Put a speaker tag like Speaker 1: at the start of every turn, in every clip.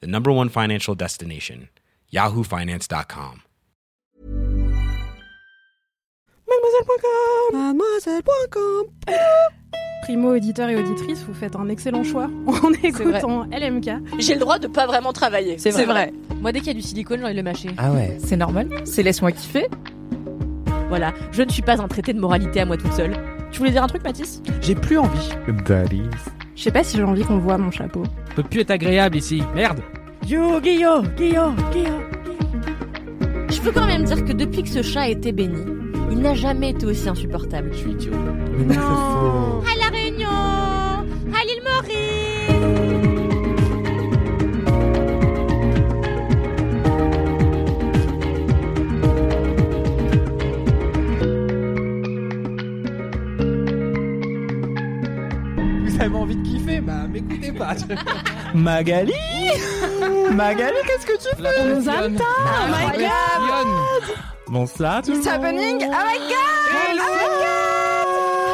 Speaker 1: the number one financial destination, yahoofinance.com.
Speaker 2: Mademoiselle.com
Speaker 3: Mademoiselle.com
Speaker 2: Primo auditeur et auditrice, vous faites un excellent choix en écoutant LMK.
Speaker 4: J'ai le droit de pas vraiment travailler.
Speaker 5: C'est vrai. Moi, dès qu'il y a du silicone, j'ai envie de le mâcher.
Speaker 6: Ah ouais.
Speaker 5: C'est normal. C'est laisse-moi kiffer. Voilà. Je ne suis pas un traité de moralité à moi toute seule. Tu voulais dire un truc, Mathis
Speaker 6: J'ai plus envie.
Speaker 7: Daddy.
Speaker 2: Je sais pas si j'ai envie qu'on voit mon chapeau.
Speaker 8: peut plus être agréable ici. Merde.
Speaker 5: Yo, Guillaume, Guillaume, Guillaume. Je peux quand même dire que depuis que ce chat a été béni, il n'a jamais été aussi insupportable.
Speaker 8: Je suis idiot.
Speaker 6: Mais non,
Speaker 5: À La Réunion À l'île Maurice
Speaker 8: Vous avez envie de kiffer Bah, m'écoutez pas.
Speaker 6: Magali Magali, qu'est-ce que tu
Speaker 8: La
Speaker 2: nous attend,
Speaker 8: Oh
Speaker 2: my God.
Speaker 6: Bonsoir tout le monde.
Speaker 3: It's happening Oh my god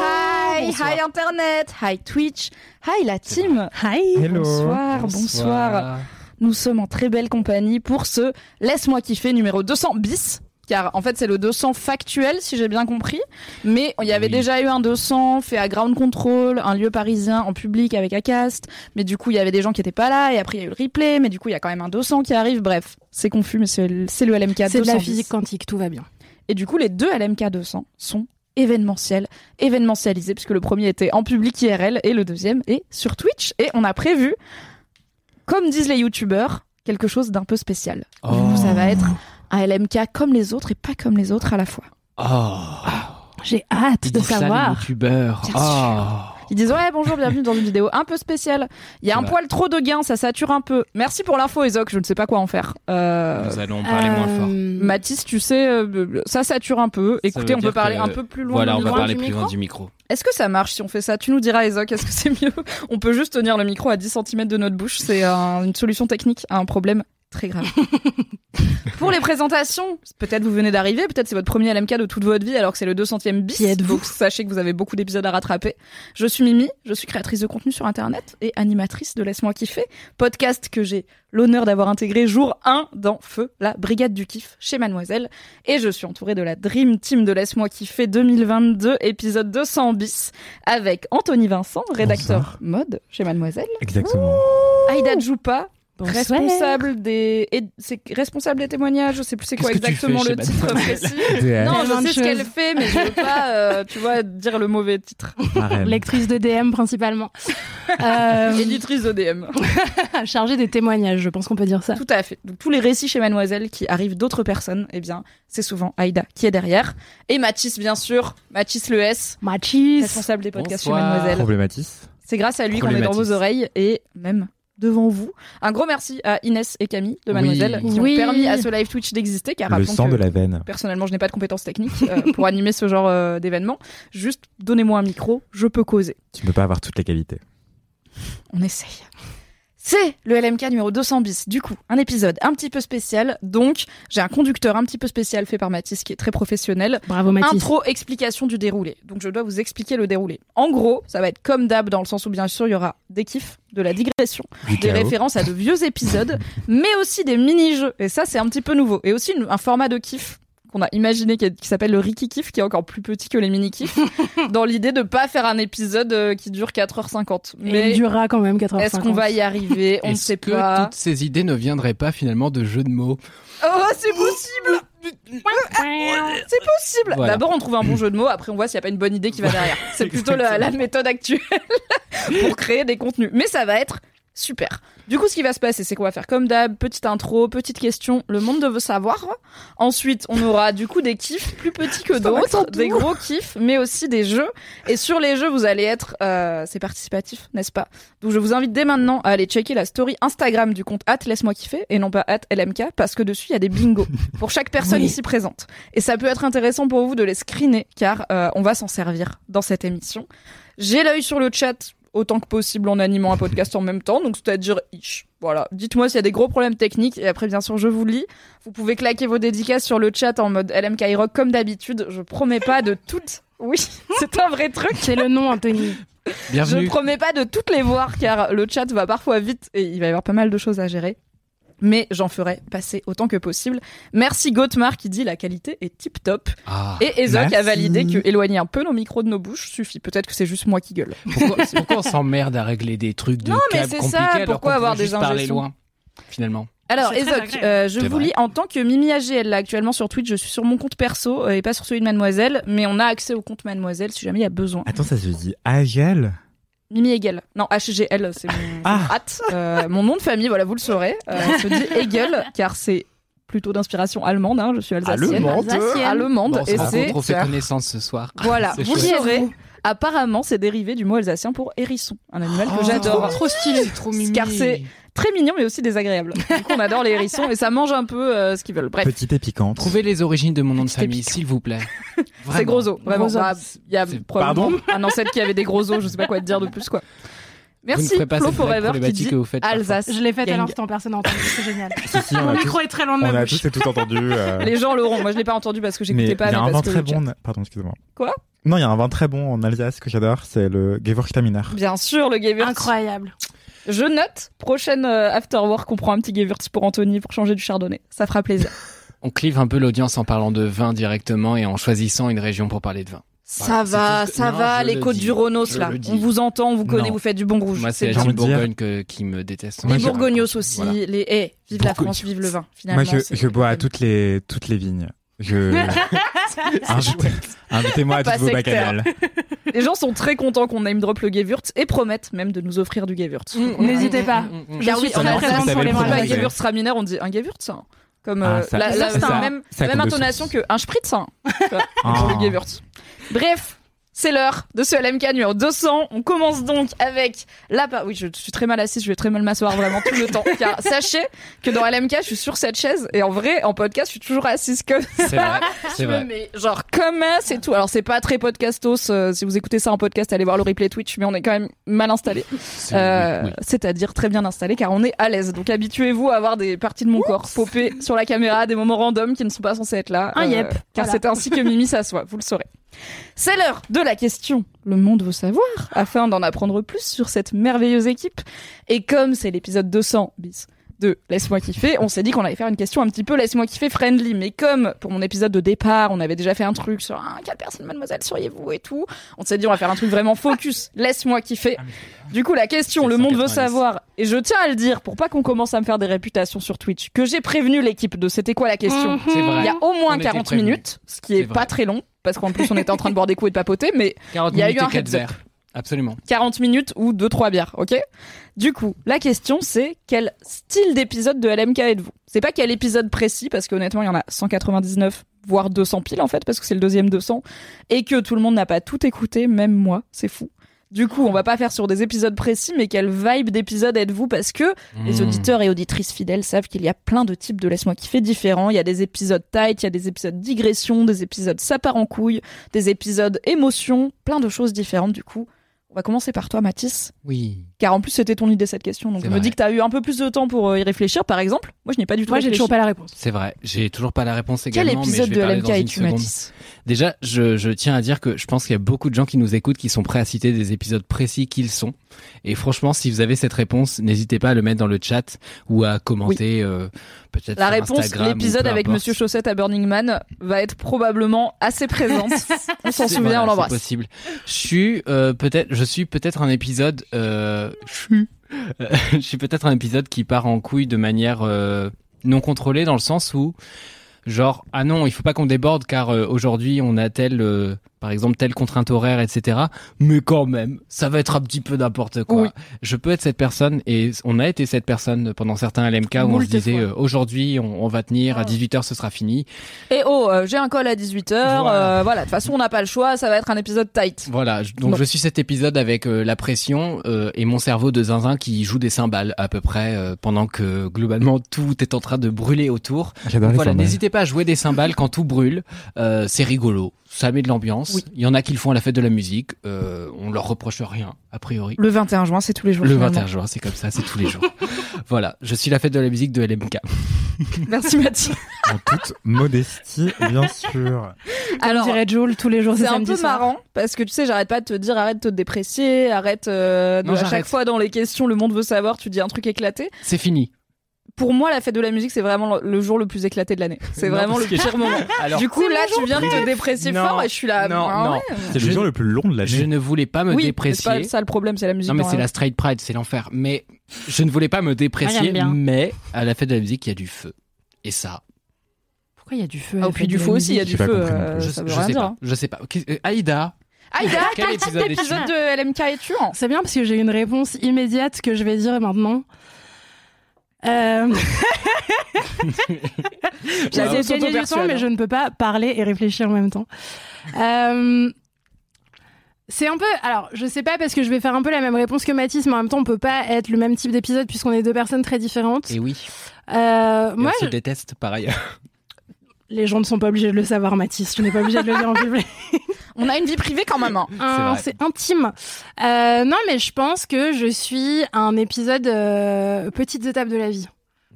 Speaker 3: Hi Hi Internet Hi Twitch Hi la team Hi
Speaker 6: Hello.
Speaker 3: Bonsoir, bonsoir Nous sommes en très belle compagnie pour ce Laisse-moi kiffer numéro 200 bis car en fait c'est le 200 factuel si j'ai bien compris mais il y avait
Speaker 1: Oui.
Speaker 3: déjà eu un 200 fait à ground control un lieu parisien en public avec Acast mais du coup il y avait des gens qui étaient pas là et après il y a eu le replay mais du coup il y a quand même un 200 qui arrive bref c'est confus mais c'est le c'est le LMK
Speaker 2: C'est de la
Speaker 3: 210.
Speaker 2: physique quantique, tout va bien.
Speaker 3: Et du coup, les deux LMK 200 sont événementiels, événementialisés, puisque le premier était en public IRL et le deuxième est sur Twitch. Et on a prévu, comme disent les youtubeurs, quelque chose d'un peu spécial.
Speaker 6: Oh.
Speaker 3: Ça va être un LMK comme les autres et pas comme les autres à la fois.
Speaker 2: J'ai hâte
Speaker 8: Ils
Speaker 2: de
Speaker 8: disent Ah. ça, les
Speaker 2: savoir.
Speaker 8: youtubeurs.
Speaker 3: Bien
Speaker 8: Oh.
Speaker 3: Ils disent ouais bonjour, bienvenue dans une vidéo un peu spéciale. Il y a un
Speaker 8: Ouais.
Speaker 3: poil trop de gains, ça sature un peu. Merci pour l'info Ezoc, je ne sais pas quoi en faire. Euh,
Speaker 7: Nous allons parler moins fort.
Speaker 2: Euh,
Speaker 3: Mathis, tu sais, euh, ça sature un peu.
Speaker 7: veut
Speaker 3: Écoutez, on peut
Speaker 7: dire
Speaker 3: parler
Speaker 7: que-
Speaker 3: un peu plus loin.
Speaker 7: Voilà,
Speaker 3: dans
Speaker 7: on
Speaker 3: le
Speaker 7: va
Speaker 3: loin
Speaker 7: parler
Speaker 3: du
Speaker 7: plus
Speaker 3: micro.
Speaker 7: loin du micro.
Speaker 3: Est-ce que ça marche si on fait ça Tu nous diras, Ezoc, est-ce que c'est mieux On peut juste tenir le micro à 10 cm de notre bouche. C'est un- une solution technique à un problème très grave. Pour les présentations, peut-être vous venez d'arriver, peut-être c'est votre premier LMK de toute votre vie alors que c'est le 200e bis.
Speaker 2: Qui êtes-vous
Speaker 3: Donc sachez que vous avez beaucoup d'épisodes à rattraper. Je suis Mimi, je suis créatrice de contenu sur Internet et animatrice de Laisse-moi kiffer, podcast que j'ai l'honneur d'avoir intégré jour 1 dans Feu, la Brigade du Kiff chez Mademoiselle. Et je suis entourée de la Dream Team de Laisse-moi kiffer 2022, épisode 200 bis, avec Anthony Vincent, rédacteur mode chez Mademoiselle,
Speaker 6: Exactement.
Speaker 3: Aïda Djoupa,
Speaker 2: bonsoir.
Speaker 3: responsable des, et- c'est responsable des témoignages, je sais plus c'est quoi
Speaker 8: Qu'est-ce que tu
Speaker 3: exactement
Speaker 8: fais
Speaker 3: le
Speaker 8: chez
Speaker 3: titre précis.
Speaker 6: DM.
Speaker 3: Non,
Speaker 2: Tellement
Speaker 3: je
Speaker 2: de
Speaker 3: sais ce qu'elle
Speaker 2: choses.
Speaker 3: fait, mais je veux pas, euh, tu vois, dire le mauvais titre.
Speaker 6: Marraine.
Speaker 2: Lectrice de DM principalement. Euh,
Speaker 3: Éditrice ODM.
Speaker 2: chargée des témoignages, je pense qu'on peut dire ça.
Speaker 3: Tout à fait. Donc, tous les récits chez Mademoiselle qui arrivent d'autres personnes, eh bien, c'est souvent Aïda qui est derrière. Et Mathis, bien sûr. Mathis Le S,
Speaker 2: Machis.
Speaker 3: responsable des podcasts chez
Speaker 8: Bonsoir.
Speaker 3: Mademoiselle.
Speaker 6: Problématiste.
Speaker 3: C'est grâce à lui qu'on est dans
Speaker 7: Problématique.
Speaker 3: vos oreilles et même devant vous. Un gros merci à Inès et Camille de Mademoiselle
Speaker 2: Oui.
Speaker 3: qui
Speaker 2: Oui.
Speaker 3: ont permis à ce live Twitch d'exister car
Speaker 6: Le
Speaker 3: rappelons
Speaker 6: sang
Speaker 3: que
Speaker 6: de la veine.
Speaker 3: personnellement je n'ai pas de compétences techniques euh, pour animer ce genre euh, d'événement. Juste donnez-moi un micro, je peux causer.
Speaker 6: Tu ne peux pas avoir toutes les qualités.
Speaker 3: On essaye. C'est le LMK numéro 200 bis. Du coup, un épisode un petit peu spécial. Donc, j'ai un conducteur un petit peu spécial fait par Mathis qui est très professionnel.
Speaker 2: Bravo Mathis.
Speaker 3: Intro, explication du déroulé. Donc je dois vous expliquer le déroulé. En gros, ça va être comme d'hab dans le sens où bien sûr il y aura des kiffs, de la digression,
Speaker 6: Du
Speaker 3: des
Speaker 6: chaos.
Speaker 3: références à de vieux épisodes, mais aussi des mini-jeux. Et ça c'est un petit peu nouveau. Et aussi une- un format de kiff qu'on a imaginé qui, est- qui s'appelle le Riki Kiff, qui est encore plus petit que les mini-kiffs, dans l'idée de pas faire un épisode euh, qui dure 4h50.
Speaker 2: Mais
Speaker 3: Mais
Speaker 2: il durera quand même 4 h
Speaker 3: est-ce qu'on va y arriver On ne
Speaker 7: Est-ce
Speaker 3: sait
Speaker 7: que
Speaker 3: pas.
Speaker 7: toutes ces idées ne viendraient pas finalement de jeux de mots
Speaker 3: Oh, c'est possible Hein, C'est possible
Speaker 7: Voilà.
Speaker 3: D'abord, on trouve un bon jeu de mots, après, on voit s'il n'y a pas une bonne idée qui va derrière. C'est plutôt la, la méthode actuelle pour créer des contenus. Mais ça va être Super. Du coup, ce qui va se passer, c'est qu'on va faire comme d'hab, petite intro, petite question, le monde veut savoir. Ensuite, on aura du coup des kiffs plus petits que d'autres, des gros kiffs, mais aussi des jeux. Et sur les jeux, vous allez être, euh, c'est participatif, n'est-ce pas Donc, je vous invite dès maintenant à aller checker la story Instagram du compte laisse-moi kiffer et non pas @lmk parce que dessus il y a des bingos pour chaque personne ici présente. Et ça peut être intéressant pour vous de les screener car euh, on va s'en servir dans cette émission. J'ai l'œil sur le chat autant que possible en animant un podcast en même temps, donc c'est-à-dire ish. Voilà. Dites-moi s'il y a des gros problèmes techniques et après, bien sûr, je vous lis. Vous pouvez claquer vos dédicaces sur le chat en mode LMK Rock comme d'habitude. Je promets pas de toutes. Oui, c'est un vrai truc.
Speaker 2: C'est le nom, Anthony.
Speaker 7: Bienvenue.
Speaker 3: Je promets pas de toutes les voir car le chat va parfois vite et il va y avoir pas mal de choses à gérer. Mais j'en ferai passer autant que possible. Merci Gothmar qui dit la qualité est tip top.
Speaker 7: Ah.
Speaker 3: Et Ezoc a
Speaker 6: merci.
Speaker 3: validé que éloigner un peu nos micros de nos bouches suffit. Peut-être que c'est juste moi qui gueule.
Speaker 7: Pourquoi, pourquoi on s'emmerde à régler des trucs de
Speaker 3: Non, mais
Speaker 7: câbles
Speaker 3: c'est ça,
Speaker 7: compliqués alors
Speaker 3: pourquoi
Speaker 7: qu'on
Speaker 3: avoir
Speaker 7: pourrait
Speaker 3: des
Speaker 7: juste parler
Speaker 3: ingestions
Speaker 7: loin Finalement.
Speaker 3: Alors,
Speaker 2: C'est très
Speaker 3: Ezoc,
Speaker 2: agréable.
Speaker 3: euh, je
Speaker 7: C'est
Speaker 3: vous
Speaker 7: vrai.
Speaker 3: lis en tant que Mimi AGL, là, actuellement sur Twitch, je suis sur mon compte perso euh, et pas sur celui de Mademoiselle, mais on a accès au compte Mademoiselle si jamais il y a besoin.
Speaker 6: Attends, ça se dit Agel
Speaker 3: Mimi Hegel. Non, HGL, c'est mon
Speaker 6: Ah.
Speaker 3: hâte. Euh, mon nom de famille, voilà, vous le saurez. Euh, on se dit Hegel, car c'est plutôt d'inspiration allemande, hein, je suis alsacienne.
Speaker 6: Allemande.
Speaker 3: Allemande,
Speaker 7: Bon, on se
Speaker 3: et c'est...
Speaker 7: rencontre, on fait connaissance ce soir.
Speaker 3: Voilà,
Speaker 7: C'est
Speaker 3: vous le
Speaker 7: chouette.
Speaker 3: saurez. Apparemment, c'est dérivé du mot alsacien pour hérisson, un animal
Speaker 7: Oh.
Speaker 3: que j'adore.
Speaker 7: Trop stylé, trop mimi.
Speaker 3: Car c'est- Très mignon, mais aussi désagréable. Du coup, on adore les hérissons et ça mange un peu euh, ce qu'ils veulent. Bref.
Speaker 6: Petite et piquante.
Speaker 7: Trouvez les origines de mon nom de
Speaker 3: Petite
Speaker 7: famille,
Speaker 3: épique.
Speaker 7: s'il vous plaît.
Speaker 3: C'est gros os, vraiment.
Speaker 2: Gros os.
Speaker 3: Bah, Il y a
Speaker 7: C'est-
Speaker 3: probablement un ancêtre qui avait des gros os, je sais pas quoi te dire de plus quoi.
Speaker 7: Vous ne
Speaker 3: Merci
Speaker 7: ferez pas
Speaker 3: Flo
Speaker 7: cette blague
Speaker 3: Forever qui
Speaker 7: problématique
Speaker 3: dit
Speaker 7: que vous faites.
Speaker 3: Alsace.
Speaker 2: Je l'ai faite à
Speaker 3: Gang.
Speaker 2: l'instant, personne n'a entendu, c'est génial.
Speaker 6: Si, si, on
Speaker 2: Mon
Speaker 6: a
Speaker 2: micro
Speaker 6: tous-
Speaker 2: est très loin de
Speaker 6: on
Speaker 2: ma
Speaker 6: a
Speaker 2: bouche.
Speaker 6: tous et tout entendu. euh,
Speaker 3: Les gens l'auront, moi je l'ai pas entendu parce que
Speaker 6: Mais
Speaker 3: j'écoutais pas.
Speaker 6: il y a
Speaker 3: mais
Speaker 6: un vin
Speaker 3: parce que
Speaker 6: très
Speaker 3: le chat-
Speaker 6: bon. Pardon, excusez-moi.
Speaker 3: Quoi
Speaker 6: Non, il y a un vin très bon en Alsace que j'adore, c'est le Gewürztraminer.
Speaker 3: Bien sûr, le Gewürz.
Speaker 2: Incroyable.
Speaker 3: Je note, prochaine euh, After Work, on prend un petit Gewürz pour Anthony pour changer du chardonnay. Ça fera plaisir.
Speaker 7: On clive un peu l'audience en parlant de vin directement et en choisissant une région pour parler de vin.
Speaker 3: Ça
Speaker 6: Bah,
Speaker 7: Voilà, c'est
Speaker 3: va,
Speaker 7: tout ce que-
Speaker 3: ça
Speaker 7: Non,
Speaker 3: va,
Speaker 7: je
Speaker 3: les
Speaker 7: le
Speaker 3: côtes
Speaker 7: dis,
Speaker 3: du Rhonos
Speaker 7: je
Speaker 3: là.
Speaker 7: le dis.
Speaker 3: On vous entend, on vous connaît,
Speaker 6: Non.
Speaker 3: vous faites du bon rouge.
Speaker 7: Moi, c'est
Speaker 3: bien.
Speaker 7: la
Speaker 6: bien.
Speaker 7: team
Speaker 6: J'ai envie de
Speaker 7: Bourgogne que- qui me déteste.
Speaker 3: Les
Speaker 6: Moi, je-
Speaker 3: Bourgognos aussi,
Speaker 7: Voilà.
Speaker 3: les. Eh, vive la
Speaker 6: Bourgogne.
Speaker 3: France, vive le vin. Finalement,
Speaker 6: Moi, je,
Speaker 3: c'est-
Speaker 6: je bois à toutes les, toutes les vignes. Je... Invitez- Invitez-moi à
Speaker 3: Pas
Speaker 6: toutes vos
Speaker 3: sectaire.
Speaker 6: bacchanales.
Speaker 3: Les gens sont très contents qu'on name drop le Gewürz et promettent même de nous offrir du Gewürz.
Speaker 2: N'hésitez
Speaker 3: Ah.
Speaker 2: pas.
Speaker 7: Mm,
Speaker 3: Car oui,
Speaker 2: Je suis
Speaker 3: en
Speaker 2: très
Speaker 3: Alsace,
Speaker 2: présente
Speaker 6: ça
Speaker 2: sur les
Speaker 6: s'appelle
Speaker 3: On dit
Speaker 2: bras.
Speaker 3: pas un
Speaker 6: Provençal.
Speaker 3: Gewürz Traminer, on dit un Gewürz. hein. Comme
Speaker 6: Ah,
Speaker 3: euh,
Speaker 6: ça-
Speaker 3: là,
Speaker 2: ça,
Speaker 3: là,
Speaker 2: c'est
Speaker 3: c'est
Speaker 2: un-
Speaker 3: la même,
Speaker 6: ça
Speaker 3: même
Speaker 6: compte de
Speaker 3: intonation
Speaker 6: sens.
Speaker 3: que un Spritz. hein.
Speaker 6: Ah.
Speaker 3: Pour le Gewürz. Bref, c'est l'heure de ce LMK numéro 200. On commence donc avec la... pa- Oui, je suis très mal assise, je vais très mal m'asseoir vraiment tout le temps. Car sachez que dans LMK, je suis sur cette chaise et en vrai, en podcast, je suis toujours assise comme
Speaker 7: C'est vrai, c'est vrai.
Speaker 3: mais genre comme euh, c'est tout. Alors c'est pas très podcastos. euh, si vous écoutez ça en podcast, allez voir le replay Twitch. Mais on est quand même mal installé.
Speaker 7: C'est-
Speaker 3: Euh,
Speaker 7: oui, oui.
Speaker 3: C'est-à-dire très bien installé car on est à l'aise. Donc habituez-vous à avoir des parties de mon corps popées sur la caméra, des moments randoms qui ne sont pas censés être là. Euh,
Speaker 2: Un yep.
Speaker 3: Car
Speaker 2: Voilà.
Speaker 3: c'est ainsi que Mimi s'assoit. Vous le saurez. C'est l'heure de la question. Le monde veut savoir afin d'en apprendre plus sur cette merveilleuse équipe. Et comme c'est l'épisode 200 bis de Laisse-moi kiffer, on s'est dit qu'on allait faire une question un petit peu Laisse-moi kiffer friendly. Mais comme pour mon épisode de départ, on avait déjà fait un truc sur ah, quelle personne, mademoiselle, seriez-vous et tout, on s'est dit on va faire un truc vraiment focus. Laisse-moi kiffer.
Speaker 7: Ah,
Speaker 3: Du coup, la question,
Speaker 7: C'est
Speaker 3: le monde veut
Speaker 7: 190.
Speaker 3: savoir, et je tiens à le dire pour pas qu'on commence à me faire des réputations sur Twitch, que j'ai prévenu l'équipe de c'était quoi la question.
Speaker 2: Mhm.
Speaker 7: C'est vrai.
Speaker 3: Il y a au
Speaker 7: On
Speaker 3: moins
Speaker 7: était
Speaker 3: 40
Speaker 7: prévenus.
Speaker 3: minutes, ce qui est,
Speaker 7: C'est vrai.
Speaker 3: pas très long, parce qu'en plus on était en train de boire des coups et de papoter, mais
Speaker 7: 40
Speaker 3: il y a
Speaker 7: minutes
Speaker 3: eu un
Speaker 7: et quatre
Speaker 3: heads up.
Speaker 7: verres. Absolument.
Speaker 3: 40 minutes ou 2-3 bières, ok Du coup, la question c'est quel style d'épisode de LMK êtes-vous C'est pas quel épisode précis, parce qu'honnêtement il y en a 199, voire 200 piles en fait, parce que c'est le deuxième 200, et que tout le monde n'a pas tout écouté, même moi, c'est fou. Du coup, on va pas faire sur des épisodes précis, mais quelle vibe d'épisode êtes-vous Parce que
Speaker 7: Mmh.
Speaker 3: les auditeurs et auditrices fidèles savent qu'il y a plein de types de laisse-moi kiffer différents. Il y a des épisodes tight, il y a des épisodes digression, des épisodes ça part en couille, des épisodes émotion, plein de choses différentes du coup. On va commencer par toi Mathis,
Speaker 7: Oui.
Speaker 3: car en plus c'était ton idée cette question, donc
Speaker 7: C'est
Speaker 3: je me
Speaker 7: vrai.
Speaker 3: dis que tu as eu un peu plus de temps pour euh, y réfléchir par exemple. Moi je n'ai pas du tout
Speaker 2: Moi, j'ai
Speaker 3: réfléchi.
Speaker 2: toujours pas la réponse.
Speaker 7: C'est vrai, j'ai toujours pas la réponse
Speaker 3: Quel
Speaker 7: également.
Speaker 3: épisode
Speaker 7: mais je vais parler
Speaker 3: de LMK
Speaker 7: dans une
Speaker 3: es-tu
Speaker 7: seconde.
Speaker 3: Mathis
Speaker 7: Déjà, je, je tiens à dire que je pense qu'il y a beaucoup de gens qui nous écoutent qui sont prêts à citer des épisodes précis qu'ils sont. Et franchement, si vous avez cette réponse, n'hésitez pas à le mettre dans le chat ou à commenter euh, peut-être
Speaker 3: La
Speaker 7: sur
Speaker 3: réponse,
Speaker 7: Instagram ou
Speaker 3: l'épisode
Speaker 7: peu
Speaker 3: avec
Speaker 7: importe.
Speaker 3: Monsieur Chaussette à Burning Man va être probablement assez présente. on s'en
Speaker 7: C'est-
Speaker 3: souvient,
Speaker 7: voilà,
Speaker 3: on l'embrasse.
Speaker 7: C'est possible. Je suis euh, peut-être, je suis peut-être un épisode. euh, je suis- euh, je suis peut-être un épisode qui part en couille de manière euh, non contrôlée dans le sens où, genre, ah non, il faut pas qu'on déborde car euh, aujourd'hui on a tel euh, par exemple telle contrainte horaire, etc. Mais quand même, ça va être un petit peu n'importe quoi.
Speaker 3: Oui.
Speaker 7: Je peux être cette personne et on a été cette personne pendant certains LMK où on
Speaker 2: Moult
Speaker 7: se disait
Speaker 2: fois.
Speaker 7: euh, aujourd'hui on, on va tenir,
Speaker 3: Ah.
Speaker 7: à 18h ce sera fini.
Speaker 3: Et oh, euh, j'ai un call à 18h.
Speaker 7: Voilà.
Speaker 3: euh, voilà, de toute façon, on n'a pas le choix. Ça va être un épisode tight.
Speaker 7: Voilà, je- donc
Speaker 3: Non.
Speaker 7: je suis cet épisode avec euh, la pression euh, et mon cerveau de zinzin qui joue des cymbales à peu près euh, pendant que globalement tout est en train de brûler autour.
Speaker 6: J'adore
Speaker 7: Donc
Speaker 6: les
Speaker 7: voilà,
Speaker 6: formats.
Speaker 7: n'hésitez pas à jouer des cymbales quand tout brûle, Euh, c'est rigolo, ça met de l'ambiance. Il y en a qui le font à la fête de la musique, euh, on leur reproche rien a priori.
Speaker 3: Le 21 juin, c'est tous les jours.
Speaker 7: Le
Speaker 3: finalement.
Speaker 7: 21 juin, c'est comme ça, c'est tous les jours. voilà, je suis la fête de la musique de LMK.
Speaker 3: Merci Mathieu.
Speaker 6: En toute modestie, bien sûr.
Speaker 2: Alors,
Speaker 3: Alors,
Speaker 2: dirait Joule tous les jours
Speaker 3: c'est
Speaker 2: du
Speaker 3: un
Speaker 2: samedi
Speaker 3: peu
Speaker 2: soir.
Speaker 3: marrant parce que tu sais, j'arrête pas de te dire arrête de te déprécier, arrête. euh, de-
Speaker 7: Non,
Speaker 3: à
Speaker 7: j'arrête.
Speaker 3: chaque fois dans les questions, le monde veut savoir, tu dis un truc éclaté.
Speaker 7: C'est fini.
Speaker 3: Pour moi, la fête de la musique, c'est vraiment le- le jour le plus éclaté de l'année. C'est
Speaker 7: Non,
Speaker 3: vraiment
Speaker 7: parce
Speaker 3: le
Speaker 7: que-
Speaker 3: pire moment.
Speaker 7: Alors,
Speaker 3: du coup, là, tu viens de te déprécier
Speaker 7: Non,
Speaker 3: fort et je suis là.
Speaker 7: non,
Speaker 3: ah
Speaker 7: non.
Speaker 3: ouais.
Speaker 6: C'est le
Speaker 7: Je-
Speaker 6: jour le plus long de
Speaker 7: je
Speaker 6: l'année.
Speaker 7: ne voulais pas me
Speaker 3: Oui, mais c'est
Speaker 7: déprécier.
Speaker 3: pas ça le problème, c'est la musique.
Speaker 7: Non mais
Speaker 3: dans
Speaker 7: c'est
Speaker 3: la-
Speaker 7: la straight pride, c'est l'enfer. Mais je ne voulais pas me
Speaker 5: Ah,
Speaker 7: déprécier,
Speaker 5: j'aime bien.
Speaker 7: mais à la fête de la musique, il y a du feu. Et ça,
Speaker 5: Pourquoi il y a du feu
Speaker 3: Ah, au puits du feu aussi, il y a
Speaker 6: J'ai
Speaker 3: du
Speaker 6: pas
Speaker 3: feu.
Speaker 6: compris non
Speaker 3: euh,
Speaker 7: je,
Speaker 3: ça
Speaker 7: je
Speaker 3: veut rien
Speaker 7: sais
Speaker 3: dire.
Speaker 7: pas, je sais pas. Qu'est- euh, Aïda,
Speaker 3: Aïda,
Speaker 7: Quel
Speaker 3: quel
Speaker 7: épisode
Speaker 3: épisode,
Speaker 7: es-tu
Speaker 3: de LMK es-tu en
Speaker 2: C'est bien parce que j'ai une réponse immédiate que je vais dire maintenant. Euh... J'essaie de gagner du
Speaker 3: Wow.
Speaker 2: temps,
Speaker 3: S'auto-persuade,
Speaker 2: mais
Speaker 3: hein.
Speaker 2: je ne peux pas parler et réfléchir en même temps. Euh, C'est un peu. Alors, je sais pas parce que je vais faire un peu la même réponse que Mathis, mais en même temps, on peut pas être le même type d'épisode puisqu'on est deux personnes très différentes.
Speaker 7: et Eh oui,
Speaker 2: Euh,
Speaker 7: moi,
Speaker 2: moi,
Speaker 7: je déteste par ailleurs.
Speaker 2: je- les gens ne sont pas obligés de le savoir, Mathis. Tu n'es pas obligé de le dire en public.
Speaker 3: On a une vie privée quand même. hein.
Speaker 2: Un-
Speaker 7: vrai.
Speaker 2: C'est intime. Euh, non, mais je pense que je suis un épisode euh, petites étapes de la vie.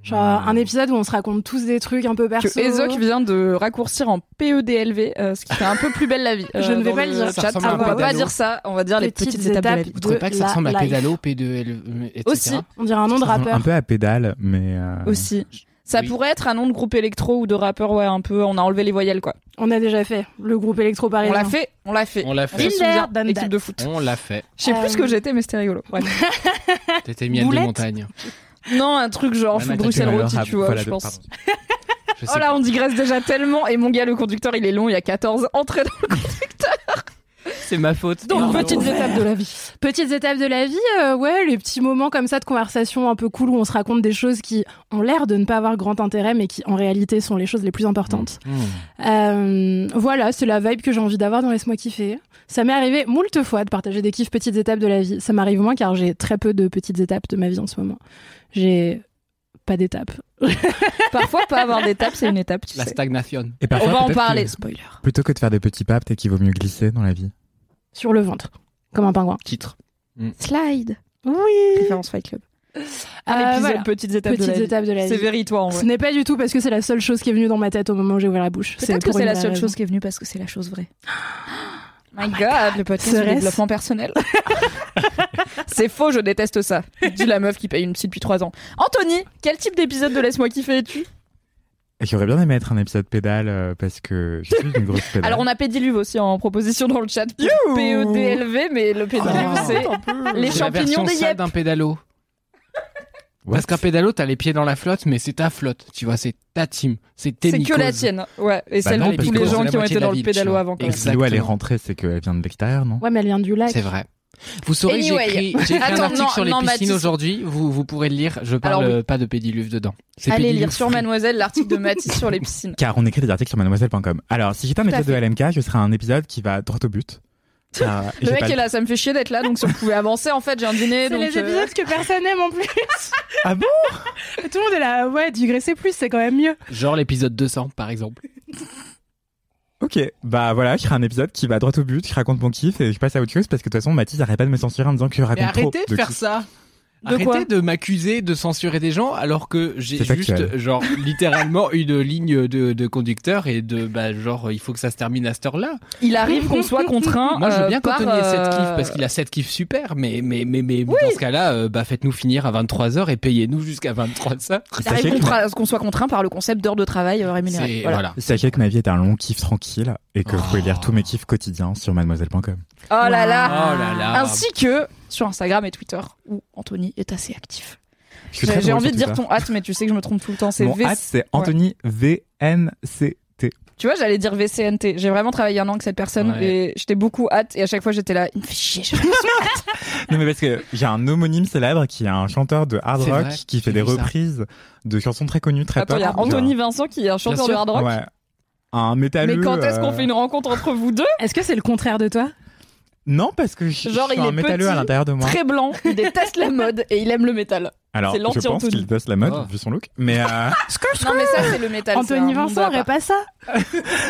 Speaker 2: Genre un épisode où on se raconte tous des trucs un peu perso.
Speaker 3: Que Ezoc vient de raccourcir en PEDLV, euh, ce qui fait un peu plus belle la vie. Euh,
Speaker 2: Je ne vais
Speaker 3: dans
Speaker 2: pas le dire.
Speaker 7: Ça
Speaker 3: Chat.
Speaker 7: ressemble
Speaker 2: à
Speaker 3: on va
Speaker 2: Pédalo.
Speaker 3: pas dire ça, on va dire les petites, étapes, de la vie.
Speaker 7: Vous trouvez pas que ça
Speaker 2: la
Speaker 7: ressemble à
Speaker 2: life.
Speaker 7: pédalo, E P2L, etc.
Speaker 3: Aussi.
Speaker 2: On dirait un nom de
Speaker 6: Ça ressemble
Speaker 2: rappeur.
Speaker 6: Un peu à pédale, mais. euh,
Speaker 3: Aussi. Ça
Speaker 7: Oui.
Speaker 3: pourrait être un nom de groupe électro ou de rappeur, ouais, un peu. On a enlevé les voyelles, quoi.
Speaker 2: On a déjà fait le groupe électro
Speaker 3: On l'a
Speaker 2: parisien.
Speaker 3: fait, on l'a fait.
Speaker 7: On l'a
Speaker 3: Je me
Speaker 7: fait.
Speaker 2: Been
Speaker 3: souviens,
Speaker 2: there, done
Speaker 3: équipe
Speaker 2: that.
Speaker 3: de foot.
Speaker 7: On l'a fait.
Speaker 3: Je sais plus ce que j'étais, mais c'était rigolo. Ouais.
Speaker 7: T'étais mienne de
Speaker 2: Boulette.
Speaker 7: montagne.
Speaker 3: non, un truc genre,
Speaker 6: Ouais,
Speaker 3: je suis
Speaker 6: Mathieu,
Speaker 3: Bruxelles
Speaker 6: alors,
Speaker 3: Rôti,
Speaker 6: ah,
Speaker 3: tu vois,
Speaker 6: voilà,
Speaker 3: je
Speaker 6: de-
Speaker 3: pense.
Speaker 6: pardon.
Speaker 7: Je sais
Speaker 3: Oh
Speaker 7: pas.
Speaker 3: là, on digresse déjà tellement. Et mon gars, le conducteur, il est long, il y a 14 entrées dans le
Speaker 7: c'est ma faute.
Speaker 2: Donc,
Speaker 7: Pardon.
Speaker 2: petites étapes de la vie. Petites étapes de la vie, euh, ouais, les petits moments comme ça de conversation un peu cool où on se raconte des choses qui ont l'air de ne pas avoir grand intérêt, mais qui en réalité sont les choses les plus importantes.
Speaker 7: Mmh.
Speaker 2: Euh, voilà, c'est la vibe que j'ai envie d'avoir dans Laisse-moi kiffer. Ça m'est arrivé moult fois de partager des kiffs petites étapes de la vie. Ça m'arrive moins car j'ai très peu de petites étapes de ma vie en ce moment. J'ai pas d'étapes.
Speaker 3: Parfois, pas avoir d'étape, c'est une étape, tu
Speaker 7: La
Speaker 3: sais.
Speaker 7: stagnation.
Speaker 6: Et
Speaker 3: On
Speaker 6: parfois,
Speaker 3: va en
Speaker 6: peut-être que-
Speaker 3: parler. Spoiler.
Speaker 6: Plutôt que de faire des petits pas, peut-être qu'il vaut mieux glisser dans la vie.
Speaker 2: Sur le ventre, comme un pingouin.
Speaker 7: Titre.
Speaker 3: Slide.
Speaker 2: Oui.
Speaker 3: Référence Fight Club.
Speaker 2: Euh, voilà.
Speaker 3: Ah, petites étapes
Speaker 2: Petites étapes de la
Speaker 3: C'est
Speaker 2: vie.
Speaker 3: véritoire en vrai.
Speaker 2: Ce n'est pas du tout parce que c'est la seule chose qui est venue dans ma tête au moment où j'ai ouvert la bouche.
Speaker 3: Peut-être que
Speaker 2: pour
Speaker 3: c'est
Speaker 2: une
Speaker 3: la
Speaker 2: vraie
Speaker 3: seule
Speaker 2: raison.
Speaker 3: chose qui est venue parce que c'est la chose vraie. My God, le podcast
Speaker 2: Serait-ce
Speaker 3: de développement personnel. c'est faux, je déteste ça. Dis la meuf qui paye une psy depuis 3 ans. Anthony, quel type d'épisode de Laisse-moi kiffer es-tu
Speaker 7: Eh
Speaker 6: Et j'aurais bien aimé être un épisode pédale euh, parce que je suis une grosse
Speaker 7: ben.
Speaker 6: pédale.
Speaker 3: Alors on a Pédiluve aussi en proposition dans le chat. E PEDLV, mais le Pédiluve
Speaker 7: Oh.
Speaker 3: c'est les
Speaker 7: C'est la version
Speaker 3: champignons des
Speaker 7: sale
Speaker 3: yep.
Speaker 7: d'un pédalo.
Speaker 6: What
Speaker 7: Parce qu'un pédalo, t'as les pieds dans la flotte, mais c'est ta flotte. Tu vois, c'est ta team. C'est tes
Speaker 3: C'est que
Speaker 7: mycoses.
Speaker 3: la tienne, ouais. Et
Speaker 6: Bah
Speaker 3: celle
Speaker 6: non,
Speaker 3: de
Speaker 6: parce
Speaker 3: tous
Speaker 6: que
Speaker 3: les
Speaker 6: c'est
Speaker 3: gens
Speaker 7: la
Speaker 3: qui ont
Speaker 7: moitié
Speaker 3: été
Speaker 7: de la
Speaker 3: dans le
Speaker 7: ville,
Speaker 3: pédalo
Speaker 7: tu vois.
Speaker 3: avant. quand même.
Speaker 6: Si l'eau elle est
Speaker 7: Exactement.
Speaker 6: rentrée, c'est qu'elle vient de l'extérieur, non
Speaker 2: Ouais, mais elle vient du lac.
Speaker 7: C'est vrai. Vous saurez, j'ai
Speaker 3: Anyway.
Speaker 7: écrit, j'ai écrit un
Speaker 3: Attends,
Speaker 7: article
Speaker 3: non,
Speaker 7: sur les
Speaker 3: non,
Speaker 7: piscines
Speaker 3: Mathis.
Speaker 7: aujourd'hui. Vous, vous pourrez le lire. Je parle
Speaker 3: Alors oui.
Speaker 7: euh, pas de pédiluve dedans. C'est
Speaker 3: Allez
Speaker 7: pédiluve
Speaker 3: lire sur
Speaker 7: free.
Speaker 3: Mademoiselle l'article de Matisse sur les piscines.
Speaker 6: Car on écrit des articles sur mademoiselle.com. Alors, si j'étais
Speaker 3: à
Speaker 6: un épisode de LMK, je serais un épisode qui va droit au but. Car- et
Speaker 3: Le
Speaker 6: j'ai
Speaker 3: mec
Speaker 6: pas
Speaker 3: est là, ça me fait chier d'être là, donc si on pouvait avancer, en fait, j'ai un dîner.
Speaker 2: C'est
Speaker 3: Donc,
Speaker 2: les
Speaker 3: euh,
Speaker 2: épisodes que personne n'aime en plus.
Speaker 6: Ah bon
Speaker 2: Tout le monde est là, ouais, digresser plus, c'est quand même mieux.
Speaker 7: Genre l'épisode 200, par exemple.
Speaker 6: Ah, Ok, bah voilà, je serais un épisode qui va droit au but, je raconte mon kiff et je passe à autre chose parce que de toute façon, Mathis arrête pas de me censurer en me disant que je raconte
Speaker 7: Mais
Speaker 6: trop
Speaker 7: arrêtez de faire
Speaker 6: kiff.
Speaker 7: ça.
Speaker 3: De
Speaker 7: arrêtez
Speaker 3: quoi
Speaker 7: de m'accuser de censurer des gens alors que j'ai
Speaker 6: C'est
Speaker 7: juste,
Speaker 6: factuel.
Speaker 7: genre, littéralement une ligne de, de conducteur et de, bah, genre, il faut que ça se termine à cette heure-là.
Speaker 3: Il arrive qu'on soit contraint.
Speaker 7: Moi, je veux
Speaker 3: euh,
Speaker 7: bien
Speaker 3: par,
Speaker 7: qu'Anthony ait 7
Speaker 3: euh,
Speaker 7: kiffs parce qu'il a 7 kiffs super, mais, mais, mais, mais dans ce cas-là, euh, bah, faites-nous finir à 23h et payez-nous jusqu'à 23h.
Speaker 3: Il arrive
Speaker 6: Sachez que,
Speaker 3: qu'on tra- qu'on soit contraint par le concept d'heure de travail euh, rémunérée.
Speaker 7: C'est-
Speaker 3: Voilà.
Speaker 7: voilà.
Speaker 6: sachez que ma vie est un long kiff tranquille et que vous pouvez
Speaker 7: Oh.
Speaker 6: lire tous mes kiffs quotidiens sur mademoiselle.com.
Speaker 3: Oh là
Speaker 7: Oh
Speaker 3: là.
Speaker 7: là là.
Speaker 3: Ainsi que sur Instagram et Twitter, où Anthony est assez actif.
Speaker 6: Je suis très
Speaker 3: J'ai j'ai
Speaker 6: drôle
Speaker 3: envie
Speaker 6: sur
Speaker 3: de dire
Speaker 6: Twitter.
Speaker 3: ton hâte, mais tu sais que je me trompe tout le temps. C'est
Speaker 6: Mon
Speaker 3: V-
Speaker 6: hâte, c'est Anthony VNCT.
Speaker 3: Tu vois, j'allais dire VCNT. J'ai vraiment travaillé un an avec cette personne
Speaker 7: Ouais.
Speaker 3: et j'étais beaucoup hâte. Et à chaque fois, j'étais là, il me fait chier. je-
Speaker 6: Non, mais parce que j'ai un homonyme célèbre qui est un chanteur de hard
Speaker 7: C'est
Speaker 6: rock
Speaker 7: vrai,
Speaker 6: qui fait
Speaker 7: j'ai
Speaker 6: des
Speaker 7: vu ça.
Speaker 6: reprises de chansons très connues, très
Speaker 3: Attends, il y a
Speaker 6: pop.
Speaker 3: Anthony Vincent qui est un chanteur de
Speaker 7: sûr.
Speaker 3: hard rock.
Speaker 6: Ouais. Un métalleux.
Speaker 3: Mais quand est-ce qu'on
Speaker 6: euh,
Speaker 3: fait une rencontre entre vous deux
Speaker 2: Est-ce que c'est le contraire de toi
Speaker 6: Non, parce que je,
Speaker 3: Genre,
Speaker 6: je suis
Speaker 3: il
Speaker 6: un
Speaker 3: est
Speaker 6: métalleux à
Speaker 3: petit,
Speaker 6: l'intérieur de moi.
Speaker 3: Très blanc, il déteste la mode et il aime le métal.
Speaker 6: Alors,
Speaker 3: c'est
Speaker 6: je pense
Speaker 3: l'anti-Anthony.
Speaker 6: qu'il bosse la mode,
Speaker 7: Oh.
Speaker 6: vu son look. Mais, euh,
Speaker 3: Non, mais ça, c'est le métal.
Speaker 2: Anthony
Speaker 3: c'est un
Speaker 2: Vincent
Speaker 3: monde à
Speaker 2: aurait
Speaker 3: part.
Speaker 2: pas ça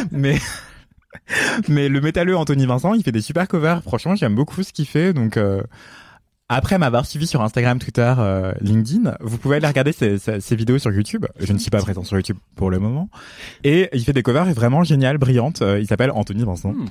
Speaker 6: mais, mais le métalleux Anthony Vincent, il fait des super covers. Franchement, j'aime beaucoup ce qu'il fait. Donc, euh, après m'avoir suivi sur Instagram, Twitter, euh, LinkedIn, vous pouvez aller regarder ses, ses- ses vidéos sur YouTube. Je ne suis pas présent sur YouTube pour le moment. Et il fait des covers vraiment géniales, brillantes. Euh, Il s'appelle Anthony Vincent.
Speaker 7: Hmm.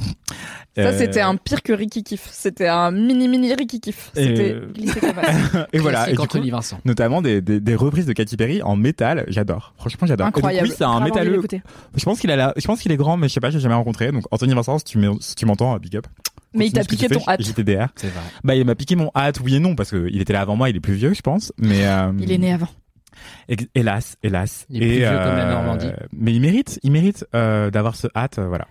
Speaker 3: Ça,
Speaker 6: Euh,
Speaker 3: c'était un pire que Ricky Kiff. C'était un mini mini Ricky Kiff. C'était
Speaker 6: Euh,
Speaker 3: glissé comme ça.
Speaker 6: Et voilà. Et
Speaker 7: Classique
Speaker 6: du coup,
Speaker 7: Anthony Vincent.
Speaker 6: notamment des, des, des reprises de Katy Perry en métal. J'adore. Franchement, j'adore. Et donc,
Speaker 3: Incroyable.
Speaker 6: Oui, c'est un
Speaker 2: Grave envie
Speaker 6: métalleux.
Speaker 2: d'écouter.
Speaker 6: Je pense qu'il a la- je pense qu'il est grand, mais je sais pas, j'ai jamais rencontré. Donc, Anthony Vincent, si tu m'en- si tu m'entends, big up.
Speaker 3: Mais il t'a
Speaker 6: Continue ce que
Speaker 3: piqué
Speaker 6: tu
Speaker 3: ton
Speaker 6: fais,
Speaker 3: hâte.
Speaker 6: JTDR.
Speaker 7: C'est vrai.
Speaker 6: Bah, il m'a piqué mon hâte, oui et non, parce que il était là avant moi, il est plus vieux, je pense. Mais, euh,
Speaker 3: Il est né avant.
Speaker 6: ex- Hélas, hélas.
Speaker 7: Il est plus
Speaker 6: Et, euh,
Speaker 7: vieux comme la Normandie.
Speaker 6: Mais il mérite, il mérite, euh, d'avoir ce hâte, euh, voilà.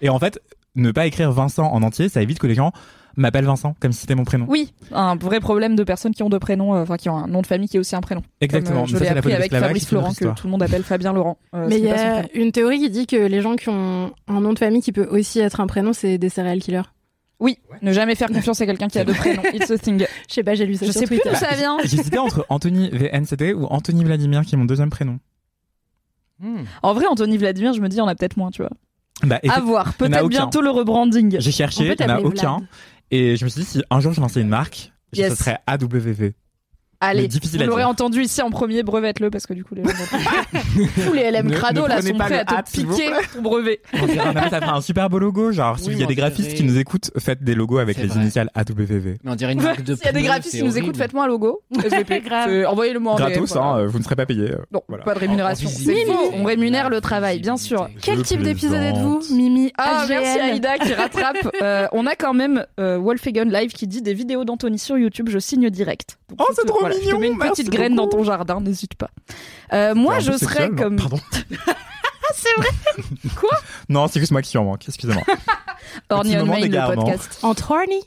Speaker 6: Et en fait, ne pas écrire Vincent en entier, ça évite que les gens m'appellent Vincent, comme si c'était mon prénom.
Speaker 3: Oui, un vrai problème de personnes qui ont deux prénoms, euh, enfin qui ont un nom de famille qui est aussi un prénom. Comme, euh,
Speaker 6: Exactement. Mais
Speaker 3: je l'ai
Speaker 6: ça, c'est la
Speaker 3: appris
Speaker 6: police
Speaker 3: avec
Speaker 6: Lavache,
Speaker 3: Fabrice
Speaker 6: c'est une autre
Speaker 3: Laurent que
Speaker 6: histoire.
Speaker 3: tout le monde appelle Fabien Laurent. Euh,
Speaker 2: Mais
Speaker 3: c'est
Speaker 2: il y
Speaker 3: pas son
Speaker 2: a
Speaker 3: prénom.
Speaker 2: une théorie qui dit que les gens qui ont un nom de famille qui peut aussi être un prénom, c'est des serial killers.
Speaker 3: Oui, ne jamais faire confiance à quelqu'un qui a deux prénoms. It's a thing.
Speaker 2: Je sais pas, j'ai lu ça
Speaker 3: Je
Speaker 2: sur
Speaker 3: sais plus
Speaker 2: Twitter.
Speaker 3: d'où ça vient.
Speaker 6: J'hésitais entre Anthony VNCT ou Anthony Vladimir, qui est mon deuxième prénom.
Speaker 7: Hmm.
Speaker 3: En vrai, Anthony Vladimir, je me dis, on a peut-être moins, tu vois.
Speaker 6: Bah,
Speaker 3: À
Speaker 6: effectivement,
Speaker 3: voir.
Speaker 6: on a
Speaker 3: Peut-être
Speaker 6: aucun.
Speaker 3: bientôt le rebranding.
Speaker 6: j'ai
Speaker 2: On peut
Speaker 6: cherché, il n'y en a
Speaker 2: t'appeler
Speaker 6: aucun.
Speaker 2: Vlad.
Speaker 6: Et je me suis dit, si un jour je lançais une marque, ce
Speaker 3: Yes.
Speaker 6: serait AWV.
Speaker 3: Allez,
Speaker 6: Mais difficile
Speaker 3: vous
Speaker 6: à
Speaker 3: l'aurez
Speaker 6: dire.
Speaker 3: entendu ici en premier, brevette-le parce que du coup les gens vont- tous les LM
Speaker 6: Ne-
Speaker 3: crado
Speaker 6: ne
Speaker 3: là
Speaker 6: prenez
Speaker 3: sont
Speaker 6: pas
Speaker 3: prêts
Speaker 6: le
Speaker 3: à te
Speaker 6: hâte, s'il vous
Speaker 3: piquer ton brevet.
Speaker 6: On dirait un- non, mais ça ferait un super beau logo. Genre, s'il
Speaker 7: Oui,
Speaker 6: y a
Speaker 7: mais
Speaker 6: des
Speaker 7: on
Speaker 6: graphistes
Speaker 7: dirait-
Speaker 6: qui nous écoutent, faites des logos avec
Speaker 7: C'est
Speaker 6: les
Speaker 7: vrai.
Speaker 6: initiales AWV.
Speaker 7: Mais on dirait une marque de
Speaker 3: S'il y a des
Speaker 7: pneus,
Speaker 3: graphistes
Speaker 7: c'est
Speaker 3: qui nous
Speaker 7: horrible.
Speaker 3: écoutent, faites-moi un logo. SVP.
Speaker 2: Grave.
Speaker 3: C'est- Envoyez-le-moi en DM,
Speaker 6: Gratos,
Speaker 3: voilà.
Speaker 6: hein, euh, vous ne serez pas payé.
Speaker 3: Non,
Speaker 6: Voilà.
Speaker 3: pas de rémunération.
Speaker 7: En
Speaker 3: C'est
Speaker 7: visibilité.
Speaker 3: faux. On rémunère le travail, bien
Speaker 7: Visibilité.
Speaker 3: sûr.
Speaker 2: Quel
Speaker 6: Je
Speaker 2: type d'épisode êtes-vous
Speaker 6: plaisante.
Speaker 2: Mimi
Speaker 3: Ah,
Speaker 2: AGL.
Speaker 3: merci Aïda qui rattrape. Euh, on a quand même euh, Wolfegan Live qui dit des vidéos d'Anthony sur YouTube, je signe direct. Donc,
Speaker 6: Oh,
Speaker 3: je te-
Speaker 6: c'est trop
Speaker 3: voilà, Je te
Speaker 6: mignon,
Speaker 3: mets une
Speaker 6: merci
Speaker 3: petite graine dans
Speaker 6: beaucoup.
Speaker 3: ton jardin, n'hésite pas. Euh, moi,
Speaker 6: C'est un
Speaker 3: je
Speaker 6: peu hein.
Speaker 3: serais
Speaker 6: sexuel, non
Speaker 3: comme. Ah,
Speaker 6: Pardon.
Speaker 3: c'est vrai Quoi
Speaker 6: Non, c'est juste moi qui suis en manque. Excusez-moi.
Speaker 3: Orny on
Speaker 6: moment
Speaker 3: Main, le
Speaker 6: d'égarement.
Speaker 3: podcast.
Speaker 2: Entre horny.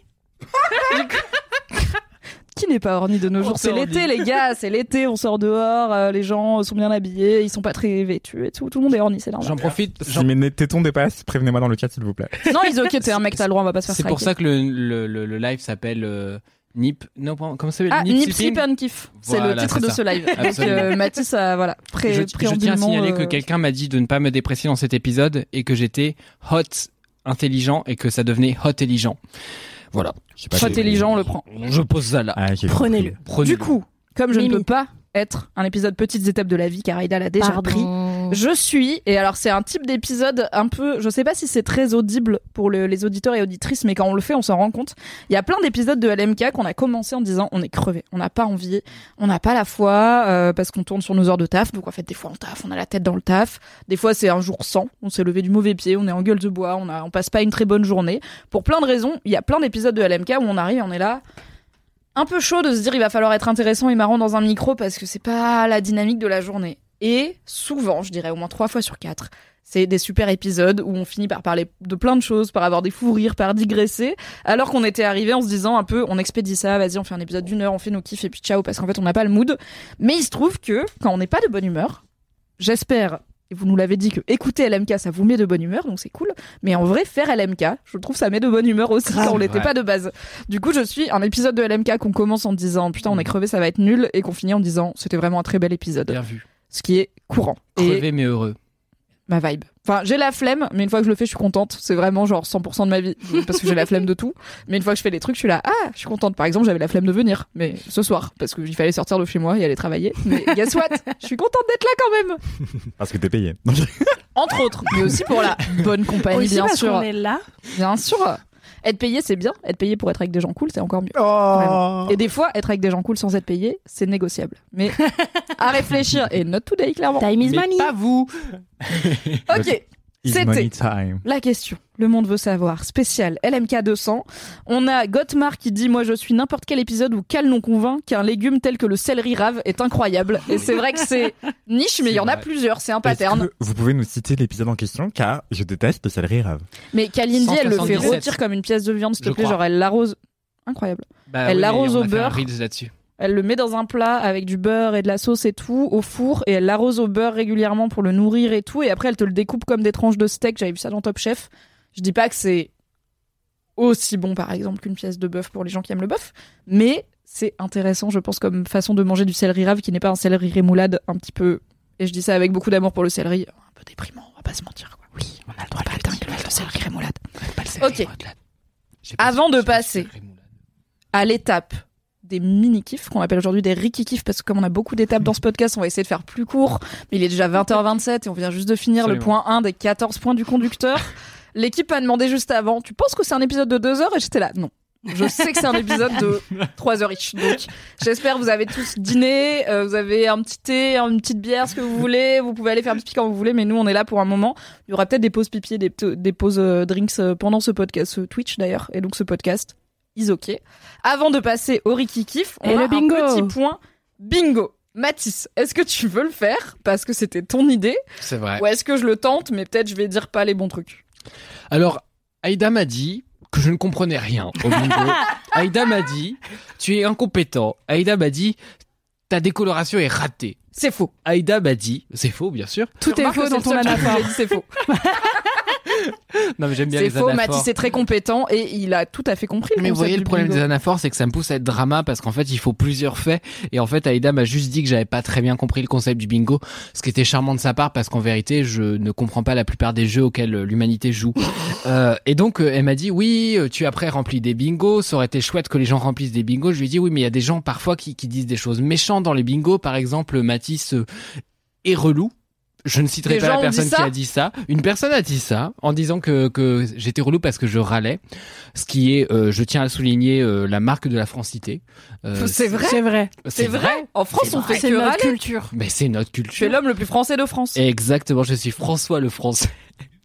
Speaker 3: Qui n'est pas orni de nos jours C'est
Speaker 7: s'est
Speaker 3: l'été, les gars, c'est l'été, on sort dehors, euh, les gens sont bien habillés, ils sont pas très vêtus et tout. Tout le monde est orni, c'est normal.
Speaker 7: J'en profite.
Speaker 6: si
Speaker 7: j'en-
Speaker 6: mes tétons dépassent, prévenez-moi dans le chat, s'il vous plaît.
Speaker 3: Non, ils ok, t'es un mec, t'as le droit, on va pas se faire
Speaker 7: C'est pour
Speaker 3: striker.
Speaker 7: ça que le, le, le, le live s'appelle euh, Nip. Non, comment ça s'appelle
Speaker 3: Ah,
Speaker 7: Nip
Speaker 3: Nip
Speaker 7: Sipping
Speaker 3: Slip and Kiff, c'est
Speaker 7: Voilà,
Speaker 3: le titre
Speaker 7: c'est
Speaker 3: de
Speaker 7: ça.
Speaker 3: ce live. Donc
Speaker 7: Absolument.
Speaker 3: euh, Mathis a voilà, pré
Speaker 7: je, je tiens à
Speaker 3: préamblement,
Speaker 7: signaler
Speaker 3: euh,
Speaker 7: que quelqu'un m'a dit de ne pas me déprécier dans cet épisode et que j'étais hot intelligent et que ça devenait hot intelligent. Voilà.
Speaker 3: Hot intelligent, on le prend.
Speaker 7: Je pose ça là.
Speaker 6: Ah, j'ai
Speaker 2: Prenez-le.
Speaker 6: compris.
Speaker 7: Prenez-le.
Speaker 3: Du coup, comme je ne
Speaker 2: Mimi.
Speaker 3: peux pas être un épisode petites étapes de la vie car Aïda l'a déjà pris,
Speaker 5: Pardon.
Speaker 3: Je suis, et alors c'est un type d'épisode un peu, je sais pas si c'est très audible pour le- les auditeurs et auditrices, mais quand on le fait, on s'en rend compte. Il y a plein d'épisodes de LMK qu'on a commencé en disant on est crevé, on n'a pas envie, on n'a pas la foi, euh, parce qu'on tourne sur nos heures de taf, donc en fait des fois on taf, on a la tête dans le taf, des fois c'est un jour sans, on s'est levé du mauvais pied, on est en gueule de bois, on, a, on passe pas une très bonne journée. Pour plein de raisons, il y a plein d'épisodes de LMK où on arrive et on est là, un peu chaud de se dire il va falloir être intéressant et marrant dans un micro parce que c'est pas la dynamique de la journée. Et souvent, je dirais au moins trois fois sur quatre, c'est des super épisodes où on finit par parler de plein de choses, par avoir des fous rires, par digresser, alors qu'on était arrivé en se disant un peu on expédie ça, vas-y on fait un épisode d'une heure, on fait nos kiffs et puis ciao parce qu'en fait on n'a pas le mood. Mais il se trouve que quand on n'est pas de bonne humeur, j'espère, et vous nous l'avez dit que écouter LMK ça vous met de bonne humeur, donc c'est cool, mais en vrai faire LMK, je trouve ça met de bonne humeur aussi quand on l'était
Speaker 7: Ouais.
Speaker 3: pas de base. Du coup, je suis un épisode de LMK qu'on commence en disant putain,
Speaker 2: Mm.
Speaker 3: on est crevé, ça va être nul, et qu'on finit en disant c'était vraiment un très bel épisode.
Speaker 7: Bien vu.
Speaker 3: Ce qui est courant. Et
Speaker 7: Crevé mais heureux.
Speaker 3: ma vibe. Enfin, j'ai la flemme, mais une fois que je le fais, je suis contente. C'est vraiment genre 100% de ma vie. Parce que j'ai la flemme de tout. Mais une fois que je fais les trucs, je suis là, ah, je suis contente. Par exemple, j'avais la flemme de venir, mais ce soir, parce qu'il fallait sortir de chez moi et aller travailler. Mais guess what Je suis contente d'être là quand même.
Speaker 6: Parce que t'es payé.
Speaker 3: Entre autres, mais aussi pour la bonne compagnie,
Speaker 2: Aussi
Speaker 3: bien
Speaker 2: parce
Speaker 3: sûr.
Speaker 2: qu'on est là.
Speaker 3: Bien sûr. Être payé, c'est bien. Être payé pour être avec des gens cool, c'est encore mieux.
Speaker 6: Oh.
Speaker 3: Et des fois, être avec des gens cool sans être payé, c'est négociable. Mais à réfléchir, et not today, clairement.
Speaker 2: Time is money.
Speaker 7: Pas vous.
Speaker 3: Ok,
Speaker 6: It's
Speaker 3: C'était-
Speaker 6: money time.
Speaker 3: La question, le monde veut savoir, spécial LMK 200. On a Gottmar qui dit Moi je suis n'importe quel épisode où Cal non convainc qu'un légume tel que le céleri rave est incroyable. Et c'est vrai que c'est niche, mais il y en a
Speaker 7: vrai.
Speaker 3: plusieurs, c'est un
Speaker 6: Est-ce
Speaker 3: pattern.
Speaker 6: que vous pouvez nous citer l'épisode en question car je déteste le céleri rave.
Speaker 3: Mais Kalindi, elle le fait
Speaker 7: 177.
Speaker 3: rôtir comme une pièce de viande, s'il te
Speaker 7: Je
Speaker 3: plaît,
Speaker 7: crois.
Speaker 3: genre elle l'arrose. Incroyable.
Speaker 7: Bah
Speaker 3: Elle
Speaker 7: oui,
Speaker 3: l'arrose
Speaker 7: on
Speaker 3: au
Speaker 7: a fait un
Speaker 3: beurre.
Speaker 7: Reels là-dessus.
Speaker 3: Elle le met dans un plat avec du beurre et de la sauce et tout, au four, et elle l'arrose au beurre régulièrement pour le nourrir et tout, et après elle te le découpe comme des tranches de steak. J'avais vu ça dans Top Chef. Je dis pas que c'est aussi bon, par exemple, qu'une pièce de bœuf pour les gens qui aiment le bœuf, mais c'est intéressant, je pense, comme façon de manger du céleri rave qui n'est pas un céleri rémoulade un petit peu. Et je dis ça avec beaucoup d'amour pour le céleri, un peu déprimant, on va pas se mentir. Quoi. Oui, on a le droit de pas dingue, le, céleri rémoulade. Ok. Avant de passer à l'étape des mini-kifs, qu'on appelle aujourd'hui des rikikifs, parce que comme on a beaucoup d'étapes dans ce podcast, on va essayer de faire plus court, mais il est déjà 20h27 et on vient juste de finir le
Speaker 7: Absolument.
Speaker 3: point 1 des 14 points du conducteur. L'équipe a demandé juste avant, tu penses que c'est un épisode de 2 heures Et j'étais là, non. Je sais que c'est un épisode de 3 heures each. Donc, j'espère que vous avez tous dîné, euh, vous avez un petit thé, une petite bière, ce que vous voulez. Vous pouvez aller faire pipi quand vous voulez, mais nous, on est là pour un moment. Il y aura peut-être des pauses pipi et des, pte- des pauses euh, drinks euh, pendant ce podcast, ce Twitch d'ailleurs, et donc ce podcast. Is ok. Avant de passer au Riki Kiff, on
Speaker 2: Et
Speaker 3: a
Speaker 2: le bingo.
Speaker 3: un petit point bingo. Mathis, est-ce que tu veux le faire parce que c'était ton idée
Speaker 7: C'est vrai.
Speaker 3: ou est-ce que je le tente mais peut-être je vais dire pas les bons trucs
Speaker 7: Alors, Aïda m'a dit que je ne comprenais rien au bingo. Aïda m'a dit, tu es incompétent. Aïda m'a dit, ta décoloration est ratée.
Speaker 3: C'est faux.
Speaker 7: Aïda m'a dit, c'est faux bien sûr.
Speaker 2: Tout est
Speaker 3: Remarque
Speaker 2: faux
Speaker 3: que
Speaker 2: dans
Speaker 3: c'est
Speaker 2: ton
Speaker 3: le seul truc où
Speaker 2: anaphore.
Speaker 3: j'ai dit C'est faux.
Speaker 7: Non mais j'aime bien
Speaker 3: C'est
Speaker 7: les
Speaker 3: faux.
Speaker 7: anaphores.
Speaker 3: Mathis est très compétent et il a tout à fait compris.
Speaker 7: Mais vous
Speaker 3: concept
Speaker 7: voyez,
Speaker 3: du
Speaker 7: le problème
Speaker 3: bingo.
Speaker 7: des anaphores, c'est que ça me pousse à être drama parce qu'en fait, il faut plusieurs faits. Et en fait, Aïda m'a juste dit que j'avais pas très bien compris le concept du bingo, ce qui était charmant de sa part parce qu'en vérité, je ne comprends pas la plupart des jeux auxquels euh, l'humanité joue. Euh, et donc, euh, elle m'a dit, oui, euh, tu as après rempli des bingos, ça aurait été chouette que les gens remplissent des bingos. Je lui ai dit, oui, mais il y a des gens parfois qui, qui disent des choses méchantes dans les bingos. Par exemple, Matisse euh, est relou. Je ne citerai
Speaker 3: Des
Speaker 7: pas
Speaker 3: gens
Speaker 7: la
Speaker 3: ont
Speaker 7: personne
Speaker 3: dit
Speaker 7: qui
Speaker 3: ça
Speaker 7: a dit ça. Une personne a dit ça en disant que, que j'étais relou parce que je râlais ce qui est, euh, je tiens à le souligner, euh, la marque de la francité. Euh,
Speaker 3: C'est vrai.
Speaker 2: C'est vrai.
Speaker 3: C'est vrai. En France,
Speaker 7: C'est
Speaker 3: on fait
Speaker 2: C'est
Speaker 3: Ah, que
Speaker 2: notre
Speaker 3: râler.
Speaker 2: culture.
Speaker 7: Mais c'est notre
Speaker 3: Tu es
Speaker 7: culture.
Speaker 3: l'homme le plus français de France.
Speaker 7: Exactement, je suis François le Français.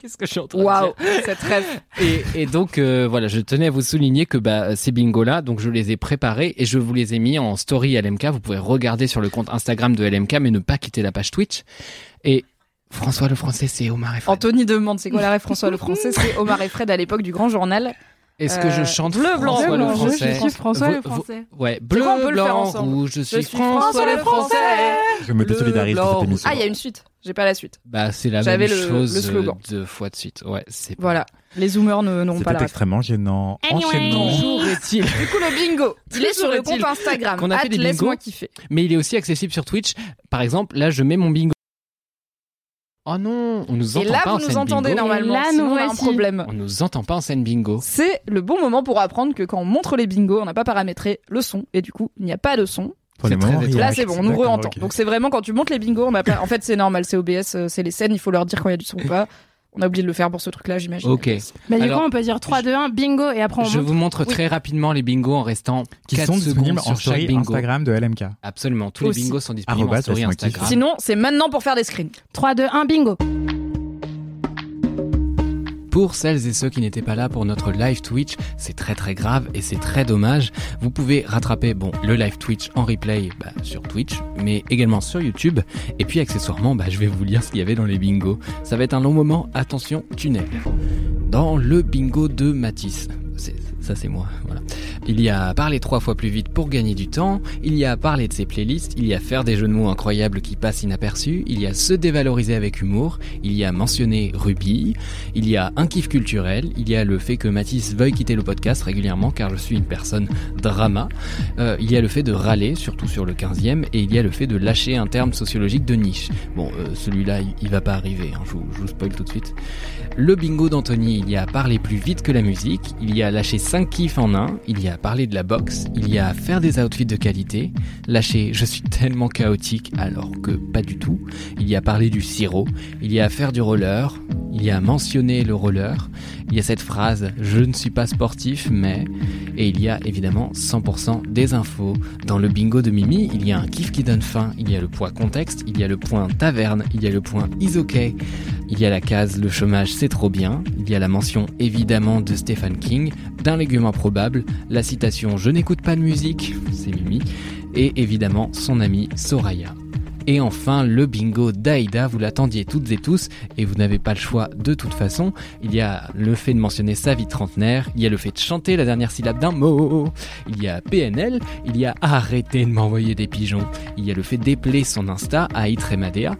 Speaker 7: Qu'est-ce que je suis en train de
Speaker 3: Waouh,
Speaker 7: dire
Speaker 3: cette rêve.
Speaker 7: et, et donc euh, voilà, je tenais à vous souligner que bah, ces bingos là, donc je les ai préparés et je vous les ai mis en story LMK. Vous pouvez regarder sur le compte Instagram de LMK, mais ne pas quitter la page Twitch. Et François le Français, c'est Omar et Fred.
Speaker 3: Anthony demande c'est quoi la rêve François le français C'est Omar et Fred à l'époque du grand journal.
Speaker 7: Est-ce que je
Speaker 3: euh,
Speaker 7: chante
Speaker 3: bleu, blanc,
Speaker 7: François
Speaker 3: bleu,
Speaker 7: le
Speaker 3: blanc,
Speaker 2: je
Speaker 7: Français
Speaker 2: suis François
Speaker 7: Vous-
Speaker 2: le
Speaker 7: vous-
Speaker 2: français.
Speaker 7: Ouais, bleu,
Speaker 3: quoi, on peut le faire
Speaker 7: blanc,
Speaker 3: ensemble
Speaker 7: rouge. Je suis,
Speaker 6: Je me désolidarise de cette émission.
Speaker 3: Ah, il y a une suite. J'ai pas la suite.
Speaker 7: Bah, c'est la
Speaker 3: J'avais
Speaker 7: même
Speaker 3: le-
Speaker 7: chose
Speaker 3: le slogan.
Speaker 7: euh, deux fois de suite. Ouais, c'est
Speaker 3: Voilà. Les zoomers ne- n'auront pas la
Speaker 6: C'était
Speaker 3: rêve.
Speaker 6: extrêmement gênant. Enchaînement.
Speaker 7: Toujours est-il.
Speaker 3: Du coup, le bingo, il est sur le
Speaker 7: Toujours est-il
Speaker 3: compte Instagram.
Speaker 7: qu'on a fait
Speaker 3: Hâte,
Speaker 7: des bingos.
Speaker 3: laisse-moi kiffer.
Speaker 7: Mais il est aussi accessible sur Twitch. Par exemple, là, je mets mon bingo. Oh non, on nous
Speaker 3: Et
Speaker 7: entend
Speaker 3: là,
Speaker 7: pas en
Speaker 3: vous nous
Speaker 7: scène
Speaker 3: entendez
Speaker 7: bingo.
Speaker 3: normalement.
Speaker 2: là,
Speaker 3: sinon
Speaker 2: nous
Speaker 3: on a un
Speaker 2: voici.
Speaker 3: problème.
Speaker 7: On nous entend pas en scène bingo.
Speaker 3: C'est le bon moment pour apprendre que quand on montre les bingos, on n'a pas paramétré le son et du coup, il n'y a pas de son.
Speaker 6: Pour le
Speaker 7: C'est très
Speaker 6: moment,
Speaker 7: étonnant.
Speaker 3: Là,
Speaker 6: react.
Speaker 3: c'est bon, on nous
Speaker 6: D'accord,
Speaker 3: re-entend.
Speaker 6: ok.
Speaker 3: Donc c'est vraiment quand tu montes les bingos, on n'a pas. En fait, c'est normal, c'est OBS, euh, c'est les scènes, il faut leur dire quand il y a du son ou pas. On a oublié de le faire pour ce truc-là, j'imagine.
Speaker 7: Ok.
Speaker 2: Bah, du coup,
Speaker 7: Alors,
Speaker 2: on peut dire 3, 2, 1, bingo, et après on
Speaker 7: Je
Speaker 2: monte.
Speaker 7: vous montre très rapidement les bingos en restant
Speaker 6: qui
Speaker 7: 4
Speaker 6: sont
Speaker 7: secondes
Speaker 6: disponibles en
Speaker 7: sur chaque
Speaker 6: story
Speaker 7: bingo.
Speaker 6: Instagram de LMK.
Speaker 7: Absolument, tous
Speaker 3: Aussi.
Speaker 7: les bingos sont disponibles en
Speaker 6: Arrobas,
Speaker 7: story
Speaker 6: laisse-moi kiffer.
Speaker 7: Instagram.
Speaker 3: Sinon, c'est maintenant pour faire des screens.
Speaker 2: 3, 2, 1, bingo.
Speaker 7: Pour celles et ceux qui n'étaient pas là pour notre live Twitch, c'est très très grave et c'est très dommage. Vous pouvez rattraper bon le live Twitch en replay bah, sur Twitch, mais également sur YouTube. Et puis accessoirement, bah, je vais vous lire ce qu'il y avait dans les bingos. Ça va être un long moment. Attention, tunnel. Dans le bingo de Matisse. C'est- Ça c'est moi, voilà. Il y a parler trois fois plus vite pour gagner du temps, il y a parler de ses playlists, il y a faire des jeux de mots incroyables qui passent inaperçus, il y a se dévaloriser avec humour, il y a mentionner Ruby, il y a un kiff culturel, il y a le fait que Mathis veuille quitter le podcast régulièrement car je suis une personne drama, Euh, il y a le fait de râler, surtout sur le 15e, et il y a le fait de lâcher un terme sociologique de niche. Bon, euh, celui-là, il, il va pas arriver, hein, je, vous, je vous spoil tout de suite. Le bingo d'Anthony, il y a parler plus vite que la musique, il y a lâcher 5 kiffs en un, il y a parler de la boxe, il y a faire des outfits de qualité, lâcher je suis tellement chaotique alors que pas du tout, il y a parler du sirop, il y a faire du roller, il y a mentionné le roller, il y a cette phrase je ne suis pas sportif mais et il y a évidemment 100% des infos. Dans le bingo de Mimi, il y a un kiff qui donne faim, il y a le point contexte, il y a le point taverne, il y a le point isokay, il y a la case le chômage c'est trop bien, il y a la mention évidemment de Stephen King, d'un légume improbable, la citation je n'écoute pas de musique, c'est Mimi et évidemment son amie Soraya. Et enfin, le bingo d'Aïda, vous l'attendiez toutes et tous, et vous n'avez pas le choix de toute façon. Il y a le fait de mentionner sa vie trentenaire, il y a le fait de chanter la dernière syllabe d'un mot, il y a PNL, il y a arrêter de m'envoyer des pigeons, il y a le fait d'épeler son Insta à Itremadea,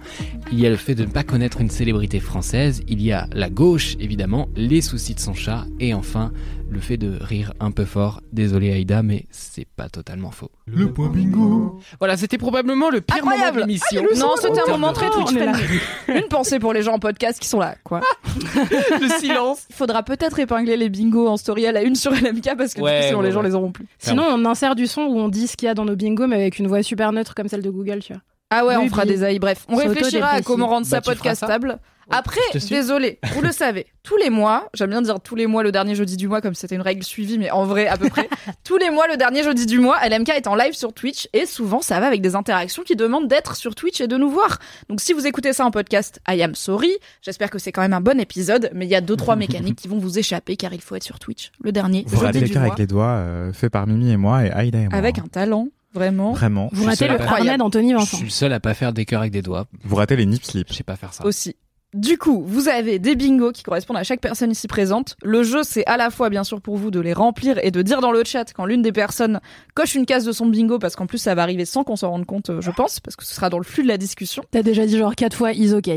Speaker 7: il y a le fait de ne pas connaître une célébrité française, il y a la gauche, évidemment, les soucis de son chat, et enfin, le fait de rire un peu fort. Désolé Aïda, mais c'est pas totalement faux.
Speaker 6: Le point bingo.
Speaker 7: Voilà, c'était probablement le pire moment de
Speaker 3: Incroyable.
Speaker 7: l'émission.
Speaker 3: Non, c'était un moment
Speaker 7: de-
Speaker 3: très Twitch friendly. Une pensée pour les gens en podcast qui sont là, quoi.
Speaker 7: Le silence.
Speaker 3: Il Ah, faudra peut-être épingler les bingos en story à la une sur LMK parce que du coup,
Speaker 7: Ouais,
Speaker 3: sinon
Speaker 7: ouais,
Speaker 3: les gens
Speaker 7: ouais.
Speaker 3: les auront plus.
Speaker 2: Sinon, on insère du son où on dit ce qu'il y a dans nos bingos, mais avec une voix super neutre comme celle de Google, tu vois.
Speaker 3: Ah ouais,
Speaker 2: Oui,
Speaker 3: on fera
Speaker 2: puis-
Speaker 3: des AI. Bref, on
Speaker 2: S'auto-dépressif.
Speaker 3: réfléchira à comment rendre
Speaker 7: Bah,
Speaker 3: ça
Speaker 7: tu feras
Speaker 3: podcastable. Après,
Speaker 7: Je te suis.
Speaker 3: désolé, vous le savez, tous les mois, j'aime bien dire tous les mois le dernier jeudi du mois comme c'était une règle suivie, mais en vrai à peu près, tous les mois le dernier jeudi du mois, LMK est en live sur Twitch et souvent ça va avec des interactions qui demandent d'être sur Twitch et de nous voir. Donc si vous écoutez ça en podcast, I am sorry, j'espère que c'est quand même un bon épisode, mais il y a deux trois mécaniques qui vont vous échapper car il faut être sur Twitch le dernier
Speaker 6: Vous ratez
Speaker 3: jeudi
Speaker 6: le
Speaker 3: du
Speaker 6: cœur
Speaker 3: mois
Speaker 6: avec les doigts, euh, fait par Mimi et moi et Aïda et moi.
Speaker 3: avec un talent vraiment
Speaker 6: Vraiment.
Speaker 2: Vous
Speaker 7: Je suis
Speaker 2: ratez le
Speaker 7: seul à-
Speaker 2: carnet d'Anthony
Speaker 7: Je
Speaker 2: Vincent.
Speaker 7: suis le seul à pas faire des cœurs avec des doigts.
Speaker 6: Vous ratez les nip slips.
Speaker 7: Je sais pas faire ça.
Speaker 3: aussi. Du coup, vous avez des bingos qui correspondent à chaque personne ici présente. Le jeu, c'est à la fois, bien sûr, pour vous de les remplir et de dire dans le chat quand l'une des personnes coche une case de son bingo, parce qu'en plus, ça va arriver sans qu'on s'en rende compte, euh, je pense, parce que ce sera dans le flux de la discussion.
Speaker 2: T'as déjà dit genre quatre fois is ok.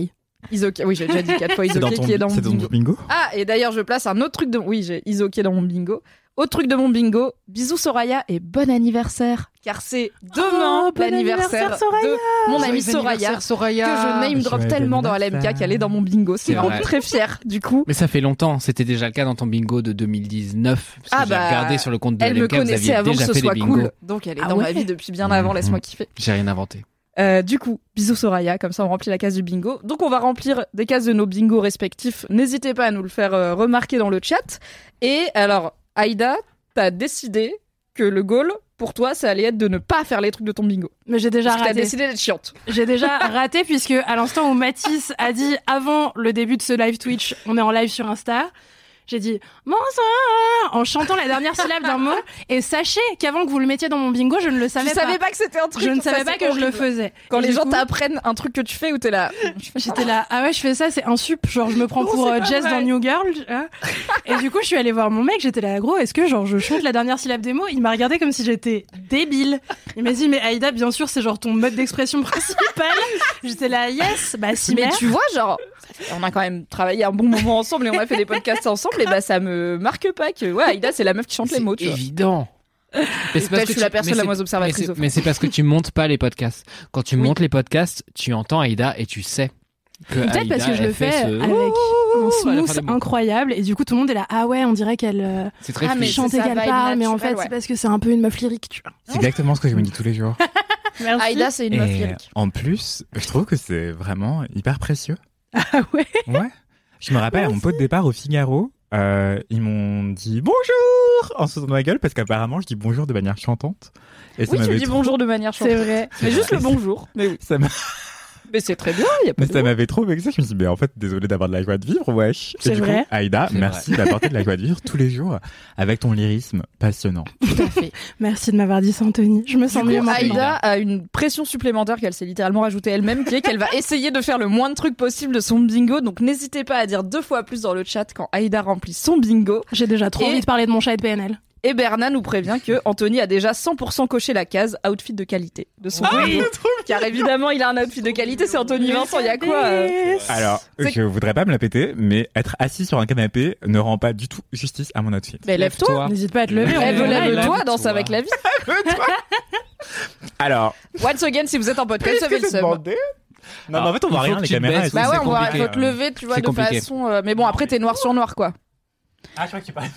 Speaker 3: Isoké, oui, j'ai déjà dit quatre fois
Speaker 6: C'est dans
Speaker 3: Isoké
Speaker 6: ton,
Speaker 3: qui est dans mon
Speaker 6: c'est dans
Speaker 3: bingo.
Speaker 6: ton bingo
Speaker 3: Ah, et d'ailleurs, je place un autre truc de. Oui, j'ai Isoké dans mon bingo. Autre truc de mon bingo, bisous Soraya et bon anniversaire, car c'est demain
Speaker 2: Oh, bon
Speaker 3: l'anniversaire
Speaker 2: anniversaire, Soraya
Speaker 3: de mon ami
Speaker 7: Joyeux
Speaker 3: Soraya
Speaker 7: anniversaire, Soraya.
Speaker 3: que
Speaker 2: Ah,
Speaker 3: je name drop
Speaker 6: Joyeux
Speaker 3: tellement dans
Speaker 6: anniversaire.
Speaker 3: LMK qu'elle est dans mon bingo. C'est
Speaker 7: C'est
Speaker 3: vraiment
Speaker 7: vrai.
Speaker 3: très fier du coup.
Speaker 7: Mais ça fait longtemps, c'était déjà le cas dans ton bingo de 2019. Parce que
Speaker 3: Ah
Speaker 7: j'ai
Speaker 3: bah,
Speaker 7: regardé sur le compte de
Speaker 3: Elle me
Speaker 7: LMK, vous
Speaker 3: connaissait
Speaker 7: aviez
Speaker 3: avant que
Speaker 7: déjà
Speaker 3: ce
Speaker 7: fait des
Speaker 3: soit
Speaker 7: bingos. Mm.
Speaker 3: cool. Donc elle est
Speaker 2: Ah
Speaker 3: dans ma
Speaker 2: ouais.
Speaker 3: vie depuis bien avant, laisse-moi kiffer.
Speaker 7: J'ai rien inventé.
Speaker 3: Euh, du coup, bisous Soraya, comme ça on remplit la case du bingo. Donc on va remplir des cases de nos bingos respectifs. N'hésitez pas à nous le faire euh, remarquer dans le chat. Et alors, Aïda, t'as décidé que le goal pour toi, ça allait être de ne pas faire les trucs de ton bingo.
Speaker 2: Mais j'ai déjà
Speaker 3: Parce que t'as
Speaker 2: raté.
Speaker 3: décidé d'être chiante.
Speaker 2: J'ai déjà raté puisque à l'instant où Mathis a dit avant le début de ce live Twitch, on est en live sur Insta. J'ai dit bonsoir en chantant la dernière syllabe d'un mot et sachez qu'avant que vous le mettiez dans mon bingo, je ne le
Speaker 3: Je
Speaker 2: savais pas.
Speaker 3: savais pas que c'était un truc.
Speaker 2: je ne
Speaker 3: ça,
Speaker 2: savais
Speaker 3: c'est
Speaker 2: pas que je le
Speaker 3: horrible.
Speaker 2: faisais.
Speaker 3: Quand
Speaker 2: Et
Speaker 3: les
Speaker 2: du
Speaker 3: gens
Speaker 2: coup,
Speaker 3: t'apprennent un truc que tu fais ou t'es là.
Speaker 2: J'étais là, ah ouais, je fais ça, c'est un sup. Genre, je me prends pour euh, Jess dans New Girl. tu vois. Et du coup, je suis allée voir mon mec, j'étais là, gros, est-ce que genre je chante la dernière syllabe des mots Il m'a regardé comme si j'étais débile. Il m'a dit, mais Aïda, bien sûr, c'est genre ton mode d'expression principal. j'étais là, yes, bah si,
Speaker 3: Mais
Speaker 2: merde.
Speaker 3: tu vois, genre, on a quand même travaillé un bon moment ensemble et on a fait des podcasts ensemble, et bah ça me marque pas que, ouais, Aïda, c'est la meuf qui chante les mots, tu vois.
Speaker 7: évident. Mais c'est parce
Speaker 3: Peut-être
Speaker 7: que
Speaker 3: je suis la
Speaker 7: tu-
Speaker 3: personne
Speaker 7: mais
Speaker 3: la
Speaker 7: c'est-
Speaker 3: moins
Speaker 7: mais
Speaker 3: observatrice.
Speaker 7: c'est-
Speaker 3: au fond.
Speaker 7: Mais c'est parce que tu montes pas les podcasts. Quand tu
Speaker 3: Oui.
Speaker 7: montes les podcasts, tu entends Aïda et tu sais que
Speaker 2: Peut-être
Speaker 7: Aïda,
Speaker 2: parce que je
Speaker 7: elle
Speaker 2: le
Speaker 7: fait
Speaker 2: fais
Speaker 7: ce- Oh,
Speaker 2: avec
Speaker 7: Ouh,
Speaker 2: un
Speaker 7: à la fin
Speaker 2: smooth
Speaker 7: des mots.
Speaker 2: incroyable et du coup tout le monde est là ah ouais on dirait qu'elle euh,
Speaker 7: C'est très
Speaker 3: Ah, mais
Speaker 7: fluide.
Speaker 2: chante
Speaker 3: c'est
Speaker 2: et
Speaker 3: sa
Speaker 2: qu'elle
Speaker 3: vibe
Speaker 2: parle mais en
Speaker 3: naturelle,
Speaker 2: fait
Speaker 3: ouais.
Speaker 2: c'est parce que c'est un peu une meuf lyrique tu vois.
Speaker 6: C'est exactement ce que je me dis tous les jours.
Speaker 3: Aïda, c'est une meuf
Speaker 7: euh,
Speaker 6: Et
Speaker 3: lyrique.
Speaker 6: en plus, je trouve que c'est vraiment hyper précieux.
Speaker 2: Ah ouais.
Speaker 6: Ouais. Je me rappelle, à mon pot de départ au Figaro, euh, ils m'ont dit bonjour en se faisant de ma gueule parce qu'apparemment je dis bonjour de manière chantante. Et ça
Speaker 3: Oui, tu
Speaker 6: m'avait
Speaker 3: dis
Speaker 6: trop-
Speaker 3: bonjour de manière chante.
Speaker 2: C'est vrai.
Speaker 3: Mais juste le
Speaker 6: vrai.
Speaker 3: bonjour. Mais oui.
Speaker 6: Ça m'a-
Speaker 3: Mais c'est très bien, y a pas
Speaker 6: mais
Speaker 3: de
Speaker 6: ça
Speaker 3: doute.
Speaker 6: m'avait trop vexé. Je me suis dit, mais en fait, désolé d'avoir de la joie de vivre, wesh. Et
Speaker 2: C'est
Speaker 6: du
Speaker 2: vrai.
Speaker 6: Coup, Aïda,
Speaker 7: C'est
Speaker 6: merci d'apporter de la joie de vivre tous les jours avec ton lyrisme passionnant.
Speaker 5: Tout à fait.
Speaker 2: Merci de m'avoir dit ça Anthony je me sens
Speaker 3: Du
Speaker 2: mieux
Speaker 3: coup,
Speaker 2: maintenant.
Speaker 3: Aïda a une pression supplémentaire qu'elle s'est littéralement rajoutée elle-même, qui est qu'elle va essayer de faire le moins de trucs possible de son bingo. Donc n'hésitez pas à dire deux fois plus dans le chat quand Aïda remplit son bingo.
Speaker 2: J'ai déjà trop
Speaker 3: Et-
Speaker 2: envie de parler de mon chat et de PNL.
Speaker 3: Et Berna nous prévient que Anthony a déjà 100% coché la case outfit de qualité de son bingo. Car évidemment, il a un outfit de qualité, c'est Anthony Vincent, il y a quoi euh
Speaker 6: Alors,
Speaker 3: C'est-
Speaker 6: je voudrais pas me la péter, mais être assis sur un canapé ne rend pas du tout justice à mon outfit.
Speaker 3: Mais lève-toi
Speaker 2: N'hésite pas à te
Speaker 7: Eh,
Speaker 2: lever. on
Speaker 3: Elle
Speaker 2: est
Speaker 3: veut
Speaker 2: en live.
Speaker 3: lève-toi,
Speaker 7: Lève-toi.
Speaker 3: danse avec la vie.
Speaker 6: Alors,
Speaker 3: Once again, si vous êtes en podcast,
Speaker 6: qu'est-ce
Speaker 3: recevez
Speaker 6: que
Speaker 3: le
Speaker 6: c'est
Speaker 3: sub.
Speaker 6: demandé Non, mais
Speaker 7: Alors,
Speaker 6: en fait, on
Speaker 7: il
Speaker 6: voit
Speaker 7: faut
Speaker 6: rien,
Speaker 7: que
Speaker 6: les
Speaker 7: tu te
Speaker 6: caméras.
Speaker 7: baisses,
Speaker 6: elles
Speaker 7: oui,
Speaker 3: Bah
Speaker 6: sont
Speaker 7: c'est
Speaker 3: ouais,
Speaker 7: hein.
Speaker 3: on voit,
Speaker 6: compliquées.
Speaker 3: faut te lever, tu vois,
Speaker 7: C'est
Speaker 3: de
Speaker 7: compliqué.
Speaker 3: façon. euh, mais bon, après, t'es noir sur noir, quoi.
Speaker 6: Ah, je crois qu'il parle.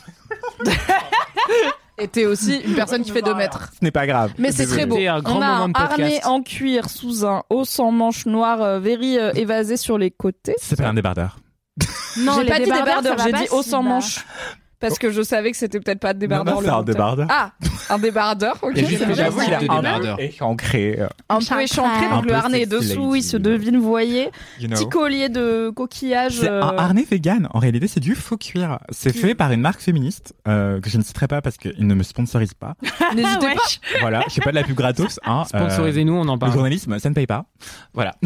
Speaker 3: Et t'es aussi une personne qui fait 2 mètres.
Speaker 6: Ce n'est pas grave.
Speaker 3: Mais c'est
Speaker 6: Désolé.
Speaker 3: très beau.
Speaker 7: C'était un grand
Speaker 3: on a
Speaker 7: moment
Speaker 3: un
Speaker 7: de podcast.
Speaker 3: harnais en cuir sous un haut sans manches noir, euh, very euh, évasé sur les côtés.
Speaker 6: C'est pas un débardeur.
Speaker 2: Non,
Speaker 3: j'ai
Speaker 2: les
Speaker 3: pas dit
Speaker 2: débardeurs,
Speaker 3: débardeur,
Speaker 2: ça va
Speaker 3: j'ai
Speaker 2: pas
Speaker 3: dit haut
Speaker 2: si
Speaker 3: sans
Speaker 2: bas.
Speaker 3: manche. Parce que je savais que c'était peut-être pas débardeur
Speaker 6: Non, non,
Speaker 3: le
Speaker 6: c'est un
Speaker 3: bon terme.
Speaker 6: débardeur.
Speaker 3: Ah, un débardeur, ok.
Speaker 7: Il y a juste
Speaker 3: c'est
Speaker 7: que
Speaker 3: vrai,
Speaker 7: j'avoue,
Speaker 3: ça.
Speaker 7: il a un débardeur.
Speaker 6: échancré. euh,
Speaker 3: un peu
Speaker 2: Chakra.
Speaker 3: échancré,
Speaker 6: Un
Speaker 3: donc
Speaker 6: peu
Speaker 3: le harnais est
Speaker 6: sexy
Speaker 3: dessous,
Speaker 6: lady.
Speaker 3: il se devine, vous voyez.
Speaker 6: you know.
Speaker 3: Petit collier de coquillage.
Speaker 6: C'est un
Speaker 3: euh,
Speaker 6: harnais vegan. En réalité, c'est du faux cuir. C'est
Speaker 3: Qui-
Speaker 6: fait par une marque féministe euh, que je ne citerai pas parce qu'ils ne me sponsorisent pas.
Speaker 3: N'hésitez pas.
Speaker 6: voilà, je fais pas de la pub gratos. Hein, Euh,
Speaker 7: Sponsorisez-nous, on en
Speaker 6: le
Speaker 7: parle.
Speaker 6: journalisme, ça ne paye pas. Voilà.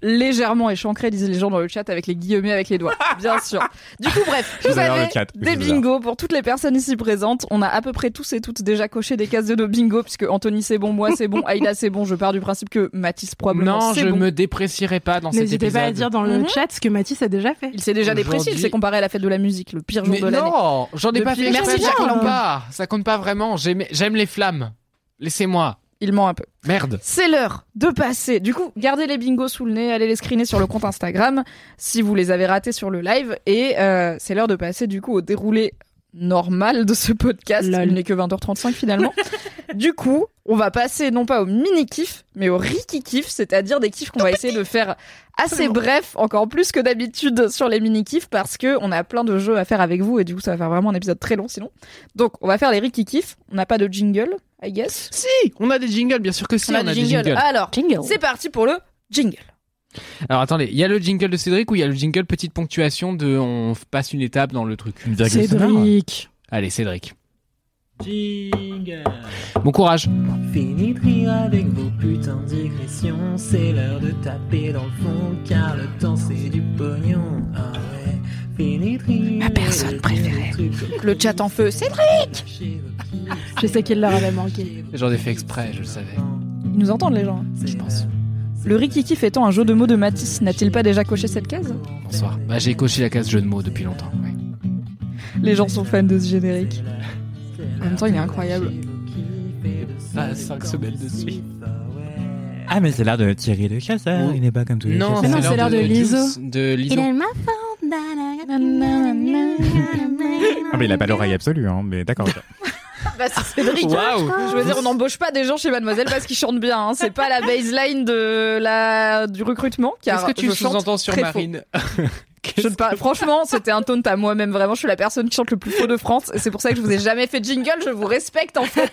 Speaker 3: Légèrement échancré, disaient les gens dans le chat avec les guillemets avec les doigts. Bien sûr. Du coup, bref,
Speaker 6: Vous
Speaker 3: vous
Speaker 6: avez
Speaker 3: avez
Speaker 6: le chat,
Speaker 3: des
Speaker 6: je vous adore.
Speaker 3: bingos pour toutes les personnes ici présentes. On a à peu près tous et toutes déjà coché des cases de nos bingos, puisque Anthony c'est bon, moi c'est bon, Aïda c'est bon. Je pars du principe que Mathis probablement
Speaker 7: Non,
Speaker 3: c'est
Speaker 7: je
Speaker 3: bon.
Speaker 7: me déprécierai pas dans cet
Speaker 2: N'hésitez
Speaker 7: épisode.
Speaker 2: pas à dire dans le
Speaker 3: Mhm.
Speaker 2: chat ce que Mathis a déjà fait.
Speaker 3: Il s'est déjà déprécié, il
Speaker 7: Aujourd'hui-
Speaker 3: s'est comparé à la fête de la musique, le pire jour
Speaker 7: Mais
Speaker 3: de l'année.
Speaker 7: non, j'en ai pas
Speaker 3: Depuis-
Speaker 7: fait exprès,
Speaker 3: Merci
Speaker 7: ça
Speaker 3: bien.
Speaker 7: compte pas. Ça compte pas vraiment. J'aime j'aime les flammes. Laissez-moi.
Speaker 3: Il ment un peu.
Speaker 7: Merde.
Speaker 3: C'est l'heure de passer. Du coup, gardez les bingos sous le nez, allez les screener sur le compte Instagram si vous les avez ratés sur le live. Et euh, c'est l'heure de passer du coup au déroulé normal de ce podcast.
Speaker 2: Lol.
Speaker 3: Il n'est que 20h35 finalement. du coup, on va passer non pas au mini-kiff, mais au riki-kiff, c'est-à-dire des kiffs qu'on va essayer de faire assez bref, encore plus que d'habitude sur les mini-kiffs, parce que on a plein de jeux à faire avec vous et du coup, ça va faire vraiment un épisode très long sinon. Donc, on va faire les riki-kiffs. On n'a pas de jingle, I guess.
Speaker 7: Si, on a des jingles, bien sûr que si, on a, des jingles.
Speaker 3: Alors,
Speaker 5: Jingle.
Speaker 3: c'est parti pour le jingle.
Speaker 7: Alors attendez, il y a le jingle de Cédric ou il y a le jingle petite ponctuation de on f- passe une étape dans le truc.
Speaker 6: Une virgule sonore.
Speaker 2: Cédric.
Speaker 7: Allez, Cédric. Bon courage.
Speaker 8: Fini de rire avec vos putains de digressions, c'est l'heure de taper dans le fond, car le temps c'est du pognon. Ah ouais, fini de rire.
Speaker 3: Ma personne préférée. Le chat en feu, Cédric
Speaker 2: Je sais qu'il leur avait manqué.
Speaker 7: J'en ai fait exprès, je le savais.
Speaker 3: Ils nous entendent les gens,
Speaker 7: Je pense.
Speaker 3: Le Rikikif étant un jeu de mots de Matisse, n'a-t-il pas déjà coché cette case
Speaker 7: Bonsoir. Bah j'ai coché la case jeu de mots depuis longtemps. ouais.
Speaker 3: Les gens sont fans de ce générique. En même temps, il est incroyable.
Speaker 7: Pas Ah, cinq semaines de suite.
Speaker 6: Ah, mais c'est l'art de Thierry Le Chasseur.
Speaker 7: Oui.
Speaker 6: Il n'est pas comme tous les
Speaker 7: Non,
Speaker 2: Mais non, c'est l'heure de l'ISO.
Speaker 7: Juice, De l'ISO.
Speaker 6: Ah, mais il a pas l'oreille absolue, hein, mais d'accord. ok.
Speaker 3: Bah, c'est Cédric
Speaker 7: Waouh.
Speaker 3: Je veux dire, on n'embauche pas des gens chez Mademoiselle parce qu'ils chantent bien. hein. C'est pas la baseline de la... du recrutement.
Speaker 7: Qu'est-ce
Speaker 3: car
Speaker 7: que tu
Speaker 3: je chante
Speaker 7: sous-entends sur
Speaker 3: très
Speaker 7: Marine
Speaker 3: Je ne parle- Franchement, c'était un taunt à moi-même. Vraiment, je suis la personne qui chante le plus faux de France. Et c'est pour ça que je vous ai jamais fait de jingle. Je vous respecte, en fait.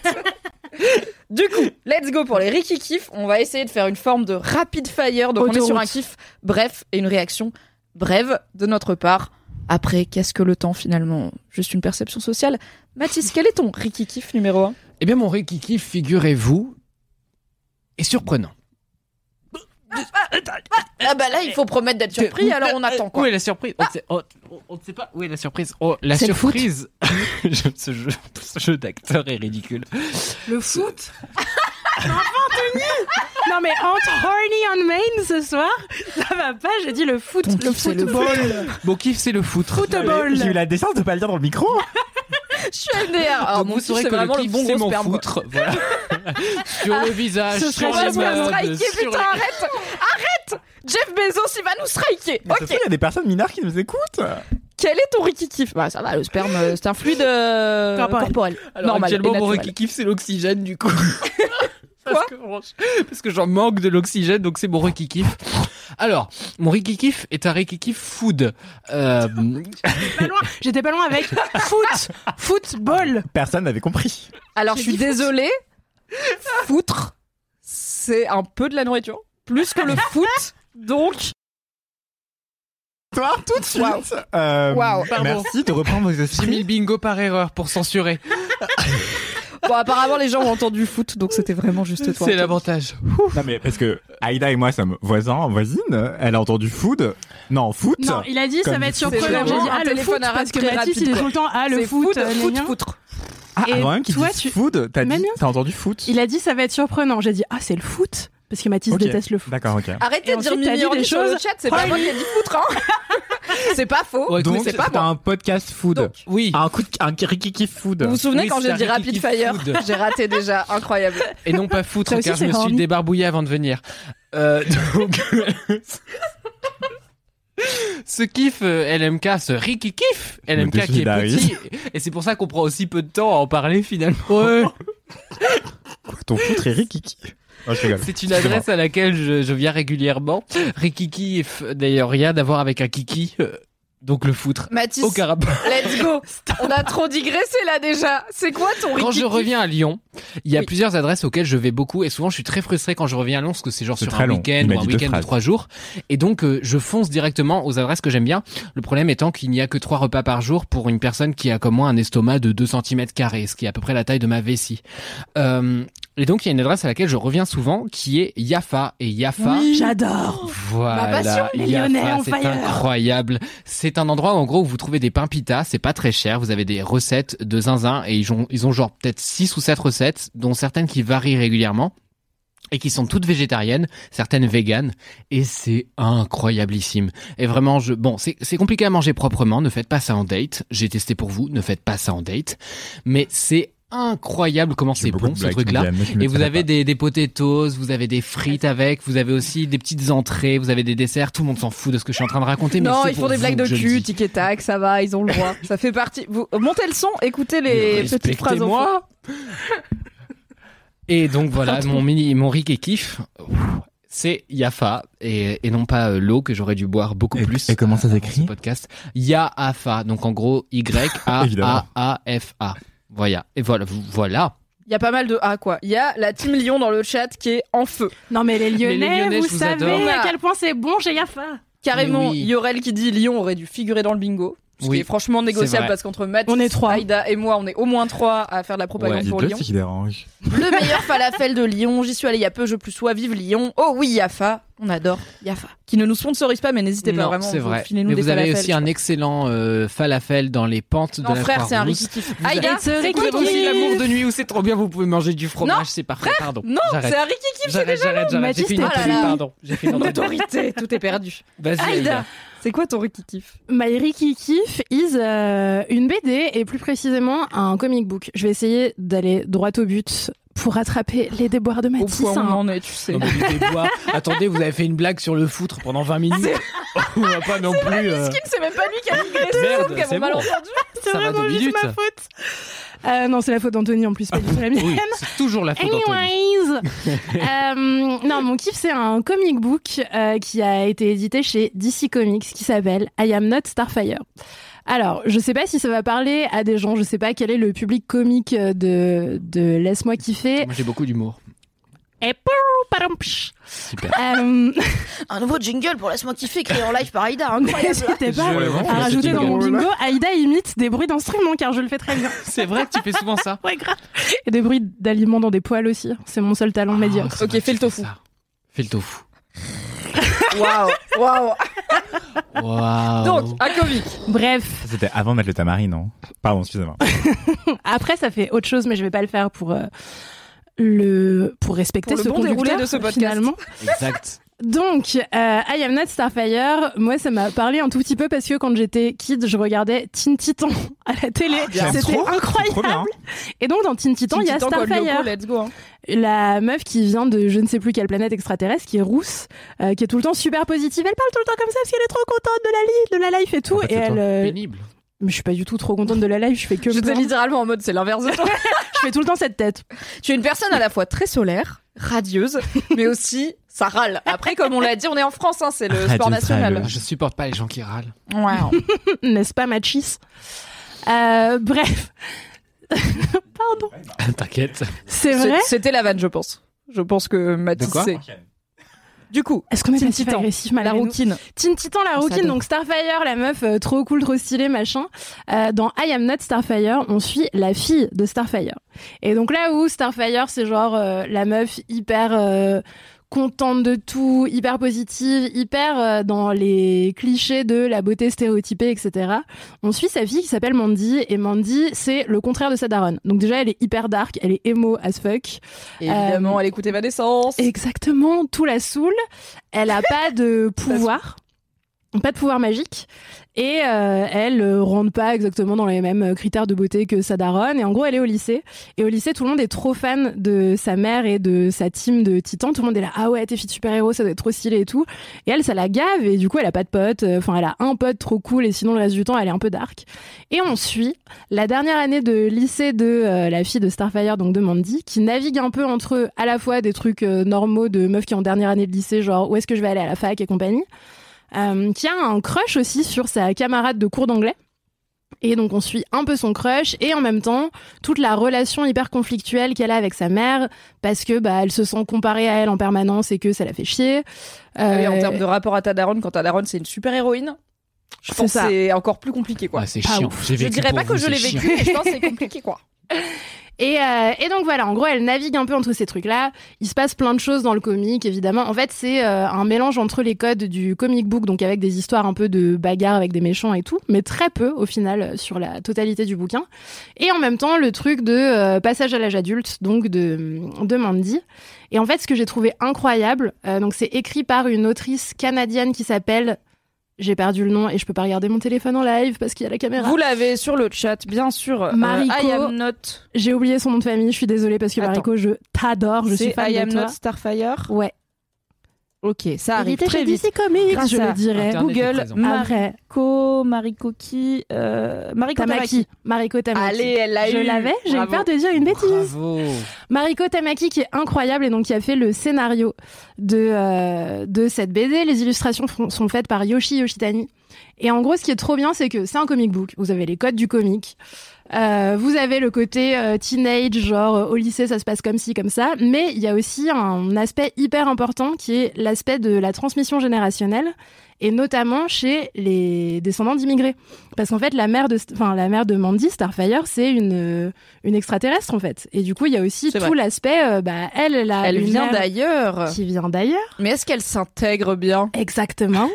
Speaker 3: du coup, let's go pour les Ricky Kiff. On va essayer de faire une forme de rapid fire. Donc, on est sur
Speaker 2: Autoroute.
Speaker 3: un kiff bref et une réaction brève de notre part. Après, qu'est-ce que le temps finalement Juste une perception sociale. Mathis, quel est ton Ricky Kiff numéro 1
Speaker 7: Eh bien, mon Rikiki, figurez-vous, est surprenant.
Speaker 3: Ah bah là, il faut promettre d'être surpris, alors on attend
Speaker 7: Où
Speaker 3: quoi. Ah
Speaker 7: est la surprise on, ne sait, oh, on ne sait pas où est la surprise. Oh, la
Speaker 2: C'est le foot.
Speaker 7: surprise Je- Ce jeu, ce jeu d'acteur est ridicule.
Speaker 2: Le foot Anthony Non mais entre horny on main ce soir, ça va pas, j'ai dit le foot,
Speaker 3: Ton
Speaker 2: le
Speaker 3: kiff, c'est le
Speaker 2: football.
Speaker 7: Mon kiff, c'est le foot.
Speaker 2: Football.
Speaker 6: J'ai eu la décence de pas le dire dans le micro.
Speaker 3: Je suis MDR. Alors,
Speaker 7: Donc,
Speaker 3: mon
Speaker 7: vous
Speaker 3: kiff,
Speaker 7: saurez
Speaker 3: c'est
Speaker 7: que
Speaker 3: vraiment
Speaker 7: le
Speaker 3: le
Speaker 7: kiff,
Speaker 3: bon
Speaker 7: c'est
Speaker 3: gros
Speaker 7: mon
Speaker 3: sperme. Ah,
Speaker 7: foutre. Voilà. sur le visage,
Speaker 2: Ce
Speaker 7: sur
Speaker 2: serait
Speaker 7: les
Speaker 2: juste pour
Speaker 7: modes,
Speaker 3: striker,
Speaker 7: sur
Speaker 3: putain,
Speaker 7: les-
Speaker 3: arrête Arrête Jeff Bezos, il va nous striker
Speaker 6: Mais ça se trouve,
Speaker 3: Ok
Speaker 6: Il y a des personnes mineures qui nous écoutent.
Speaker 3: Quel est ton rikikif Bah ça va, le sperme, euh, c'est un fluide euh,
Speaker 2: Corporel.
Speaker 3: corporel.
Speaker 7: Alors,
Speaker 3: normal,
Speaker 7: actuellement,
Speaker 3: et
Speaker 7: mon
Speaker 3: naturel.
Speaker 7: Rikiki, c'est l'oxygène, du coup. Parce que, franch- parce que j'en manque de l'oxygène, donc c'est mon Rikiki. Alors, mon Rikiki est un Rikiki food. Euh,
Speaker 2: Pas loin. J'étais pas loin avec foot, football.
Speaker 6: Personne n'avait compris.
Speaker 3: Alors je suis désolée, foutre, c'est un peu de la nourriture, plus que le foot, donc...
Speaker 6: Toi, tout de suite.
Speaker 3: Waouh.
Speaker 6: Euh,
Speaker 3: Waouh.
Speaker 6: Merci de reprendre vos
Speaker 7: J'ai mis le
Speaker 6: esprits.
Speaker 7: bingo par erreur pour censurer.
Speaker 3: Bon apparemment les gens ont entendu foot, donc c'était vraiment juste toi.
Speaker 7: C'est l'avantage.
Speaker 6: Non, mais parce que Aïda et moi sommes voisins, voisines. Elle a entendu food. Non, foot.
Speaker 2: Non, il a dit ça
Speaker 6: Comme
Speaker 2: va être
Speaker 6: du foot.
Speaker 2: surprenant.
Speaker 3: C'est
Speaker 2: J'ai dit
Speaker 3: vraiment un
Speaker 2: ah le
Speaker 3: téléphone
Speaker 2: foot
Speaker 3: arabe
Speaker 2: parce que
Speaker 3: très
Speaker 2: Mathis
Speaker 3: rapide,
Speaker 2: il est
Speaker 3: quoi.
Speaker 2: tout le temps ah le
Speaker 3: C'est
Speaker 2: foot,
Speaker 3: foot,
Speaker 2: euh,
Speaker 3: foot,
Speaker 2: gna gna.
Speaker 3: foutre.
Speaker 6: Ah,
Speaker 2: Et
Speaker 6: avant même qu'ils
Speaker 2: toi,
Speaker 6: disent
Speaker 2: tu-
Speaker 6: food, t'as
Speaker 2: Même
Speaker 6: dit-
Speaker 2: bien.
Speaker 6: t'as entendu foot.
Speaker 2: Il a dit ça va être surprenant. J'ai dit ah c'est le foot parce que Mathis
Speaker 6: Ok.
Speaker 2: déteste le foot.
Speaker 6: D'accord, ok.
Speaker 3: Arrêtez
Speaker 2: Et
Speaker 3: de dire
Speaker 2: ensuite, t'as dit
Speaker 3: mini
Speaker 2: des
Speaker 3: des sur le
Speaker 2: choses
Speaker 3: chat, c'est pas moi qui ai dit foutre, hein C'est pas faux,
Speaker 7: Ouais,
Speaker 3: mais
Speaker 6: Donc,
Speaker 3: c'est pas
Speaker 6: t'as
Speaker 3: moi.
Speaker 6: un podcast food.
Speaker 3: Donc,
Speaker 7: Oui.
Speaker 6: un coup de, un kikiki food.
Speaker 3: Vous vous souvenez
Speaker 7: Oui,
Speaker 3: quand
Speaker 7: c'est
Speaker 3: j'ai dit
Speaker 7: un
Speaker 3: rapid
Speaker 7: Rikiki
Speaker 3: fire
Speaker 7: food.
Speaker 3: J'ai raté déjà, incroyable.
Speaker 7: Et non pas foutre,
Speaker 2: Ça aussi,
Speaker 7: car je
Speaker 2: c'est
Speaker 7: me suis
Speaker 2: horny.
Speaker 7: débarbouillé avant de venir. Euh, donc... ce kiff euh, LMK, ce Ricky kiff LMK qui est
Speaker 6: désolidarise.
Speaker 7: petit. Et c'est pour ça qu'on prend aussi peu de temps à en parler finalement.
Speaker 6: Ton foot est rikiki. Oh, je rigole.
Speaker 7: C'est une adresse à laquelle je, je viens régulièrement. Rikiki, f- d'ailleurs, rien à voir avec un kiki. euh, donc le foutre
Speaker 3: Mathis,
Speaker 7: au Karabakh.
Speaker 3: let's go. On a trop digressé là déjà. C'est quoi ton
Speaker 7: Quand je
Speaker 3: rikiki
Speaker 7: reviens à Lyon, il y a
Speaker 3: Oui.
Speaker 7: plusieurs adresses auxquelles je vais beaucoup et souvent je suis très frustré quand je reviens à Lyon parce que c'est genre
Speaker 6: C'est
Speaker 7: sur
Speaker 6: très
Speaker 7: un
Speaker 6: long.
Speaker 7: week-end
Speaker 6: Il m'a
Speaker 7: ou un
Speaker 6: dit deux
Speaker 7: week-end de
Speaker 6: phrases.
Speaker 7: trois jours et donc euh, je fonce directement aux adresses que j'aime bien. Le problème étant qu'il n'y a que trois repas par jour pour une personne qui a comme moi un estomac de 2 cm carrés, ce qui est à peu près la taille de ma vessie. Euh, et donc il y a une adresse à laquelle je reviens souvent qui est Yafa et Yafa.
Speaker 2: J'adore.
Speaker 7: Voilà,
Speaker 3: Ma passion,
Speaker 2: les
Speaker 7: Yafa,
Speaker 2: Lyonnais en
Speaker 7: c'est
Speaker 2: fire.
Speaker 7: incroyable. C'est un endroit où, en gros où vous trouvez des pains pita, c'est pas très cher, vous avez des recettes de zinzin et ils ont, ils ont genre peut-être 6 ou 7 recettes dont certaines qui varient régulièrement et qui sont toutes végétariennes, certaines véganes et c'est incroyablissime. Et vraiment je bon, c'est c'est compliqué à manger proprement, ne faites pas ça en date. J'ai testé pour vous, ne faites pas ça en date, mais c'est incroyable comment c'est bon ce truc là. Et vous avez des, des potatoes, vous avez des frites avec, vous avez aussi des petites entrées, vous avez des desserts. Tout le monde s'en fout de ce que je suis en train de raconter. mais
Speaker 3: Non,
Speaker 7: c'est
Speaker 3: ils
Speaker 7: pour
Speaker 3: font des
Speaker 7: vous
Speaker 3: blagues de
Speaker 7: que je le
Speaker 3: cul,
Speaker 7: dis.
Speaker 3: tic et tac, ça va, ils ont le droit. ça fait partie. Vous euh, montez le son, écoutez les petites phrases.
Speaker 7: Respectez-moi.
Speaker 3: enfants.
Speaker 7: Et donc voilà, mon mini, mon riz et kiff, ouf, c'est Yafa et, et non pas euh, l'eau que j'aurais dû boire beaucoup
Speaker 6: Et-
Speaker 7: plus.
Speaker 6: et comment ça
Speaker 7: euh, avant
Speaker 6: s'écrit
Speaker 7: ce Podcast Yafa. Donc en gros Y A
Speaker 6: Évidemment.
Speaker 7: A A F A. Voilà. Et voilà, vous- voilà.
Speaker 3: Il y a pas mal de A quoi. Il y a la team Lyon dans le chat qui est en feu.
Speaker 2: Non, mais les Lyonnais,
Speaker 7: les Lyonnais,
Speaker 2: vous,
Speaker 7: je vous
Speaker 2: savez
Speaker 7: adore.
Speaker 2: à quel point c'est bon chez Yafa.
Speaker 3: Carrément,
Speaker 7: Mais oui.
Speaker 3: Yorel qui dit Lyon aurait dû figurer dans le bingo. Ce
Speaker 7: Oui,
Speaker 3: qui est franchement
Speaker 7: c'est
Speaker 3: négociable
Speaker 7: vrai.
Speaker 3: parce qu'entre Matt,
Speaker 2: On est trois.
Speaker 3: Aïda et moi, on est au moins trois à faire de la propagande pour Lyon.
Speaker 6: c'est qui dérange.
Speaker 3: Le meilleur falafel de Lyon, j'y suis allée il y a peu, je plus sois, vive Lyon. Oh oui, Yafa, on adore Yafa. Qui ne nous sponsorise pas, mais n'hésitez pas
Speaker 7: Non,
Speaker 3: vraiment.
Speaker 7: c'est
Speaker 3: vous
Speaker 7: vrai.
Speaker 3: filez-nous
Speaker 7: Mais
Speaker 3: des
Speaker 7: vous avez
Speaker 3: falafels.
Speaker 7: aussi un excellent euh, falafel dans les pentes
Speaker 3: Non,
Speaker 7: de la
Speaker 3: frère, c'est un
Speaker 7: Croix-Rousse.
Speaker 3: rikiki.
Speaker 7: Vous avez-
Speaker 3: Aïda,
Speaker 2: Et ce
Speaker 3: c'est
Speaker 7: Vous
Speaker 3: quoi
Speaker 7: avez
Speaker 3: ton
Speaker 2: rikiki.
Speaker 7: aussi
Speaker 3: kiff
Speaker 7: l'amour de nuit où c'est trop bien, vous pouvez manger du
Speaker 3: Non,
Speaker 7: fromage, c'est parfait. Pardon.
Speaker 3: Non, c'est
Speaker 7: j'arrête.
Speaker 3: un rikiki,
Speaker 7: J'arrête, j'arrête, j'arrête. J'ai
Speaker 2: Mathis,
Speaker 7: fait une
Speaker 2: t'es
Speaker 7: entrée,
Speaker 3: là là.
Speaker 7: pardon. J'ai fait une
Speaker 3: mon
Speaker 7: entrée.
Speaker 3: autorité, tout est perdu.
Speaker 7: Vas-y,
Speaker 3: Aïda,
Speaker 7: Aïda.
Speaker 3: c'est quoi ton rikiki
Speaker 2: My Ricky Kiff is euh, une BD et plus précisément un comic book. Je vais essayer d'aller droit au but pour rattraper les déboires de
Speaker 7: Bah,
Speaker 3: Au
Speaker 2: Matisse.
Speaker 3: point où on
Speaker 2: hein.
Speaker 3: en est, tu sais.
Speaker 7: Non, mais du déboire. Attendez, vous avez fait une blague sur le foutre pendant 20 minutes. On va pas non plus. euh,
Speaker 3: C'est même pas lui qui a migré,
Speaker 7: Merde,
Speaker 3: c'est nous qui avons
Speaker 7: c'est
Speaker 3: mal
Speaker 7: bon.
Speaker 3: entendu.
Speaker 2: C'est
Speaker 7: ça va
Speaker 2: vraiment
Speaker 7: deux
Speaker 2: juste
Speaker 7: minutes.
Speaker 2: ma faute. Euh, non, c'est la faute d'Anthony en plus, pas du tout la mienne.
Speaker 7: Oui, c'est toujours la faute d'Anthony.
Speaker 2: Anyways, Euh, non, mon kiff, c'est un comic book euh, qui a été édité chez DC Comics qui s'appelle I Am Not Starfire. Alors, je sais pas si ça va parler à des gens, je sais pas quel est le public comique de, de Laisse-moi kiffer.
Speaker 7: Moi, j'ai beaucoup d'humour.
Speaker 2: Et pou, padam, psh.
Speaker 7: Super.
Speaker 2: Euh,
Speaker 5: Un nouveau jingle pour Laisse-moi kiffer, créé en live par Aïda. hein.
Speaker 2: N'hésitez pas
Speaker 7: Je-
Speaker 2: à
Speaker 7: je-
Speaker 2: rajouter
Speaker 7: je-
Speaker 2: dans mon
Speaker 7: je-
Speaker 2: bingo, Aïda imite des bruits d'instruments car je le fais très bien.
Speaker 7: C'est vrai que tu fais souvent ça.
Speaker 2: Ouais, grave. Et des bruits d'aliments dans des poils aussi. hein. C'est mon seul talent médiocre.
Speaker 7: Ah, c'est
Speaker 3: Ok,
Speaker 7: vrai que
Speaker 3: fais le
Speaker 7: tu
Speaker 3: tofu.
Speaker 7: ça. Fais le tofu.
Speaker 3: Waouh, waouh.
Speaker 7: Waouh.
Speaker 3: Donc, un comique.
Speaker 2: Bref,
Speaker 6: C'était avant de mettre le tamari, non Pardon, excusez-moi.
Speaker 2: après ça fait autre chose, mais je vais pas le faire pour euh, le pour respecter
Speaker 3: Pour le
Speaker 2: ce
Speaker 3: bon
Speaker 2: conducteur
Speaker 3: déroulé de ce podcast.
Speaker 2: finalement.
Speaker 7: exact.
Speaker 2: Donc, euh, I Am Not Starfire, moi ça m'a parlé un tout petit peu parce que quand j'étais kid, je regardais Teen Titan à la télé.
Speaker 6: J'aime
Speaker 2: C'était
Speaker 6: trop,
Speaker 2: incroyable.
Speaker 6: Trop bien. hein.
Speaker 2: Et donc dans Teen Titan, il y a
Speaker 3: Titan, Gold
Speaker 2: Starfire.
Speaker 3: Loco, let's go. hein.
Speaker 2: la meuf qui vient de je ne sais plus quelle planète extraterrestre, qui est rousse, euh, qui est tout le temps super positive. Elle parle tout le temps comme ça parce qu'elle est trop contente de la, li- de la life et tout.
Speaker 6: En fait,
Speaker 2: et
Speaker 6: c'est
Speaker 2: elle,
Speaker 6: toi.
Speaker 2: euh,
Speaker 7: Pénible.
Speaker 2: mais je suis pas du tout trop contente de la life. Je fais que
Speaker 3: Je
Speaker 2: me
Speaker 3: te
Speaker 2: plaindre.
Speaker 3: littéralement en mode, c'est l'inverse de toi.
Speaker 2: Je fais tout le temps cette tête.
Speaker 3: Tu es une personne à la fois très solaire, radieuse, mais aussi ça râle. Après, comme on l'a dit, on est en France, hein, c'est le sport
Speaker 6: Radieuse,
Speaker 3: national.
Speaker 7: Ah, Je supporte pas les gens qui râlent.
Speaker 3: Wow.
Speaker 2: N'est-ce pas, Machis Euh, Bref. Pardon.
Speaker 7: T'inquiète.
Speaker 2: C'est
Speaker 3: C'est-
Speaker 2: vrai
Speaker 3: C'était la vanne, je pense. Je pense que Mathis
Speaker 7: De quoi
Speaker 3: sait. Du coup,
Speaker 2: Est-ce qu'on est
Speaker 3: Teen
Speaker 2: passif
Speaker 3: Titan,
Speaker 2: agressif
Speaker 3: la
Speaker 2: malgré nous
Speaker 3: rouquine.
Speaker 2: Teen Titan, la
Speaker 3: On
Speaker 2: rouquine,
Speaker 3: s'adore.
Speaker 2: donc Starfire, la meuf euh, trop cool, trop stylée, machin. Euh, dans I Am Not Starfire, on suit la fille de Starfire. Et donc là où Starfire, c'est genre euh, la meuf hyper euh, contente de tout, hyper positive, hyper euh, dans les clichés de la beauté stéréotypée, etc. On suit sa fille qui s'appelle Mandy, et Mandy, c'est le contraire de sa daronne. Donc déjà, elle est hyper dark, elle est emo as fuck.
Speaker 3: Évidemment,
Speaker 2: Euh,
Speaker 3: elle écoute Evanescence.
Speaker 2: Exactement, tout la saoule. Elle a pas de pouvoir, pas de pouvoir magique, et euh, elle euh, rentre pas exactement dans les mêmes euh, critères de beauté que sa daronne. Et en gros, elle est au lycée. Et au lycée, tout le monde est trop fan de sa mère et de sa team de titans. Tout le monde est là, ah ouais, t'es fille de super-héros, ça doit être trop stylé et tout. Et elle, ça la gave, et du coup, elle a pas de pote. Enfin, elle a un pote trop cool, et sinon, le reste du temps, elle est un peu dark. Et on suit la dernière année de lycée de euh, la fille de Starfire, donc de Mandy, qui navigue un peu entre à la fois des trucs euh, normaux de meuf qui est en dernière année de lycée, genre où est-ce que je vais aller à la fac et compagnie, euh, qui a un crush aussi sur sa camarade de cours d'anglais. Et donc on suit un peu son crush et en même temps toute la relation hyper conflictuelle qu'elle a avec sa mère parce que bah elle se sent comparée à elle en permanence et que ça la fait chier.
Speaker 3: Ah oui,
Speaker 2: Euh,
Speaker 3: en termes de rapport à ta daronne, quand ta daronne c'est une super héroïne, je
Speaker 2: Euh, C'est
Speaker 3: pense que
Speaker 2: ça.
Speaker 3: c'est encore plus compliqué quoi.
Speaker 7: Ouais, Ah, c'est
Speaker 2: Pas
Speaker 7: chiant. J'ai
Speaker 3: je
Speaker 7: vécu
Speaker 3: dirais
Speaker 7: pour
Speaker 3: pas que
Speaker 7: vous,
Speaker 3: je
Speaker 7: c'est
Speaker 3: l'ai
Speaker 7: chiant.
Speaker 3: vécu, mais je pense que c'est compliqué quoi.
Speaker 2: Et, euh, et donc voilà, en gros, elle navigue un peu entre ces trucs-là. Il se passe plein de choses dans le comic, évidemment. En fait, c'est euh, un mélange entre les codes du comic book, donc avec des histoires un peu de bagarre avec des méchants et tout, mais très peu au final euh, sur la totalité du bouquin. Et en même temps, le truc de euh, passage à l'âge adulte, donc de, de Mandy. Et en fait, ce que j'ai trouvé incroyable, euh, donc c'est écrit par une autrice canadienne qui s'appelle. J'ai perdu le nom et je peux pas regarder mon téléphone en live parce qu'il y a la caméra.
Speaker 3: Vous l'avez sur le chat, bien sûr. euh,
Speaker 2: Mariko.
Speaker 3: I am not.
Speaker 2: J'ai oublié son nom de famille, je suis désolée parce que
Speaker 3: Attends.
Speaker 2: Mariko, je t'adore, je suis
Speaker 3: C'est
Speaker 2: fan
Speaker 3: I
Speaker 2: de
Speaker 3: am
Speaker 2: toi.
Speaker 3: not Starfire.
Speaker 2: Ouais.
Speaker 3: Ok, ça arrive très vite.
Speaker 2: comics,
Speaker 3: Grâce
Speaker 2: je
Speaker 3: à
Speaker 2: le dirais.
Speaker 7: Internet. est
Speaker 3: Google,
Speaker 7: présent.
Speaker 2: Après,
Speaker 3: Mariko, Mariko qui, euh, Mariko
Speaker 2: Tamaki.
Speaker 3: Tamaki.
Speaker 2: Mariko Tamaki.
Speaker 3: Allez, elle l'a
Speaker 2: je
Speaker 3: eu.
Speaker 2: l'avais, j'ai eu
Speaker 3: Bravo.
Speaker 2: peur de dire une bêtise.
Speaker 7: Bravo.
Speaker 2: Mariko Tamaki qui est incroyable et donc qui a fait le scénario de, euh, de cette BD. Les illustrations font- sont faites par Yoshi Yoshitani. Et en gros, ce qui est trop bien, c'est que c'est un comic book. Vous avez les codes du comic. Euh, vous avez le côté euh, teenage, genre euh, au lycée ça se passe comme ci, comme ça, mais il y a aussi un aspect hyper important qui est l'aspect de la transmission générationnelle, et notamment chez les descendants d'immigrés. Parce qu'en fait, la mère de, enfin, la mère de Mandy, Starfire, c'est une, euh, une extraterrestre en fait. Et du coup, il y a aussi
Speaker 3: C'est
Speaker 2: tout
Speaker 3: vrai.
Speaker 2: l'aspect, euh, bah, elle, elle a
Speaker 3: Elle
Speaker 2: une
Speaker 3: vient
Speaker 2: mère
Speaker 3: d'ailleurs.
Speaker 2: qui vient d'ailleurs.
Speaker 3: Mais est-ce qu'elle s'intègre bien
Speaker 2: Exactement.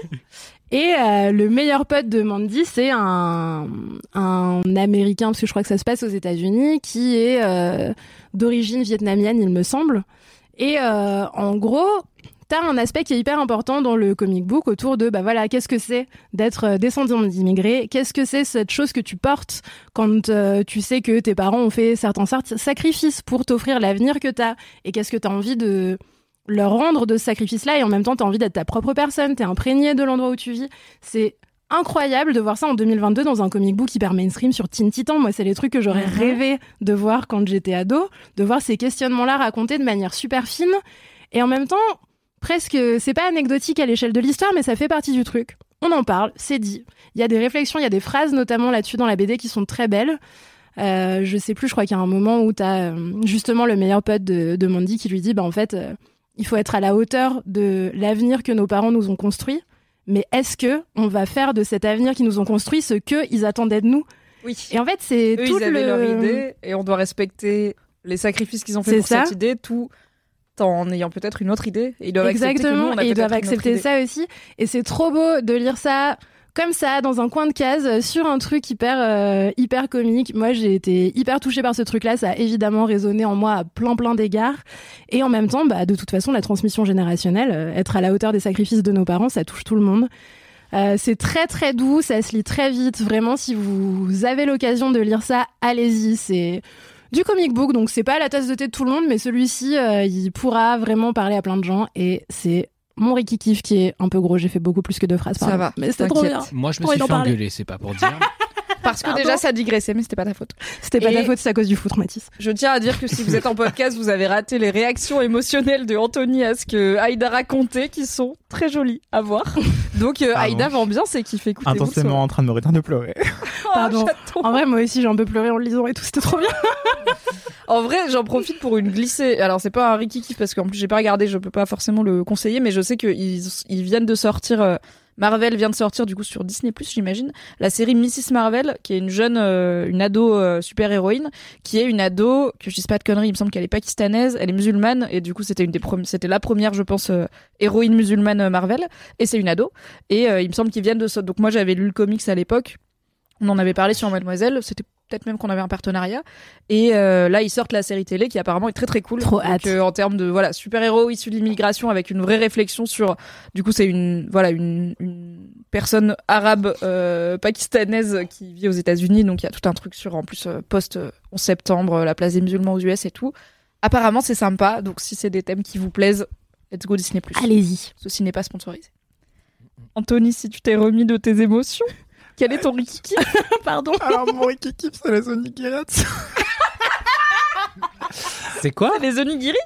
Speaker 2: Et euh, le meilleur pote de Mandy, c'est un, un Américain, parce que je crois que ça se passe aux États-Unis, qui est euh, d'origine vietnamienne, il me semble. Et euh, en gros, t'as un aspect qui est hyper important dans le comic book autour de, bah voilà, qu'est-ce que c'est d'être euh, descendant d'immigrés Qu'est-ce que c'est cette chose que tu portes quand euh, tu sais que tes parents ont fait certains sar- sacrifices pour t'offrir l'avenir que t'as Et qu'est-ce que t'as envie de leur rendre de ce sacrifice-là et en même temps, t'as envie d'être ta propre personne, t'es imprégné de l'endroit où tu vis. C'est incroyable de voir ça en 2022 dans un comic book hyper mainstream sur Teen Titan. Moi, c'est les trucs que j'aurais rêvé de voir quand j'étais ado, de voir ces questionnements-là racontés de manière super fine et en même temps, presque, c'est pas anecdotique à l'échelle de l'histoire, mais ça fait partie du truc. On en parle, c'est dit. Il y a des réflexions, il y a des phrases notamment là-dessus dans la BD qui sont très belles. Euh, je sais plus, je crois qu'il y a un moment où t'as euh, justement le meilleur pote de, de Mandy qui lui dit, bah en fait, euh, il faut être à la hauteur de l'avenir que nos parents nous ont construit. Mais est-ce que on va faire de cet avenir qu'ils nous ont construit ce que ils attendaient de nous
Speaker 3: Oui.
Speaker 2: Et en fait, c'est
Speaker 3: Eux,
Speaker 2: tout
Speaker 3: ils avaient
Speaker 2: le-
Speaker 3: leur idée et on doit respecter les sacrifices qu'ils ont fait
Speaker 2: C'est
Speaker 3: pour
Speaker 2: ça.
Speaker 3: cette idée, tout en ayant peut-être une autre idée. Et ils doivent accepter que nous,
Speaker 2: Exactement,
Speaker 3: on a
Speaker 2: et ils
Speaker 3: peut-être
Speaker 2: doivent
Speaker 3: une autre
Speaker 2: accepter
Speaker 3: idée.
Speaker 2: ça aussi. Et c'est trop beau de lire ça comme ça, dans un coin de case, euh, sur un truc hyper, euh, hyper comique. Moi, j'ai été hyper touchée par ce truc-là. Ça a évidemment résonné en moi à plein, plein d'égards. Et en même temps, bah, de toute façon, la transmission générationnelle, euh, être à la hauteur des sacrifices de nos parents, ça touche tout le monde. Euh, c'est très très doux, ça se lit très vite. Vraiment, si vous avez l'occasion de lire ça, allez-y. C'est du comic book, donc c'est pas à la tasse de thé de tout le monde, mais celui-ci, euh, il pourra vraiment parler à plein de gens. Et c'est mon Ricky Kiff qui est un peu gros. J'ai fait beaucoup plus que deux phrases par
Speaker 3: Ça va,
Speaker 2: mais c'était trop
Speaker 3: t'inquiète.
Speaker 2: bien.
Speaker 7: Moi, je me
Speaker 2: On
Speaker 7: suis
Speaker 2: va en
Speaker 7: fait
Speaker 2: parler.
Speaker 7: engueuler, c'est pas pour dire.
Speaker 3: Parce que déjà, ça digressait, mais c'était pas ta faute.
Speaker 2: C'était pas
Speaker 3: Et-
Speaker 2: ta faute, c'est à cause du foot, Mathis.
Speaker 3: Je tiens à dire que si vous êtes en podcast, vous avez raté les réactions émotionnelles de Anthony à ce que Aïda racontait, qui sont très jolies à voir. Donc euh,
Speaker 6: Pardon.
Speaker 3: Aïda vend bien, c'est qu'il fait écouter. Oh,
Speaker 6: Intensément en train de me retenir de pleurer.
Speaker 2: Pardon. En vrai, moi aussi, j'ai un peu pleuré en le lisant et tout. C'était trop bien.
Speaker 3: En vrai, j'en profite pour une glissée. Alors, c'est pas un Ricky Kiff parce qu'en plus, j'ai pas regardé, je peux pas forcément le conseiller, mais je sais qu'ils ils viennent de sortir. euh, Marvel vient de sortir du coup sur Disney j'imagine, la série Mrs Marvel, qui est une jeune, euh, une ado super héroïne, qui est une ado que je dis pas de conneries, il me semble qu'elle est pakistanaise, elle est musulmane et du coup c'était une des premi- c'était la première je pense euh, héroïne musulmane euh, Marvel et c'est une ado et euh, il me semble qu'ils viennent de ça. Donc moi j'avais lu le comics à l'époque, on en avait parlé sur Mademoiselle, c'était peut-être même qu'on avait un partenariat et euh, là ils sortent la série télé qui apparemment est très très cool.
Speaker 2: Trop
Speaker 3: Donc,
Speaker 2: hâte.
Speaker 3: euh, en termes de voilà super héros issu de l'immigration avec une vraie réflexion sur du coup c'est une voilà une, une personne arabe euh, pakistanaise qui vit aux États-Unis donc il y a tout un truc sur en plus euh, post euh, 11 septembre euh, la place des musulmans aux US et tout. Apparemment c'est sympa donc si c'est des thèmes qui vous plaisent let's go Disney plus.
Speaker 2: Allez-y.
Speaker 3: Ceci n'est pas sponsorisé. Anthony, si tu t'es remis de tes émotions, quel est ton rikiki Pardon.
Speaker 6: Alors mon équipe, c'est la Sonic Girls.
Speaker 7: c'est quoi
Speaker 3: Les onigiri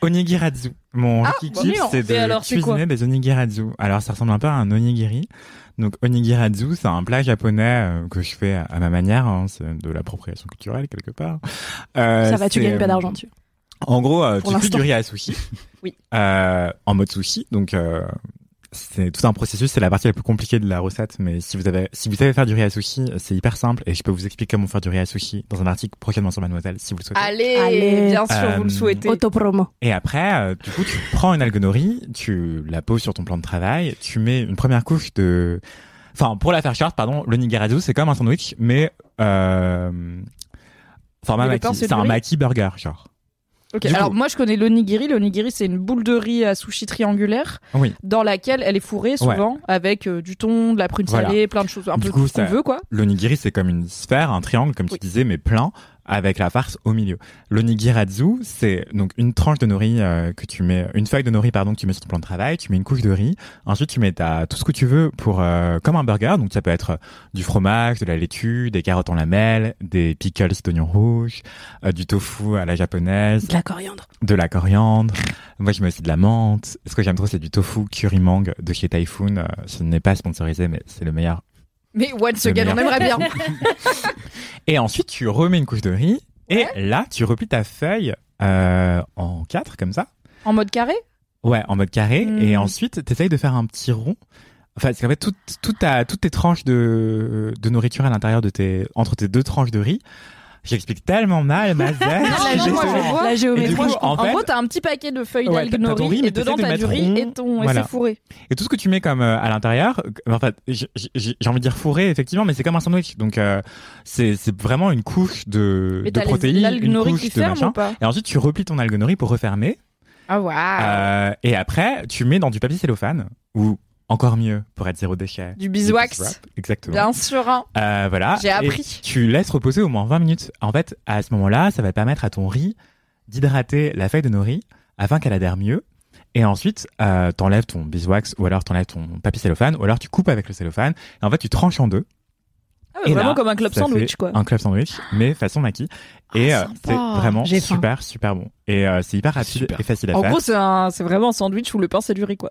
Speaker 6: Onigirazu. Mon
Speaker 3: Ah,
Speaker 6: rikiki
Speaker 3: bon,
Speaker 6: kiff,
Speaker 3: mignon.
Speaker 6: c'est de
Speaker 3: Mais alors, c'est quoi
Speaker 6: cuisiner des onigirazu. Alors, ça ressemble un peu à un onigiri. Donc, onigirazu, c'est un plat japonais euh, que je fais à- à ma manière. hein, c'est de l'appropriation culturelle, quelque part. Euh,
Speaker 2: Ça va, tu
Speaker 6: c'est,
Speaker 2: gagnes pas
Speaker 6: euh,
Speaker 2: d'argent, tu.
Speaker 6: En gros, euh,
Speaker 2: Pour
Speaker 6: tu fais
Speaker 2: l'instant.
Speaker 6: du riz à sushi.
Speaker 3: Oui.
Speaker 6: Euh, en mode sushi. Donc, euh, c'est tout un processus. C'est la partie la plus compliquée de la recette. Mais si vous avez, si vous savez faire du riz à sushi, c'est hyper simple. Et je peux vous expliquer comment faire du riz à sushi dans un article prochainement sur Mademoiselle, si vous le souhaitez.
Speaker 3: Allez,
Speaker 2: Allez.
Speaker 3: bien sûr, vous
Speaker 6: Euh,
Speaker 3: le souhaitez.
Speaker 2: Autopromo.
Speaker 6: Et après, euh, du coup, tu prends une algue nori, tu la poses sur ton plan de travail, tu mets une première couche de... Enfin, pour la faire short, pardon, le nigarazu, c'est comme un sandwich, mais... Euh... Format
Speaker 3: Mais le
Speaker 6: maki.
Speaker 3: pain, c'est
Speaker 6: C'est
Speaker 3: du
Speaker 6: un
Speaker 3: riz
Speaker 6: maki burger, genre.
Speaker 3: Ok,
Speaker 6: Du coup-
Speaker 3: alors moi je connais l'onigiri. L'onigiri c'est une boule de riz à sushi triangulaire
Speaker 6: Oui.
Speaker 3: dans laquelle elle est fourrée souvent avec euh, du thon, de la prune
Speaker 6: Voilà.
Speaker 3: salée, plein de choses, un
Speaker 6: Du
Speaker 3: peu
Speaker 6: coup,
Speaker 3: tout ce qu'on
Speaker 6: ça-
Speaker 3: veut quoi.
Speaker 6: L'onigiri, c'est comme une sphère, un triangle, comme tu disais, mais plein, avec la farce au milieu. L'onigirazu, c'est donc une tranche de nori euh, que tu mets, une feuille de nori, pardon, que tu mets sur ton plan de travail, tu mets une couche de riz, ensuite tu mets ta, tout ce que tu veux pour, euh, comme un burger, donc ça peut être euh, du fromage, de la laitue, des carottes en lamelles, des pickles d'oignons rouges, euh, du tofu à la japonaise,
Speaker 2: De la coriandre.
Speaker 6: de la coriandre. Moi, je mets aussi de la menthe. Ce que j'aime trop, c'est du tofu curry mangue de chez Typhoon. Euh, ce n'est pas sponsorisé, mais c'est le meilleur
Speaker 3: Mais once
Speaker 6: Le
Speaker 3: again, on
Speaker 6: meilleur.
Speaker 3: aimerait Ah, bien.
Speaker 6: Et ensuite, tu remets une couche de riz. Et là, tu replies ta feuille euh, en quatre, comme ça.
Speaker 3: en mode carré
Speaker 6: Ouais, en mode carré.
Speaker 3: Mm.
Speaker 6: Et ensuite, t'essayes de faire un petit rond. Enfin, parce qu'en fait, tout, tout ta- toutes tes tranches de, de nourriture à l'intérieur de tes, entre tes deux tranches de riz. J'explique tellement mal, ma zèle.
Speaker 3: Ah,
Speaker 6: je suis
Speaker 3: moi,
Speaker 6: désolée.
Speaker 3: je vois.
Speaker 2: La
Speaker 6: Et
Speaker 2: géométrie.
Speaker 6: du coup, en
Speaker 3: En
Speaker 6: fait,
Speaker 3: gros, t'as un petit paquet de feuilles
Speaker 6: Ouais,
Speaker 3: d'algues
Speaker 6: t'as- t'as ton
Speaker 3: nori
Speaker 6: riz, mais
Speaker 3: et dedans
Speaker 6: t'essaies de
Speaker 3: t'as du
Speaker 6: mettre
Speaker 3: riz
Speaker 6: rond.
Speaker 3: et ton et
Speaker 6: Voilà.
Speaker 3: c'est fourré.
Speaker 6: Et tout ce que tu mets comme euh, à l'intérieur, euh, en fait, j'ai j'ai- j'ai envie de dire fourré effectivement, mais c'est comme un sandwich. Donc euh, c'est c'est vraiment une couche de,
Speaker 3: Mais
Speaker 6: de
Speaker 3: t'as les-
Speaker 6: protéines,
Speaker 3: l'algue
Speaker 6: une
Speaker 3: nori
Speaker 6: couche
Speaker 3: qui
Speaker 6: de
Speaker 3: ferme
Speaker 6: machin.
Speaker 3: ou pas
Speaker 6: Et ensuite tu replies ton algue nori pour refermer.
Speaker 3: Ah waouh
Speaker 6: Euh, et après tu mets dans du papier cellophane ou encore mieux pour être zéro déchet.
Speaker 3: Du beeswax.
Speaker 6: du beeswrap, Exactement.
Speaker 3: Bien sûr, hein.
Speaker 6: Euh, voilà.
Speaker 3: J'ai
Speaker 6: Et
Speaker 3: appris.
Speaker 6: Tu laisses reposer au moins 20 minutes. En fait, à ce moment-là, ça va permettre à ton riz d'hydrater la feuille de nori afin qu'elle adhère mieux. Et ensuite, euh, t'enlèves ton beeswax ou alors t'enlèves ton papier cellophane ou alors tu coupes avec le cellophane. Et en fait, tu tranches en deux.
Speaker 3: Ah, mais
Speaker 6: Et
Speaker 3: vraiment
Speaker 6: là,
Speaker 3: comme un club
Speaker 6: ça
Speaker 3: sandwich
Speaker 6: fait
Speaker 3: quoi. Ah,
Speaker 6: Un club sandwich, mais façon maquis. et euh, c'est vraiment
Speaker 2: J'ai faim.
Speaker 6: super, super bon. Et euh, c'est hyper rapide
Speaker 7: Super.
Speaker 6: et facile à
Speaker 3: En
Speaker 6: faire.
Speaker 3: gros, c'est un- c'est vraiment un sandwich où le pain c'est du riz quoi.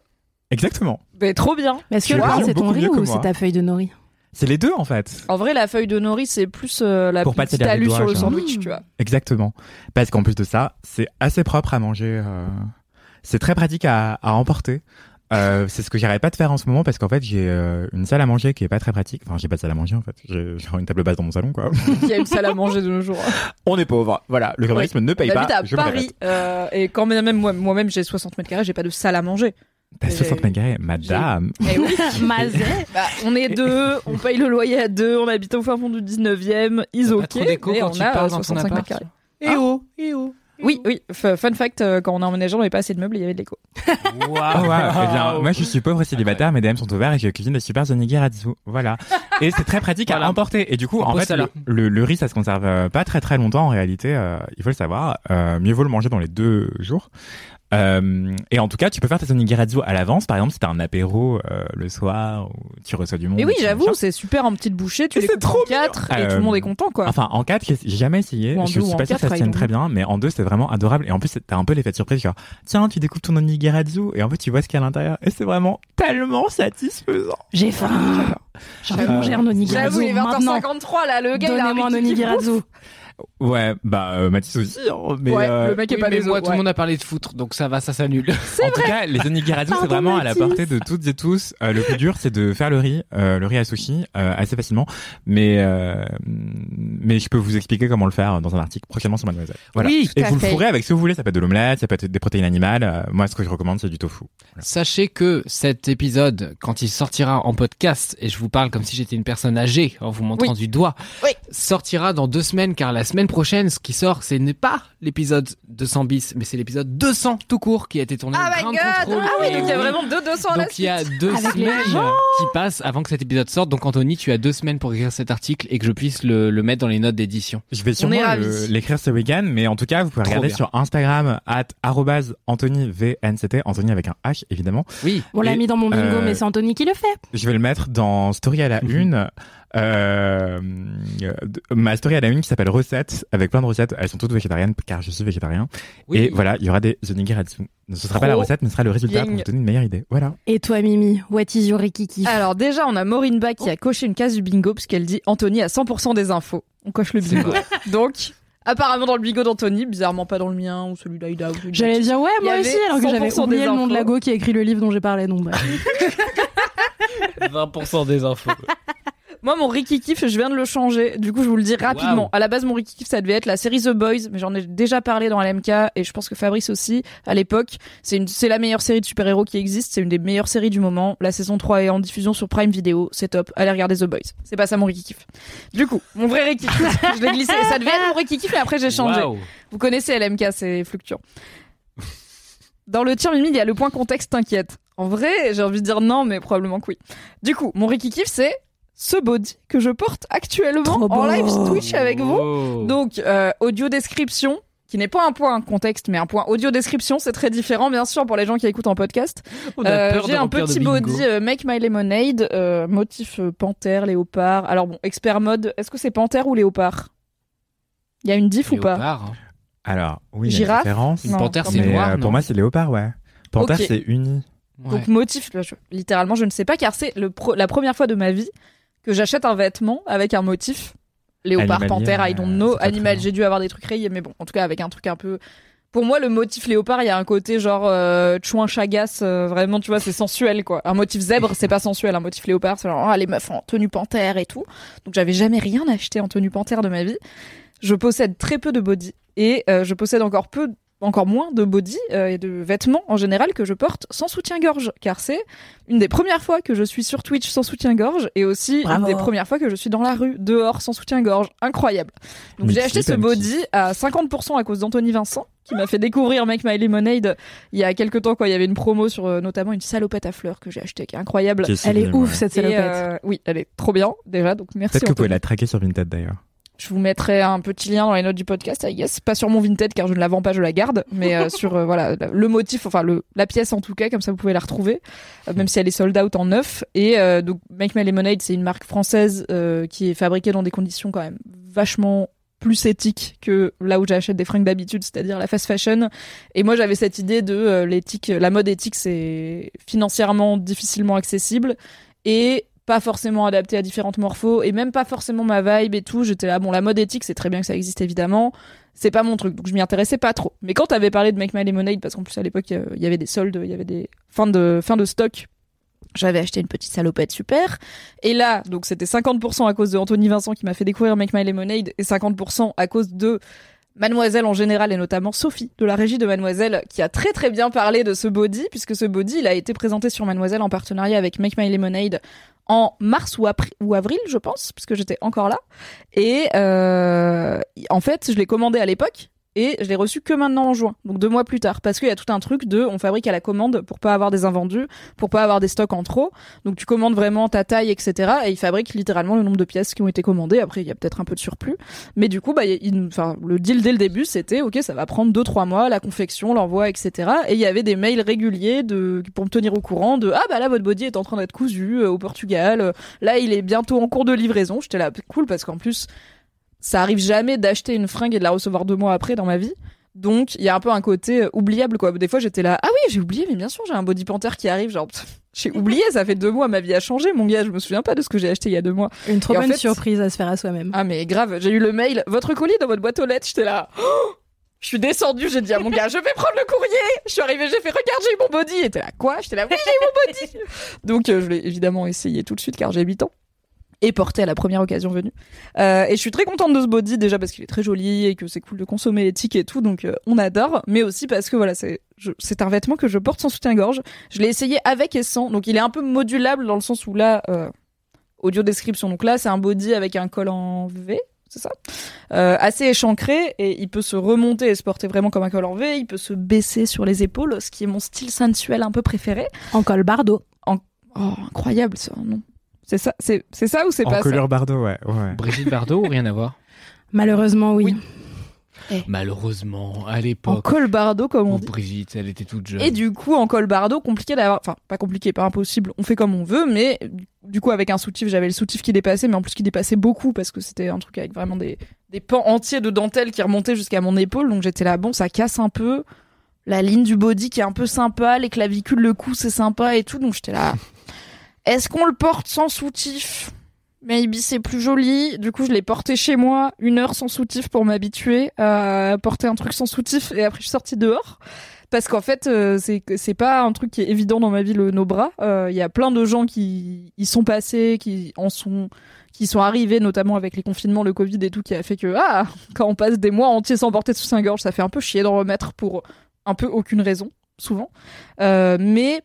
Speaker 6: Exactement.
Speaker 3: Mais trop bien.
Speaker 2: Mais est-ce que
Speaker 6: Tu
Speaker 2: le
Speaker 6: le
Speaker 2: pain,
Speaker 6: cuisines
Speaker 2: c'est ton
Speaker 6: beaucoup
Speaker 2: riz
Speaker 6: mieux que
Speaker 2: ou
Speaker 6: moi.
Speaker 2: c'est ta feuille de nori
Speaker 6: C'est les deux en fait.
Speaker 3: En vrai, la feuille de nori, c'est plus euh, la
Speaker 6: Pour pas te
Speaker 3: petite
Speaker 6: tirer
Speaker 3: alu
Speaker 6: les doigts,
Speaker 3: sur le
Speaker 6: genre.
Speaker 3: sandwich, tu vois.
Speaker 6: Exactement. Parce qu'en plus de ça, c'est assez propre à manger. euh, C'est très pratique à, à emporter. Euh, c'est ce que j'arrête pas de faire en ce moment parce qu'en fait j'ai euh, une salle à manger qui est pas très pratique. Enfin j'ai pas de salle à manger en fait. J'ai genre une table basse dans mon salon quoi.
Speaker 3: Il y a une salle à manger de nos jours.
Speaker 6: On est pauvre. Voilà. Le communisme ne paye pas.
Speaker 3: J'habite à
Speaker 6: Bah, je me
Speaker 3: Paris
Speaker 6: répète.
Speaker 3: euh, et quand même moi- moi-même j'ai 60 mètres carrés, j'ai pas de salle à manger.
Speaker 6: T'as 60 mètres carrés, madame.
Speaker 3: Eh oui.
Speaker 2: Mazet.
Speaker 3: Bah, on est deux, on paye le loyer à deux, on habite au fin fond du 19e,
Speaker 7: T'as
Speaker 3: iso
Speaker 7: pas trop d'écho
Speaker 3: et
Speaker 7: quand
Speaker 3: on
Speaker 7: tu
Speaker 3: a
Speaker 7: parles
Speaker 3: euh,
Speaker 7: dans ton
Speaker 3: 65 mètres
Speaker 7: appart.
Speaker 3: carrés.
Speaker 8: Et oh, et oh.
Speaker 3: Oui, oui, F- fun fact, euh, quand on a emménagé, on n'avait pas assez de meubles, et il y avait de l'écho.
Speaker 6: Oh, wow. Eh bien, moi je suis pauvre et célibataire, mes DM sont ouverts et je cuisine des super dessous. Voilà. Et c'est très pratique à
Speaker 7: Voilà.
Speaker 6: emporter. Et du coup, en
Speaker 7: Propose
Speaker 6: fait,
Speaker 7: celle-là.
Speaker 6: le, le- le riz, ça se conserve euh, pas très très longtemps en réalité. euh, il faut le savoir. Euh, mieux vaut le manger dans les deux jours. Euh, et en tout cas, tu peux faire tes onigirazu à l'avance. Par exemple, si t'as un apéro euh, le soir ou tu reçois du monde.
Speaker 3: Mais oui,
Speaker 6: tu
Speaker 3: j'avoue,
Speaker 6: manges
Speaker 3: c'est super en petite bouchée, tu
Speaker 6: Mais
Speaker 3: les
Speaker 6: c'est
Speaker 3: coupes en
Speaker 6: trop
Speaker 3: quatre et
Speaker 6: Euh,
Speaker 3: tout le monde est content quoi.
Speaker 6: Enfin, en 4, j'ai j'ai jamais essayé.
Speaker 3: Ou en
Speaker 6: Je
Speaker 3: deux, ou
Speaker 6: suis
Speaker 3: en
Speaker 6: pas sûr que
Speaker 3: quatre,
Speaker 6: ça se tienne
Speaker 3: ils
Speaker 6: très bien, mais en 2, c'est vraiment adorable. Et en plus, t'as un peu l'effet de surprise, genre, tiens, tu découpes ton onigirazu, et en fait, tu vois ce qu'il y a à l'intérieur. Et c'est vraiment tellement satisfaisant.
Speaker 2: J'ai faim. J'ai envie de
Speaker 6: Euh,
Speaker 2: manger un onigirazu.
Speaker 3: J'avoue, il est
Speaker 2: maintenant.
Speaker 3: 20h53 là, le gars il a un
Speaker 2: Donnez-moi un
Speaker 3: mec qui kiffe
Speaker 2: onigirazu.
Speaker 6: Ouais, bah, euh, Mathis aussi, hein, mais,
Speaker 3: Ouais,
Speaker 6: euh,
Speaker 3: le mec est
Speaker 7: Oui,
Speaker 3: pas
Speaker 7: mais
Speaker 3: des
Speaker 7: moi,
Speaker 3: autres,
Speaker 7: tout le
Speaker 3: ouais.
Speaker 7: monde a parlé de foutre, donc ça va, ça s'annule.
Speaker 6: en tout cas, les onigirazu, c'est
Speaker 2: Pardon,
Speaker 6: vraiment à la
Speaker 2: Mathis.
Speaker 6: portée de toutes et tous. Euh, le plus dur, c'est de faire le riz, euh, le riz à sushi, euh, assez facilement. Mais, euh, mais je peux vous expliquer comment le faire dans un article prochainement sur Mademoiselle. Voilà.
Speaker 7: Oui,
Speaker 6: et vous le fourrez avec ce que vous voulez. Ça peut être de l'omelette, ça peut être des protéines animales. Euh, moi, ce que je recommande, c'est du tofu.
Speaker 7: Sachez que cet épisode, quand il sortira en podcast, et je vous parle comme si j'étais une personne âgée en vous montrant du doigt,
Speaker 3: Oui.
Speaker 7: sortira dans deux semaines, car la semaine prochaine, ce qui sort, ce n'est pas l'épisode 200 bis, mais c'est l'épisode 200 tout court qui a été tourné. au
Speaker 3: Ah my
Speaker 7: Ground
Speaker 3: god
Speaker 7: Control.
Speaker 3: Ah oui,
Speaker 7: Et
Speaker 3: donc il y a vraiment deux 200 à la
Speaker 7: Donc il y a
Speaker 3: suite.
Speaker 7: deux
Speaker 2: Avec les
Speaker 7: semaines
Speaker 2: gens.
Speaker 7: qui passent avant que cet épisode sorte. Donc Anthony, tu as deux semaines pour écrire cet article et que je puisse le, le mettre dans les notes d'édition.
Speaker 6: Je vais sûrement
Speaker 3: est ravis.
Speaker 6: le- l'écrire ce week-end, mais en tout cas, vous pouvez
Speaker 7: Trop
Speaker 6: regarder
Speaker 7: bien.
Speaker 6: sur Instagram, at arrobase Anthony VNCT, Anthony avec un H, évidemment.
Speaker 7: Oui.
Speaker 2: On l'a
Speaker 6: Et,
Speaker 2: mis dans mon bingo,
Speaker 6: euh,
Speaker 2: mais c'est Anthony qui le fait.
Speaker 6: Je vais le mettre dans Story à la
Speaker 7: Mhm.
Speaker 6: Une, Euh, de- ma story elle a une qui s'appelle recette avec plein de recettes. Elles sont toutes végétariennes car je suis végétarien.
Speaker 7: Oui.
Speaker 6: Et voilà, il y aura des onigiratsu. Ce sera pas la
Speaker 3: Trop
Speaker 6: recette, mais ce sera le résultat pour
Speaker 3: bien.
Speaker 6: vous donner une meilleure idée. Voilà.
Speaker 2: Et toi, Mimi, what is your rikiki
Speaker 3: Alors déjà, on a Maureen Ba qui a coché une case du bingo puisqu'elle dit Anthony a 100% des infos. On coche le
Speaker 7: C'est
Speaker 3: bingo. Donc, apparemment dans le bingo d'Anthony, bizarrement pas dans le mien ou celui d'Aïda. ou celui de
Speaker 2: J'allais
Speaker 3: Mathis.
Speaker 2: dire ouais,
Speaker 3: Il y
Speaker 2: moi
Speaker 3: avait
Speaker 2: aussi, alors que j'avais
Speaker 3: 100% des
Speaker 2: oublié le nom de
Speaker 3: infos.
Speaker 2: Lago qui a écrit le livre dont j'ai parlé. Donc, bah.
Speaker 7: 20% des infos.
Speaker 3: Moi, mon Rikikif, je viens de le changer. Du coup, je vous le dis rapidement.
Speaker 7: Waouh.
Speaker 3: À la base, mon Rikikif, ça devait être la série The Boys, mais j'en ai déjà parlé dans LMK et je pense que Fabrice aussi, à l'époque. C'est une, c'est la meilleure série de super-héros qui existe. C'est une des meilleures séries du moment. La saison 3 est en diffusion sur Prime Video. C'est top. Allez regarder The Boys. C'est pas ça mon Rikikif. Du coup, mon vrai Rikikif, je l'ai glissé. Ça devait être mon Rikikif et après, j'ai changé.
Speaker 7: Waouh.
Speaker 3: Vous connaissez LMK, c'est fluctuant. Dans le tir mimi, il y a le point contexte t'inquiète. En vrai, j'ai envie de dire non, mais probablement que oui. Du coup, mon rikikif, c'est ce body que je porte actuellement
Speaker 2: Trop
Speaker 3: en
Speaker 2: beau.
Speaker 3: live Twitch avec vous.
Speaker 7: Wow.
Speaker 3: Donc, euh, audio description, qui n'est pas un point contexte, mais un point audio description, c'est très différent, bien sûr, pour les gens qui écoutent en podcast.
Speaker 7: On a
Speaker 3: Euh,
Speaker 7: peur
Speaker 3: J'ai
Speaker 7: de
Speaker 3: un
Speaker 7: remplir
Speaker 3: petit
Speaker 7: de bingo.
Speaker 3: body euh, Make My Lemonade, euh, motif euh, panthère, léopard. Alors bon, expert mode, est-ce que c'est panthère ou léopard Il y a une diff ou pas
Speaker 7: Léopard, hein.
Speaker 6: Alors, oui, il y a une
Speaker 3: Girafe
Speaker 6: différence.
Speaker 7: Une
Speaker 3: Non,
Speaker 7: panthère,
Speaker 3: quand
Speaker 7: c'est
Speaker 6: Mais,
Speaker 7: noir.
Speaker 6: euh,
Speaker 7: non
Speaker 6: pour moi, c'est léopard, ouais. Panthère,
Speaker 3: Ok.
Speaker 6: c'est uni.
Speaker 7: Ouais.
Speaker 3: Donc motif, là, je- littéralement, je ne sais pas, car c'est le pro- la première fois de ma vie que j'achète un vêtement avec un motif. Léopard,
Speaker 6: Animalier,
Speaker 3: panthère,
Speaker 7: euh,
Speaker 3: I don't know,
Speaker 6: c'est pas
Speaker 3: animal,
Speaker 6: très
Speaker 3: j'ai dû avoir des trucs rayés, mais bon, en tout cas avec un truc un peu... Pour moi, le motif léopard, il y a un côté genre euh, chouin chagas, euh, vraiment, tu vois, c'est sensuel, quoi. Un motif zèbre, c'est pas sensuel. Un motif léopard, c'est genre, ah, les meufs en tenue panthère et tout. Donc, j'avais jamais rien acheté en tenue panthère de ma vie. Je possède très peu de body et euh, je possède encore peu encore moins de body euh, et de vêtements en général que je porte sans soutien-gorge, car c'est une des premières fois que je suis sur Twitch sans soutien-gorge et aussi
Speaker 5: Bravo.
Speaker 3: une des premières fois que je suis dans la rue dehors sans soutien-gorge. Incroyable. Donc
Speaker 6: Mais
Speaker 3: j'ai
Speaker 6: qui
Speaker 3: acheté ce
Speaker 6: t'aime, qui
Speaker 3: body à 50% à cause d'Anthony Vincent qui m'a fait découvrir Make My Lemonade il y a quelques temps quand il y avait une promo sur euh, notamment une salopette à fleurs que j'ai acheté qui est incroyable.
Speaker 6: Qui
Speaker 2: Elle est
Speaker 6: sublime,
Speaker 2: ouf,
Speaker 6: ouais.
Speaker 2: cette
Speaker 3: Et,
Speaker 2: salopette.
Speaker 3: euh, oui, elle est trop bien déjà, donc merci.
Speaker 6: Peut-être que vous pouvez
Speaker 3: Anthony.
Speaker 6: la traquer sur Vinted d'ailleurs.
Speaker 3: Je vous mettrai un petit lien dans les notes du podcast, I guess. Pas sur mon Vinted car je ne la vends pas, je la garde, mais euh, sur euh, voilà la- le motif, enfin le, la pièce en tout cas, comme ça vous pouvez la retrouver, euh, même si elle est sold out en neuf. Et euh, donc Make My Lemonade, c'est une marque française euh, qui est fabriquée dans des conditions quand même vachement plus éthiques que là où j'achète des fringues d'habitude, c'est-à-dire la fast fashion. Et moi j'avais cette idée de euh, l'éthique, la mode éthique, c'est financièrement difficilement accessible et pas forcément adapté à différentes morphos et même pas forcément ma vibe et tout. J'étais là, bon, la mode éthique, c'est très bien que ça existe évidemment. C'est pas mon truc, donc je m'y intéressais pas trop. Mais quand t'avais parlé de Make My Lemonade, parce qu'en plus à l'époque, il y a- il y avait des soldes, il y avait des fins de, fins de stock. J'avais acheté une petite salopette super. Et là, donc c'était 50% à cause de Anthony Vincent qui m'a fait découvrir Make My Lemonade et 50% à cause de Mademoiselle en général et notamment Sophie de la régie de Mademoiselle qui a très très bien parlé de ce body puisque ce body il a été présenté sur Mademoiselle en partenariat avec Make My Lemonade en mars ou, apri- ou avril, je pense, puisque j'étais encore là. Et euh, en fait, je l'ai commandé à l'époque et je l'ai reçu que maintenant en juin, donc deux mois plus tard, parce qu'il y a tout un truc de on fabrique à la commande pour pas avoir des invendus, pour pas avoir des stocks en trop. Donc tu commandes vraiment ta taille, etc. Et ils fabriquent littéralement le nombre de pièces qui ont été commandées. Après, il y a peut-être un peu de surplus, mais du coup, bah, il- il- enfin, le deal dès le début, c'était ok, ça va prendre deux trois mois, la confection, l'envoi, etc. Et il y avait des mails réguliers de pour me tenir au courant de ah bah là votre body est en train d'être cousu euh, au Portugal, euh, là il est bientôt en cours de livraison. J'étais là cool parce qu'en plus ça arrive jamais d'acheter une fringue et de la recevoir deux mois après dans ma vie. Donc il y a un peu un côté euh, oubliable quoi. Des fois j'étais là ah oui j'ai oublié mais bien sûr j'ai un body panthère qui arrive genre pff, j'ai oublié ça fait deux mois ma vie a changé mon gars je me souviens pas de ce que j'ai acheté il y a deux mois.
Speaker 2: Une trop
Speaker 3: et en
Speaker 2: bonne
Speaker 3: fait-
Speaker 2: surprise à se faire à soi-même.
Speaker 3: Ah mais grave, j'ai eu le mail, votre colis est dans votre boîte aux lettres, j'étais là. Oh je suis descendue, j'ai dit à mon gars, je vais prendre le courrier. Je suis arrivée, j'ai fait, regarde, j'ai eu mon body. Et t'es là, quoi J'étais là, oui, j'ai eu mon body. Donc, euh, je l'ai évidemment essayé tout de suite car j'ai 8 ans et porté à la première occasion venue. Euh, et je suis très contente de ce body déjà parce qu'il est très joli et que c'est cool de consommer éthique et tout, donc euh, on adore. Mais aussi parce que voilà, c'est je- c'est un vêtement que je porte sans soutien-gorge. Je l'ai essayé avec et sans, donc il est un peu modulable dans le sens où là, euh, audio description. Donc là, c'est un body avec un col en V, c'est ça Euh, Assez échancré et il peut se remonter et se porter vraiment comme un col en V. Il peut se baisser sur les épaules, ce qui est mon style sensuel un peu préféré.
Speaker 2: En col bardo.
Speaker 3: Oh, incroyable ça, non C'est ça, c'est c'est ça ou c'est
Speaker 6: En
Speaker 3: pas ça
Speaker 6: couleur bardo, ouais. ouais.
Speaker 7: Brigitte Bardot ou rien à voir
Speaker 2: Malheureusement, oui.
Speaker 3: Oui. Eh.
Speaker 7: Malheureusement, à
Speaker 3: En
Speaker 7: l'époque,
Speaker 3: colbardo, comme on
Speaker 7: pour
Speaker 3: dit.
Speaker 7: Brigitte, elle était toute jeune.
Speaker 3: Et du coup, en colbardo, compliqué d'avoir. Enfin, pas compliqué, pas impossible. On fait comme on veut, mais du coup, avec un soutif, j'avais le soutif qui dépassait, mais en plus qui dépassait beaucoup parce que c'était un truc avec vraiment des, des pans entiers de dentelle qui remontaient jusqu'à mon épaule. Donc j'étais là, bon, ça casse un peu la ligne du body qui est un peu sympa, les clavicules, le cou, c'est sympa et tout. Donc j'étais là, est-ce qu'on le porte sans soutif Maybe c'est plus joli. Du coup, je l'ai porté chez moi une heure sans soutif pour m'habituer à porter un truc sans soutif. Et après, je suis sortie dehors parce qu'en fait euh, c'est c'est pas un truc qui est évident dans ma vie le nos bras Euh, il y a plein de gens qui y sont passés qui en sont qui sont arrivés notamment avec les confinements le covid et tout qui a fait que ah quand on passe des mois entiers sans porter de soutien gorge ça fait un peu chier d'en remettre pour un peu aucune raison souvent Euh, mais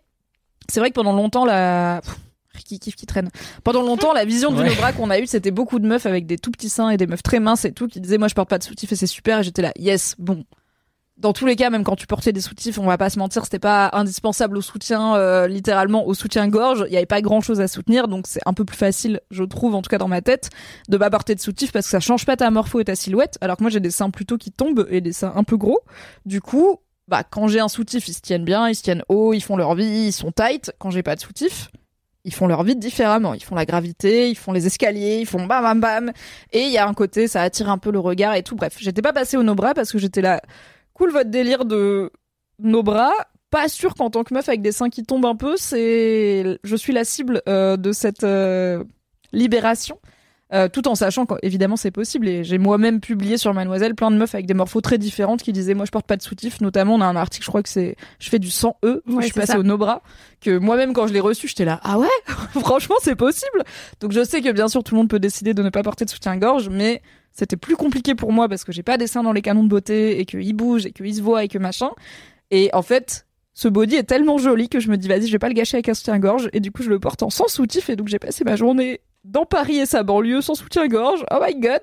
Speaker 3: c'est vrai que pendant longtemps la Pff, Ricky kiffe qui traîne. Pendant longtemps, la vision du
Speaker 7: Ouais.
Speaker 3: nos bras qu'on a eue, c'était beaucoup de meufs avec des tout petits seins et des meufs très minces et tout qui disaient Moi, je porte pas de soutif et c'est super. Et j'étais là, yes, bon, dans tous les cas, même quand tu portais des soutifs, on va pas se mentir, c'était pas indispensable au soutien, euh, littéralement au soutien-gorge. Il y avait pas grand-chose à soutenir, donc c'est un peu plus facile, je trouve, en tout cas dans ma tête, de pas porter de soutif parce que ça change pas ta morpho et ta silhouette. Alors que moi, j'ai des seins plutôt qui tombent et des seins un peu gros. Du coup, bah quand j'ai un soutif, ils se tiennent bien, ils se tiennent haut, ils font leur vie, ils sont tight. Quand j'ai pas de soutif, ils font leur vie différemment. Ils font la gravité, ils font les escaliers, ils font bam bam bam. Et il y a un côté, ça attire un peu le regard et tout. Bref, j'étais pas passée au nos bras parce que j'étais là cool votre délire de nos bras. Pas sûr qu'en tant que meuf avec des seins qui tombent un peu, c'est je suis la cible euh, de cette euh, libération. Euh, tout en sachant qu'évidemment c'est possible et j'ai moi-même publié sur Mademoiselle plein de meufs avec des morphos très différentes qui disaient moi je porte pas de soutif notamment on a un article je crois que c'est je fais du 100 E
Speaker 2: Ouais,
Speaker 3: où je suis
Speaker 2: c'est
Speaker 3: passée
Speaker 2: ça.
Speaker 3: au no bras que moi-même quand je l'ai reçu j'étais là ah ouais franchement c'est possible donc je sais que bien sûr tout le monde peut décider de ne pas porter de soutien-gorge mais c'était plus compliqué pour moi parce que j'ai pas des seins dans les canons de beauté et qu'ils bougent et qu'ils se voient et que machin. Et en fait, ce body est tellement joli que je me dis, vas-y, je vais pas le gâcher avec un soutien-gorge. Et du coup, je le porte en sans soutif. Et donc, j'ai passé ma journée dans Paris et sa banlieue sans soutien-gorge. Oh my god!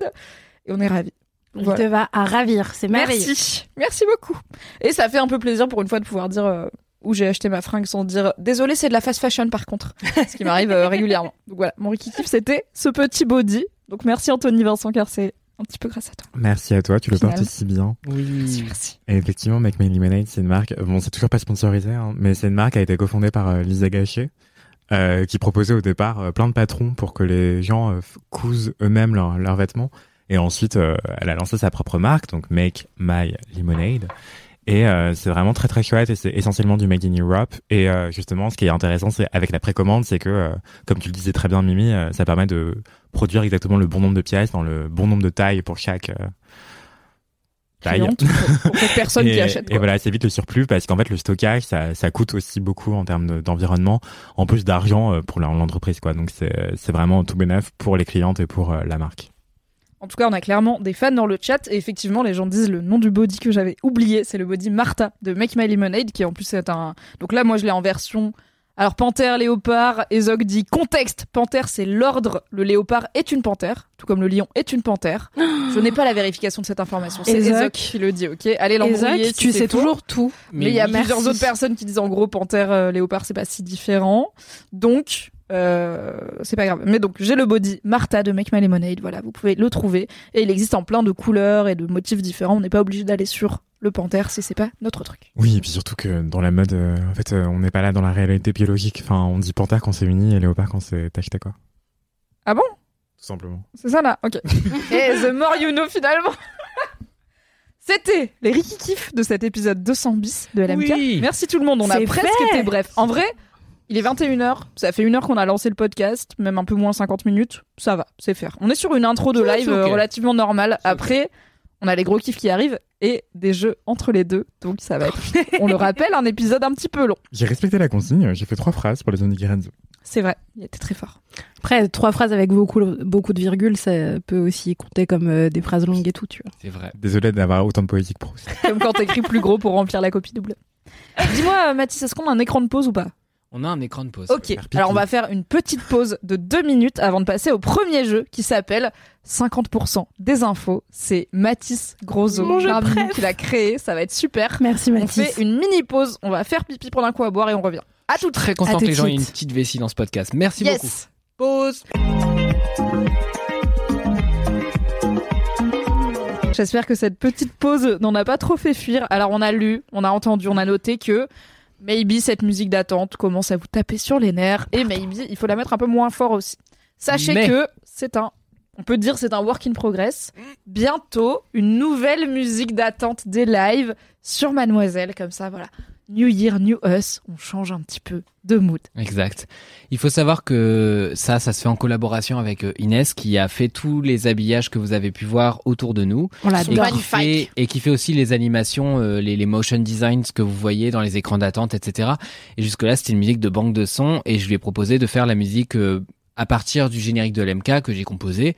Speaker 3: Et on est ravis.
Speaker 2: Il
Speaker 3: Voilà.
Speaker 2: te va à ravir, c'est merveilleux.
Speaker 3: Merci. Merci beaucoup. Et ça fait un peu plaisir pour une fois de pouvoir dire euh, où j'ai acheté ma fringue sans dire désolé, c'est de la fast fashion par contre. Ce qui m'arrive euh, régulièrement. Donc voilà, mon Ricky Kiff, c'était ce petit body. Donc merci Anthony Vincent, car c'est un petit peu grâce à toi.
Speaker 6: Merci à toi, tu le
Speaker 3: Final.
Speaker 6: portes si bien. Mmh.
Speaker 7: Oui.
Speaker 3: Merci.
Speaker 6: Et effectivement, Make My Lemonade, c'est une marque. Bon, c'est toujours pas sponsorisé, hein, mais c'est une marque qui a été cofondée par euh, Lisa Gachet, euh, qui proposait au départ euh, plein de patrons pour que les gens euh, f- cousent eux-mêmes leurs leurs vêtements. Et ensuite, euh, elle a lancé sa propre marque, donc Make My Lemonade. Et euh, c'est vraiment très très chouette et c'est essentiellement du Made in Europe. Et euh, justement, ce qui est intéressant, c'est avec la précommande, c'est que, euh, comme tu le disais très bien, Mimi, euh, ça permet de produire exactement le bon nombre de pièces dans le bon nombre de tailles pour chaque euh, taille
Speaker 3: Cliente, Pour pour toute personne
Speaker 6: et,
Speaker 3: qui achète.
Speaker 6: et
Speaker 3: quoi.
Speaker 6: voilà, c'est vite le surplus parce qu'en fait, le stockage, ça, ça coûte aussi beaucoup en termes de- d'environnement, en plus d'argent euh, pour la- l'entreprise, quoi. Donc, c'est c'est vraiment tout bénef pour les clientes et pour euh, la marque.
Speaker 3: En tout cas, on a clairement des fans dans le chat. Et effectivement, les gens disent le nom du body que j'avais oublié. C'est le body Martha de Make My Lemonade, qui en plus est un. Donc là, moi, je l'ai en version. Alors, panthère, léopard, Ezog dit contexte. Panthère, c'est l'ordre. Le léopard est une panthère, tout comme le lion est une panthère. Je n'ai pas la vérification de cette information. C'est
Speaker 2: Ezog.
Speaker 3: Ezog qui le dit, ok Allez l'embrouiller.
Speaker 2: Isaac,
Speaker 3: si
Speaker 2: tu
Speaker 3: c'est
Speaker 2: sais
Speaker 3: faux.
Speaker 2: toujours tout.
Speaker 3: Mais il y a
Speaker 2: Merci.
Speaker 3: plusieurs autres personnes qui disent en gros panthère, euh, léopard, c'est pas si différent. Donc, euh, c'est pas grave. Mais donc, j'ai le body Martha de Make My Lemonade. Voilà, vous pouvez le trouver. Et il existe en plein de couleurs et de motifs différents. On n'est pas obligé d'aller sur le panthère si c'est pas notre truc.
Speaker 6: Oui, et puis surtout que dans la mode, euh, en fait, euh, on n'est pas là dans la réalité biologique. Enfin, on dit panthère quand c'est uni et léopard quand c'est tacheté, quoi.
Speaker 3: Ah bon
Speaker 6: Tout simplement.
Speaker 3: C'est ça là Ok. et The More You Know finalement C'était les Riki Kiff de cet épisode 200 bis de LMK.
Speaker 7: Oui.
Speaker 3: Merci tout le monde, on a
Speaker 2: C'est
Speaker 3: presque
Speaker 2: fait.
Speaker 3: été bref. En vrai, il est 21h, ça fait une heure qu'on a lancé le podcast, même un peu moins 50 minutes, ça va, c'est faire. On est sur une intro de
Speaker 7: Ouais,
Speaker 3: live
Speaker 7: c'est ok.
Speaker 3: euh, relativement normale. Après, on a les gros kiffs qui arrivent et des jeux entre les deux, donc ça va être, on le rappelle, un épisode un petit peu long.
Speaker 6: J'ai respecté la consigne, j'ai fait trois phrases pour les Onigirens.
Speaker 3: C'est vrai, il était très fort.
Speaker 2: Après, trois phrases avec beaucoup, beaucoup de virgules, ça peut aussi compter comme euh, des phrases longues et tout, tu vois.
Speaker 7: C'est vrai.
Speaker 6: Désolé d'avoir autant de poétique pour
Speaker 3: Comme quand t'écris plus gros pour remplir la copie double. Dis-moi, Mathis, est-ce qu'on a un écran de pause ou pas
Speaker 7: On a un écran de pause.
Speaker 3: Ok,
Speaker 6: faire pipi.
Speaker 3: alors on va faire une petite pause de deux minutes avant de passer au premier jeu qui s'appelle 50% des infos. C'est Mathis Grosso
Speaker 2: Mon jeu
Speaker 3: Barbie
Speaker 2: préf.
Speaker 3: qui l'a créé, ça va être super.
Speaker 2: Merci
Speaker 3: On fait
Speaker 2: Mathis.
Speaker 3: une mini pause, on va faire pipi, prendre un coup à boire et on revient.
Speaker 7: À tout très content
Speaker 2: À
Speaker 7: que
Speaker 2: tout
Speaker 7: les
Speaker 2: de
Speaker 7: gens aient une
Speaker 2: suite.
Speaker 7: petite vessie dans ce podcast. Merci beaucoup.
Speaker 3: yes Pause
Speaker 6: Pause.
Speaker 3: J'espère que cette petite pause n'en a pas trop fait fuir. Alors on a lu, on a entendu, on a noté que maybe cette musique d'attente commence à vous taper sur les nerfs et maybe il faut la mettre un peu moins fort aussi. Sachez
Speaker 7: Mais-
Speaker 3: que c'est un on peut dire c'est un work in progress. Bientôt, une nouvelle musique d'attente des lives sur Mademoiselle comme ça voilà. New Year, New Us, on change un petit peu de mood.
Speaker 7: Exact. Il faut savoir que ça, ça se fait en collaboration avec euh, Inès qui a fait tous les habillages que vous avez pu voir autour Bah, de nous
Speaker 2: On
Speaker 7: et
Speaker 2: l'adore.
Speaker 7: qui, fait, et qui fait aussi les animations, euh, les, les motion designs que vous voyez dans les écrans d'attente, etc. Et jusque-là, c'était une musique de banque de sons et je lui ai proposé de faire la musique euh, à partir du générique de l'MK que j'ai composé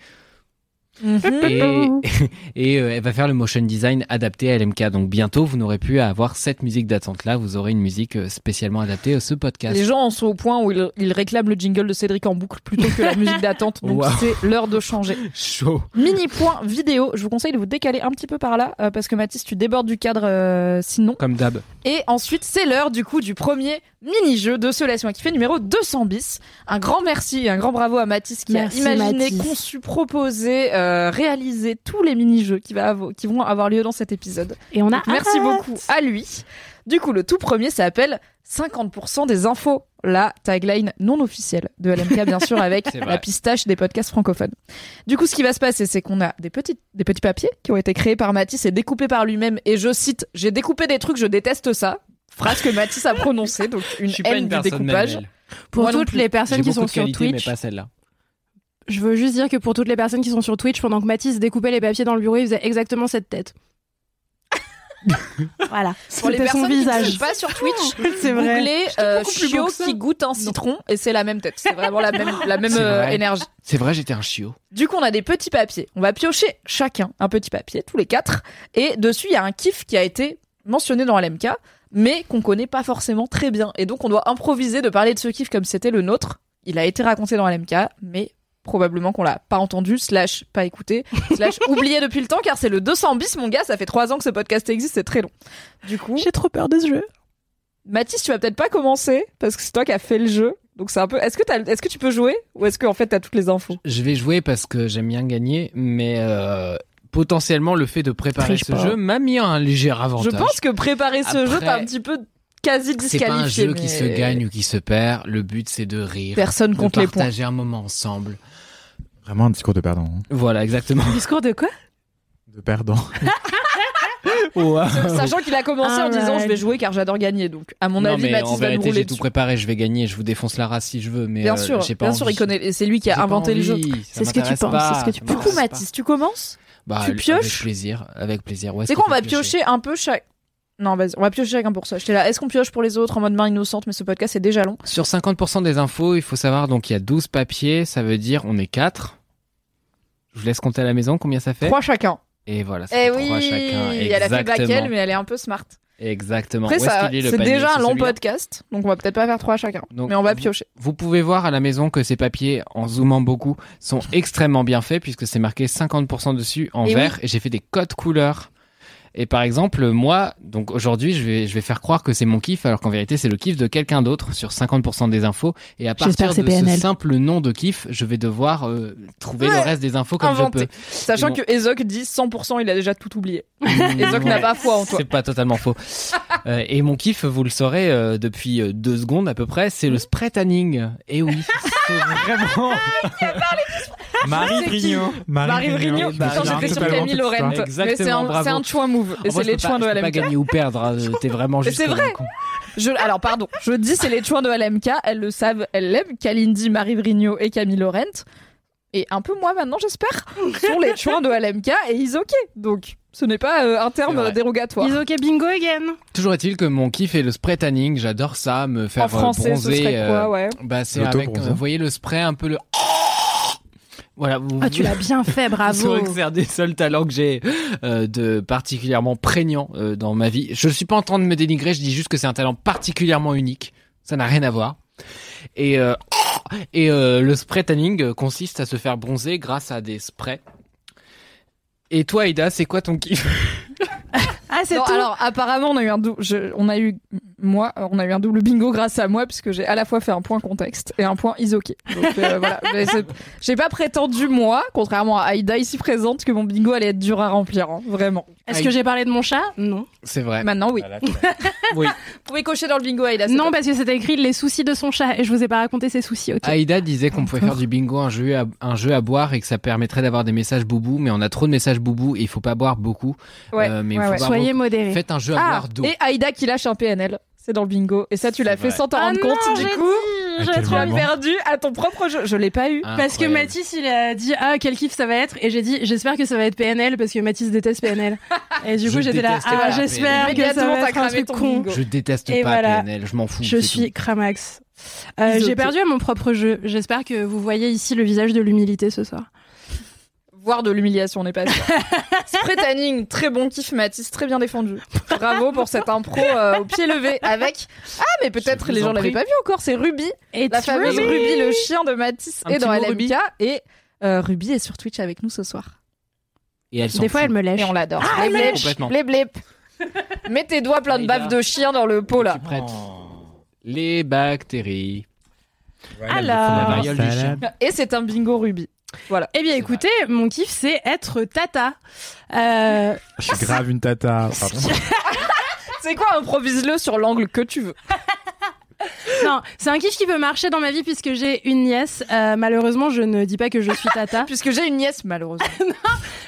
Speaker 7: Mhm. et,
Speaker 3: Mmh.
Speaker 7: et, euh, elle va faire le motion design adapté à LMK. Donc bientôt, vous n'aurez plus à avoir cette musique d'attente-là, vous aurez une musique euh, spécialement adaptée à ce podcast.
Speaker 3: Les gens en sont au point où ils, ils réclament le jingle de Cédric en boucle plutôt que la musique d'attente, donc
Speaker 7: Wow.
Speaker 3: c'est l'heure de changer.
Speaker 7: Chaud.
Speaker 3: Mini point vidéo, je vous conseille de vous décaler un petit peu par là, euh, parce que Mathis, tu débordes du cadre euh, sinon.
Speaker 7: Comme d'hab.
Speaker 3: Et ensuite, c'est l'heure du coup du premier mini-jeu de ce Laisse-moi kiffer numéro 200 bis. Un grand merci et un grand bravo à Mathis qui
Speaker 2: Merci,
Speaker 3: a imaginé,
Speaker 2: Mathis.
Speaker 3: conçu, proposé, euh, réalisé tous les mini-jeux qui, va avo- qui vont avoir lieu dans cet épisode.
Speaker 2: Et on a.
Speaker 3: Donc, merci
Speaker 2: hâte.
Speaker 3: beaucoup à lui. Du coup, le tout premier s'appelle 50% des infos. La tagline non officielle de LMK, bien sûr, avec
Speaker 7: C'est vrai.
Speaker 3: la pistache des podcasts francophones. Du coup, ce qui va se passer, c'est qu'on a des petits, des petits papiers qui ont été créés par Mathis et découpés par lui-même. Et je cite J'ai découpé des trucs, je déteste ça. Phrase que Mathis a prononcée, donc une haine du découpage.
Speaker 2: Pour
Speaker 3: Moi non
Speaker 2: toutes
Speaker 3: plus.
Speaker 2: les personnes
Speaker 7: J'ai
Speaker 2: qui
Speaker 7: beaucoup
Speaker 2: sont
Speaker 7: de
Speaker 2: sur
Speaker 7: qualités, mais
Speaker 2: Twitch,
Speaker 7: pas celle-là.
Speaker 2: je veux juste dire que pour toutes les personnes qui sont sur Twitch, pendant que Mathis découpait les papiers dans le bureau, il faisait exactement cette tête. voilà.
Speaker 3: Pour les
Speaker 2: C'était son
Speaker 3: personnes qui ne
Speaker 2: visage.
Speaker 3: sont pas sur Twitch,
Speaker 2: C'est
Speaker 3: googlez euh,
Speaker 2: beaucoup plus beau
Speaker 3: chiot
Speaker 2: que ça.
Speaker 3: qui goûte un citron et c'est la même tête. C'est vraiment la même, la même
Speaker 7: C'est
Speaker 3: euh,
Speaker 7: vrai.
Speaker 3: énergie.
Speaker 7: C'est vrai, j'étais un chiot.
Speaker 3: Du coup, on a des petits papiers. On va piocher chacun un petit papier, tous les quatre. Et dessus, il y a un kiff qui a été mentionné dans LMK, mais qu'on connaît pas forcément très bien. Et donc, on doit improviser de parler de ce kiff comme si c'était le nôtre. Il a été raconté dans LMK, mais probablement qu'on l'a pas entendu, slash pas écouté, slash oublié depuis le temps, car c'est le 200 bis, mon gars. Ça fait trois ans que ce podcast existe, c'est très long. Du coup,
Speaker 2: J'ai trop peur de ce jeu.
Speaker 3: Mathis, tu vas peut-être pas commencer, parce que c'est toi qui as fait le jeu. Donc, c'est un peu. Est-ce que, t'as- est-ce que tu peux jouer Ou est-ce qu'en fait, t'as toutes les infos
Speaker 7: Je vais jouer parce que j'aime bien gagner, mais euh, potentiellement le fait de préparer
Speaker 2: Triche
Speaker 7: ce
Speaker 2: pas.
Speaker 7: jeu m'a mis un léger avantage.
Speaker 3: Je pense que préparer ce
Speaker 7: Après,
Speaker 3: jeu, t'es un petit peu quasi
Speaker 7: c'est
Speaker 3: disqualifié.
Speaker 7: pas un jeu
Speaker 3: mais-
Speaker 7: qui se gagne ou qui se perd. Le but, c'est de rire,
Speaker 3: Personne
Speaker 7: de
Speaker 3: compte les points.
Speaker 7: partager un moment ensemble.
Speaker 6: Vraiment un discours de perdant. hein.
Speaker 7: Voilà, exactement.
Speaker 2: Discours de quoi
Speaker 6: De perdant. Wow.
Speaker 3: Sachant qu'il a commencé en
Speaker 2: Alright.
Speaker 3: disant je vais jouer car j'adore gagner. Donc, à mon
Speaker 7: non,
Speaker 3: avis,
Speaker 7: mais en
Speaker 3: Mathis va nous
Speaker 7: vérité, j'ai
Speaker 3: rouler
Speaker 7: tout
Speaker 3: dessus.
Speaker 7: préparé. Je vais gagner. Je vous défonce la race si je veux, mais
Speaker 3: Bien
Speaker 7: euh,
Speaker 3: sûr,
Speaker 7: j'ai pas
Speaker 3: bien sûr,
Speaker 7: envie.
Speaker 3: il connaît. et C'est lui qui
Speaker 7: J'ai
Speaker 3: a
Speaker 7: pas
Speaker 3: inventé le jeu.
Speaker 7: envie, ça
Speaker 2: C'est ce que tu
Speaker 7: m'intéresse
Speaker 2: penses,
Speaker 7: pas,
Speaker 2: c'est ce que tu
Speaker 7: ça
Speaker 2: penses.
Speaker 3: Du coup,
Speaker 7: m'intéresse
Speaker 3: Mathis, tu commences
Speaker 7: pas.
Speaker 3: tu
Speaker 7: Bah,
Speaker 3: pioches
Speaker 7: Avec plaisir, avec plaisir. Ouais,
Speaker 3: C'est
Speaker 7: est-ce
Speaker 3: quoi
Speaker 7: qu'on
Speaker 3: On va
Speaker 7: peut
Speaker 3: piocher un peu chaque. Non, vas-y, on va piocher chacun pour ça. J'étais là, est-ce qu'on pioche pour les autres en mode main innocente Mais ce podcast c'est déjà long.
Speaker 7: Sur 50% des infos, il faut savoir, donc il y a 12 papiers, ça veut dire on est 4. Je vous laisse compter à la maison combien ça fait.
Speaker 3: Trois chacun.
Speaker 7: Et voilà, ça
Speaker 3: Eh
Speaker 7: fait
Speaker 3: oui,
Speaker 7: trois chacun.
Speaker 3: elle a fait
Speaker 7: Exactement.
Speaker 3: Bakel, mais elle est un peu smart.
Speaker 7: Exactement.
Speaker 3: Après,
Speaker 7: Où est-ce
Speaker 3: ça-
Speaker 7: qu'il est, le
Speaker 3: c'est
Speaker 7: panier
Speaker 3: déjà
Speaker 7: C'est
Speaker 3: un long
Speaker 7: celui-là
Speaker 3: podcast, donc on va peut-être pas faire trois chacun.
Speaker 7: Donc,
Speaker 3: mais on va
Speaker 7: vous-
Speaker 3: piocher.
Speaker 7: Vous pouvez voir à la maison que ces papiers, en zoomant beaucoup, sont extrêmement bien faits puisque c'est marqué 50% dessus en
Speaker 3: Et
Speaker 7: vert et j'ai fait des codes couleurs. Et par exemple, moi, donc aujourd'hui, je vais, je vais faire croire que c'est mon kiff alors qu'en vérité, c'est le kiff de quelqu'un d'autre sur 50% des infos. Et à
Speaker 2: J'espère
Speaker 7: partir
Speaker 2: que
Speaker 7: de
Speaker 2: c'est
Speaker 7: ce
Speaker 2: PNL.
Speaker 7: simple nom de kiff, je vais devoir euh, trouver
Speaker 3: Ouais,
Speaker 7: le reste des infos comme
Speaker 3: inventé.
Speaker 7: je peux.
Speaker 3: Sachant
Speaker 7: Et bon.
Speaker 3: que Ezok dit 100%, il a déjà tout oublié. Ezok
Speaker 7: Ah Ouais.
Speaker 3: n'a pas foi en toi.
Speaker 7: Mmh, C'est pas totalement faux. Euh, et mon kiff, vous le saurez euh, depuis euh, deux secondes à peu près, c'est le spray tanning. Et oui, c'est vraiment.
Speaker 6: Marie
Speaker 3: C'est qui
Speaker 6: Vrigno.
Speaker 3: Marie Vrigno,
Speaker 7: Vrigno,
Speaker 3: putain,
Speaker 7: bah,
Speaker 3: j'étais sur
Speaker 7: totalement tout
Speaker 3: Camille
Speaker 7: ça.
Speaker 3: Laurent. Mais c'est
Speaker 7: Exactement,
Speaker 3: un,
Speaker 7: bravo.
Speaker 3: c'est un choix move.
Speaker 7: En
Speaker 3: Et
Speaker 7: vrai,
Speaker 3: c'est
Speaker 7: je peux
Speaker 3: les
Speaker 7: pas-
Speaker 3: choix de
Speaker 7: je peux pas
Speaker 3: LMK.
Speaker 7: gagner ou perdre. euh, T'es vraiment
Speaker 3: Mais
Speaker 7: juste.
Speaker 3: c'est
Speaker 7: comme un
Speaker 3: vrai.
Speaker 7: con.
Speaker 3: Je- alors, pardon, je dis c'est les choix de LMK. Elles le savent, elles l'aiment. Kalindi, Marie Vrigno et Camille Laurent. Et un peu moi maintenant, j'espère, sont les choix de LMK et Isoké. Donc, ce n'est pas euh, un
Speaker 7: C'est
Speaker 3: terme
Speaker 7: vrai.
Speaker 3: dérogatoire.
Speaker 2: Is okay, bingo again.
Speaker 7: Toujours est-il que mon kiff est le spray tanning. J'adore ça, me faire
Speaker 3: En français,
Speaker 7: euh, bronzer.
Speaker 3: ce serait
Speaker 7: euh,
Speaker 3: quoi, ouais.
Speaker 7: Bah, c'est avec.
Speaker 6: L'auto-bronzer.
Speaker 7: euh, vous voyez le spray un peu le. Voilà. Vous,
Speaker 2: Ah, tu l'as bien fait,
Speaker 7: vous saurez
Speaker 2: bravo.
Speaker 7: que c'est un des seuls talents que j'ai euh, de particulièrement prégnant euh, dans ma vie. Je ne suis pas en train de me dénigrer, je dis juste que c'est un talent particulièrement unique. Ça n'a rien à voir. Et, euh, et euh, le spray tanning euh, consiste à se faire bronzer grâce à des sprays. Et toi, Ida, c'est quoi ton kiff
Speaker 2: Ah, c'est
Speaker 3: Non,
Speaker 2: tout.
Speaker 3: Alors apparemment on a eu un dou- je- on a eu moi, euh, on a eu un double bingo grâce à moi, puisque j'ai à la fois fait un point contexte et un point isoké. Donc euh, voilà. Mais c'est- J'ai pas prétendu, moi, contrairement à Aïda ici présente, que mon bingo allait être dur à remplir, hein, vraiment.
Speaker 2: Est-ce que j'ai parlé de mon chat Non.
Speaker 7: C'est vrai.
Speaker 3: Maintenant, oui.
Speaker 7: Oui.
Speaker 3: Vous pouvez cocher dans le bingo, Aïda. c'est
Speaker 2: Non,
Speaker 3: top.
Speaker 2: parce que c'était écrit les soucis de son chat et je vous ai pas raconté ses soucis, ok
Speaker 7: Aïda disait qu'on pouvait faire du bingo un jeu, à, un jeu à boire et que ça permettrait d'avoir des messages boubou, mais on a trop de messages boubou et il faut pas boire beaucoup.
Speaker 3: Ouais,
Speaker 7: Euh, mais
Speaker 3: ouais,
Speaker 7: faut
Speaker 3: ouais.
Speaker 7: boire
Speaker 2: Soyez
Speaker 7: beaucoup.
Speaker 2: modérés.
Speaker 7: Faites un jeu à
Speaker 3: Ah,
Speaker 7: boire d'eau.
Speaker 3: et Aïda qui lâche un PNL. C'est dans le bingo. Et ça, tu l'as
Speaker 1: C'est
Speaker 3: fait
Speaker 1: vrai.
Speaker 3: sans t'en
Speaker 2: Ah
Speaker 3: rendre
Speaker 2: non,
Speaker 3: compte, du
Speaker 2: j'ai
Speaker 3: coup.
Speaker 7: Ah,
Speaker 6: À quel
Speaker 3: Tu as
Speaker 6: moment
Speaker 3: perdu à ton propre jeu. Je l'ai pas eu.
Speaker 2: Parce que
Speaker 7: Incroyable.
Speaker 2: Mathis, il a dit Ah, quel kiff ça va être. Et j'ai dit J'espère que ça va être PNL parce que Mathis déteste PNL. Et du
Speaker 7: Je
Speaker 2: coup, j'étais là
Speaker 7: déteste
Speaker 2: Ah,
Speaker 7: pas
Speaker 2: j'espère
Speaker 7: PNL.
Speaker 2: que ça
Speaker 3: Immédiatement,
Speaker 2: va
Speaker 3: t'as
Speaker 2: être un
Speaker 3: cramé
Speaker 2: truc
Speaker 3: ton
Speaker 2: con.
Speaker 3: bingo.
Speaker 7: Je déteste
Speaker 2: Et
Speaker 7: pas
Speaker 2: voilà.
Speaker 7: PNL, je m'en fous.
Speaker 2: Je
Speaker 7: c'est
Speaker 2: suis
Speaker 7: tout.
Speaker 2: Cramax. Euh,
Speaker 3: Isoté.
Speaker 2: j'ai perdu à mon propre jeu. J'espère que vous voyez ici le visage de l'humilité ce soir.
Speaker 3: voire de l'humiliation, on n'est pas sûr. Spray tanning, très bon kiff, Mathis, très bien défendu. Bravo pour cette impro euh, au pied levé avec. Ah, mais peut-être
Speaker 7: Je vous
Speaker 3: les gens
Speaker 7: en
Speaker 3: l'avaient
Speaker 7: prie.
Speaker 3: pas vu encore, c'est Ruby,
Speaker 2: Et
Speaker 3: la fameuse Ruby. le chien de Mathis,
Speaker 7: Un
Speaker 3: est
Speaker 7: petit
Speaker 3: dans
Speaker 7: mot,
Speaker 3: LMK.
Speaker 7: Ruby.
Speaker 3: Et euh, Ruby est sur Twitch avec nous ce soir.
Speaker 7: Et elle s'en
Speaker 2: Des fois,
Speaker 7: fout.
Speaker 2: elle me lèche.
Speaker 3: Et on l'adore.
Speaker 7: Ah, elle
Speaker 3: les
Speaker 7: me lèche.
Speaker 3: blip,
Speaker 7: Complètement.
Speaker 3: les blip. Mets tes doigts plein de
Speaker 7: Aïda.
Speaker 3: baves de chien dans le pot là.
Speaker 7: Je suis prête. Les bactéries.
Speaker 2: Alors.
Speaker 7: La variole du chien.
Speaker 3: Et c'est un bingo Ruby.
Speaker 2: Eh bien,
Speaker 7: C'est
Speaker 2: écoutez, mon kiff, c'est être tata. Euh,
Speaker 6: Je suis grave une tata. Pardon.
Speaker 3: C'est quoi Improvise-le sur l'angle que tu veux.
Speaker 2: non, c'est un kiff qui peut marcher dans ma vie puisque j'ai une nièce. Euh, malheureusement, je ne dis pas que je suis tata.
Speaker 3: Puisque j'ai une nièce, malheureusement.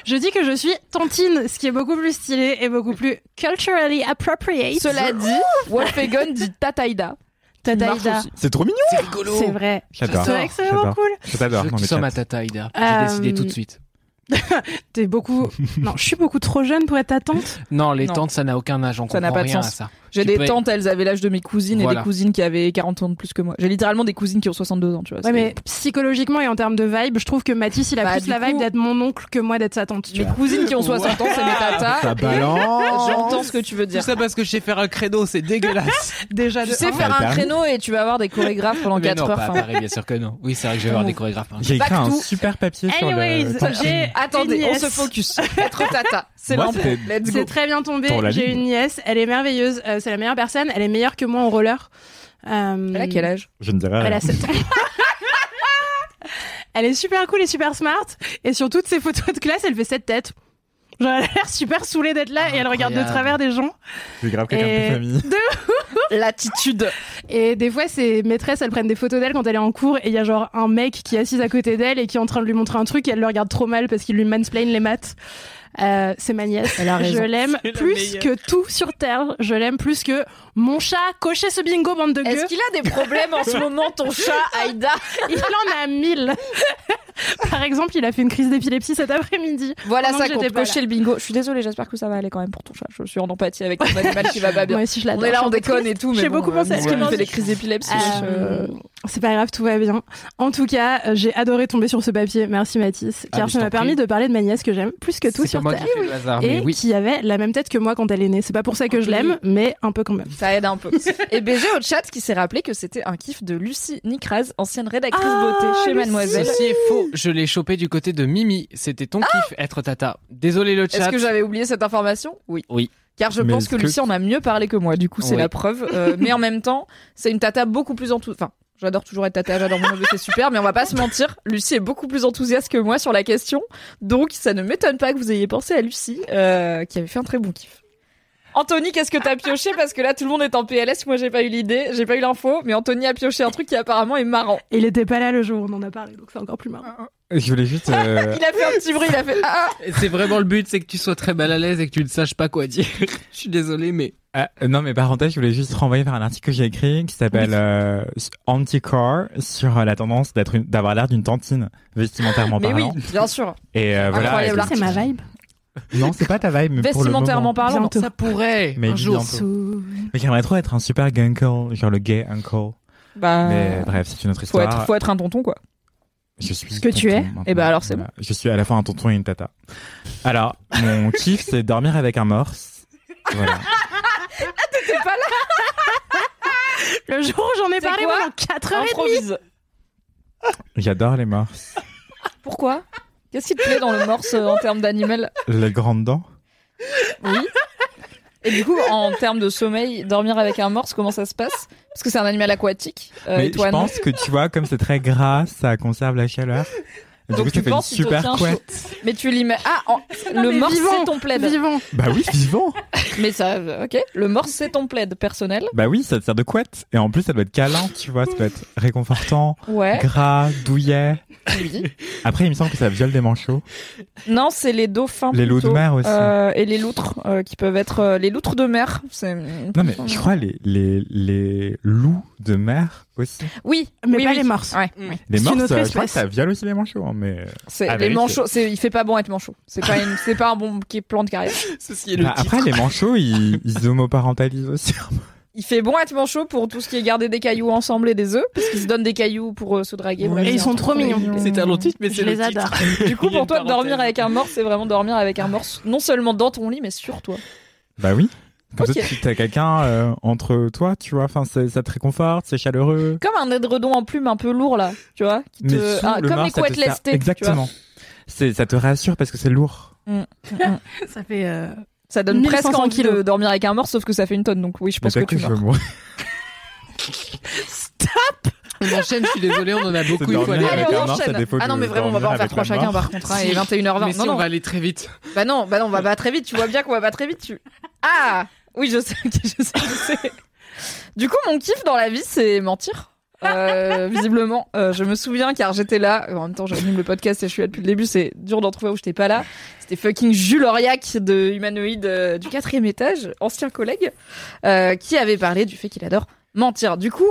Speaker 2: Je dis que je suis tantine, ce qui est beaucoup plus stylé et beaucoup plus culturally appropriate.
Speaker 3: Cela dit, Wolfegon dit Tataïda.
Speaker 2: Tata
Speaker 3: marche
Speaker 2: Ida.
Speaker 3: aussi.
Speaker 6: C'est trop mignon.
Speaker 7: C'est rigolo.
Speaker 2: C'est vrai.
Speaker 6: J'adore.
Speaker 2: C'est vrai que c'est vraiment
Speaker 6: J'adore.
Speaker 2: cool.
Speaker 6: Je t'adore.
Speaker 7: Je
Speaker 6: dans le
Speaker 7: sors
Speaker 6: chat.
Speaker 7: ma tata, Ida. J'ai
Speaker 2: Euh,
Speaker 7: décidé tout de suite.
Speaker 2: T'es beaucoup. Non, je suis beaucoup trop jeune pour être ta tante.
Speaker 7: Non, les
Speaker 3: non.
Speaker 7: tantes, ça n'a aucun âge. On
Speaker 3: Ça n'a
Speaker 7: comprend
Speaker 3: pas de
Speaker 7: rien
Speaker 3: sens.
Speaker 7: à ça.
Speaker 3: J'ai
Speaker 7: Tu
Speaker 3: des
Speaker 7: peux-
Speaker 3: tantes, elles avaient l'âge de mes cousines et
Speaker 7: Voilà.
Speaker 3: des cousines qui avaient 40 ans de plus que moi. J'ai littéralement des cousines qui ont 62 ans, tu vois.
Speaker 2: Ouais,
Speaker 3: c'est-
Speaker 2: mais psychologiquement et en termes de vibe, je trouve que Mathis, il a
Speaker 3: Bah,
Speaker 2: plus
Speaker 3: du
Speaker 2: la vibe
Speaker 3: coup-
Speaker 2: d'être mon oncle que moi d'être sa tante. tu
Speaker 3: Mes
Speaker 2: vois.
Speaker 3: cousines qui ont 60 ans, c'est mes tatas.
Speaker 6: Ça balance.
Speaker 3: J'entends ce que tu veux dire.
Speaker 7: ça parce que je sais faire un credo, c'est dégueulasse. Déjà,
Speaker 3: Tu sais faire un
Speaker 6: permis.
Speaker 3: créneau et tu vas avoir des chorégraphes pendant
Speaker 7: Mais
Speaker 3: 4
Speaker 7: non,
Speaker 3: heures.
Speaker 7: pas à
Speaker 3: enfin.
Speaker 7: Paris, bien sûr que non. Oui, c'est vrai que je vais avoir des chorégraphes. hein.
Speaker 6: J'ai écrit
Speaker 3: Back
Speaker 6: un
Speaker 3: to-
Speaker 6: super papier sur
Speaker 2: Anyways,
Speaker 6: le. tanking.
Speaker 2: j'ai.
Speaker 3: Attendez,
Speaker 2: une
Speaker 3: on
Speaker 2: nièce.
Speaker 3: se focus. Être tata, c'est
Speaker 6: Moi,
Speaker 3: l'impro.
Speaker 6: c'était-
Speaker 3: Let's go.
Speaker 2: C'est très bien tombé.
Speaker 6: Pour la
Speaker 2: J'ai
Speaker 6: ligne.
Speaker 2: une nièce. Elle est merveilleuse. euh, c'est la meilleure personne. Elle est meilleure que moi en roller. Euh,
Speaker 3: Elle a quel âge
Speaker 6: Je ne dirais
Speaker 2: Elle
Speaker 6: rien.
Speaker 2: a 7 ans. elle est super cool et super smart. Et sur toutes ses photos de classe, elle fait cette tête. Genre, elle a l'air super saoulée d'être là et elle regarde de
Speaker 7: Incroyable.
Speaker 2: travers des gens.
Speaker 6: C'est grave quelqu'un de
Speaker 2: Et-
Speaker 6: ta famille.
Speaker 3: L'attitude.
Speaker 2: Et des fois, ses maîtresses, elles prennent des photos d'elle quand elle est en cours et il y a genre un mec qui est assis à côté d'elle et qui est en train de lui montrer un truc et elle le regarde trop mal parce qu'il lui mansplain les maths. Euh, c'est ma nièce.
Speaker 3: Elle a
Speaker 2: Je
Speaker 3: raison.
Speaker 2: l'aime
Speaker 7: C'est la
Speaker 2: plus
Speaker 7: meilleure.
Speaker 2: que tout sur Terre. Je l'aime plus que mon chat. Cochez ce bingo, bande de
Speaker 3: Est-ce
Speaker 2: gueux.
Speaker 3: qu'il a des problèmes en ce moment, ton chat, Aïda
Speaker 2: Il en a mille. Par exemple, il a fait une crise d'épilepsie cet après-midi.
Speaker 3: Voilà
Speaker 2: Pendant
Speaker 3: ça
Speaker 2: que
Speaker 3: qu'on
Speaker 2: j'étais pas
Speaker 3: cocher le bingo. Je suis désolée, j'espère que ça va aller quand même pour ton chat. Je suis en empathie avec ton animal qui va pas bien.
Speaker 2: Moi aussi, je
Speaker 3: On
Speaker 2: l'adore.
Speaker 3: est là, on
Speaker 2: Je suis un peu
Speaker 3: déconne et tout, mais
Speaker 2: J'ai
Speaker 3: bon,
Speaker 2: beaucoup pensé à
Speaker 3: euh,
Speaker 2: ce que
Speaker 3: il
Speaker 2: j'en dis.
Speaker 3: fait des crises d'épilepsie.
Speaker 2: Euh, C'est pas grave, tout va bien. En tout cas, euh, j'ai adoré tomber sur ce papier. Merci Mathis,
Speaker 7: Ah,
Speaker 2: car
Speaker 7: mais je
Speaker 2: ça m'a
Speaker 7: t'en prie.
Speaker 2: permis de parler de ma nièce que j'aime plus que tout
Speaker 7: C'est
Speaker 2: sur
Speaker 7: pas moi
Speaker 2: Terre.
Speaker 7: qui fais le hasard,
Speaker 2: Et
Speaker 7: Ah, mais oui.
Speaker 2: qui avait la même tête que moi quand elle est née. C'est pas pour ça que je l'aime, mais un peu quand même.
Speaker 3: Ça aide un peu. Et BG au chat qui s'est rappelé que c'était un kiff de Lucie Nicraz, ancienne rédactrice
Speaker 2: Ah,
Speaker 3: beauté chez
Speaker 2: Lucie.
Speaker 3: Mademoiselle.
Speaker 7: Ceci est faux. Je l'ai chopé du côté de Mimi. C'était ton kiff, être tata. Désolé le
Speaker 3: Ah Est-ce
Speaker 7: chat.
Speaker 3: que j'avais oublié cette information Oui.
Speaker 7: Oui.
Speaker 3: Car je
Speaker 6: Mais
Speaker 3: pense
Speaker 6: est-ce
Speaker 3: que
Speaker 6: que-
Speaker 3: Lucie en a mieux parlé que moi, du coup c'est
Speaker 7: Oui.
Speaker 3: la preuve. Euh, mais en même temps, c'est une tata beaucoup plus enthousiaste. Enfin, j'adore toujours être tata, j'adore mon neveu, c'est super, mais on va pas se mentir, Lucie est beaucoup plus enthousiaste que moi sur la question. Donc ça ne m'étonne pas que vous ayez pensé à Lucie, euh, qui avait fait un très bon kiff. Anthony, qu'est-ce que t'as pioché Parce que là, tout le monde est en PLS. Moi, j'ai pas eu l'idée, j'ai pas eu l'info, mais Anthony a pioché un truc qui apparemment est marrant.
Speaker 2: Et il était pas là le jour où on en a parlé, donc c'est encore plus
Speaker 3: Ah.
Speaker 2: marrant.
Speaker 6: Je voulais juste. euh,
Speaker 3: Il a fait un petit bruit, il a fait ah.
Speaker 7: C'est vraiment le but, c'est que tu sois très mal à l'aise et que tu ne saches pas quoi dire. Je suis désolé, mais
Speaker 6: Ah, euh, non, mais parenthèse, je voulais juste renvoyer vers un article que j'ai écrit qui s'appelle euh, Anti-Core sur euh, la tendance d'être une- d'avoir l'air d'une tantine, vestimentairement
Speaker 3: Mais oui,
Speaker 6: parlant.
Speaker 3: bien sûr.
Speaker 6: Et euh, voilà.
Speaker 3: Incroyable
Speaker 2: C'est ma vibe.
Speaker 6: Non, c'est pas ta vibe, mais pour le
Speaker 3: Vestimentairement
Speaker 6: moment.
Speaker 3: parlant. non.
Speaker 2: Bientôt.
Speaker 7: ça pourrait
Speaker 6: Mais
Speaker 7: un jour.
Speaker 6: bientôt. Mais j'aimerais trop être un super gunkle, genre le gay uncle.
Speaker 3: Bah,
Speaker 6: Mais bref, c'est une autre
Speaker 3: faut
Speaker 6: histoire.
Speaker 3: être, faut être un tonton quoi.
Speaker 6: Je suis
Speaker 2: Ce que tu es.
Speaker 6: maintenant.
Speaker 3: Eh ben alors, c'est
Speaker 6: Voilà. Je suis à la fois un tonton et une tata. Alors, mon kiff, c'est dormir avec un morse. Voilà.
Speaker 3: C'est pas là,
Speaker 2: Le jour où j'en ai
Speaker 3: C'est
Speaker 2: parlé
Speaker 3: quoi
Speaker 2: pendant 4 heures et demie.
Speaker 3: improvise.
Speaker 6: J'adore les morses.
Speaker 3: Pourquoi Qu'est-ce qui te plaît dans le morse euh, en termes d'animal
Speaker 6: Les grandes dents.
Speaker 3: Oui. Et du coup, en termes de sommeil, dormir avec un morse, comment ça se passe Parce que c'est un animal aquatique. Euh,
Speaker 6: Mais
Speaker 3: et toi,
Speaker 6: je
Speaker 3: non.
Speaker 6: pense que tu vois, comme c'est très gras, ça conserve la chaleur. Et
Speaker 3: Donc
Speaker 6: du coup,
Speaker 3: tu
Speaker 6: ça fait une
Speaker 3: penses qu'il te
Speaker 6: super
Speaker 3: tient chaud.
Speaker 6: couette.
Speaker 3: Mais tu l'y mets. Ah, en- le
Speaker 2: mais
Speaker 3: morse,
Speaker 2: vivant.
Speaker 3: c'est ton plaid.
Speaker 2: Vivant.
Speaker 6: Bah oui, vivant.
Speaker 3: Mais ça, euh, ok. Le morse, c'est ton plaid personnel.
Speaker 6: Bah oui, ça te sert de couette. Et en plus, ça doit être câlin, tu vois. Ça doit être réconfortant,
Speaker 3: Ouais.
Speaker 6: gras, douillet.
Speaker 3: oui.
Speaker 6: Après, il me semble que ça viole des manchots.
Speaker 3: Non, c'est les dauphins.
Speaker 6: Les loups de
Speaker 3: plutôt.
Speaker 6: mer aussi.
Speaker 3: Euh, et les loutres euh, qui peuvent être euh, les loutres de mer. C'est
Speaker 6: Non, mais je crois les, les, les loups de mer aussi.
Speaker 3: oui,
Speaker 2: Mais
Speaker 3: oui,
Speaker 2: pas
Speaker 3: oui. Ah,
Speaker 2: les morses.
Speaker 3: Ouais.
Speaker 6: Les
Speaker 2: C'est
Speaker 6: morses,
Speaker 2: une autre
Speaker 6: euh, je crois que
Speaker 2: espèce.
Speaker 6: ça viole aussi les manchots. hein, Mais...
Speaker 3: C'est
Speaker 6: À
Speaker 3: les
Speaker 6: vérifier.
Speaker 3: manchots. C'est il fait pas bon être manchot. C'est pas une- c'est pas un bon qui est plan de carrière.
Speaker 7: Ceci est
Speaker 6: Bah, après, les manchots, ils, ils homoparentalisent aussi.
Speaker 3: Il fait bon être manchot pour tout ce qui est garder des cailloux ensemble et des œufs parce qu'ils se donnent des cailloux pour euh, se draguer. bref,
Speaker 2: Et ils
Speaker 3: c'est un
Speaker 2: sont
Speaker 3: truc.
Speaker 2: trop mignons.
Speaker 7: C'est un long titre, mais
Speaker 2: Je
Speaker 7: c'est le
Speaker 2: les
Speaker 7: titre.
Speaker 2: adore.
Speaker 3: Du coup,
Speaker 7: Il y a
Speaker 3: pour
Speaker 7: une
Speaker 3: toi, dormir
Speaker 7: parenthèse.
Speaker 3: avec un morse, c'est vraiment dormir avec un morse, non seulement dans ton lit, mais sur toi.
Speaker 6: Bah oui. Comme
Speaker 3: Ok.
Speaker 6: ça, tu as quelqu'un euh, entre toi, tu vois. Enfin, c'est- ça te réconforte, c'est chaleureux.
Speaker 3: Comme un édredon en plume un peu lourd, là, tu vois. Qui te...
Speaker 6: Mais sous
Speaker 3: ah,
Speaker 6: le
Speaker 3: comme
Speaker 6: mort,
Speaker 3: les
Speaker 6: ça te
Speaker 3: couettes
Speaker 6: sert-
Speaker 3: lestées. tu vois.
Speaker 6: Exactement. C'est, ça te rassure parce que c'est lourd.
Speaker 2: Ça fait. euh,
Speaker 3: Ça donne presque
Speaker 2: 1500
Speaker 3: envie de
Speaker 2: kilos.
Speaker 3: dormir avec un morse, sauf que ça fait une tonne. Donc oui, je pense que
Speaker 6: Mais
Speaker 3: tu
Speaker 6: t'as que bah je
Speaker 3: meurs.
Speaker 6: veux mourir.
Speaker 7: On enchaîne, je suis désolé, on en a beaucoup.
Speaker 6: C'est
Speaker 7: Il faut aller
Speaker 6: dormir
Speaker 3: Allez,
Speaker 7: à
Speaker 3: on
Speaker 6: avec un
Speaker 7: la
Speaker 6: morse,
Speaker 3: enchaîne.
Speaker 6: à défaut
Speaker 3: Ah non,
Speaker 6: de
Speaker 3: mais vraiment, on va pas en
Speaker 6: dormir
Speaker 3: faire
Speaker 6: avec
Speaker 3: trois
Speaker 6: la
Speaker 3: chacun,
Speaker 6: morse.
Speaker 3: par contre. hein,
Speaker 7: Si.
Speaker 3: et 21h20.
Speaker 7: Mais
Speaker 3: non,
Speaker 7: si, on
Speaker 3: non.
Speaker 7: va aller très vite.
Speaker 3: Bah non, bah non, on va pas très vite. Tu vois bien qu'on va pas très vite. Tu... Ah Oui, je sais, je sais, je sais. Du coup, mon kiff dans la vie, c'est mentir. Euh, visiblement, Euh, je me souviens car j'étais là. En même temps, j'anime le podcast et je suis là depuis le début. C'est dur d'en trouver où j'étais pas là. C'était fucking Jules Auriac de Humanoïde euh, du quatrième étage, ancien collègue, euh, qui avait parlé du fait qu'il adore mentir. Du coup,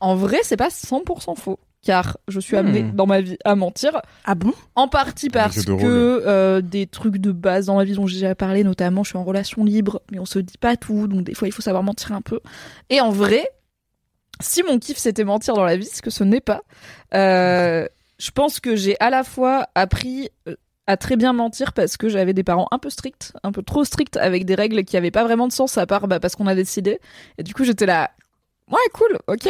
Speaker 3: en vrai, c'est pas 100% faux car je suis amenée
Speaker 6: Hmm.
Speaker 3: dans ma vie à mentir.
Speaker 2: Ah bon
Speaker 3: En partie parce
Speaker 6: jeux de
Speaker 3: que euh, des trucs de base dans la vie dont j'ai déjà parlé, notamment je suis en relation libre, mais on se dit pas tout, donc des fois il faut savoir mentir un peu. Et en vrai, si mon kiff c'était mentir dans la vie, ce que ce n'est pas, euh, je pense que j'ai à la fois appris euh, à très bien mentir parce que j'avais des parents un peu stricts, un peu trop stricts, avec des règles qui avaient pas vraiment de sens à part bah, parce qu'on a décidé. Et du coup j'étais là, ouais cool, ok.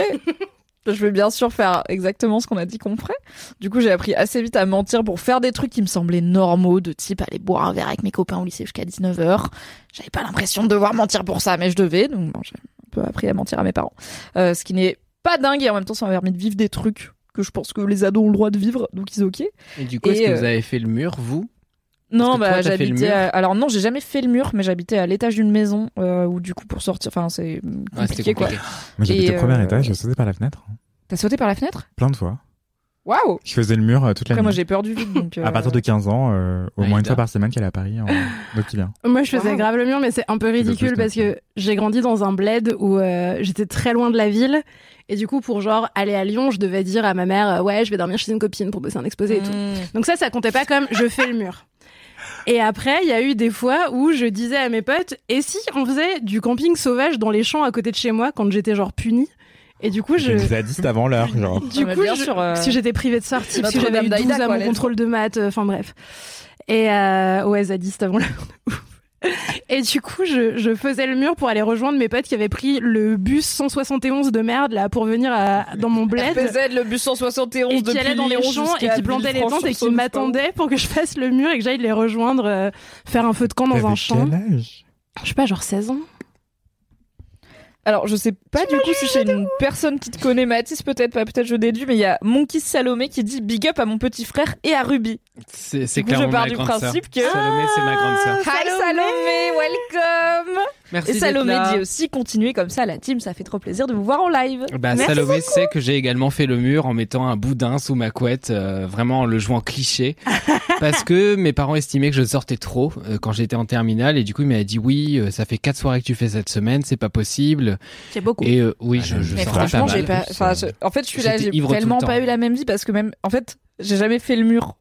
Speaker 3: Je vais bien sûr faire exactement ce qu'on a dit qu'on ferait. Du coup, j'ai appris assez vite à mentir pour faire des trucs qui me semblaient normaux, de type aller boire un verre avec mes copains au lycée jusqu'à 19h. J'avais pas l'impression de devoir mentir pour ça, mais je devais. Donc, bon, j'ai un peu appris à mentir à mes parents. Euh, ce qui n'est pas dingue et en même temps, ça m'a permis de vivre des trucs que je pense que les ados ont le droit de vivre, donc ils ok.
Speaker 7: Et du coup,
Speaker 3: Et
Speaker 7: est-ce que
Speaker 3: euh,
Speaker 7: vous avez fait le mur, vous
Speaker 3: Non,
Speaker 7: que toi,
Speaker 3: bah
Speaker 7: t'as fait le
Speaker 3: j'habitais.
Speaker 7: mur
Speaker 3: à- Alors non, j'ai jamais fait le mur, mais j'habitais à l'étage d'une maison euh, où du coup pour sortir, enfin c'est
Speaker 7: Ouais,
Speaker 3: compliqué quoi.
Speaker 6: Moi, j'habitais
Speaker 3: Et,
Speaker 6: au premier
Speaker 3: euh,
Speaker 6: étage, je sautais par la fenêtre. hein.
Speaker 3: T'as sauté par la fenêtre
Speaker 6: Plein de fois.
Speaker 3: Waouh
Speaker 6: Je faisais le mur euh, toute la
Speaker 3: Après moi
Speaker 6: nuit.
Speaker 3: j'ai peur du vide, donc.
Speaker 6: À
Speaker 3: euh, Ah,
Speaker 6: partir de 15 ans, euh, au
Speaker 7: Ouais,
Speaker 6: moins une
Speaker 7: évidemment.
Speaker 6: fois par semaine qu'elle est à Paris en bien.
Speaker 2: Moi, je faisais
Speaker 3: Wow.
Speaker 2: grave le mur, mais c'est un peu ridicule
Speaker 6: Christophe.
Speaker 2: parce que j'ai grandi dans un bled où euh, j'étais très loin de la ville. Et du coup, pour genre aller à Lyon, je devais dire à ma mère, euh, ouais, je vais dormir chez une copine pour bosser un exposé et tout.
Speaker 3: Mm.
Speaker 2: Donc ça, ça comptait pas comme je fais le mur. Et après, il y a eu des fois où je disais à mes potes, et si on faisait du camping sauvage dans les champs à côté de chez moi quand j'étais genre punie Et du coup, je...
Speaker 6: J'ai des zadistes avant l'heure, genre.
Speaker 2: Du
Speaker 3: Ouais,
Speaker 2: coup,
Speaker 3: bien
Speaker 2: je-
Speaker 3: sûr, euh,
Speaker 2: parce que j'étais privée de sortie, parce que
Speaker 3: Notre-Dame
Speaker 2: j'avais eu 12
Speaker 3: d'Aïda,
Speaker 2: à
Speaker 3: quoi,
Speaker 2: mon
Speaker 3: les-
Speaker 2: contrôle de maths, euh, enfin bref. Et euh, ouais, zadiste avant l'heure. Et du coup, je, je faisais le mur pour aller rejoindre mes potes qui avaient pris le bus 171 de merde là pour venir à- dans mon bled.
Speaker 3: PZ, le bus 171
Speaker 2: Et
Speaker 3: depuis
Speaker 2: qui allaient dans les
Speaker 3: Lyon
Speaker 2: champs et
Speaker 3: jusqu'à
Speaker 2: qui plantaient les
Speaker 3: Villefranche
Speaker 2: tentes et
Speaker 3: sur
Speaker 2: qui m'attendaient pour que je fasse le mur et que j'aille les rejoindre, euh, faire un feu de camp dans un
Speaker 6: T'avais
Speaker 2: champ.
Speaker 6: quel âge
Speaker 2: Je sais pas, genre 16 ans.
Speaker 3: Alors, je sais pas du coup si c'est une personne qui te connaît, Mathis, peut-être pas, peut-être je déduis, mais il y a Monkey Salomé qui dit big up à mon petit frère et à Ruby.
Speaker 7: C'est c'est
Speaker 3: Du coup, je
Speaker 7: clairement
Speaker 3: pars
Speaker 7: ma
Speaker 3: du
Speaker 7: grande
Speaker 3: principe
Speaker 7: sœur.
Speaker 3: que-
Speaker 7: Salomé, c'est ma grande sœur.
Speaker 3: Hi Salomé, welcome!
Speaker 7: Merci.
Speaker 3: Et
Speaker 7: d'être
Speaker 3: Salomé
Speaker 7: là.
Speaker 3: dit aussi continuez comme ça, la team, ça fait trop plaisir de vous voir en live.
Speaker 7: Bah,
Speaker 3: Merci
Speaker 7: Salomé sait que j'ai également fait le mur en mettant un boudin sous ma couette, euh, vraiment en le jouant cliché, parce que mes parents estimaient que je sortais trop euh, quand j'étais en terminale et du coup ils m'avaient dit oui, euh, ça fait quatre soirées que tu fais cette semaine, c'est pas possible.
Speaker 2: C'est beaucoup.
Speaker 7: Et euh, oui, je, je
Speaker 3: Ah, Mais
Speaker 7: sortais
Speaker 3: franchement,
Speaker 7: pas
Speaker 3: j'ai
Speaker 7: mal.
Speaker 3: pas.
Speaker 6: plus,
Speaker 3: Enfin,
Speaker 6: euh,
Speaker 3: je- en fait, je suis là,
Speaker 7: j'étais
Speaker 3: j'ai
Speaker 7: ivre tout le
Speaker 3: tellement
Speaker 7: temps.
Speaker 3: pas eu la même vie parce que même. En fait, j'ai jamais fait le mur.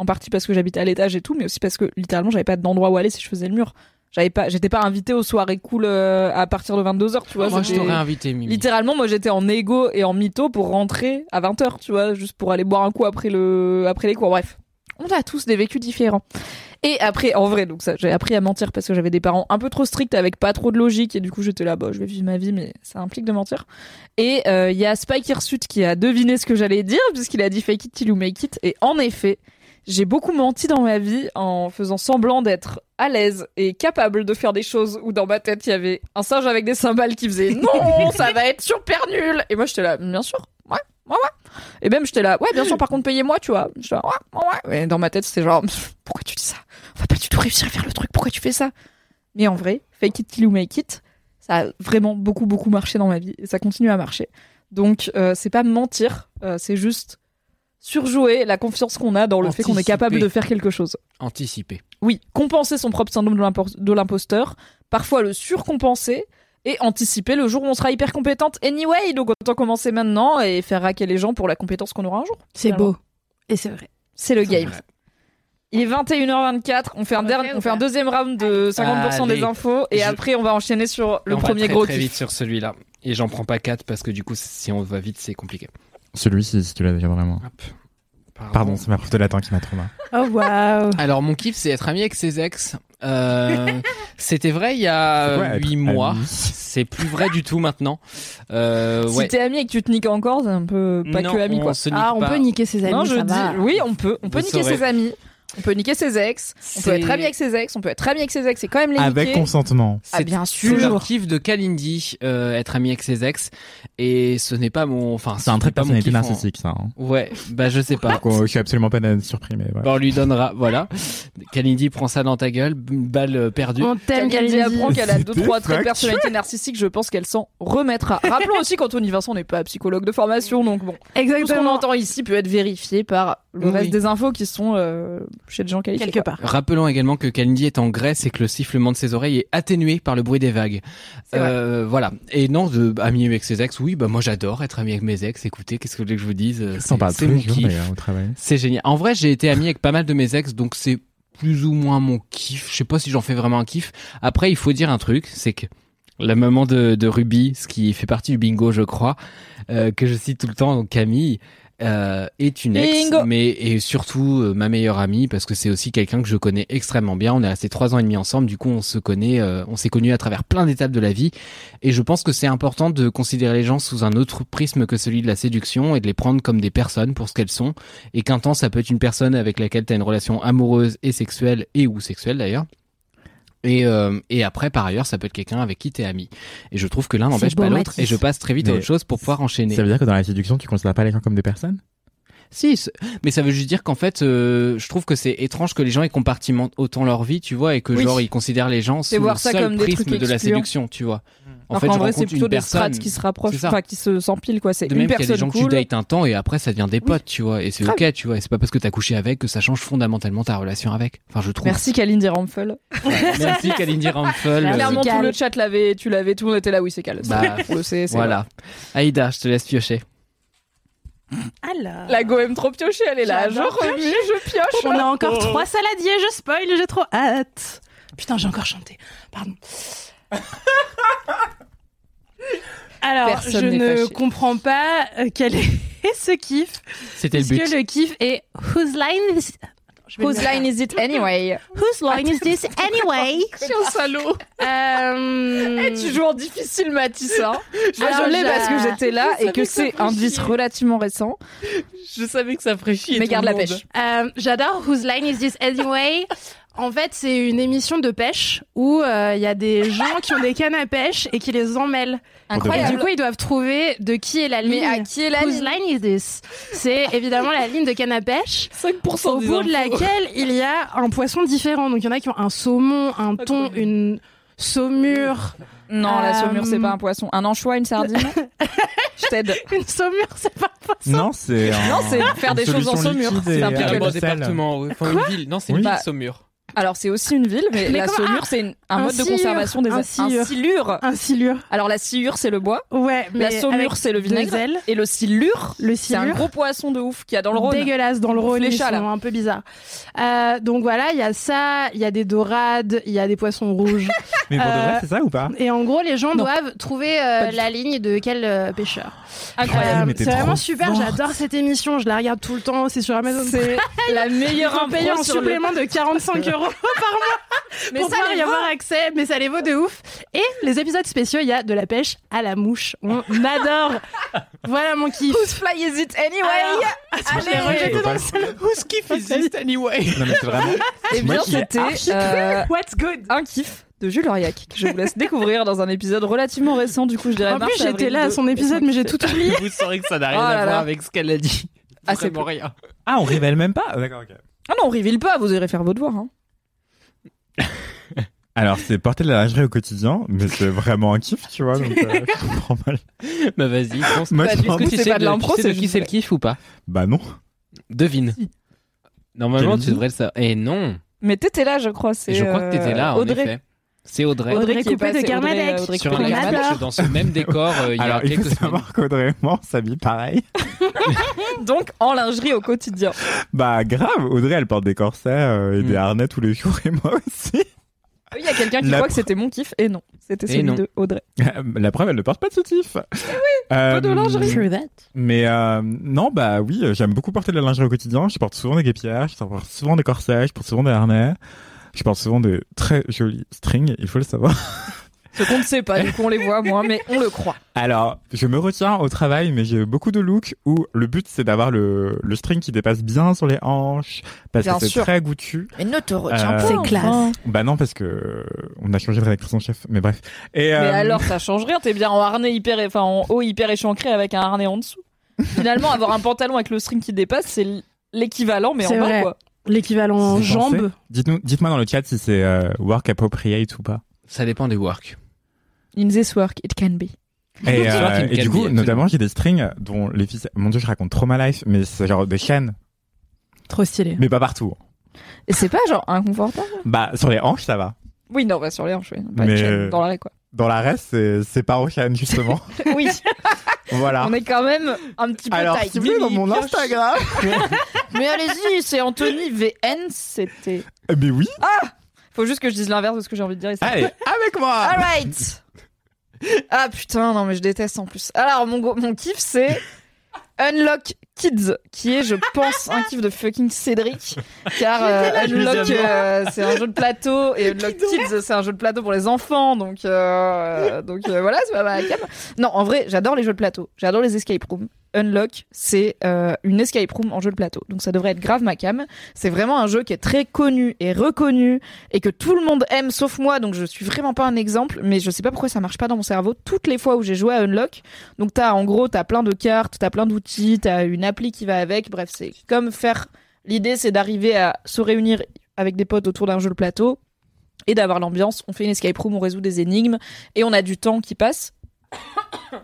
Speaker 3: En partie parce que j'habitais à l'étage et tout, mais aussi parce que littéralement, j'avais pas d'endroit où aller si je faisais le mur. J'avais pas, j'étais pas invité aux soirées cool euh, à partir de 22h, tu vois.
Speaker 7: Moi, je
Speaker 3: c'était-
Speaker 7: t'aurais invité, Mimi.
Speaker 3: Littéralement, moi j'étais en égo et en mytho pour rentrer à 20h, tu vois, juste pour aller boire un coup après, le... après les cours. Bref, on a tous des vécus différents. Et après, en vrai, donc ça, j'ai appris à mentir parce que j'avais des parents un peu trop stricts avec pas trop de logique et du coup j'étais là, bah je vais vivre ma vie, mais ça implique de mentir. Et euh, il y a Spike Hirsute qui a deviné ce que j'allais dire puisqu'il a dit fake it till you make it. Et en effet, j'ai beaucoup menti dans ma vie en faisant semblant d'être à l'aise et capable de faire des choses où dans ma tête il y avait un singe avec des cymbales qui faisait non, ça va être super nul. Et moi j'étais là, bien sûr, ouais, ouais, ouais. Et même j'étais là, ouais, bien sûr, par contre payez-moi, tu vois. J'étais là, ouais, ouais, ouais. Et dans ma tête c'était genre, pourquoi tu dis ça On va pas du tout réussir à faire le truc, pourquoi tu fais ça Mais en vrai, fake it till you make it, ça a vraiment beaucoup, beaucoup marché dans ma vie et ça continue à marcher. Donc euh, c'est pas mentir, euh, c'est juste surjouer la confiance qu'on a dans le fait qu'on est
Speaker 7: Anticiper.
Speaker 3: capable de faire quelque chose.
Speaker 7: Anticiper.
Speaker 3: Oui, compenser son propre syndrome de l'impo- de l'imposteur, parfois le surcompenser et anticiper le jour où on sera hyper compétente anyway. Donc autant commencer maintenant et faire raquer les gens pour la compétence qu'on aura un jour.
Speaker 9: C'est
Speaker 3: finalement.
Speaker 9: beau. Et c'est vrai.
Speaker 3: C'est le
Speaker 7: C'est
Speaker 3: game.
Speaker 7: vrai.
Speaker 3: Il est 21h24, on fait un,
Speaker 5: On
Speaker 3: derni-
Speaker 5: refait ou
Speaker 3: on fait un
Speaker 5: pas
Speaker 3: deuxième round de 50%
Speaker 7: Allez.
Speaker 3: des infos et
Speaker 7: Je-
Speaker 3: après on va enchaîner sur le
Speaker 7: On va
Speaker 3: premier
Speaker 7: très,
Speaker 3: gros
Speaker 7: très
Speaker 3: kiff.
Speaker 7: vite sur celui-là. Et j'en prends pas quatre parce que du coup, si on va vite, c'est compliqué.
Speaker 6: Celui-ci, si tu l'as déjà vraiment. Pardon, c'est ma prof de latin qui m'a trop mal.
Speaker 9: Oh, waouh.
Speaker 7: Alors, mon kiff, c'est être ami avec ses ex. Euh, C'était vrai il y a
Speaker 6: C'est quoi, être
Speaker 7: 8 Euh, mois.
Speaker 6: ami
Speaker 7: C'est plus vrai du tout maintenant. Euh,
Speaker 3: Si
Speaker 7: ouais.
Speaker 3: t'es ami et que tu te niques encore, c'est un peu pas
Speaker 7: Non,
Speaker 3: que ami
Speaker 7: on
Speaker 3: quoi.
Speaker 7: se nique
Speaker 9: Ah, on
Speaker 7: pas.
Speaker 9: peut niquer ses amis.
Speaker 3: non, je
Speaker 9: ça
Speaker 3: dis
Speaker 9: va.
Speaker 3: oui, on peut, on peut
Speaker 7: Vous
Speaker 3: niquer
Speaker 7: saurez.
Speaker 3: ses amis, on peut niquer ses ex, on peut
Speaker 7: C'est-
Speaker 3: être ami avec ses ex, on peut être ami avec ses ex et quand même les
Speaker 6: Avec
Speaker 3: niquer.
Speaker 6: consentement.
Speaker 3: Ah
Speaker 7: C'est-
Speaker 3: bien
Speaker 7: C'est
Speaker 3: sûr.
Speaker 7: leur kiff de Kalindi, euh, être ami avec ses ex. Et ce n'est pas mon. Enfin,
Speaker 6: C'est un trait de
Speaker 7: pas mon
Speaker 6: personnalité
Speaker 7: kiff en-
Speaker 6: narcissique, ça. hein.
Speaker 7: Ouais, bah je sais pas.
Speaker 6: Donc, euh, Je suis absolument pas surpris, mais voilà.
Speaker 7: Bah, on lui donnera, voilà. Kalindi, prend ça dans ta gueule, b- balle euh,
Speaker 3: Oh.
Speaker 7: perdue.
Speaker 9: On t'aime,
Speaker 3: Kalindi
Speaker 9: Kalindi.
Speaker 3: apprend qu'elle a deux
Speaker 6: C'était
Speaker 3: trois traits de
Speaker 6: factuel.
Speaker 3: personnalité narcissique, je pense qu'elle s'en remettra. Rappelons aussi qu'Anthony Vincent n'est pas psychologue de formation, donc bon, tout ce qu'on
Speaker 9: Exactement.
Speaker 3: entend ici peut être vérifié par le
Speaker 7: Oui.
Speaker 3: reste des infos qui sont euh, chez des gens qualifiés.
Speaker 9: Quelque
Speaker 3: quoi.
Speaker 9: part.
Speaker 7: Rappelons également que Kalindi est en Grèce et que le sifflement de ses oreilles est atténué par le bruit des vagues.
Speaker 3: C'est vrai.
Speaker 7: Euh, voilà. Et non, de, ami avec ses ex, oui, bah moi j'adore être ami avec mes ex. Écoutez, qu'est-ce que vous voulez que je vous dise euh,
Speaker 6: On s'en parle
Speaker 7: c'est
Speaker 6: tous les
Speaker 7: mon
Speaker 6: jours,
Speaker 7: kiff.
Speaker 6: d'ailleurs, au travail.
Speaker 7: C'est génial. En vrai, j'ai été ami avec pas mal de mes ex, donc c'est plus ou moins mon kiff. Je sais pas si j'en fais vraiment un kiff. Après, il faut dire un truc, c'est que la maman de, de Ruby, ce qui fait partie du bingo, je crois, euh, que je cite tout le temps, donc Camille, euh, est une ex,
Speaker 3: Bingo.
Speaker 7: mais et surtout euh, ma meilleure amie parce que c'est aussi quelqu'un que je connais extrêmement bien. On est resté trois ans et demi ensemble, du coup on se connaît, euh, on s'est connus à travers plein d'étapes de la vie. Et je pense que c'est important de considérer les gens sous un autre prisme que celui de la séduction et de les prendre comme des personnes pour ce qu'elles sont et qu'un temps ça peut être une personne avec laquelle tu as une relation amoureuse et sexuelle et ou sexuelle d'ailleurs. Et, euh, et après, par ailleurs, ça peut être quelqu'un avec qui t'es ami. Et je trouve que l'un n'empêche
Speaker 5: beau,
Speaker 7: pas l'autre.
Speaker 5: Mathis.
Speaker 7: Et je passe très vite à
Speaker 6: Mais
Speaker 7: autre chose pour pouvoir enchaîner.
Speaker 6: Ça veut dire que dans la séduction, tu considères pas les gens comme des personnes
Speaker 7: Si, c'est- mais ça veut juste dire qu'en fait, euh, je trouve que c'est étrange que les gens ils compartimentent autant leur vie, tu vois, et que
Speaker 3: Oui.
Speaker 7: genre ils considèrent les gens sous
Speaker 3: voir
Speaker 7: le
Speaker 3: ça
Speaker 7: seul
Speaker 3: comme des
Speaker 7: prisme
Speaker 3: trucs
Speaker 7: de la
Speaker 3: excluants. Hmm.
Speaker 7: séduction, tu vois. En
Speaker 3: Alors
Speaker 7: fait,
Speaker 3: qu'en
Speaker 7: je
Speaker 3: vrai, c'est
Speaker 7: rencontre
Speaker 3: plutôt
Speaker 7: une
Speaker 3: des
Speaker 7: personnes.
Speaker 3: strates qui se rapprochent,
Speaker 7: C'est ça.
Speaker 3: enfin qui se s'empilent quoi. C'est
Speaker 7: De
Speaker 3: une
Speaker 7: même qu'il y a des gens
Speaker 3: personne
Speaker 7: que tu
Speaker 3: cool.
Speaker 7: dates un temps et après ça devient des potes, tu vois, et c'est
Speaker 3: Grave.
Speaker 7: ok, tu vois, et c'est pas parce que t'as couché avec que ça change fondamentalement ta relation avec. Enfin, je trouve.
Speaker 3: Merci Kalindi Ramphel.
Speaker 7: Merci Kalindi Ramphal.
Speaker 9: Merci.
Speaker 3: Clairement,
Speaker 9: Cal.
Speaker 3: tout le chat l'avait, tu l'avais, tout le monde était là, oui, c'est Cal. C'est
Speaker 7: Bah,
Speaker 3: vrai. C'est- c'est
Speaker 7: Voilà. Aïda, je te laisse piocher.
Speaker 3: vrai. La go aime trop piocher, elle est là. Je
Speaker 9: J'adore
Speaker 3: remue, je pioche.
Speaker 9: On a
Speaker 3: Oh.
Speaker 9: encore trois saladiers, je spoil, j'ai trop hâte. Putain, j'ai encore chanté. Pardon. Alors,
Speaker 3: Personne
Speaker 9: je
Speaker 3: n'est
Speaker 9: ne
Speaker 3: fâché.
Speaker 9: comprends pas euh, quel est ce kiff.
Speaker 7: C'était le
Speaker 9: Parce
Speaker 7: but.
Speaker 9: que le kiff est Whose line is, Attends, je vais le
Speaker 3: Whose
Speaker 9: mettre.
Speaker 3: line is it anyway?
Speaker 9: Whose line is this anyway?
Speaker 3: Quel salaud!
Speaker 9: Euh, Ah,
Speaker 3: Eh, tu joues en difficile, Mathis. Hein. Je
Speaker 9: Alors,
Speaker 3: l'ai
Speaker 9: j'ai-
Speaker 3: parce que j'étais là
Speaker 9: Je
Speaker 3: et que
Speaker 9: savais
Speaker 3: c'est
Speaker 9: que ça
Speaker 3: un
Speaker 9: ferait
Speaker 3: indice
Speaker 9: chier.
Speaker 3: relativement récent.
Speaker 7: Je savais que ça ferait chier.
Speaker 3: Mais garde la pêche.
Speaker 9: Euh, J'adore Whose Line Is This Anyway. En fait, c'est une émission de pêche où euh, il y a des gens qui ont des cannes à pêche et qui les emmêlent. Et du
Speaker 3: Incroyable.
Speaker 9: coup, ils doivent trouver de qui est la ligne.
Speaker 3: Mais à qui est la
Speaker 9: Whose
Speaker 3: ligne
Speaker 9: line is this C'est évidemment la ligne de canne à pêche
Speaker 3: 5%
Speaker 9: au
Speaker 3: des
Speaker 9: bout de
Speaker 3: infos.
Speaker 9: laquelle il y a un poisson différent. Donc il y en a qui ont un saumon, un thon, une saumure.
Speaker 3: Non, la
Speaker 9: Euh,
Speaker 3: saumure, c'est pas un poisson. Un anchois, une sardine. Je t'aide.
Speaker 9: Une saumure, c'est pas un poisson.
Speaker 6: Non, c'est.
Speaker 3: Non, c'est faire des choses en saumure. C'est un
Speaker 7: C'est
Speaker 3: pickle.
Speaker 7: un
Speaker 3: Quel
Speaker 7: département, ouais. Enfin, une ville. Non, c'est une
Speaker 6: Oui.
Speaker 7: ville
Speaker 3: Bah,
Speaker 7: Saumur.
Speaker 3: Alors, c'est aussi une ville, mais,
Speaker 9: Mais
Speaker 3: la
Speaker 9: comment-
Speaker 3: saumure, c'est une- un,
Speaker 9: un
Speaker 3: mode de
Speaker 9: silure,
Speaker 3: conservation des
Speaker 9: un silure.
Speaker 3: silure.
Speaker 9: Un silure.
Speaker 3: Alors, la silure, c'est le bois.
Speaker 9: Ouais, mais
Speaker 3: La saumure,
Speaker 9: avec
Speaker 3: c'est le
Speaker 9: deux
Speaker 3: vinaigre.
Speaker 9: ailes.
Speaker 3: Et le silure,
Speaker 9: Le
Speaker 3: c'est un
Speaker 9: silure.
Speaker 3: gros poisson de ouf qu'il y a dans le Rhône.
Speaker 9: Dégueulasse dans le
Speaker 3: Bouffe
Speaker 9: Rhône,
Speaker 3: les
Speaker 9: ils
Speaker 3: chats, là.
Speaker 9: sont un peu bizarres. Euh, donc voilà, il y a ça, il y a des dorades, il y a des poissons rouges,
Speaker 6: Mais pour de vrai,
Speaker 2: Euh,
Speaker 6: c'est ça ou pas
Speaker 2: Et en gros, les gens
Speaker 3: Non.
Speaker 2: doivent trouver euh,
Speaker 3: Pas du
Speaker 2: la ligne de quel euh, pêcheur.
Speaker 6: Incroyable.
Speaker 2: Euh,
Speaker 6: mais t'es
Speaker 2: c'est vraiment
Speaker 6: trop
Speaker 2: super,
Speaker 6: forte.
Speaker 2: j'adore cette émission, je la regarde tout le temps, c'est sur Amazon.
Speaker 3: C'est la meilleure
Speaker 2: Ils ont payé un
Speaker 3: impro sur le-
Speaker 2: supplément de 45 euros par mois
Speaker 3: Mais
Speaker 2: pour
Speaker 3: ça,
Speaker 2: pouvoir
Speaker 3: les
Speaker 2: y
Speaker 3: vaut.
Speaker 2: avoir accès, mais ça les vaut de ouf. Et les épisodes spéciaux, il y a de la pêche à la mouche. On adore. voilà mon kiff.
Speaker 3: Whose fly is it anyway
Speaker 2: Alors, Je l'ai
Speaker 3: allez.
Speaker 2: rejeté dans le
Speaker 6: Who's
Speaker 2: salon.
Speaker 7: Ah, anyway
Speaker 6: Non, mais c'est vraiment.
Speaker 3: Eh
Speaker 6: Moi,
Speaker 3: bien,
Speaker 6: qui ai
Speaker 3: c'était euh,
Speaker 2: What's good
Speaker 3: un kiff de Jules Auriac que je vous laisse découvrir dans un épisode relativement récent. Du coup, je dirais
Speaker 2: En
Speaker 3: mars,
Speaker 2: plus, j'étais
Speaker 3: avril
Speaker 2: là à
Speaker 3: de-
Speaker 2: son épisode, mais j'ai tout oublié.
Speaker 7: Vous saurez que ça n'a
Speaker 3: rien Oh à là voir là.
Speaker 7: avec ce qu'elle a dit.
Speaker 3: Ah, c'est
Speaker 7: Vraiment rien.
Speaker 6: Ah, on révèle même pas D'accord, ok.
Speaker 3: Ah non, on reveal pas, vous irez faire vos devoirs. hein.
Speaker 6: Alors, c'est porter de la lingerie au quotidien, mais c'est vraiment un kiff, tu vois. Donc, euh, je comprends mal.
Speaker 7: Bah vas-y, pense.
Speaker 6: Moi,
Speaker 3: Bah,
Speaker 6: je
Speaker 3: du
Speaker 6: pense-
Speaker 3: coup, c'est pas de l'impro,
Speaker 7: tu sais
Speaker 3: c'est
Speaker 7: de qui
Speaker 3: juste-
Speaker 7: c'est le kiff ou pas
Speaker 6: Bah non.
Speaker 7: Devine. Normalement,
Speaker 6: Kalindi
Speaker 7: tu devrais le savoir. Eh non
Speaker 3: Mais t'étais là, je crois. c'est,
Speaker 7: Je crois
Speaker 3: euh,
Speaker 7: que t'étais là, en
Speaker 3: Audrey.
Speaker 7: effet. C'est Audrey.
Speaker 3: Audrey,
Speaker 2: Audrey
Speaker 3: qui est
Speaker 2: Coupé de
Speaker 3: passée, Audrey,
Speaker 2: Karmadec.
Speaker 3: euh, Audrey
Speaker 7: Sur
Speaker 2: qu'on
Speaker 3: Coupé de
Speaker 7: un
Speaker 2: adore.
Speaker 7: match dans ce même décor euh, il y a
Speaker 6: Alors, il faut
Speaker 7: quelques semaines.
Speaker 6: savoir qu'Audrey et moi, on s'habille pareil.
Speaker 3: Donc en lingerie au quotidien.
Speaker 6: Bah, grave. Audrey, elle porte des corsets euh, et
Speaker 7: Mm.
Speaker 6: des harnais tous les jours, et moi aussi.
Speaker 3: Il y a quelqu'un qui
Speaker 6: La
Speaker 3: croit que
Speaker 6: pre-
Speaker 3: c'était mon kiff et non, c'était
Speaker 7: Et
Speaker 3: celui
Speaker 7: non.
Speaker 3: de Audrey.
Speaker 6: La preuve, elle ne porte pas de soutif. Eh Oui,
Speaker 3: pas de lingerie.
Speaker 5: True that.
Speaker 6: Mais euh, non, bah oui, euh, j'aime beaucoup porter de la lingerie au quotidien. Je porte souvent des guépières, je porte souvent des corsets, je porte souvent des harnais. Je porte souvent de très jolis strings, il faut le savoir.
Speaker 3: Ce qu'on ne sait pas, du coup on les voit moins, mais on le croit.
Speaker 6: Alors, je me retiens au travail, mais j'ai beaucoup de looks où le but c'est d'avoir le, le string qui dépasse bien sur les hanches, parce
Speaker 3: Bien
Speaker 6: que c'est
Speaker 3: sûr.
Speaker 6: très goûtu.
Speaker 5: Mais ne te
Speaker 6: retiens Euh, pas,
Speaker 5: C'est
Speaker 3: enfin.
Speaker 5: classe.
Speaker 6: Bah non, parce que euh, on a changé de rédactrice en chef, mais bref. Et,
Speaker 3: Mais
Speaker 6: euh,
Speaker 3: alors ça change rien, t'es bien en harnais hyper, enfin en haut hyper échancré avec un harnais en dessous. Finalement, avoir un pantalon avec le string qui dépasse, c'est l'équivalent, mais en
Speaker 2: C'est
Speaker 3: bas
Speaker 2: vrai.
Speaker 3: quoi.
Speaker 2: L'équivalent
Speaker 6: vous en pensez
Speaker 2: jambes.
Speaker 6: Dites-nous, dites-moi dans le chat si c'est euh, work appropriate ou pas.
Speaker 7: Ça dépend des works.
Speaker 3: In this work, it can be.
Speaker 6: Et,
Speaker 7: Sur
Speaker 6: euh,
Speaker 7: Team
Speaker 6: et
Speaker 7: Calvi,
Speaker 6: du coup,
Speaker 7: absolument.
Speaker 6: notamment, j'ai des strings dont les fils. Mon dieu, je raconte trop ma life, mais c'est genre des chaînes,
Speaker 2: Trop stylé.
Speaker 6: mais pas partout.
Speaker 3: Et c'est pas genre inconfortable
Speaker 6: Bah, sur les hanches, ça va.
Speaker 3: Oui, non, bah, sur les hanches, oui. Pas
Speaker 6: Mais- euh,
Speaker 3: une chaîne dans l'arrêt quoi.
Speaker 6: Dans la reste, c'est- c'est pas aux chaînes, justement.
Speaker 3: Oui,
Speaker 6: voilà.
Speaker 3: on est quand même un petit peu
Speaker 6: Ah. Alors,
Speaker 3: tight.
Speaker 6: si vous voulez, dans
Speaker 3: Mimi,
Speaker 6: mon
Speaker 3: pioche.
Speaker 6: Instagram.
Speaker 3: Mais allez-y, c'est Anthony VN, c'était.
Speaker 6: mais Eh ben oui.
Speaker 3: Faut juste que je dise l'inverse de ce que j'ai envie de dire. et c'est-
Speaker 6: Allez, avec moi.
Speaker 3: Alright. Ah putain, non mais je déteste en plus. Alors mon, go- mon kiff c'est Unlock Kids, qui est je pense un kiff de fucking Cédric, car euh, Unlock euh, c'est un jeu de plateau et Unlock Kids c'est un jeu de plateau pour les enfants, donc euh, donc euh, voilà c'est pas ma cam. Non en vrai j'adore les jeux de plateau, j'adore les escape rooms. Unlock, c'est euh, une escape room en jeu de plateau. Donc ça devrait être grave ma cam. C'est vraiment un jeu qui est très connu et reconnu et que tout le monde aime sauf moi, donc je suis vraiment pas un exemple, mais je sais pas pourquoi ça marche pas dans mon cerveau. Toutes les fois où j'ai joué à Unlock, donc t'as en gros, t'as plein de cartes, t'as plein d'outils, t'as une appli qui va avec, bref, c'est comme faire. L'idée c'est d'arriver à se réunir avec des potes autour d'un jeu de plateau et d'avoir l'ambiance. On fait une escape room, on résout des énigmes et on a du temps qui passe.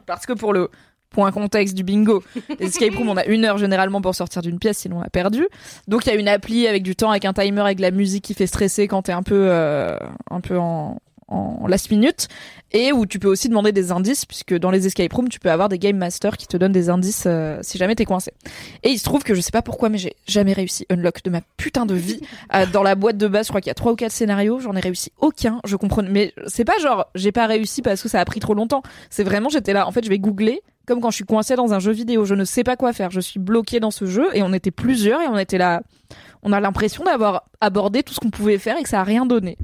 Speaker 3: Parce que pour le point contexte du bingo, les escape room, on a une heure généralement pour sortir d'une pièce, sinon on a perdu. Donc il y a une appli avec du temps, avec un timer, avec de la musique qui fait stresser quand t'es un peu, euh, un peu en, en last minute, et où tu peux aussi demander des indices, puisque dans les escape rooms, tu peux avoir des game masters qui te donnent des indices euh, si jamais t'es coincé. Et il se trouve que je sais pas pourquoi, mais j'ai jamais réussi unlock de ma putain de vie. Euh, dans la boîte de base, je crois qu'il y a trois ou quatre scénarios, j'en ai réussi aucun. Je comprends, mais c'est pas genre j'ai pas réussi parce que ça a pris trop longtemps. C'est vraiment j'étais là. En fait, je vais googler. Comme quand je suis coincée dans un jeu vidéo, je ne sais pas quoi faire. Je suis bloquée dans ce jeu et on était plusieurs et on était là on a l'impression d'avoir abordé tout ce qu'on pouvait faire et que ça a rien donné.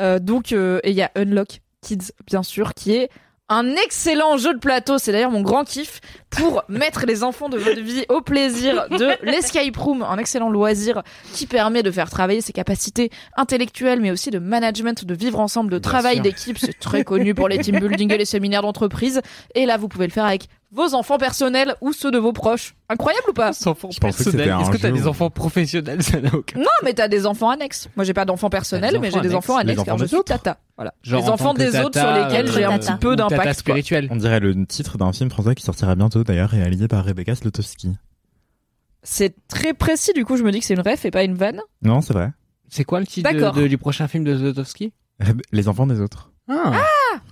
Speaker 3: Euh, donc, euh, et il y a Unlock Kids, bien sûr, qui est un excellent jeu de plateau. C'est d'ailleurs mon grand kiff pour mettre les enfants de votre vie au plaisir de l'escape room, un excellent loisir qui permet de faire travailler ses capacités intellectuelles, mais aussi de management, de vivre ensemble, de
Speaker 7: Bien
Speaker 3: travail
Speaker 7: sûr.
Speaker 3: d'équipe. C'est très connu pour les team building et les séminaires d'entreprise. Et là, vous pouvez le faire avec vos enfants personnels ou ceux de vos proches. Incroyable ou pas
Speaker 7: Sans enfants
Speaker 6: Je pensais que c'était
Speaker 7: personnels.
Speaker 6: un
Speaker 7: Est-ce que t'as
Speaker 6: jeu
Speaker 7: des
Speaker 6: où-
Speaker 7: enfants professionnels Ça n'a aucun
Speaker 3: Non, mais t'as des enfants annexes. Moi, j'ai pas d'enfants personnels,
Speaker 7: T'as des
Speaker 3: mais
Speaker 7: enfants
Speaker 3: j'ai des enfants
Speaker 6: annexes.
Speaker 3: annexes
Speaker 6: Les
Speaker 3: car
Speaker 6: enfants
Speaker 3: je
Speaker 6: des
Speaker 3: suis
Speaker 6: autres.
Speaker 3: tata. Voilà.
Speaker 7: Genre
Speaker 3: les
Speaker 7: en
Speaker 3: enfants
Speaker 7: tant que
Speaker 3: des autres sur
Speaker 7: tata,
Speaker 3: lesquels
Speaker 7: euh,
Speaker 3: j'ai un
Speaker 5: tata.
Speaker 3: petit peu
Speaker 7: ou tata
Speaker 3: d'impact. quoi.
Speaker 7: spirituel.
Speaker 6: On dirait le titre d'un film français qui sortira bientôt, d'ailleurs, réalisé par Rebecca Slotowski.
Speaker 3: C'est très précis, du coup, je me dis que c'est une ref et pas une vanne.
Speaker 6: Non, c'est vrai.
Speaker 7: C'est quoi le titre de-
Speaker 3: D'accord.
Speaker 7: de- du prochain film de Zlotowski
Speaker 6: Rebe- Les enfants des autres.
Speaker 7: Ah,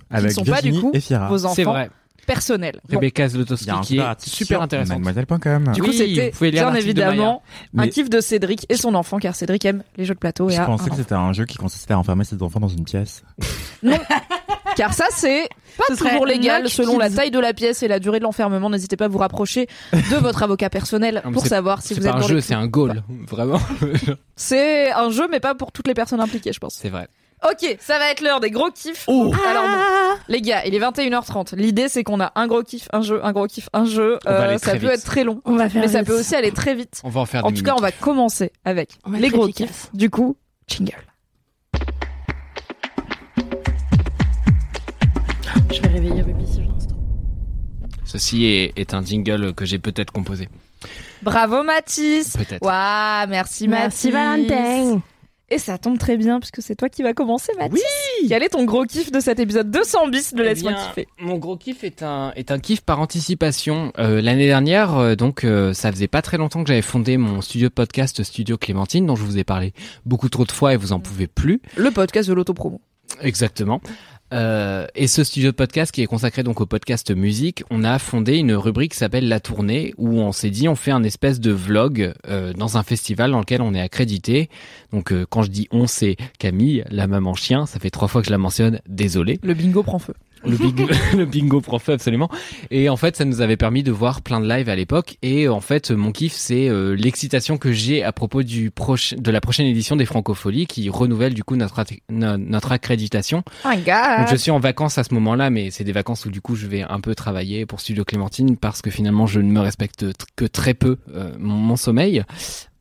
Speaker 6: Avec
Speaker 3: sont pas, du
Speaker 6: Virginie
Speaker 3: coup,
Speaker 6: et Fira.
Speaker 3: Vos enfants.
Speaker 7: c'est vrai. Eh
Speaker 3: personnel. Bon,
Speaker 7: Rebecca
Speaker 6: Il y a
Speaker 7: Zlotowski
Speaker 6: un
Speaker 7: qui est
Speaker 6: article
Speaker 7: super
Speaker 6: sur
Speaker 7: intéressante.
Speaker 6: Mademoiselle.com.
Speaker 3: du
Speaker 7: Oui,
Speaker 3: coup, c'était
Speaker 7: vous pouvez lire
Speaker 3: bien
Speaker 7: l'article de Maya.
Speaker 3: évidemment un
Speaker 6: Mais-
Speaker 3: kiff de Cédric et son enfant, car Cédric aime les jeux de plateau et
Speaker 6: Je
Speaker 3: a un
Speaker 6: pensais que
Speaker 3: enfant.
Speaker 6: c'était un jeu qui consistait à enfermer ses enfants dans une pièce.
Speaker 3: Ah. Car ça, c'est pas
Speaker 5: Ce serait
Speaker 3: toujours légal
Speaker 5: Knock
Speaker 3: selon la
Speaker 5: Kids.
Speaker 3: taille de la pièce et la durée de l'enfermement. N'hésitez pas à vous rapprocher de votre avocat personnel
Speaker 7: Non, mais
Speaker 3: pour
Speaker 7: c'est-
Speaker 3: savoir si
Speaker 7: C'est
Speaker 3: vous êtes
Speaker 7: pas un
Speaker 3: dans
Speaker 7: jeu,
Speaker 3: les
Speaker 7: c'est un goal. Vraiment,
Speaker 3: C'est un jeu, mais pas pour toutes les personnes impliquées, je pense.
Speaker 7: c'est vrai.
Speaker 3: Ok, ça va être l'heure des gros kiffs.
Speaker 7: Oh.
Speaker 3: Alors
Speaker 2: Ah.
Speaker 3: bon, les gars, il est 21h30. L'idée, c'est qu'on a un gros kiff, un jeu, un gros kiff, un jeu. Euh,
Speaker 7: On va aller
Speaker 3: ça
Speaker 7: très
Speaker 3: peut
Speaker 7: vite.
Speaker 3: être très long,
Speaker 2: On va faire
Speaker 3: mais ça
Speaker 2: vite.
Speaker 3: peut aussi aller très vite.
Speaker 7: On va en faire
Speaker 3: En
Speaker 7: des
Speaker 3: tout cas, on va commencer avec
Speaker 2: On va être
Speaker 3: les
Speaker 2: très
Speaker 3: gros
Speaker 2: efficace.
Speaker 3: kiffs. Du coup, jingle.
Speaker 2: Je vais réveiller Ruby si je l'instant.
Speaker 7: Ceci est, est un jingle que j'ai peut-être composé.
Speaker 3: Bravo Mathis.
Speaker 7: Peut-être.
Speaker 3: Waouh, merci
Speaker 2: Merci
Speaker 3: Mathis.
Speaker 2: Valentin.
Speaker 3: Et ça tombe très bien puisque c'est toi qui va commencer, Mathis. Quel est ton gros kiff de cet épisode 200 bis de
Speaker 7: Eh
Speaker 3: Laisse-moi
Speaker 7: bien,
Speaker 3: kiffer
Speaker 7: Mon gros kiff est un, est un kiff par anticipation. Euh, L'année dernière, euh, donc, euh, ça faisait pas très longtemps que j'avais fondé mon studio de podcast Studio Clémentine, dont je vous ai parlé beaucoup trop de fois et vous en pouvez plus.
Speaker 3: Le podcast de l'autopromo.
Speaker 7: Exactement. Euh, et ce studio de podcast qui est consacré donc au podcast musique, on a fondé une rubrique qui s'appelle La Tournée où on s'est dit on fait un espèce de vlog euh, dans un festival dans lequel on est accrédité. Donc euh, quand je dis on, c'est Camille, la maman chien. Ça fait trois fois que je la mentionne. Désolé.
Speaker 3: Le bingo prend feu.
Speaker 7: Le, bing- le bingo prof, absolument. Et en fait, ça nous avait permis de voir plein de lives à l'époque. Et euh, en fait, mon kiff, c'est euh, l'excitation que j'ai à propos du proche- de la prochaine édition des Francopholies qui renouvelle du coup notre, attra- no- notre accréditation.
Speaker 3: Oh my god.
Speaker 7: Donc, je suis en vacances à ce moment-là, mais c'est des vacances où du coup, je vais un peu travailler pour Studio Clémentine parce que finalement, je ne me respecte tr- que très peu euh, mon, mon sommeil.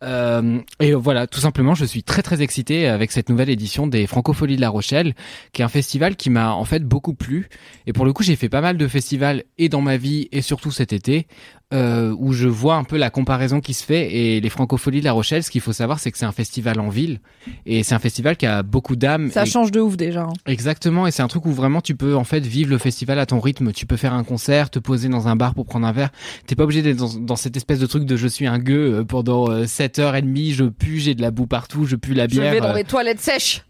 Speaker 7: Euh, et voilà, tout simplement, je suis très très excité avec cette nouvelle édition des Francopholies de La Rochelle, qui est un festival qui m'a en fait beaucoup plu. Et pour le coup, j'ai fait pas mal de festivals et dans ma vie et surtout cet été, euh, où je vois un peu la comparaison qui se fait. Et les Francopholies de La Rochelle, ce qu'il faut savoir, c'est que c'est un festival en ville et c'est un festival qui a beaucoup d'âme.
Speaker 3: Ça
Speaker 7: et-
Speaker 3: change de ouf déjà. hein.
Speaker 7: Exactement, et c'est un truc où vraiment tu peux en fait vivre le festival à ton rythme. Tu peux faire un concert, te poser dans un bar pour prendre un verre. T'es pas obligé d'être dans, dans cette espèce de truc de je suis un gueux euh, pendant 7h30, je pue, j'ai de la boue partout, je pue la
Speaker 3: Je
Speaker 7: bière.
Speaker 3: vais dans
Speaker 7: euh.
Speaker 3: les toilettes sèches.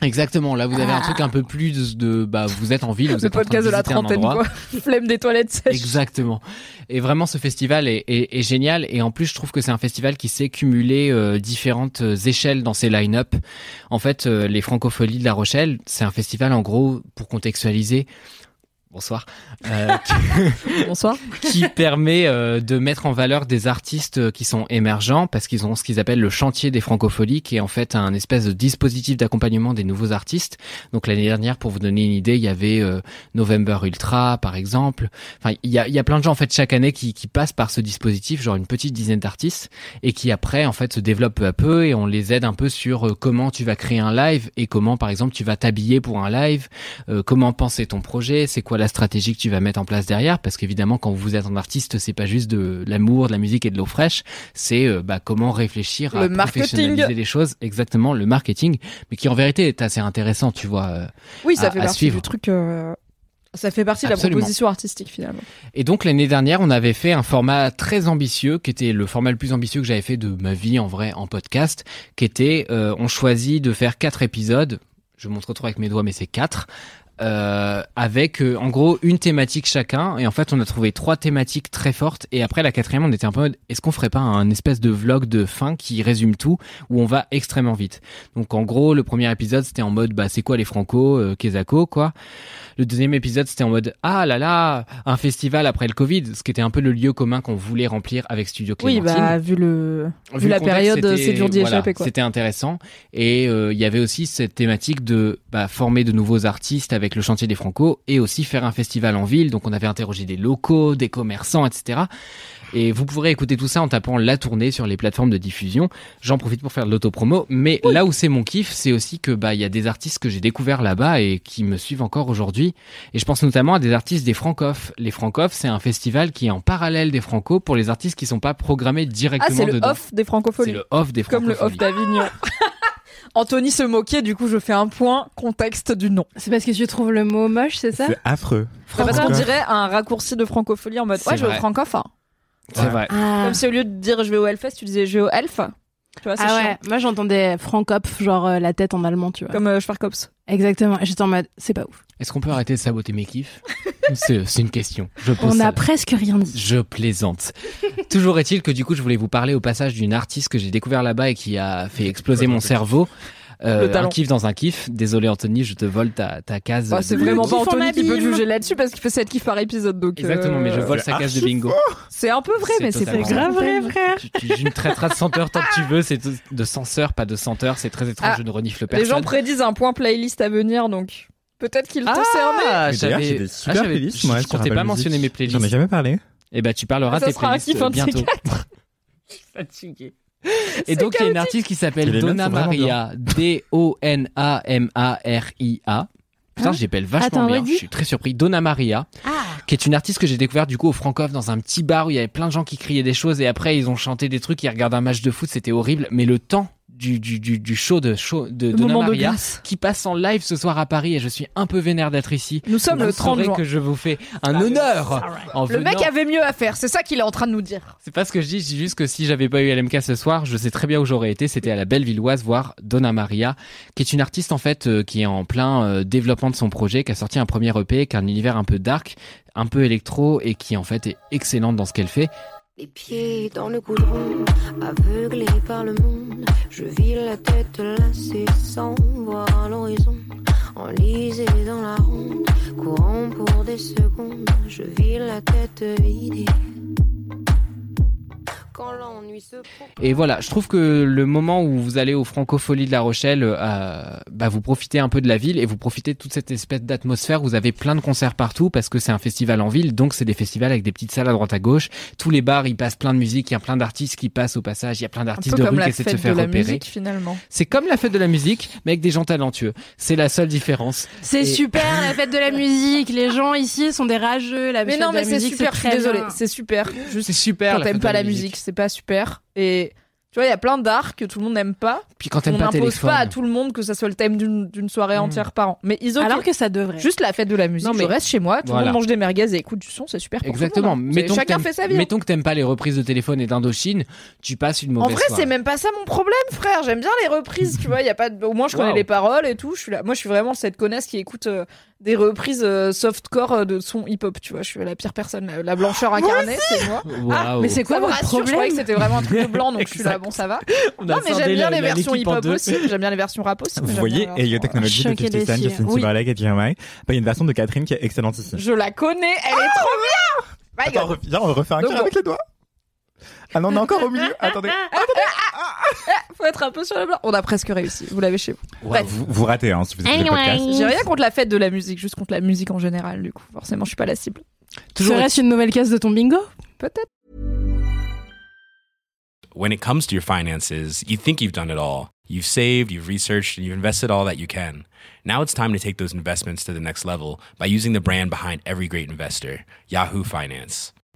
Speaker 7: Exactement, là vous avez un truc un peu plus de. Bah, vous êtes en ville, vous
Speaker 3: Le
Speaker 7: êtes en train
Speaker 3: podcast
Speaker 7: de,
Speaker 3: de la
Speaker 7: visiter un
Speaker 3: trentaine
Speaker 7: endroit.
Speaker 3: quoi. Flemme des toilettes sèches.
Speaker 7: Exactement. Et vraiment, ce festival est, est- est génial. Et en plus, je trouve que c'est un festival qui sait cumuler euh, différentes euh, échelles dans ses line-up. En fait, euh, les Francopholies de La Rochelle, c'est un festival, en gros, pour contextualiser. Bonsoir. Euh,
Speaker 3: Bonsoir.
Speaker 7: qui permet euh, de mettre en valeur des artistes euh, qui sont émergents parce qu'ils ont ce qu'ils appellent le chantier des francopholies qui est en fait un espèce de dispositif d'accompagnement des nouveaux artistes. Donc l'année dernière, pour vous donner une idée, il y avait euh, November Ultra par exemple. Enfin, il y a, il y a plein de gens en fait chaque année qui, qui passent par ce dispositif, genre une petite dizaine d'artistes et qui après en fait se développent peu à peu et on les aide un peu sur euh, comment tu vas créer un live et comment par exemple tu vas t'habiller pour un live euh, comment penser ton projet, c'est quoi la stratégie que tu vas mettre en place derrière, parce qu'évidemment quand vous êtes un artiste, c'est pas juste de l'amour, de la musique et de l'eau fraîche, c'est euh, bah, comment réfléchir à
Speaker 3: Le marketing.
Speaker 7: professionnaliser les choses, exactement le marketing, mais qui en vérité est assez intéressant, tu vois. euh,
Speaker 3: Oui, ça
Speaker 7: À-
Speaker 3: fait
Speaker 7: à
Speaker 3: partie
Speaker 7: suivre.
Speaker 3: du truc. euh, Ça fait partie de la
Speaker 7: Absolument.
Speaker 3: proposition artistique finalement.
Speaker 7: Et donc l'année dernière, on avait fait un format très ambitieux, qui était le format le plus ambitieux que j'avais fait de ma vie en vrai en podcast, qui était euh, on choisit de faire quatre épisodes. Je montre trop avec mes doigts, mais c'est quatre. euh, avec euh, en gros une thématique chacun et en fait on a trouvé trois thématiques très fortes et après la quatrième on était un peu en mode, est-ce qu'on ferait pas un espèce de vlog de fin qui résume tout où on va extrêmement vite donc en gros le premier épisode c'était en mode bah c'est quoi les franco euh, Kesako quoi le deuxième épisode, c'était en mode ah là là, un festival après le Covid, ce qui était un peu le lieu commun qu'on voulait remplir avec Studio
Speaker 3: Oui,
Speaker 7: Clémentine.
Speaker 3: bah vu le
Speaker 7: Vu
Speaker 3: vu
Speaker 7: le
Speaker 3: la
Speaker 7: contexte,
Speaker 3: période, euh,
Speaker 7: c'était-
Speaker 3: c'est dur d'y
Speaker 7: voilà,
Speaker 3: échapper, quoi.
Speaker 7: C'était intéressant et euh, il y avait aussi cette thématique de bah, former de nouveaux artistes avec le chantier des Franco et aussi faire un festival en ville. Donc on avait interrogé des locaux, des commerçants, etc. Et vous pourrez écouter tout ça en tapant la tournée sur les plateformes de diffusion. J'en profite pour faire de l'autopromo. Mais là où c'est mon kiff, c'est aussi que bah il y a des artistes que j'ai découverts là-bas et qui me suivent encore aujourd'hui. Et je pense notamment à des artistes des Francof. Les Francof, c'est un festival qui est en parallèle des Franco pour les artistes qui sont pas programmés
Speaker 3: Ah,
Speaker 7: directement
Speaker 3: c'est le
Speaker 7: dedans.
Speaker 3: off des
Speaker 7: C'est
Speaker 3: francophonies.
Speaker 7: le off des
Speaker 3: Comme le off
Speaker 7: francophonies.
Speaker 3: d'Avignon. Anthony se moquait, du coup je fais un point contexte du nom.
Speaker 2: C'est parce que tu trouves le mot moche, c'est ça
Speaker 6: C'est affreux.
Speaker 3: C'est parce qu'on
Speaker 6: Francophone.
Speaker 3: dirait un raccourci de francophonie en mode
Speaker 7: C'est
Speaker 3: ouais, je vais au
Speaker 7: vrai.
Speaker 3: francophone.
Speaker 7: C'est vrai.
Speaker 2: Ah,
Speaker 3: Comme si au lieu de dire je vais au Hellfest, tu disais je vais au Elf. Tu vois, c'est
Speaker 2: Ah
Speaker 3: chiant.
Speaker 2: ouais, moi j'entendais Frankopf, genre euh, la tête en allemand, tu vois.
Speaker 3: Comme euh, Schwarzkopf.
Speaker 2: Exactement. Et J'étais en mode, c'est pas ouf.
Speaker 7: Est-ce qu'on peut arrêter de saboter mes kiffs C'est c'est une question. Je pose
Speaker 2: On
Speaker 7: ça.
Speaker 2: n'a presque rien dit.
Speaker 7: Je plaisante. Toujours est-il que du coup, je voulais vous parler au passage d'une artiste que j'ai découvert là-bas et qui a fait exploser mon cerveau. Euh,
Speaker 3: Le talent.
Speaker 7: un kiff dans un kiff. Désolé Anthony, je te vole ta, ta case.
Speaker 3: Bah, c'est
Speaker 7: de-
Speaker 3: vraiment
Speaker 2: kiff
Speaker 3: pas
Speaker 2: en
Speaker 3: Anthony qui peut
Speaker 2: abîme.
Speaker 3: juger là-dessus parce qu'il fait 7 kiffs par épisode. Donc,
Speaker 7: Exactement, mais je
Speaker 3: euh,
Speaker 7: vole sa case de bingo.
Speaker 3: C'est un peu vrai,
Speaker 7: C'est
Speaker 3: mais c'est pas
Speaker 7: totalement
Speaker 3: grave.
Speaker 2: vrai, frère.
Speaker 7: Tu, tu- tu me traiteras de senteur tant que tu veux, c'est de- de censeur, pas de senteur, c'est très étrange,
Speaker 3: Ah,
Speaker 7: je ne renifle
Speaker 3: Les gens
Speaker 7: personne.
Speaker 3: prédisent un point playlist à venir, donc peut-être qu'ils t'ont
Speaker 7: Ah,
Speaker 3: cerné.
Speaker 7: Ah,
Speaker 6: Mais d'ailleurs, j'ai des
Speaker 7: ah,
Speaker 6: super
Speaker 7: j'avais-
Speaker 6: playlists,
Speaker 7: je-
Speaker 6: moi,
Speaker 7: je
Speaker 6: sur
Speaker 7: comptais
Speaker 6: Apple
Speaker 7: pas
Speaker 6: Music.
Speaker 7: mentionner mes
Speaker 6: J'en ai
Speaker 7: playlists.
Speaker 6: jamais parlé.
Speaker 7: Et bah, tu parleras
Speaker 3: Ça
Speaker 7: tes
Speaker 3: sera un
Speaker 7: playlists
Speaker 3: kiff, un
Speaker 7: euh,
Speaker 3: de ces
Speaker 7: bientôt. Et donc, il y a une artiste qui
Speaker 6: Et
Speaker 7: s'appelle
Speaker 6: les notes
Speaker 7: Donna
Speaker 6: sont vraiment
Speaker 7: Maria. D-O-N-A-M-A-R-I-A. Putain,
Speaker 2: Hein
Speaker 7: j'appelle vachement
Speaker 2: Attends,
Speaker 7: bien.
Speaker 2: redis.
Speaker 7: Je suis très surpris. Donna Maria,
Speaker 3: Ah.
Speaker 7: qui est une artiste que j'ai découvert du coup au Francoff dans un petit bar où il y avait plein de gens qui criaient des choses et après ils ont chanté des trucs, ils regardaient un match de foot, c'était horrible. Mais le temps du, du, du, du show de, show de Donna
Speaker 3: moment de
Speaker 7: Maria
Speaker 3: grâce.
Speaker 7: qui passe en live ce soir à Paris et je suis un peu vénère d'être ici.
Speaker 3: Nous sommes
Speaker 7: Vous
Speaker 3: le 30
Speaker 7: saurez
Speaker 3: juin.
Speaker 7: que je vous fais un honneur en
Speaker 3: Le
Speaker 7: venant
Speaker 3: mec avait mieux à faire, c'est ça qu'il est en train de nous dire.
Speaker 7: c'est pas ce que je dis, je dis juste que si j'avais pas eu LMK ce soir, je sais très bien où j'aurais été. C'était à la Bellevilloise voir Donna Maria, qui est une artiste en fait euh, qui est en plein euh, développement de son projet, qui a sorti un premier EP, qui a un univers un peu dark, un peu électro et qui en fait est excellente dans ce qu'elle fait.
Speaker 10: Les pieds dans le goudron, aveuglé par le monde, je vis la tête lassée sans voir l'horizon. Enlisé dans la ronde, courant pour des secondes, je vis la tête vidée. Quand l'ennui se
Speaker 7: Et voilà, je trouve que le moment où vous allez au Francofolie de La Rochelle, euh, bah vous profitez un peu de la ville et vous profitez de toute cette espèce d'atmosphère. Vous avez plein de concerts partout parce que c'est un festival en ville, donc c'est des festivals avec des petites salles à droite à gauche. Tous les bars, ils passent plein de musique, il y a plein d'artistes qui passent au passage, il y a plein
Speaker 3: Un
Speaker 7: d'artistes
Speaker 3: peu
Speaker 7: de
Speaker 3: comme
Speaker 7: rue qui
Speaker 3: la
Speaker 7: essaient de se
Speaker 3: fête
Speaker 7: faire
Speaker 3: de la
Speaker 7: repérer.
Speaker 3: musique finalement.
Speaker 7: C'est comme la fête de la musique, mais avec des gens talentueux. C'est la seule différence.
Speaker 2: C'est
Speaker 7: Et-
Speaker 2: super, la fête de la musique. Les gens ici sont des rageux. La
Speaker 3: Mais
Speaker 2: fête
Speaker 3: non,
Speaker 2: de la
Speaker 3: mais c'est
Speaker 2: musique,
Speaker 3: super, je suis
Speaker 2: très
Speaker 3: désolée,
Speaker 2: bien.
Speaker 3: c'est super.
Speaker 7: C'est
Speaker 3: Juste
Speaker 7: super.
Speaker 3: quand
Speaker 7: la
Speaker 3: t'aimes
Speaker 7: fête de
Speaker 3: pas la musique, c'est pas super. Et tu vois, il y a plein d'arts que tout le monde n'aime pas.
Speaker 7: Puis quand
Speaker 3: On
Speaker 7: t'aimes pas
Speaker 3: n'impose
Speaker 7: téléphone.
Speaker 3: pas à tout le monde que ça soit le thème d'une d'une soirée
Speaker 7: Mm.
Speaker 3: entière par an. Mais ils ont
Speaker 2: Alors que ça devrait.
Speaker 3: juste la fête de la musique.
Speaker 7: Non, mais-
Speaker 3: Je reste chez moi, tout le
Speaker 7: Voilà.
Speaker 3: monde mange des merguez et écoute du son, c'est super. Pour
Speaker 7: Exactement.
Speaker 3: Tout le monde, hein.
Speaker 7: Mettons
Speaker 3: C'est-
Speaker 7: que
Speaker 3: Chacun
Speaker 7: t'aimes-
Speaker 3: fait sa vie. hein.
Speaker 7: Mettons que t'aimes pas les reprises de téléphone et d'Indochine, tu passes une
Speaker 3: En
Speaker 7: mauvaise
Speaker 3: vrai,
Speaker 7: soirée.
Speaker 3: c'est même pas ça mon problème, frère. J'aime bien les reprises, tu vois. Y a pas de... Au moins, je connais
Speaker 7: Wow.
Speaker 3: les paroles et tout. Je suis là. Moi, je suis vraiment cette connasse qui écoute euh, des reprises euh, softcore euh, de son hip-hop, tu vois. Je suis la pire personne. La, la blancheur incarnée, Ah, c'est moi.
Speaker 7: Waouh.
Speaker 2: mais c'est quoi
Speaker 3: Ça me
Speaker 2: votre
Speaker 3: rassure, Je croyais
Speaker 2: problème
Speaker 3: que c'était vraiment un truc de blanc, donc je suis là.
Speaker 7: Exact.
Speaker 3: Bon, ça va.
Speaker 7: On a
Speaker 3: Non, mais
Speaker 7: scindé
Speaker 3: j'aime bien
Speaker 7: la-
Speaker 3: les
Speaker 7: la-
Speaker 3: versions
Speaker 7: l'équipe en
Speaker 3: hip-hop
Speaker 7: deux.
Speaker 3: aussi. J'aime bien les versions rap aussi. mais
Speaker 6: Vous
Speaker 3: j'aime
Speaker 6: voyez,
Speaker 3: bien les
Speaker 6: Elio
Speaker 3: versions-
Speaker 6: Technology de
Speaker 2: Choqué des
Speaker 6: Fifty Cent,
Speaker 2: filles.
Speaker 6: Justin
Speaker 2: Oui.
Speaker 6: Timberlake et Jeremiah. Bah, Il y a une version de Catherine qui est excellente ici.
Speaker 3: Je la connais, elle
Speaker 2: Oh
Speaker 3: est trop bien. My
Speaker 6: Attends,
Speaker 3: God.
Speaker 6: re- viens, on refait un
Speaker 3: Donc,
Speaker 6: cœur avec les doigts. Ah non, on est encore au milieu. Attendez.
Speaker 3: Faut être un peu sur le blanc. On a presque réussi. Vous l'avez chez vous.
Speaker 7: Waouh.
Speaker 6: Vous, vous ratez, hein, si vous écoutez le podcast.
Speaker 3: J'ai rien contre la fête de la musique, juste contre la musique en général. Du coup, forcément, je suis pas la cible.
Speaker 7: Toujours
Speaker 2: Serait-ce une nouvelle case de ton bingo
Speaker 3: Peut-être.
Speaker 1: when it comes to your finances, you think you've done it all. You've saved, you've researched, and you've invested all that you can. Now it's time to take those investments to the next level by using the brand behind every great investor, Yahoo Finance.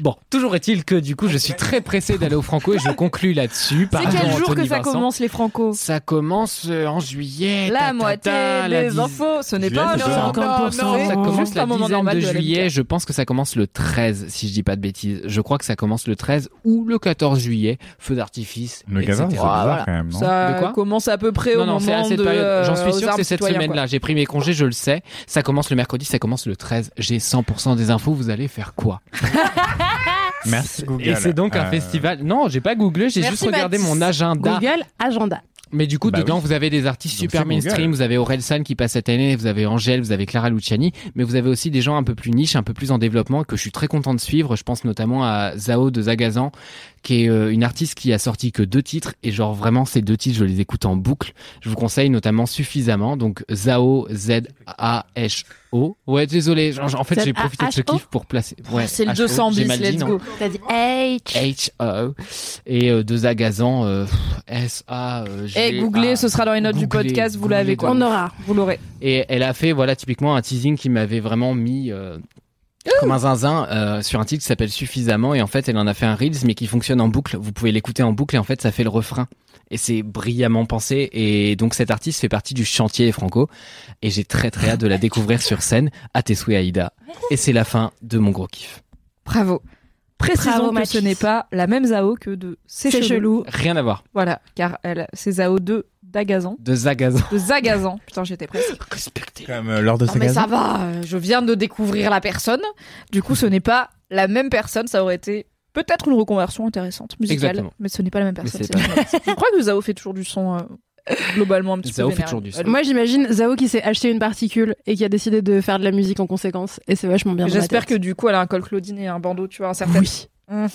Speaker 7: Bon, toujours est-il que du coup, je suis très pressé d'aller au Franco et je conclue là-dessus.
Speaker 3: C'est
Speaker 7: Pardon,
Speaker 3: quel jour
Speaker 7: Anthony
Speaker 3: que ça
Speaker 7: Vincent.
Speaker 3: commence les Franco
Speaker 7: Ça commence euh, en juillet. ta,
Speaker 3: La
Speaker 7: ta,
Speaker 3: moitié
Speaker 7: ta, la
Speaker 3: des
Speaker 7: dix-
Speaker 3: infos, ce n'est
Speaker 6: Juillet,
Speaker 3: pas
Speaker 6: c'est ça.
Speaker 3: non, non,
Speaker 2: 50%.
Speaker 3: non,
Speaker 7: Ça commence
Speaker 3: juste un
Speaker 7: la
Speaker 3: moment
Speaker 7: dizaine
Speaker 3: normal
Speaker 7: de
Speaker 3: la
Speaker 7: juillet.
Speaker 3: vie.
Speaker 7: Je pense que ça commence le 13, si je dis pas de bêtises. Je crois que ça commence le 13 ou le 14 juillet. Feu d'artifice.
Speaker 6: Le
Speaker 7: etc.
Speaker 6: gazon, c'est bizarre
Speaker 3: voilà.
Speaker 6: quand même, non
Speaker 7: De
Speaker 3: Ça
Speaker 7: quoi
Speaker 3: commence à peu près au
Speaker 7: Non, non, c'est à
Speaker 3: moment
Speaker 7: cette
Speaker 3: de.
Speaker 7: période. J'en suis
Speaker 3: euh,
Speaker 7: sûr
Speaker 3: aux
Speaker 7: que
Speaker 3: armes
Speaker 7: c'est cette
Speaker 3: citoyens, quoi.
Speaker 7: semaine-là. J'ai pris mes congés, je le sais. Ça commence le mercredi, ça commence le 13. J'ai 100% des infos. Vous allez faire quoi
Speaker 6: Merci Google.
Speaker 7: Et c'est donc un
Speaker 6: Euh,
Speaker 7: festival. Non, j'ai pas googlé, j'ai
Speaker 3: Merci,
Speaker 7: juste regardé
Speaker 3: Mathis.
Speaker 7: mon agenda.
Speaker 2: Google Agenda.
Speaker 7: Mais du coup,
Speaker 6: Bah
Speaker 7: dedans,
Speaker 6: oui.
Speaker 7: vous avez des artistes
Speaker 6: Donc
Speaker 7: super
Speaker 6: c'est Google.
Speaker 7: mainstream. Vous avez Aurel San qui passe cette année, vous avez Angèle, vous avez Clara Luciani, mais vous avez aussi des gens un peu plus niche, un peu plus en développement que je suis très content de suivre. Je pense notamment à Zao de Zagazan qui est euh, une artiste qui a sorti que deux titres et genre vraiment ces deux titres je les écoute en boucle. Je vous conseille notamment suffisamment donc Zao Z A H O. Ouais désolé, genre, genre, en fait j'ai profité de ce
Speaker 2: Z-A-H-O?
Speaker 7: kiff pour placer. Ouais,
Speaker 3: C'est le
Speaker 7: H-O,
Speaker 3: 210,
Speaker 7: Ah, j'ai mal dit,
Speaker 3: let's
Speaker 7: non
Speaker 3: go.
Speaker 5: T'as dit H.
Speaker 7: H O et euh, de Zagazan euh, S A euh, G.
Speaker 3: Eh, googlez, ce sera dans les notes du
Speaker 7: ah, Googlez,
Speaker 3: podcast, vous
Speaker 7: googlez
Speaker 3: l'avez quoi.
Speaker 2: On aura.
Speaker 3: Vous l'aurez.
Speaker 7: Et elle a fait, voilà, typiquement un teasing qui m'avait vraiment mis euh, comme un zinzin euh, sur un titre qui s'appelle Suffisamment. Et en fait, elle en a fait un Reels, mais qui fonctionne en boucle. Vous pouvez l'écouter en boucle et en fait, ça fait le refrain. Et c'est brillamment pensé. Et donc, cet artiste fait partie du chantier Franco. Et j'ai très très hâte de la découvrir sur scène à Tessoué Aïda. Et c'est la fin de mon gros kiff.
Speaker 3: Bravo. Précisons
Speaker 2: Bravo,
Speaker 3: que
Speaker 2: Mathis.
Speaker 3: ce n'est pas la même Zao que de C'est
Speaker 2: C'est
Speaker 3: chelou.
Speaker 7: Rien à voir.
Speaker 3: Voilà, car elle, c'est Zao 2 d'Agazan.
Speaker 7: De Zagazan.
Speaker 3: De Zagazan. Putain, j'étais presque.
Speaker 7: Respectez.
Speaker 6: Comme euh, lors de
Speaker 3: Non,
Speaker 6: ces
Speaker 3: mais
Speaker 6: gazons.
Speaker 3: ça va, euh, je viens de découvrir la personne. Du coup, ce n'est pas la même personne. Ça aurait été peut-être une reconversion intéressante musicale,
Speaker 7: Exactement.
Speaker 3: mais ce n'est pas la même
Speaker 7: Mais
Speaker 3: personne.
Speaker 7: c'est
Speaker 3: c'est la même personne. je crois que Zao fait toujours du son euh, globalement un petit
Speaker 7: Zao
Speaker 3: peu.
Speaker 7: fait
Speaker 3: vénère.
Speaker 7: toujours du son.
Speaker 3: Euh,
Speaker 2: Moi, j'imagine Zao qui s'est acheté une particule et qui a décidé de faire de la musique en conséquence. Et c'est vachement bien. dans ma
Speaker 3: J'espère que
Speaker 2: tête.
Speaker 3: du coup, elle a un col Claudine et un bandeau, tu vois, un certain.
Speaker 2: Oui.
Speaker 3: Mhm.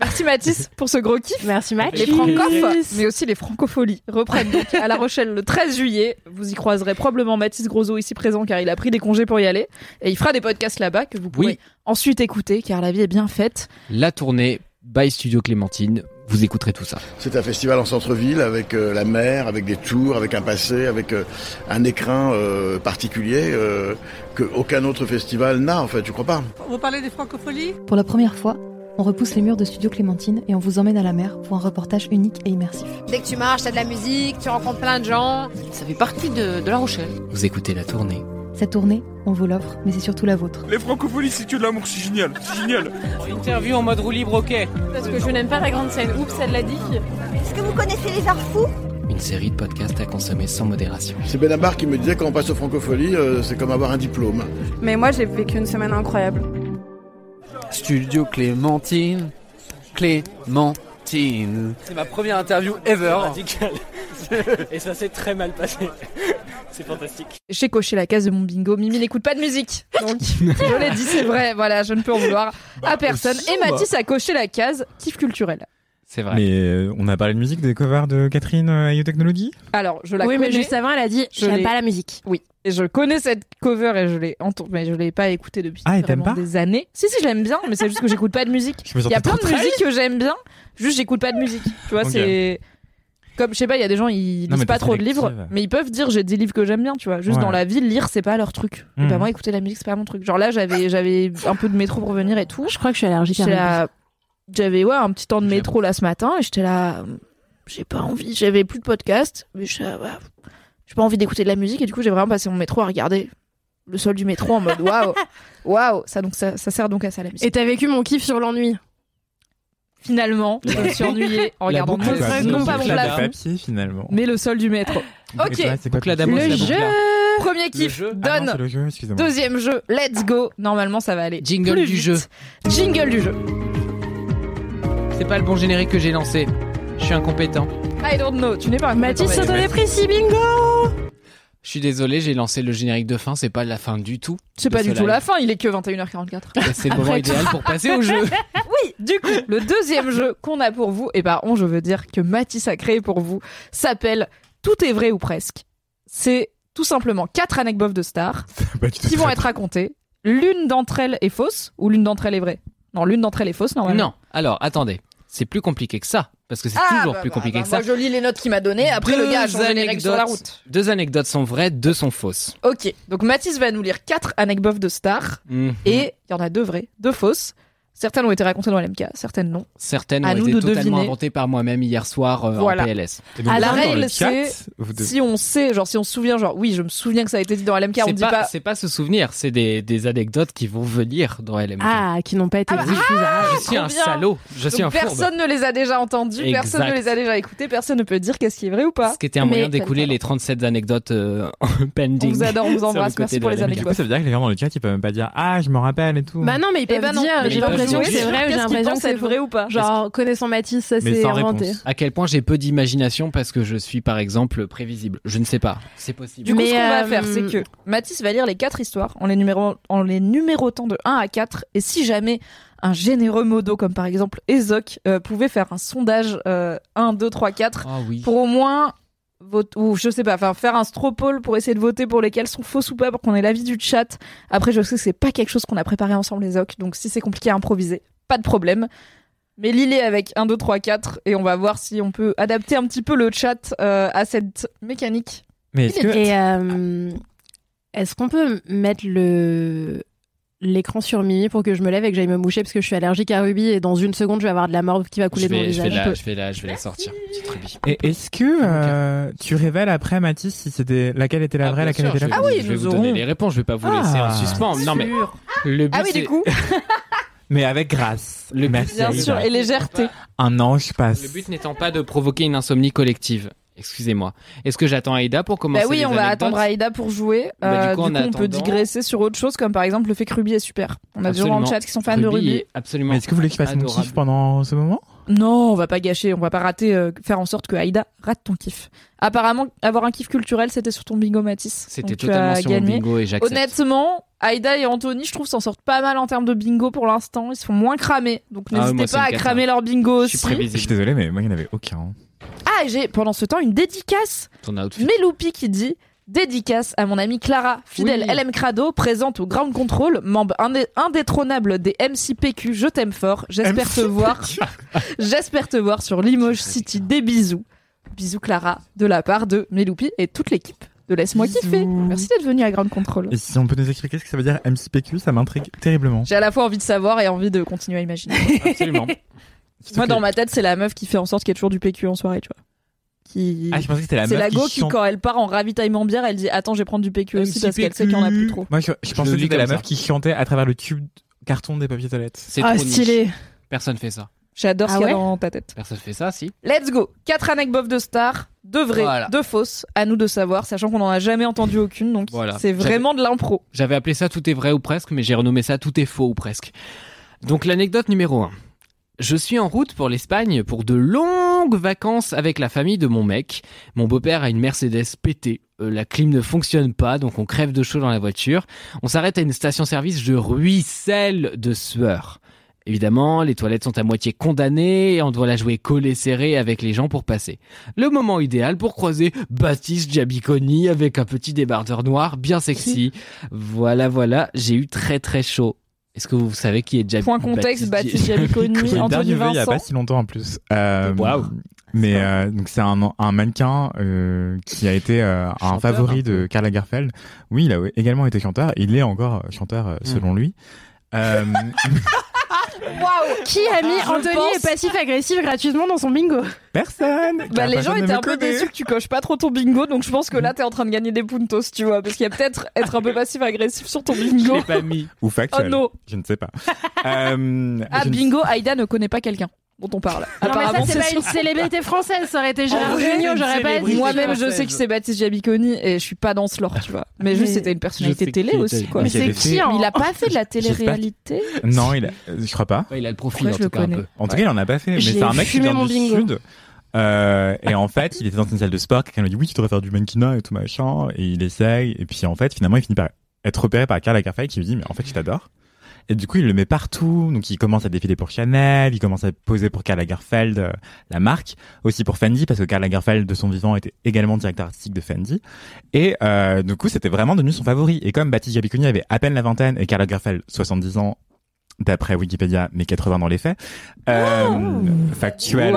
Speaker 3: Merci Mathis pour ce gros kiff.
Speaker 2: Merci, Max.
Speaker 3: Les francophes, mais aussi les francopholies reprennent donc à La Rochelle le 13 juillet. Vous y croiserez probablement Mathis Grosso ici présent car il a pris des congés pour y aller et il fera des podcasts là-bas que vous pourrez
Speaker 7: Oui.
Speaker 3: ensuite écouter car la vie est bien faite.
Speaker 7: La tournée by Studio Clémentine. Vous écouterez tout ça.
Speaker 11: C'est un festival en centre-ville avec euh, la mer, avec des tours, avec un passé, avec euh, un écrin euh, particulier euh, que aucun autre festival n'a en fait, tu crois pas
Speaker 9: Vous parlez des francopholies
Speaker 12: Pour la première fois, on repousse les murs de Studio Clémentine et on vous emmène à la mer pour un reportage unique et immersif.
Speaker 9: Dès que tu marches, t'as de la musique, tu rencontres plein de gens.
Speaker 5: Ça fait partie de, de La Rochelle.
Speaker 7: Vous écoutez la tournée.
Speaker 12: Cette tournée, on vous l'offre, mais c'est surtout la vôtre.
Speaker 8: Les francophonies, c'est que de l'amour, c'est génial, c'est génial.
Speaker 7: Interview en mode roue libre, ok.
Speaker 5: Parce que je n'aime pas la grande scène. Oups, elle l'a dit.
Speaker 7: Une série de podcasts à consommer sans modération.
Speaker 11: C'est Benabar qui me disait quand on passe aux francopholies, euh, c'est comme avoir un diplôme.
Speaker 9: Mais moi, j'ai vécu une semaine incroyable.
Speaker 8: Studio Clémentine. Clémentine. C'est ma première interview ever.
Speaker 13: Et ça s'est très mal passé. C'est fantastique.
Speaker 3: J'ai coché la case de mon bingo. Mimi n'écoute pas de musique. Donc, je l'ai dit, c'est vrai. Voilà, je ne peux en vouloir à personne.
Speaker 6: aussi,
Speaker 3: Et
Speaker 6: bah.
Speaker 3: Mathis a coché la case kiff culturel.
Speaker 7: C'est vrai.
Speaker 6: Mais euh, on a parlé de musique des covers de Catherine euh, à IO Technology.
Speaker 3: Alors, je la
Speaker 2: Oui,
Speaker 3: connais.
Speaker 2: mais juste avant, elle a dit
Speaker 3: Je
Speaker 2: j'aime
Speaker 3: l'ai.
Speaker 2: pas la musique.
Speaker 3: Oui, et je connais cette cover et je l'ai entendue, mais je l'ai pas écoutée depuis
Speaker 6: Ah, et t'aimes
Speaker 3: vraiment
Speaker 6: pas
Speaker 3: des années. Si si, je l'aime bien, mais c'est juste que j'écoute pas de musique.
Speaker 6: Je me
Speaker 3: Il y a
Speaker 6: sentais
Speaker 3: plein
Speaker 6: trop
Speaker 3: de musiques que j'aime bien, juste j'écoute pas de musique. Tu vois,
Speaker 6: Ok.
Speaker 3: c'est comme je sais pas, il y a des gens ils
Speaker 6: Non,
Speaker 3: lisent
Speaker 6: mais
Speaker 3: pas
Speaker 6: t'es
Speaker 3: trop de
Speaker 6: sélective.
Speaker 3: livres, mais ils peuvent dire j'ai des livres que j'aime bien, tu vois. Juste
Speaker 6: Ouais.
Speaker 3: dans la vie, lire c'est pas leur truc. Et
Speaker 6: Mhm.
Speaker 3: bah, moi écouter la musique c'est pas mon truc. Genre là, j'avais j'avais un peu de métro pour venir et tout.
Speaker 2: Je crois que je suis allergique à
Speaker 3: J'étais
Speaker 2: la
Speaker 3: là- J'avais ouais, un petit temps de métro là ce matin et j'étais là. J'ai pas envie, j'avais plus de podcast, mais j'étais là, bah, j'ai pas envie d'écouter de la musique et du coup j'ai vraiment passé mon métro à regarder le sol du métro en mode waouh, waouh, ça, donc, ça, ça sert donc à ça la musique.
Speaker 2: Et t'as vécu mon kiff sur l'ennui.
Speaker 3: finalement, je me suis ennuyée en
Speaker 7: La
Speaker 3: regardant
Speaker 7: boucle,
Speaker 3: non-
Speaker 7: quoi.
Speaker 3: non pas mon
Speaker 7: Boucle à
Speaker 6: plat
Speaker 3: plafond,
Speaker 6: papier finalement.
Speaker 3: mais le sol du métro.
Speaker 6: Et
Speaker 3: Ok,
Speaker 6: toi, c'est quoi
Speaker 7: Boucle à
Speaker 6: ton
Speaker 7: Damos,
Speaker 6: kiff
Speaker 7: la
Speaker 3: le
Speaker 7: boucle
Speaker 3: jeu,
Speaker 7: là.
Speaker 3: premier
Speaker 7: Le
Speaker 3: kiff,
Speaker 7: jeu.
Speaker 6: Ah
Speaker 3: donne
Speaker 6: non, c'est le jeu, excusez-moi.
Speaker 3: Deuxième jeu, let's go. Normalement, ça va aller.
Speaker 7: Jingle
Speaker 3: plus
Speaker 7: du
Speaker 3: vite.
Speaker 7: jeu.
Speaker 3: Jingle du jeu.
Speaker 7: C'est pas le bon générique que j'ai lancé. Je suis incompétent.
Speaker 3: I don't know. Tu n'es pas un
Speaker 2: Mathis
Speaker 3: compétent, Mathis.
Speaker 2: s'autodéprécie, bingo
Speaker 7: Je suis désolé, j'ai lancé le générique de fin. C'est pas la fin du tout.
Speaker 3: C'est pas
Speaker 7: Le
Speaker 3: du tout
Speaker 7: soleil.
Speaker 3: la fin. Il est que 21h44.
Speaker 7: Et C'est le moment idéal pour passer au jeu.
Speaker 3: Du coup, le deuxième jeu qu'on a pour vous, et par on, je veux dire que Mathis a créé pour vous, s'appelle Tout est vrai ou presque. C'est tout simplement quatre anecdotes de stars
Speaker 6: Bah, tu te
Speaker 3: qui vont
Speaker 6: serais-
Speaker 3: être racontées. L'une d'entre elles est fausse ou l'une d'entre elles est vraie. Non, l'une d'entre elles est fausse normalement.
Speaker 7: Non, alors attendez. C'est plus compliqué que ça. Parce que c'est
Speaker 3: Ah,
Speaker 7: toujours
Speaker 3: bah,
Speaker 7: plus
Speaker 3: bah,
Speaker 7: compliqué
Speaker 3: bah,
Speaker 7: que ça.
Speaker 3: moi, je lis les notes qu'il m'a données. Après,
Speaker 7: Deux
Speaker 3: le gars a changé les règles sur la
Speaker 7: anecdotes.
Speaker 3: route.
Speaker 7: Deux anecdotes sont vraies, deux sont fausses.
Speaker 3: Ok, donc Mathis va nous lire quatre anecdotes de stars
Speaker 7: Mhm.
Speaker 3: et il y en a deux vraies, deux fausses. Certaines ont été racontées dans l'MK, certaines non.
Speaker 7: Certaines
Speaker 3: à
Speaker 7: ont
Speaker 3: nous
Speaker 7: été
Speaker 3: de
Speaker 7: totalement
Speaker 3: deviner.
Speaker 7: inventées par moi-même hier soir euh,
Speaker 3: Voilà.
Speaker 7: en PLS.
Speaker 6: Et donc,
Speaker 3: à la
Speaker 6: dans le
Speaker 3: règle,
Speaker 6: chat,
Speaker 3: c'est-
Speaker 6: vous devez-
Speaker 3: Si on sait, genre si on se souvient, genre oui, je me souviens que ça a été dit dans l'MK, on
Speaker 7: C'est
Speaker 3: dit
Speaker 7: pas,
Speaker 3: pas
Speaker 7: c'est pas se souvenir, c'est des, des anecdotes qui vont venir dans LMK.
Speaker 2: Ah, qui n'ont pas été
Speaker 3: Ah bah,
Speaker 2: diffusées.
Speaker 7: je suis
Speaker 3: trop
Speaker 7: un
Speaker 3: bien.
Speaker 7: salaud, je suis
Speaker 3: Donc
Speaker 7: un fourbe.
Speaker 3: personne ne les a déjà entendus,
Speaker 7: Exact.
Speaker 3: personne ne les a déjà écoutés, personne ne peut dire qu'est-ce qui est vrai ou pas.
Speaker 7: Ce qui était un
Speaker 3: Mais
Speaker 7: moyen
Speaker 3: quel
Speaker 7: d'écouler
Speaker 3: talent.
Speaker 7: les 37 anecdotes euh,
Speaker 3: On
Speaker 7: pending.
Speaker 3: vous adore, on vous
Speaker 7: Sur le
Speaker 3: embrasse,
Speaker 7: côté
Speaker 3: merci
Speaker 7: de
Speaker 3: pour
Speaker 7: la
Speaker 3: les
Speaker 7: lame.
Speaker 6: Du coup,
Speaker 3: anecdotes.
Speaker 6: ça veut dire que les gens dans le chat, ils peuvent même pas dire Ah, je m'en rappelle et tout.
Speaker 2: Bah non, mais ils
Speaker 3: Eh
Speaker 2: peuvent
Speaker 3: ben non,
Speaker 2: dire,
Speaker 7: mais
Speaker 2: j'ai
Speaker 7: ils peuvent
Speaker 2: l'impression que
Speaker 7: jouer
Speaker 2: c'est
Speaker 7: sur
Speaker 2: vrai, j'ai
Speaker 3: qu'est-ce qu'ils
Speaker 2: l'impression
Speaker 3: pensent
Speaker 2: que c'est
Speaker 3: être vrai
Speaker 2: vrai.
Speaker 3: ou pas.
Speaker 2: Genre, connaissant Mathis, ça
Speaker 6: mais
Speaker 2: c'est
Speaker 6: sans
Speaker 2: inventé.
Speaker 6: réponse.
Speaker 7: À quel point j'ai peu d'imagination parce que je suis par exemple prévisible. Je ne sais pas, c'est possible.
Speaker 3: Du coup,
Speaker 2: Mais,
Speaker 3: ce qu'on va
Speaker 2: euh,
Speaker 3: faire, c'est que Mathis va lire les quatre histoires en les, numéro... en les numérotant de 1 à 4. Et si jamais un généreux modo comme par exemple Ezoc euh, pouvait faire un sondage euh, 1, 2, 3, 4
Speaker 7: Ah oui.
Speaker 3: pour au moins vote- ou je sais pas, enfin faire un straw poll pour essayer de voter pour lesquelles sont fausses ou pas pour qu'on ait l'avis du chat. Après, je sais que c'est pas quelque chose qu'on a préparé ensemble les ocs, donc si c'est compliqué à improviser, pas de problème. Mais l'îler avec 1, 2, 3, 4 et on va voir si on peut adapter un petit peu le chat euh, à cette mécanique.
Speaker 6: Mais
Speaker 3: est-ce que-
Speaker 2: Et euh, est-ce qu'on peut mettre le l'écran sur Mimi pour que je me lève et que j'aille me moucher parce que je suis allergique à Ruby et dans une seconde je vais avoir de la morve qui va couler
Speaker 7: Je
Speaker 2: de mon
Speaker 7: vais, je vais
Speaker 2: visage.
Speaker 7: la, je vais la, je vais la sortir. Petite Ruby.
Speaker 6: Et est-ce que euh, tu révèles après, Mathis, si c'était laquelle était la vraie,
Speaker 7: Ah, Bien
Speaker 6: laquelle
Speaker 7: sûr,
Speaker 6: était
Speaker 7: je
Speaker 6: la
Speaker 3: Ah
Speaker 7: vais vous- je vais vous donner les réponses, je vais pas vous
Speaker 6: Ah.
Speaker 7: laisser en suspens. Non mais le but
Speaker 3: Ah oui,
Speaker 7: c'est-
Speaker 3: du coup,
Speaker 6: Mais avec grâce.
Speaker 7: Le
Speaker 6: Merci.
Speaker 3: bien sûr, et légèreté.
Speaker 6: Un ange passe.
Speaker 7: Le but n'étant pas de provoquer une insomnie collective. Excusez-moi. Est-ce que j'attends Aïda pour commencer
Speaker 3: Bah oui,
Speaker 7: les
Speaker 3: on va
Speaker 7: anecdotes
Speaker 3: attendre Aïda pour jouer.
Speaker 7: Bah, du
Speaker 3: Euh,
Speaker 7: coup, en
Speaker 3: on peut
Speaker 7: attendant-
Speaker 3: digresser sur autre chose, comme par exemple le fait que Ruby est super. On a des gens dans le
Speaker 7: Absolument.
Speaker 3: chat qui sont fans de
Speaker 7: Ruby
Speaker 3: Ruby.
Speaker 7: est Absolument.
Speaker 6: Mais est-ce que vous voulez que je fasse mon
Speaker 7: adorable.
Speaker 6: kiff pendant ce moment
Speaker 3: Non, on va pas gâcher, on va pas rater, euh, faire en sorte que Aïda rate ton kiff. Apparemment, avoir un kiff culturel, c'était sur ton bingo, Matisse.
Speaker 7: C'était
Speaker 3: Donc, tu
Speaker 7: totalement
Speaker 3: as
Speaker 7: sur mon
Speaker 3: gagné.
Speaker 7: bingo et j'accepte.
Speaker 3: Honnêtement, Aïda et Anthony, je trouve, s'en sortent pas mal en termes de bingo pour l'instant. Ils se font moins cramer. Donc
Speaker 6: Ah ouais,
Speaker 3: n'hésitez
Speaker 6: moi, c'est
Speaker 3: pas à
Speaker 6: une cata.
Speaker 3: cramer leur bingo aussi.
Speaker 6: Je suis désolé, mais moi, il n'y en avait aucun.
Speaker 3: Ah, et j'ai pendant ce temps une dédicace.
Speaker 7: Ton outfit.
Speaker 3: Meloupi qui dit Dédicace à mon amie Clara, fidèle
Speaker 7: Oui.
Speaker 3: LM Crado, présente au Ground Control, membre indé- indétrônable des MCPQ. Je t'aime fort. J'espère te voir. J'espère te voir sur Limoges City. Des bisous. Bisous Clara, de la part de Meloupi et toute l'équipe de Laisse-moi kiffer. Merci d'être venu à Ground Control.
Speaker 6: Et si on peut nous expliquer ce que ça veut dire MCPQ, ça m'intrigue terriblement.
Speaker 3: J'ai à la fois envie de savoir et envie de continuer à imaginer.
Speaker 7: Absolument.
Speaker 3: Moi,
Speaker 6: que-
Speaker 3: dans ma tête, c'est la meuf qui fait en sorte qu'il y ait toujours du PQ en soirée, tu vois. Qui...
Speaker 6: Ah, je pensais que c'était la
Speaker 3: C'est
Speaker 6: meuf
Speaker 3: la
Speaker 6: qui
Speaker 3: go qui,
Speaker 6: chante. Ah,
Speaker 3: quand elle part en ravitaillement bière, elle dit Attends, je vais prendre du PQ aussi parce qu'elle sait qu'il y en a plus trop.
Speaker 6: Moi, je, je pensais
Speaker 7: le
Speaker 6: que
Speaker 7: lis
Speaker 6: c'était la
Speaker 7: comme
Speaker 6: meuf
Speaker 7: ça.
Speaker 6: qui chantait à travers le tube de- carton des papiers toilettes.
Speaker 7: C'est
Speaker 3: Ah,
Speaker 7: trop
Speaker 2: Oh,
Speaker 7: niche. Personne fait ça.
Speaker 3: J'adore ce
Speaker 7: Ah
Speaker 3: qu'il y a
Speaker 7: ouais
Speaker 3: dans ta tête.
Speaker 7: Personne fait ça, si.
Speaker 3: Let's go Quatre anecdotes bof de stars, deux vraies,
Speaker 7: Voilà.
Speaker 3: deux fausses, à nous de savoir, sachant qu'on n'en a jamais entendu aucune, donc
Speaker 7: Voilà.
Speaker 3: c'est vraiment de l'impro.
Speaker 7: J'avais appelé ça tout est vrai ou presque, mais j'ai renommé ça tout est faux ou presque. Donc l'anecdote numéro 1. Je suis en route pour l'Espagne pour de longues vacances avec la famille de mon mec. Mon beau-père a une Mercedes pétée. Euh, la clim ne fonctionne pas, donc on crève de chaud dans la voiture. On s'arrête à une station-service, je ruisselle de sueur. Évidemment, les toilettes sont à moitié condamnées et on doit la jouer collée serrée avec les gens pour passer. Le moment idéal pour croiser Baptiste Giabiconi avec un petit débardeur noir bien sexy. Voilà, voilà, j'ai eu très très chaud. Est-ce que vous savez qui est Giab-
Speaker 3: Point contexte, Baptiste
Speaker 7: Gia-
Speaker 3: Giabiconi,
Speaker 6: Il est
Speaker 3: Anthony
Speaker 6: arrivé il y a pas
Speaker 3: Vincent.
Speaker 6: si longtemps en plus. Euh, Mais euh, donc c'est un, un mannequin euh, qui a été euh, un
Speaker 7: Chanteur,
Speaker 6: favori
Speaker 7: un
Speaker 6: de Karl Lagerfeld. Oui, il a également été chanteur. Il est encore euh, chanteur
Speaker 3: Mm.
Speaker 6: euh, selon lui. Euh,
Speaker 3: Waouh
Speaker 2: Qui a mis
Speaker 3: Je
Speaker 2: Anthony
Speaker 3: pense-
Speaker 2: est passif-agressif gratuitement dans son bingo
Speaker 6: Personne
Speaker 3: Bah, les gens
Speaker 2: personne ne
Speaker 3: étaient
Speaker 2: me
Speaker 3: un peu
Speaker 2: connaît.
Speaker 3: déçus que tu coches pas trop ton bingo, donc je pense que là t'es en train de gagner des puntos, tu vois, parce qu'il y a peut-être être un peu passif-agressif sur ton
Speaker 7: Je
Speaker 3: bingo.
Speaker 7: l'ai pas mis.
Speaker 6: ou factuel.
Speaker 3: Oh non.
Speaker 6: Je ne sais pas. Euh,
Speaker 3: Ah,
Speaker 6: je ne-
Speaker 3: bingo, Aïda ne connaît pas quelqu'un dont on parle.
Speaker 2: Non, mais ça,
Speaker 3: Apparemment,
Speaker 2: c'est pas
Speaker 3: sûr.
Speaker 2: une célébrité française, ça aurait été Gérard Jugnot, j'aurais pas dit.
Speaker 3: Moi-même, je sais que c'est Baptiste Giabiconi et je suis pas dans ce lore, tu vois. Mais juste,
Speaker 2: Mais-
Speaker 3: c'était une
Speaker 7: Je
Speaker 3: personnalité
Speaker 7: sais qui
Speaker 3: télé
Speaker 7: était-
Speaker 3: aussi, quoi.
Speaker 6: Mais c'est Mais qui, qui, hein
Speaker 3: Il a pas fait de la
Speaker 6: J'espère-
Speaker 3: télé-réalité
Speaker 6: Non, il a- euh, je crois pas.
Speaker 7: Ouais, il a le profil
Speaker 3: Pourquoi
Speaker 7: en
Speaker 3: je le
Speaker 7: tout cas un
Speaker 3: connais
Speaker 7: peu.
Speaker 6: En tout cas, il en a pas fait. Mais
Speaker 2: J'ai
Speaker 6: c'est un mec qui
Speaker 2: fumé
Speaker 6: vient
Speaker 2: mon
Speaker 6: du
Speaker 2: bingo.
Speaker 6: sud. Euh, et en fait, il était dans une salle de sport. Quelqu'un lui dit oui, tu devrais faire du mannequinat et tout machin. Et il essaye. Et puis en fait, finalement, il finit par être repéré par Karl Lagerfeld qui lui dit mais en fait, je t'adore. Et du coup, il le met partout. Donc, il commence à défiler pour Chanel. Il commence à poser pour Karl Lagerfeld, euh, la marque. Aussi pour Fendi, parce que Karl Lagerfeld, de son vivant, était également directeur artistique de Fendi. Et euh, du coup, c'était vraiment devenu son favori. Et comme Baptiste Gabiconi avait à peine la vingtaine et Karl Lagerfeld 70 ans, d'après Wikipédia, mais 80 dans les faits, euh, factuel,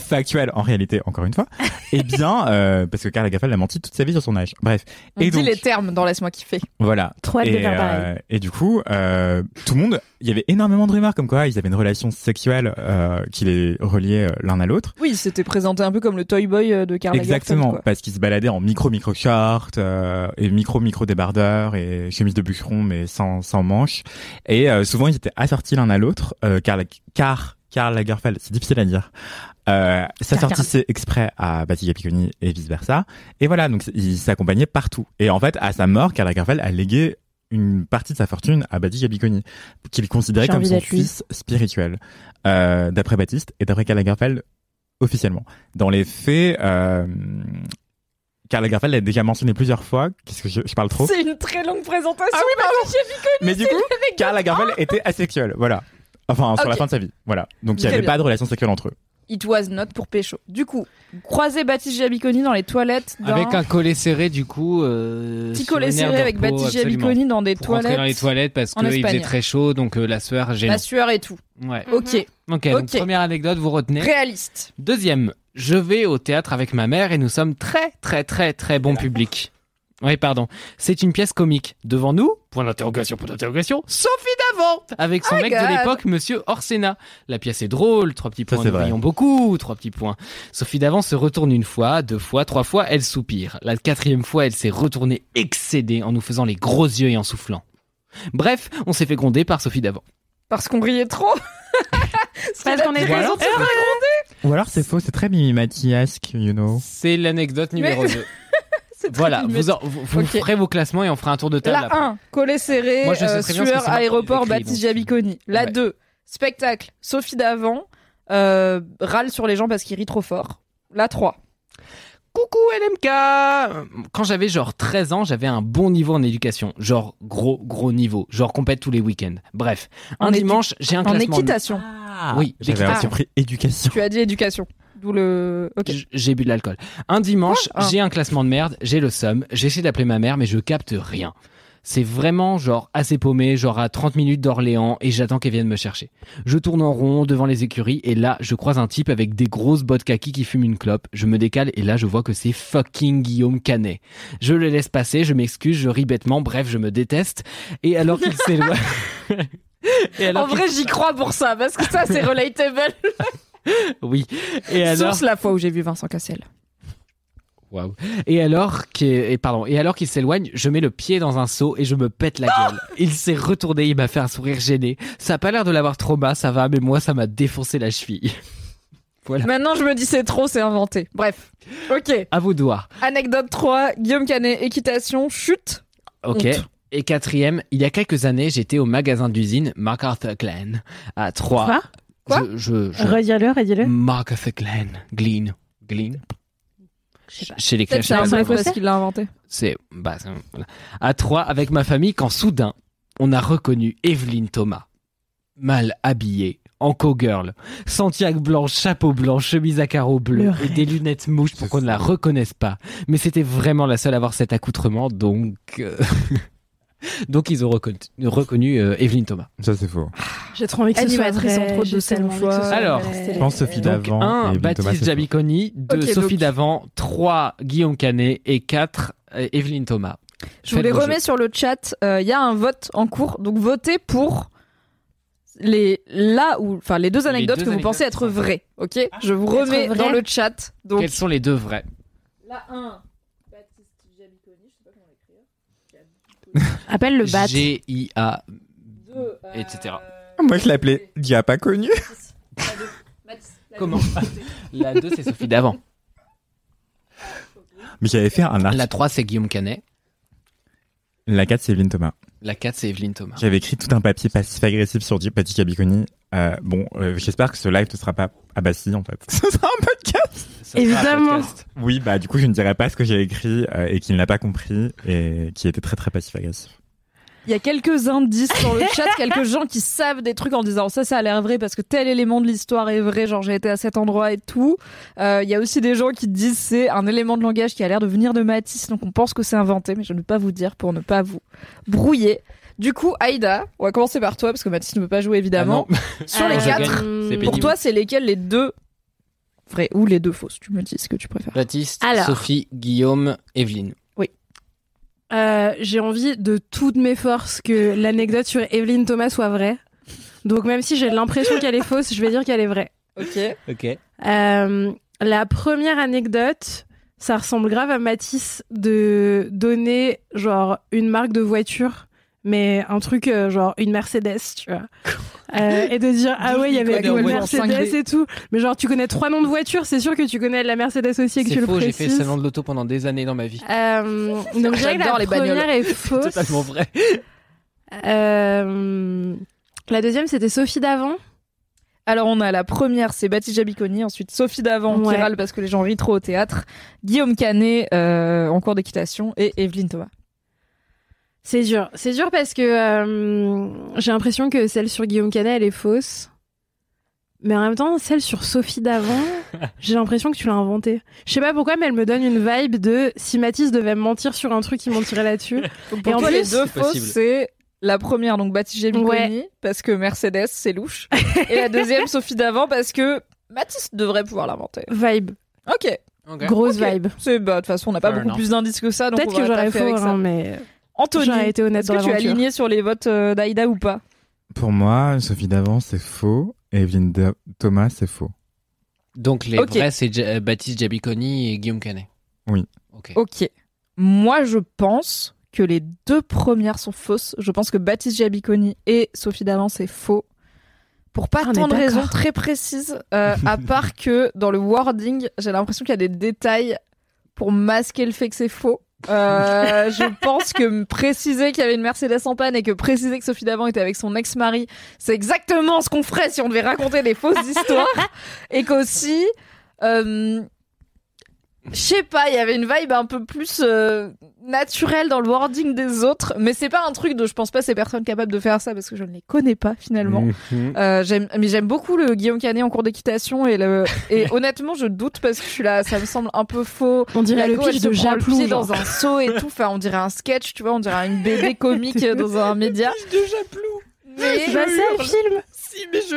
Speaker 6: factuel en réalité, encore une fois, eh bien, euh, parce que Karl Lagerfeld a menti toute sa vie sur son âge. Bref.
Speaker 3: On
Speaker 6: et
Speaker 3: dit
Speaker 6: donc,
Speaker 3: les termes dans Laisse-moi kiffer.
Speaker 6: voilà.
Speaker 2: Trop hâte de
Speaker 6: et, euh,
Speaker 2: faire pareil.
Speaker 6: et du coup, euh, tout le monde, il y avait énormément de rumeurs comme quoi ils avaient une relation sexuelle euh, qui les reliait euh, l'un à l'autre.
Speaker 3: Oui, il s'était présenté un peu comme le Toy Boy euh, de Karl
Speaker 6: Exactement,
Speaker 3: Lagerfeld, quoi.
Speaker 6: parce qu'il se baladait en micro micro short euh, et micro micro débardeur et chemise de bûcheron mais sans sans manches et euh, souvent ils étaient assortis l'un à l'autre euh, car la- car Karl Lagerfeld, c'est difficile à dire. Euh, s'assortissait exprès à Baptiste Gapiconi et vice versa. Et voilà, donc il s'accompagnait partout. Et en fait, à sa mort, Karl Lagerfeld a légué une partie de sa fortune à Baptiste Gapiconi, qu'il considérait
Speaker 2: J'ai
Speaker 6: comme
Speaker 2: envie
Speaker 6: son
Speaker 2: d'être lui.
Speaker 6: fils spirituel, euh, d'après Baptiste et d'après Karl Lagerfeld officiellement. Dans les faits, euh, Karl Lagerfeld l'a déjà mentionné plusieurs fois. Qu'est-ce que je, je parle trop
Speaker 3: C'est une très longue présentation.
Speaker 6: Ah oui,
Speaker 3: par Michel Viconi,
Speaker 6: Mais du
Speaker 3: c'est
Speaker 6: coup,
Speaker 3: le mec
Speaker 6: Karl Lagerfeld était asexuel. Voilà. Enfin, sur la
Speaker 3: Ok.
Speaker 6: fin de sa vie. Voilà. Donc, il n'y
Speaker 3: Très
Speaker 6: avait
Speaker 3: bien.
Speaker 6: pas de relation sexuelle entre eux.
Speaker 3: Ah, It was not pour Pécho. Du coup, croiser Baptiste Giabiconi dans les toilettes. d'un-
Speaker 7: Avec un collet serré, du coup. euh,
Speaker 3: Petit
Speaker 7: sur
Speaker 3: collet
Speaker 7: une aire
Speaker 3: serré
Speaker 7: de
Speaker 3: avec
Speaker 7: repos,
Speaker 3: Baptiste
Speaker 7: absolument.
Speaker 3: Giabiconi dans des
Speaker 7: Pour rentrer
Speaker 3: toilettes
Speaker 7: dans les toilettes parce
Speaker 3: en
Speaker 7: qu'il faisait
Speaker 3: Espagne.
Speaker 7: très chaud, donc euh, la sueur gênante.
Speaker 3: la sueur et tout.
Speaker 7: Ouais.
Speaker 3: Ok.
Speaker 7: Ok, donc
Speaker 3: Ok.
Speaker 7: première anecdote, vous retenez.
Speaker 3: Réaliste.
Speaker 7: Deuxième, je vais au théâtre avec ma mère et nous sommes très très très très bon public. Oui, pardon. C'est une pièce comique. Devant nous, point d'interrogation, point d'interrogation, Sophie Davant Avec son
Speaker 3: Oh my
Speaker 7: mec
Speaker 3: God.
Speaker 7: de l'époque, Monsieur Orsena. La pièce est drôle, trois petits
Speaker 6: Ça,
Speaker 7: points,
Speaker 6: c'est
Speaker 7: nous
Speaker 6: vrai.
Speaker 7: rions beaucoup, trois petits points. Sophie Davant se retourne une fois, deux fois, trois fois, elle soupire. La quatrième fois, elle s'est retournée excédée en nous faisant les gros yeux et en soufflant. Bref, on s'est fait gronder par Sophie Davant.
Speaker 3: Parce qu'on riait trop. Parce qu'on est
Speaker 7: raison de se
Speaker 6: Ou alors, c'est faux, c'est très Mimi Mathiasque, you know.
Speaker 7: C'est l'anecdote numéro
Speaker 3: Mais-
Speaker 7: 2. voilà, vous, en- vous, vous
Speaker 3: Ok.
Speaker 7: ferez vos classements et on fera un tour de table.
Speaker 3: La
Speaker 7: après.
Speaker 3: 1, collet serré,
Speaker 7: Moi, je sais
Speaker 3: euh,
Speaker 7: très bien ce que
Speaker 3: sueur,
Speaker 7: c'est marqué,
Speaker 3: aéroport,
Speaker 7: écrit,
Speaker 3: Baptiste
Speaker 7: donc. euh,
Speaker 3: Giabiconi. La
Speaker 7: Ouais.
Speaker 3: 2, spectacle, Sophie Davant, euh, râle sur les gens parce qu'il rit trop fort. La 3.
Speaker 7: Coucou LMK Quand j'avais genre 13 ans, j'avais un bon niveau en éducation. Genre gros, gros niveau. Genre compète tous les week-ends. Bref, un
Speaker 3: En édu-
Speaker 7: dimanche, j'ai un
Speaker 3: en
Speaker 7: classement.
Speaker 3: équitation.
Speaker 7: oui,
Speaker 6: J'avais
Speaker 7: l'équitation.
Speaker 6: aussi pris éducation.
Speaker 3: Tu as dit éducation. D'où le. Ok.
Speaker 7: J- J'ai bu de l'alcool. Un dimanche,
Speaker 3: Quoi Ah.
Speaker 7: j'ai un classement de merde, j'ai le somme, j'essaie d'appeler ma mère, mais je capte rien. C'est vraiment genre assez paumé, genre à 30 minutes d'Orléans, et j'attends qu'elle vienne me chercher. Je tourne en rond devant les écuries, et là, je croise un type avec des grosses bottes kaki qui fume une clope. Je me décale, et là, je vois que c'est fucking Guillaume Canet. Je le laisse passer, je m'excuse, je ris bêtement, bref, je me déteste. Et alors qu'il s'éloigne... Et alors
Speaker 3: En vrai, j'y crois pour ça, parce que ça, c'est relatable.
Speaker 7: qu'il- Oui. Et alors...
Speaker 3: Source la fois où j'ai vu Vincent Cassel.
Speaker 7: Waouh. Et alors qu'il et pardon, et alors qu'il s'éloigne, je mets le pied dans un seau et je me pète la gueule.
Speaker 3: Ah
Speaker 7: Il s'est retourné, il m'a fait un sourire gêné. Ça a pas l'air de l'avoir trop bas, ça va, mais moi ça m'a défoncé la cheville. voilà.
Speaker 3: Maintenant, je me dis c'est trop, c'est inventé. Bref. Ok.
Speaker 7: À vous de voir.
Speaker 3: Anecdote 3, Guillaume Canet, équitation, chute.
Speaker 7: Ok.
Speaker 3: Honte.
Speaker 7: Et quatrième, il y a quelques années, j'étais au magasin d'usine MacArthur Glen à 3.
Speaker 2: Quoi Quoi
Speaker 7: je, je, je-
Speaker 2: Redis-le, redis-le.
Speaker 7: MacArthur Glen, Glen, Glen. Chez les
Speaker 3: Peut-être
Speaker 7: Clash
Speaker 3: c'est un
Speaker 7: Royale.
Speaker 3: mec parce qu'il l'a inventé.
Speaker 7: c'est bah, c'est- voilà. à trois avec ma famille quand soudain on a reconnu Evelyne Thomas mal habillée en cowgirl Santiago blanc chapeau blanc chemise à carreaux bleus et des lunettes mouches pour qu'on ne la reconnaisse pas mais c'était vraiment la seule à avoir cet accoutrement donc euh, donc ils ont reconnu, reconnu euh, Evelyne Thomas
Speaker 6: Ça, c'est faux.
Speaker 2: J'ai trop envie que ce soit
Speaker 3: Animatrice
Speaker 2: vrai,
Speaker 3: entre
Speaker 2: j'ai
Speaker 3: deux
Speaker 2: tellement envie que ce
Speaker 3: fois.
Speaker 2: soit
Speaker 7: Alors,
Speaker 2: vrai.
Speaker 6: Je pense Sophie
Speaker 7: donc
Speaker 6: Davant. et
Speaker 7: 1
Speaker 6: Evelyne Thomas,
Speaker 7: Baptiste
Speaker 6: c'est faux.
Speaker 7: Jabiconi 2
Speaker 3: Ok,
Speaker 7: Sophie
Speaker 3: donc-
Speaker 7: Davant 3 Guillaume Canet et 4 Evelyne Thomas
Speaker 3: Je vous les
Speaker 7: Faites vos jeux.
Speaker 3: remets sur le chat. Euh, Il y a un vote en cours, donc votez pour les là où, enfin les deux
Speaker 7: Les
Speaker 3: anecdotes
Speaker 7: deux
Speaker 3: que vous
Speaker 7: anecdotes Ah.
Speaker 3: pensez être
Speaker 7: qui sont
Speaker 3: vraies. Ok, je vous remets
Speaker 2: vraies.
Speaker 3: dans le chat. Donc
Speaker 7: quels sont les deux vrais
Speaker 3: la 1.
Speaker 2: Appelle le bat.
Speaker 7: G-I-A, etc.
Speaker 6: Moi, je l'appelais Dia pas connu.
Speaker 7: Comment La 2, c'est Sophie d'avant.
Speaker 6: Mais j'avais fait un article.
Speaker 7: La 3, c'est Guillaume Canet.
Speaker 6: La 4, c'est Evelyne Thomas.
Speaker 7: La 4, c'est Evelyne Thomas.
Speaker 6: J'avais écrit tout un papier passif-agressif sur Di- Patty Cabiconi. Euh, bon, euh, j'espère que ce live ne sera pas à Bastille, en fait. Ce sera un podcast.
Speaker 7: Ça sera un
Speaker 2: Évidemment.
Speaker 7: podcast.
Speaker 6: Oui, bah, du coup, je ne dirai pas ce que j'ai écrit euh, et qu'il n'a pas compris et qui était très, très passif-agressif.
Speaker 3: Il y a quelques indices sur le chat, quelques gens qui savent des trucs en disant ça, ça a l'air vrai parce que tel élément de l'histoire est vrai, genre j'ai été à cet endroit et tout. Euh, Il y a aussi des gens qui disent c'est un élément de langage qui a l'air de venir de Matisse, donc on pense que c'est inventé, mais je ne peux pas vous dire pour ne pas vous brouiller. Du coup, Aïda, on va commencer par toi parce que Matisse ne peut pas jouer évidemment.
Speaker 7: Ah non,
Speaker 3: sur les
Speaker 7: je gagne.
Speaker 3: quatre,
Speaker 7: C'est
Speaker 3: pour
Speaker 7: pénible.
Speaker 3: toi, c'est lesquels les deux vrais ou les deux fausses Tu me dis ce que tu préfères.
Speaker 7: Baptiste,
Speaker 2: Alors.
Speaker 7: Sophie, Guillaume, Evelyne.
Speaker 2: Euh, j'ai envie de toutes mes forces que l'anecdote sur Evelyne Thomas soit vraie. Donc même si j'ai l'impression qu'elle est fausse, je vais dire qu'elle est vraie.
Speaker 3: Ok.
Speaker 7: Ok.
Speaker 2: Euh, la première anecdote, ça ressemble grave à Matisse de donner genre une marque de voiture, mais un truc euh, genre une Mercedes, tu vois. Euh, et de dire ah ouais il y avait
Speaker 3: Nicolas
Speaker 2: une
Speaker 3: Rouen,
Speaker 2: Mercedes
Speaker 3: 5D.
Speaker 2: et tout mais genre tu connais trois noms de voitures c'est sûr que tu connais la Mercedes aussi et que tu
Speaker 7: C'est
Speaker 2: le
Speaker 7: faux, j'ai
Speaker 2: précises
Speaker 7: fait le salon de l'auto pendant des années dans ma vie.
Speaker 2: Euh, donc je dirais que la
Speaker 3: J'adore les bagnoles.
Speaker 2: première est
Speaker 7: C'est
Speaker 2: fausse
Speaker 7: totalement vrai.
Speaker 2: Euh, la deuxième, c'était Sophie d'avant.
Speaker 3: Alors on a la première, c'est Baptiste Jabiconi, ensuite Sophie Davant
Speaker 2: Ouais.
Speaker 3: qui râle parce que les gens rient trop au théâtre, Guillaume Canet euh, en cours d'équitation et Evelyne Thomas.
Speaker 2: C'est dur. C'est dur parce que euh, j'ai l'impression que celle sur Guillaume Canet, elle est fausse. Mais en même temps, celle sur Sophie d'avant, j'ai l'impression que tu l'as inventée. Je sais pas pourquoi, mais elle me donne une vibe de si Mathis devait me mentir sur un truc, il mentirait là-dessus.
Speaker 3: Donc, pour toi, les deux fausses, c'est la première, donc Baptiste Gemiconi,
Speaker 2: Ouais.
Speaker 3: parce que Mercedes, c'est louche. Et la deuxième, Sophie d'avant, parce que Mathis devrait pouvoir l'inventer.
Speaker 2: Vibe.
Speaker 3: Ok.
Speaker 2: Ok. Grosse
Speaker 3: Ok.
Speaker 2: vibe.
Speaker 3: C'est- bah, De toute façon, on n'a pas
Speaker 2: Fair
Speaker 3: beaucoup
Speaker 2: enough.
Speaker 3: plus d'indices que ça. donc
Speaker 2: Peut-être
Speaker 3: on va
Speaker 2: que j'aurais
Speaker 3: taffer
Speaker 2: faux,
Speaker 3: avec ça.
Speaker 2: hein, mais.
Speaker 3: Anthony,
Speaker 2: J'aurais été honnête
Speaker 3: est-ce
Speaker 2: dans
Speaker 3: que tu es
Speaker 2: l'aventure.
Speaker 3: aligné sur les votes euh, d'Aïda ou pas
Speaker 6: Pour moi, Sophie Davant, c'est faux. Et Evelyne Da- Thomas, c'est faux.
Speaker 7: Donc les
Speaker 3: Ok.
Speaker 7: vrais, c'est Ja- euh, Baptiste Jabiconi et Guillaume Canet.
Speaker 6: Oui.
Speaker 2: Oh.
Speaker 3: Ok. Moi, je pense que les deux premières sont fausses. Je pense que Baptiste Giabiconi et Sophie Davant, c'est faux. Pour pas
Speaker 2: On est
Speaker 3: tant de raisons
Speaker 2: d'accord.
Speaker 3: très précises, euh, à part que dans le wording, j'ai l'impression qu'il y a des détails pour masquer le fait que c'est faux. Euh, je pense que me préciser qu'il y avait une Mercedes en panne et que préciser que Sophie Davant était avec son ex-mari, c'est exactement ce qu'on ferait si on devait raconter des fausses histoires. Et qu'aussi, euh, je sais pas, il y avait une vibe un peu plus euh, naturelle dans le wording des autres, mais c'est pas un truc de je pense pas ces personnes capables de faire ça parce que je ne les connais pas finalement.
Speaker 6: Mm.
Speaker 7: Mhm.
Speaker 3: Euh, j'aime- mais j'aime beaucoup le Guillaume Canet en cours d'équitation et, le, et honnêtement je doute parce que je suis là, ça me semble un peu faux.
Speaker 2: On dirait
Speaker 3: La
Speaker 2: le
Speaker 3: go, elle
Speaker 2: pitch
Speaker 3: se
Speaker 2: de
Speaker 3: prend le
Speaker 2: Japlou,
Speaker 3: pied
Speaker 2: genre.
Speaker 3: dans un seau et tout, enfin on dirait un sketch, tu vois, on dirait une bébé comique dans un média. Mais
Speaker 2: Bah, C'est pas ça, le film
Speaker 3: Si, mais je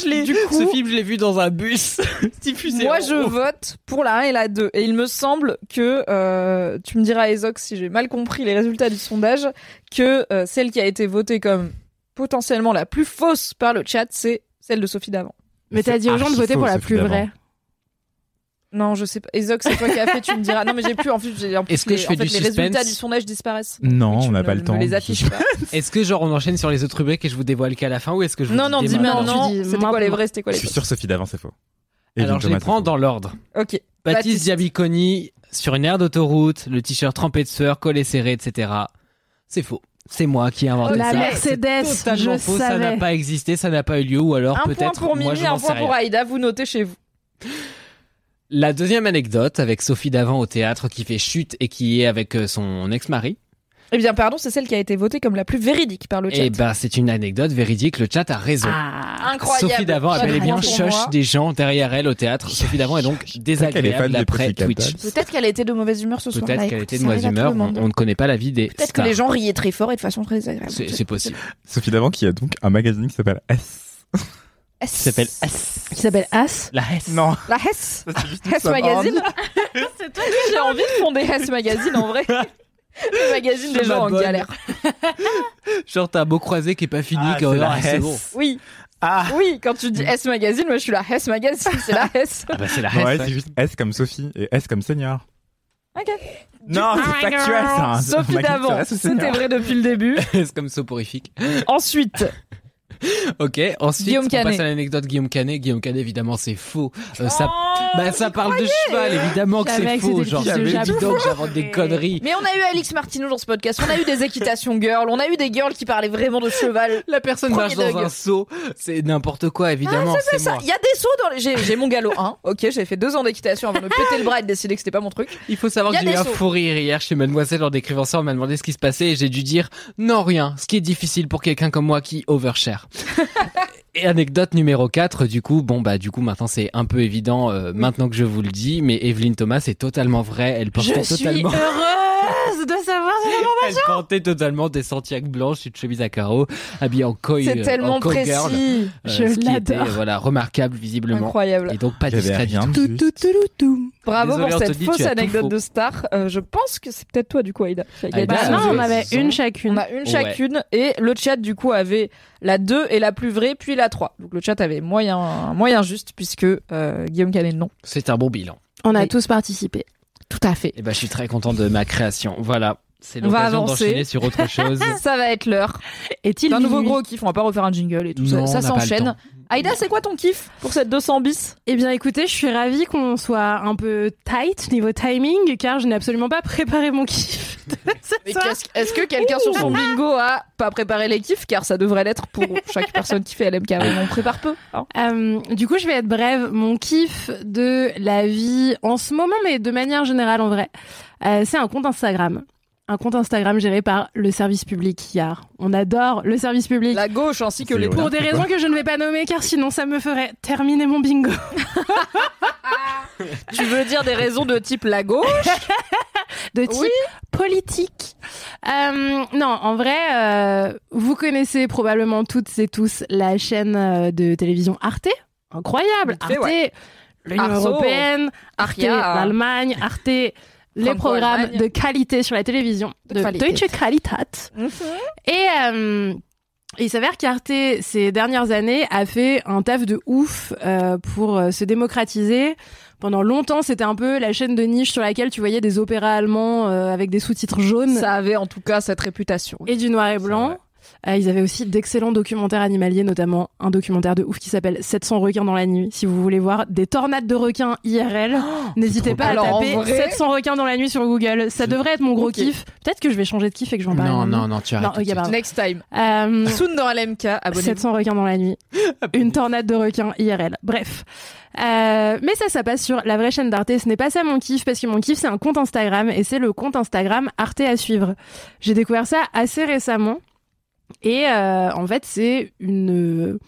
Speaker 3: je l'ai. Du coup,
Speaker 13: Ce film, je l'ai vu dans un bus. diffusé
Speaker 3: Moi,
Speaker 13: en
Speaker 3: je
Speaker 13: haut.
Speaker 3: vote pour la 1 et la 2. Et il me semble que, euh, tu me diras, Ezox, si j'ai mal compris les résultats du sondage, que euh, celle qui a été votée comme potentiellement la plus fausse par le chat, c'est celle de Sophie d'avant.
Speaker 2: Mais t'as dit aux gens de voter pour la plus vraie.
Speaker 3: Non, je sais pas. Ezox, c'est toi qui as fait, tu me diras. Non, mais j'ai plus. En plus, j'ai- en plus,
Speaker 7: Est-ce que
Speaker 3: les,
Speaker 7: je fais
Speaker 3: en fait,
Speaker 7: du
Speaker 3: les résultats
Speaker 7: suspense
Speaker 3: du sondage disparaissent.
Speaker 6: Non, on n'a pas
Speaker 3: ne
Speaker 6: le temps.
Speaker 3: me les affiche pas.
Speaker 7: Est-ce que genre on enchaîne sur les autres rubriques et je vous dévoile qu'à la fin ou est-ce que je vous
Speaker 3: Non,
Speaker 7: dis
Speaker 3: non,
Speaker 7: dès
Speaker 3: dis
Speaker 7: maintenant
Speaker 3: maintenant.
Speaker 2: Tu dis,
Speaker 3: C'était
Speaker 2: moi,
Speaker 3: quoi les
Speaker 2: moi.
Speaker 3: vrais, c'était quoi
Speaker 6: Je
Speaker 3: les
Speaker 6: suis
Speaker 3: fausses
Speaker 6: sûr, Sophie Davant, c'est faux.
Speaker 7: Alors
Speaker 6: Evelyne
Speaker 7: je les
Speaker 6: Thomas,
Speaker 7: prends dans l'ordre.
Speaker 3: Ok.
Speaker 7: Baptiste Diabiconi sur une aire d'autoroute, le t-shirt trempé de sueur, collet serré, etc. C'est faux. C'est moi qui ai inventé
Speaker 3: Oh
Speaker 2: La
Speaker 7: ça.
Speaker 2: Mercedes,
Speaker 7: C'est totalement
Speaker 2: je
Speaker 7: faux. Ça
Speaker 2: savais.
Speaker 7: n'a pas existé, ça n'a pas eu lieu, ou alors
Speaker 3: Un point
Speaker 7: peut-être.
Speaker 3: pour
Speaker 7: moi,
Speaker 3: Mimi,
Speaker 7: je
Speaker 3: un
Speaker 7: n'en sais
Speaker 3: point
Speaker 7: rien.
Speaker 3: pour Aïda. Vous notez chez vous.
Speaker 7: La deuxième anecdote avec Sophie Davant au théâtre qui fait chute et qui est avec euh, son ex-mari.
Speaker 3: Eh bien, pardon, c'est celle qui a été votée comme la plus véridique par le chat. Ah,
Speaker 7: Et ben c'est une anecdote véridique. Le chat a raison.
Speaker 3: Incroyable.
Speaker 7: Sophie Davant a bel et
Speaker 3: Pas de
Speaker 7: bien
Speaker 3: point pour moi.
Speaker 7: choche des gens derrière elle au théâtre. Sophie Davant est donc désagréable
Speaker 6: des
Speaker 7: après
Speaker 6: Pussycat
Speaker 7: Twitch.
Speaker 6: Dolls.
Speaker 3: Peut-être qu'elle était de mauvaise humeur ce soir. Bah,
Speaker 7: Peut-être qu'elle était de mauvaise humeur. On, on ne connaît pas la vie des
Speaker 3: Peut-être que
Speaker 7: stars.
Speaker 3: les gens riaient très fort et de façon très désagréable.
Speaker 7: C'est c'est possible.
Speaker 6: Sophie Davant qui a donc un magazine qui s'appelle S.
Speaker 3: Qui
Speaker 7: s'appelle S.
Speaker 2: Qui s'appelle As
Speaker 7: La S.
Speaker 6: Non.
Speaker 3: La Hess
Speaker 6: une
Speaker 3: Hess
Speaker 6: femme
Speaker 3: Magazine C'est toi qui j'ai envie de fonder Hess Magazine en vrai. Le magazine
Speaker 7: Je
Speaker 3: des gens en
Speaker 7: m'abonne.
Speaker 3: galère.
Speaker 7: Genre t'as un beau croisé qui est pas fini,
Speaker 6: Ah,
Speaker 7: que,
Speaker 6: c'est la
Speaker 7: ah, c'est
Speaker 6: S.
Speaker 7: bon.
Speaker 3: Oui. Oui, quand tu dis Hess Magazine, moi je suis la Hess Magazine, c'est la Hess.
Speaker 7: Ah bah c'est la
Speaker 6: Non, ouais,
Speaker 7: S.
Speaker 6: c'est juste S comme Sophie et S comme Seigneur.
Speaker 3: Ok.
Speaker 6: Non,
Speaker 3: Du-
Speaker 6: Ah, c'est factuel, ça, hein. C'est un
Speaker 3: Sophie
Speaker 6: magazine sur
Speaker 3: d'avant,
Speaker 6: S ou
Speaker 3: c'était
Speaker 6: Seigneur.
Speaker 3: vrai depuis le début.
Speaker 7: C'est comme soporifique.
Speaker 3: Ensuite,
Speaker 7: Ok, ensuite
Speaker 3: Guillaume
Speaker 7: on
Speaker 3: Canet.
Speaker 7: passe à l'anecdote Guillaume Canet. Guillaume Canet, évidemment, c'est faux. Euh, ça,
Speaker 3: Oh,
Speaker 7: bah, ça parle de cheval, évidemment que
Speaker 2: Je savais
Speaker 7: c'est
Speaker 2: que
Speaker 7: faux.
Speaker 2: c'était le
Speaker 7: Genre,
Speaker 2: fils de
Speaker 7: dis
Speaker 2: Jabou.
Speaker 7: donc, j'invente des conneries.
Speaker 3: mais on a eu Alix Martineau dans ce podcast, on a eu des équitations girls, on a eu des girls qui parlaient vraiment de cheval.
Speaker 7: La personne marche
Speaker 3: Premier
Speaker 7: dans
Speaker 3: dog.
Speaker 7: un seau, c'est n'importe quoi, évidemment, c'est
Speaker 3: Ça,
Speaker 7: moi.
Speaker 3: il y a des sauts dans les. J'ai j'ai mon galop 1, ok, j'ai fait deux ans d'équitation avant de me péter le bras et de décider que c'était pas mon truc.
Speaker 7: Il faut savoir
Speaker 3: y a
Speaker 7: que j'ai eu
Speaker 3: des
Speaker 7: un
Speaker 3: sauts.
Speaker 7: fou rire hier chez Mademoiselle en décrivant ça. On m'a demandé ce qui se passait et j'ai dû dire non, rien. Ce qui est difficile pour quelqu'un comme moi qui overshare. et anecdote numéro 4, du coup, bon, bah, du coup, maintenant c'est un peu évident, euh, maintenant que je vous le dis, mais Evelyne Thomas est totalement vraie. Elle portait totalement.
Speaker 2: heureuse de savoir
Speaker 7: Elle portait totalement des sentiacs blanches, une chemise à carreaux, habillée en coy.
Speaker 3: C'est
Speaker 7: euh, en
Speaker 3: tellement
Speaker 7: cowgirl,
Speaker 3: précis.
Speaker 7: euh,
Speaker 2: Je
Speaker 7: ce qui était,
Speaker 2: l'adore.
Speaker 7: Voilà, remarquable visiblement.
Speaker 3: Incroyable.
Speaker 7: Et donc pas
Speaker 6: J'avais
Speaker 7: discret du tout.
Speaker 6: rien de
Speaker 2: Tout,
Speaker 6: juste.
Speaker 2: tout, tout, tout, tout.
Speaker 3: Bravo
Speaker 7: Désolé,
Speaker 3: pour cette
Speaker 7: Anthony, tu
Speaker 3: fausse
Speaker 7: as tout
Speaker 3: anecdote
Speaker 7: faux.
Speaker 3: de star. Euh, je pense que c'est peut-être toi du coup, Aïda. qui a gagné.
Speaker 7: Aïda,
Speaker 2: Bah
Speaker 7: Ah,
Speaker 2: non,
Speaker 7: oui,
Speaker 2: on avait
Speaker 7: ils
Speaker 2: une
Speaker 7: ont-
Speaker 2: chacune.
Speaker 3: On a une
Speaker 7: Ouais.
Speaker 3: chacune et le chat du coup avait la 2 et la plus vraie puis la 3. Donc le chat avait moyen moyen juste puisque euh, Guillaume Canet non.
Speaker 7: C'est un bon bilan.
Speaker 2: On a
Speaker 3: Oui.
Speaker 2: tous participé.
Speaker 3: Tout à fait.
Speaker 7: Eh ben, je suis très content de ma création. Voilà. C'est
Speaker 3: On va
Speaker 7: l'occasion
Speaker 3: avancer.
Speaker 7: d'enchaîner sur autre chose.
Speaker 3: Ah, Ça va être l'heure.
Speaker 2: Est-il
Speaker 3: C'est un nouveau
Speaker 2: minuit
Speaker 3: gros kiff, on va pas refaire un jingle et tout
Speaker 7: Non,
Speaker 3: ça,
Speaker 7: on
Speaker 3: ça
Speaker 7: n'a pas le
Speaker 3: s'enchaîne.
Speaker 7: temps.
Speaker 3: Aïda, c'est quoi ton kiff pour cette 200 bis
Speaker 2: Eh bien, écoutez, je suis ravie qu'on soit un peu tight niveau timing, car je n'ai absolument pas préparé mon kiff de ce
Speaker 3: Mais
Speaker 2: soir.
Speaker 3: qu'est-ce- Est-ce que quelqu'un sur son bingo a pas préparé les kiffs Car ça devrait l'être pour chaque personne qui fait LMK. mais On prépare peu. hein.
Speaker 2: Euh, du coup, je vais être brève. Mon kiff de la vie en ce moment, mais de manière générale en vrai, euh, c'est un compte Instagram un compte Instagram géré par le service public hier. On adore le service public.
Speaker 3: La gauche ainsi que les
Speaker 2: Pour des raisons que je ne vais pas nommer car sinon ça me ferait terminer mon bingo.
Speaker 3: Tu veux dire des raisons de type la gauche
Speaker 2: de type politique. Euh, non, en vrai, euh, vous connaissez probablement toutes et tous la chaîne euh, de télévision Arte. Incroyable.
Speaker 3: Vite fait,
Speaker 2: Arte,
Speaker 3: ouais.
Speaker 2: l'Union
Speaker 3: Arso,
Speaker 2: européenne, Arte,
Speaker 3: Aria.
Speaker 2: l'Allemagne, Arte, les programmes
Speaker 3: Allemagne.
Speaker 2: de qualité sur la télévision de
Speaker 3: qualité.
Speaker 2: Deutsche Qualität. Et euh, il s'avère qu'Arte, ces dernières années, a fait un taf de ouf euh, pour euh, se démocratiser. Pendant longtemps, c'était un peu la chaîne de niche sur laquelle tu voyais des opéras allemands euh, avec des sous-titres jaunes.
Speaker 3: Ça avait en tout cas cette réputation.
Speaker 2: Et du noir et blanc. Euh, ils avaient aussi d'excellents documentaires animaliers, notamment un documentaire de ouf qui s'appelle 700 requins dans la nuit. Si vous voulez voir des tornades de requins IRL,
Speaker 7: Oh,
Speaker 2: n'hésitez pas à
Speaker 3: Alors, en
Speaker 2: taper
Speaker 3: vrai-
Speaker 2: 700 requins dans la nuit sur Google. Ça devrait être mon gros
Speaker 3: Ok.
Speaker 2: kiff. Peut-être que je vais changer de kiff et que j'en parle.
Speaker 7: Non,
Speaker 2: maintenant.
Speaker 7: non, non, tu arrêtes
Speaker 2: Non,
Speaker 7: tout de
Speaker 2: ok,
Speaker 7: suite.
Speaker 2: pardon.
Speaker 3: Next time.
Speaker 2: Euh,
Speaker 3: Soon dans LMK, abonnez-vous.
Speaker 2: 700 requins dans la nuit. Une tornade de requins IRL. Bref. Euh, mais ça, ça passe sur la vraie chaîne d'Arte. Ce n'est pas ça mon kiff, parce que mon kiff, c'est un compte Instagram, et c'est le compte Instagram Arte à suivre. J'ai découvert ça assez récemment. Et euh, en fait, c'est une euh,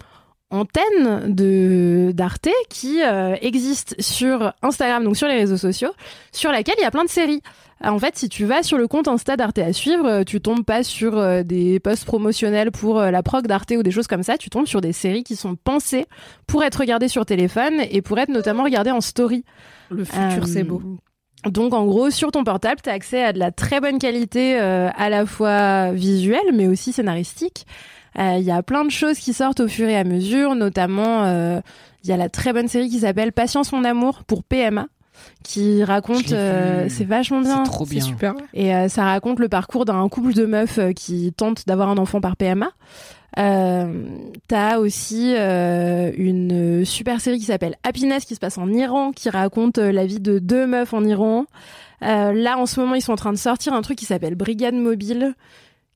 Speaker 2: antenne de d'Arte qui euh, existe sur Instagram, donc sur les réseaux sociaux, sur laquelle il y a plein de séries. Euh, En fait, si tu vas sur le compte Insta d'Arte à suivre, euh, tu tombes pas sur euh, des posts promotionnels pour euh, la prog d'Arte ou des choses comme ça, tu tombes sur des séries qui sont pensées pour être regardées sur téléphone et pour être notamment regardées en story.
Speaker 3: Le
Speaker 2: Euh, Donc en gros, sur ton portable, tu as accès à de la très bonne qualité euh, à la fois visuelle mais aussi scénaristique. Euh, Il y a plein de choses qui sortent au fur et à mesure, notamment euh, il y a la très bonne série qui s'appelle Patience mon amour pour PMA qui raconte
Speaker 7: Je l'ai
Speaker 2: euh,
Speaker 7: vu.
Speaker 2: c'est vachement bien
Speaker 7: trop bien.
Speaker 3: super.
Speaker 2: et euh, ça raconte le parcours d'un couple de meufs euh, qui tentent d'avoir un enfant par PMA. Euh, T'as aussi euh, une super série qui s'appelle Happiness qui se passe en Iran, qui raconte euh, la vie de deux meufs en Iran. Euh, là, en ce moment, ils sont en train de sortir un truc qui s'appelle Brigade Mobile,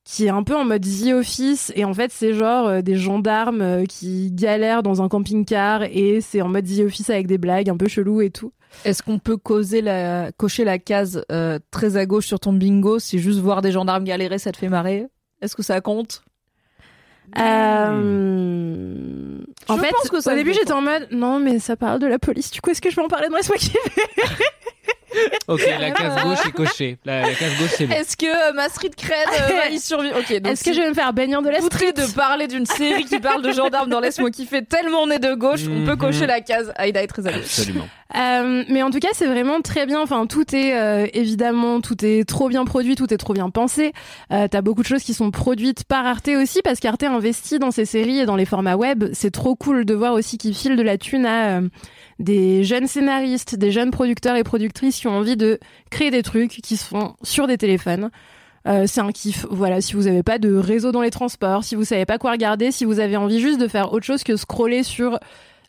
Speaker 2: qui est un peu en mode The Office. Et en fait, c'est genre euh, des gendarmes euh, qui galèrent dans un camping-car et c'est en mode The Office avec des blagues un peu cheloues et tout.
Speaker 3: Est-ce qu'on peut causer la... cocher la case euh, très à gauche sur ton bingo si juste voir des gendarmes galérer, ça te fait marrer Est-ce que ça compte
Speaker 2: Euh, En
Speaker 3: Je
Speaker 2: fait,
Speaker 3: pense que ça
Speaker 2: au
Speaker 3: me
Speaker 2: début,
Speaker 3: dépend.
Speaker 2: j'étais en mode non, mais ça parle de la police. Du coup, est-ce que je vais en parler dans Laisse-moi kiffer
Speaker 7: Ok, la case gauche est cochée. La, la case gauche, c'est bon.
Speaker 3: Est-ce que ma street cred euh, va y survivre Ok. donc
Speaker 2: Est-ce que
Speaker 3: si
Speaker 2: je vais me faire baignant de la
Speaker 3: vous
Speaker 2: street
Speaker 3: traitez de parler d'une série qui parle de gendarmes dans Laisse-moi kiffer tellement on est de gauche, on peut
Speaker 7: Mhm.
Speaker 3: cocher la case Aïda est
Speaker 1: Ah,
Speaker 3: très à gauche.
Speaker 7: Absolument.
Speaker 2: Euh, mais en tout cas, c'est vraiment très bien. Enfin, tout est euh, évidemment, tout est trop bien produit, tout est trop bien pensé. Euh, T'as beaucoup de choses qui sont produites par Arte aussi, parce qu'Arte investit dans ses séries et dans les formats web. C'est trop cool de voir aussi qu'ils filent de la thune à euh, des jeunes scénaristes, des jeunes producteurs et productrices qui ont envie de créer des trucs qui se font sur des téléphones. Euh, c'est un kiff. Voilà, si vous n'avez pas de réseau dans les transports, si vous savez pas quoi regarder, si vous avez envie juste de faire autre chose que scroller sur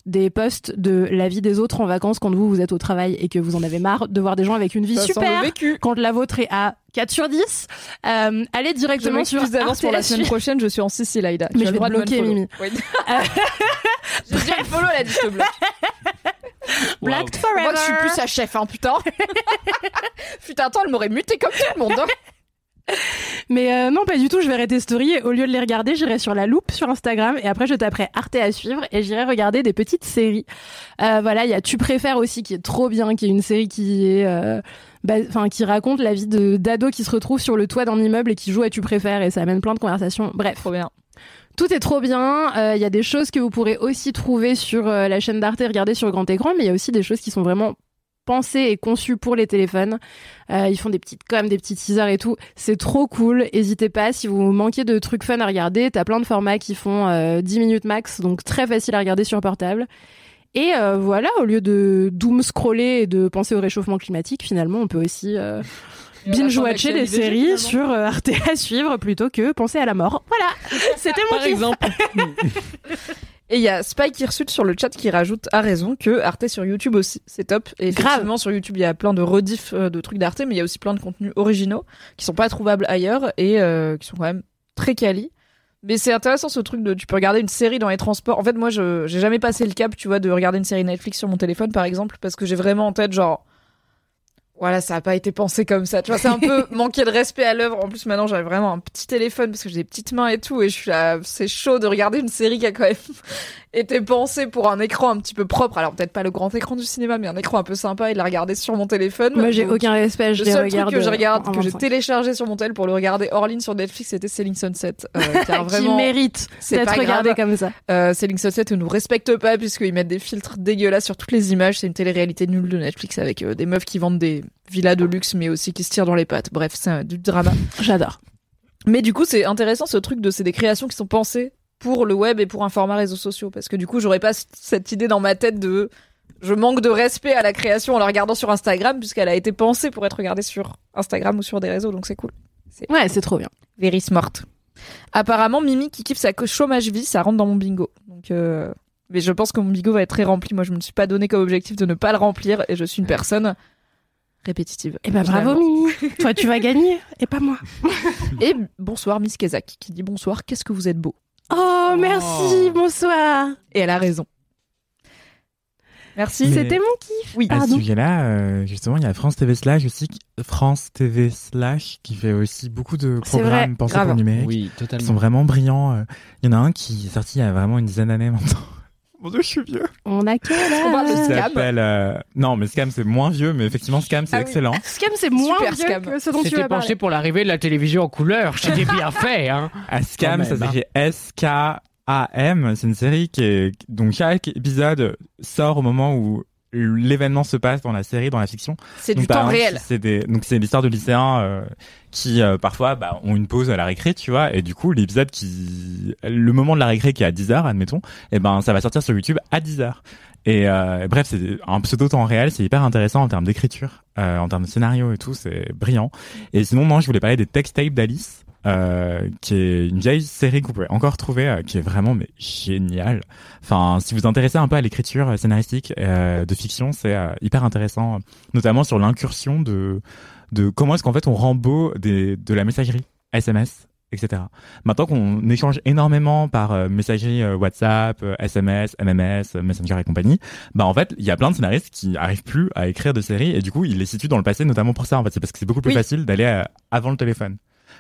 Speaker 2: des posts de la vie des autres en vacances quand vous vous êtes au travail et que vous en avez marre de voir des gens avec une vie
Speaker 3: Ça sent
Speaker 2: super
Speaker 3: le vécu.
Speaker 2: quand la vôtre est à 4 sur 10, euh, allez directement
Speaker 3: J'aimerais que
Speaker 2: sur
Speaker 3: tu avances
Speaker 2: Arte
Speaker 3: pour la
Speaker 2: à
Speaker 3: semaine
Speaker 2: suivre.
Speaker 3: prochaine, je suis en Sicile, Aïda.
Speaker 2: Mais
Speaker 3: tu as
Speaker 2: je
Speaker 3: le
Speaker 2: vais
Speaker 3: droit
Speaker 2: te
Speaker 3: de
Speaker 2: bloquer,
Speaker 3: me follow.
Speaker 2: Mimi.
Speaker 3: Oui. J'ai déjà le follow, elle a dit je te bloque.
Speaker 2: Blacked
Speaker 3: On
Speaker 2: Forever.
Speaker 3: voit que je suis plus sa chef, hein, putain. putain, attends, elle m'aurait muté comme tout le monde. hein.
Speaker 2: Mais euh, non, pas du tout. Je verrai tes stories et au lieu de les regarder, j'irai sur la loupe sur Instagram et après je taperai Arte à suivre et j'irai regarder des petites séries. Euh, voilà, il y a Tu préfères aussi qui est trop bien, qui est une série qui est, euh, bas- enfin, qui raconte la vie de d'ado qui se retrouve sur le toit d'un immeuble et qui joue à Tu préfères et ça amène plein de conversations. Bref.
Speaker 3: Trop bien.
Speaker 2: Tout est trop bien. Euh, Il y a des choses que vous pourrez aussi trouver sur euh, la chaîne d'Arte et regarder sur grand écran, mais il y a aussi des choses qui sont vraiment pensées et conçues pour les téléphones. Euh, ils font des petites coms, des petits teasers et tout. C'est trop cool. N'hésitez pas si vous manquez de trucs fun à regarder. T'as plein de formats qui font euh, 10 minutes max, donc très facile à regarder sur portable. Et euh, voilà, au lieu de doom scroller et de penser au réchauffement climatique, finalement, on peut aussi euh,
Speaker 3: Et on attend
Speaker 2: binge watcher des
Speaker 3: l'actualité,
Speaker 2: séries sur euh, Arte à suivre plutôt que penser à la mort. Voilà, c'était mon
Speaker 7: Par
Speaker 2: kiff.
Speaker 7: exemple,
Speaker 3: Et il y a Spike Hirsute sur le chat qui rajoute à raison que Arte sur YouTube aussi, c'est top. Et
Speaker 2: Grave.
Speaker 3: effectivement, sur YouTube, il y a plein de rediffs euh, de trucs d'Arte, mais il y a aussi plein de contenus originaux qui sont pas trouvables ailleurs et euh, qui sont quand même très quali. Mais c'est intéressant ce truc de tu peux regarder une série dans les transports. En fait, moi, je j'ai jamais passé le cap, tu vois, de regarder une série Netflix sur mon téléphone, par exemple, parce que j'ai vraiment en tête genre voilà, ça n'a pas été pensé comme ça. Tu vois, c'est un peu manquer de respect à l'œuvre. En plus, maintenant, j'avais vraiment un petit téléphone parce que j'ai des petites mains et tout. Et je suis là, c'est chaud de regarder une série qui a quand même été pensée pour un écran un petit peu propre. Alors, peut-être pas le grand écran du cinéma, mais un écran un peu sympa et de la regarder sur mon téléphone.
Speaker 2: Moi, j'ai
Speaker 3: Donc,
Speaker 2: aucun respect, je
Speaker 3: le
Speaker 2: les
Speaker 3: seul
Speaker 2: regarde
Speaker 3: truc que je
Speaker 2: en-
Speaker 3: regarde,
Speaker 2: en
Speaker 3: que j'ai
Speaker 2: 25.
Speaker 3: téléchargé sur mon tel pour le regarder hors ligne sur Netflix, c'était Selling Sunset. euh, car
Speaker 2: Ah, Qui
Speaker 3: vraiment,
Speaker 2: mérite
Speaker 3: c'est
Speaker 2: d'être
Speaker 3: pas
Speaker 2: regardé
Speaker 3: grave.
Speaker 2: comme ça.
Speaker 3: Euh, Selling Sunset où ils nous respectent pas puisqu'ils mettent des filtres dégueulasses sur toutes les images. C'est une télé-réalité nulle de Netflix avec euh, des meufs qui vendent des villas de luxe mais aussi qui se tirent dans les pattes. Bref, c'est euh, du drama.
Speaker 2: J'adore.
Speaker 3: Mais du coup, c'est intéressant ce truc de c'est des créations qui sont pensées pour le web et pour un format réseaux sociaux parce que du coup, j'aurais pas c- cette idée dans ma tête de je manque de respect à la création en la regardant sur Instagram puisqu'elle a été pensée pour être regardée sur Instagram ou sur des réseaux donc c'est cool.
Speaker 2: Ouais, c'est trop bien.
Speaker 3: Very smart. Apparemment, Mimi qui kiffe sa co- chômage vie, ça rentre dans mon bingo. Donc, euh, mais je pense que mon bingo va être très rempli. Moi, je me suis pas donné comme objectif de ne pas le remplir et je suis une personne répétitive.
Speaker 2: Et bah bravo Mimi, toi tu vas gagner et pas moi.
Speaker 3: Et bonsoir Miss Kezak qui dit bonsoir, qu'est-ce que vous êtes beau.
Speaker 2: Oh merci, bonsoir.
Speaker 7: Bah
Speaker 3: Et elle a raison. Merci.
Speaker 6: Mais-
Speaker 2: C'était mon kiff.
Speaker 3: Oui,
Speaker 6: À ce
Speaker 2: pardon.
Speaker 6: sujet-là, euh, justement, il y a France TV Slash aussi, qui- France TV Slash, qui fait aussi beaucoup de
Speaker 7: C'est
Speaker 6: programmes
Speaker 7: vrai,
Speaker 6: pensés
Speaker 7: grave.
Speaker 6: pour le numérique.
Speaker 7: Oui, totalement.
Speaker 6: Ils sont vraiment brillants. euh. Il y en a un qui est sorti il y a vraiment une dizaine d'années maintenant. Mon dieu, je suis vieux.
Speaker 2: On a quel
Speaker 3: On parle de
Speaker 6: Il
Speaker 2: âge
Speaker 3: Ah, Scam. Ah
Speaker 6: s'appelle, euh, Non, mais Scam, c'est moins vieux, mais effectivement, Scam, c'est excellent.
Speaker 2: Scam c'est moins
Speaker 3: Super
Speaker 2: vieux
Speaker 3: scam.
Speaker 2: que ce dont tu
Speaker 7: C'était
Speaker 2: vas
Speaker 7: penché
Speaker 2: parler.
Speaker 7: pour l'arrivée de la télévision en couleur. C'était bien fait, hein.
Speaker 6: À Scam,
Speaker 7: Quand
Speaker 6: ça
Speaker 7: même, hein.
Speaker 6: s'écrit S-K-A-M. C'est une série qui est. Donc, chaque épisode sort au moment où l'événement se passe dans la série, dans la fiction.
Speaker 3: C'est
Speaker 6: Donc,
Speaker 3: du
Speaker 6: par
Speaker 3: temps
Speaker 6: exemple,
Speaker 3: réel.
Speaker 6: C'est des... Donc, c'est l'histoire de lycéens euh, qui, euh, parfois, bah, ont une pause à la récré, tu vois. Et du coup, l'épisode qui. Le moment de la récré qui est à 10h, admettons, et ben, ça va sortir sur YouTube à 10h. Et euh, bref, c'est un pseudo temps réel, c'est hyper intéressant en termes d'écriture, euh, en termes de scénario et tout, c'est brillant. Et sinon, moi, je voulais parler des text tapes d'Alice, euh, qui est une vieille série que vous pouvez encore trouver, euh, qui est vraiment mais géniale. Enfin, si vous vous intéressez un peu à l'écriture euh, scénaristique euh, de fiction, c'est euh, hyper intéressant, notamment sur l'incursion de de comment est-ce qu'en fait on rend beau des, de la messagerie SMS etc. Maintenant qu'on échange énormément par euh, messagerie euh, WhatsApp, euh, SMS, MMS, euh, Messenger et compagnie, bah en fait, il y a plein de scénaristes qui n'arrivent plus à écrire de séries et du coup, ils les situent dans le passé notamment pour ça en fait, c'est parce que c'est beaucoup plus
Speaker 3: Oui.
Speaker 6: facile d'aller euh, avant le téléphone.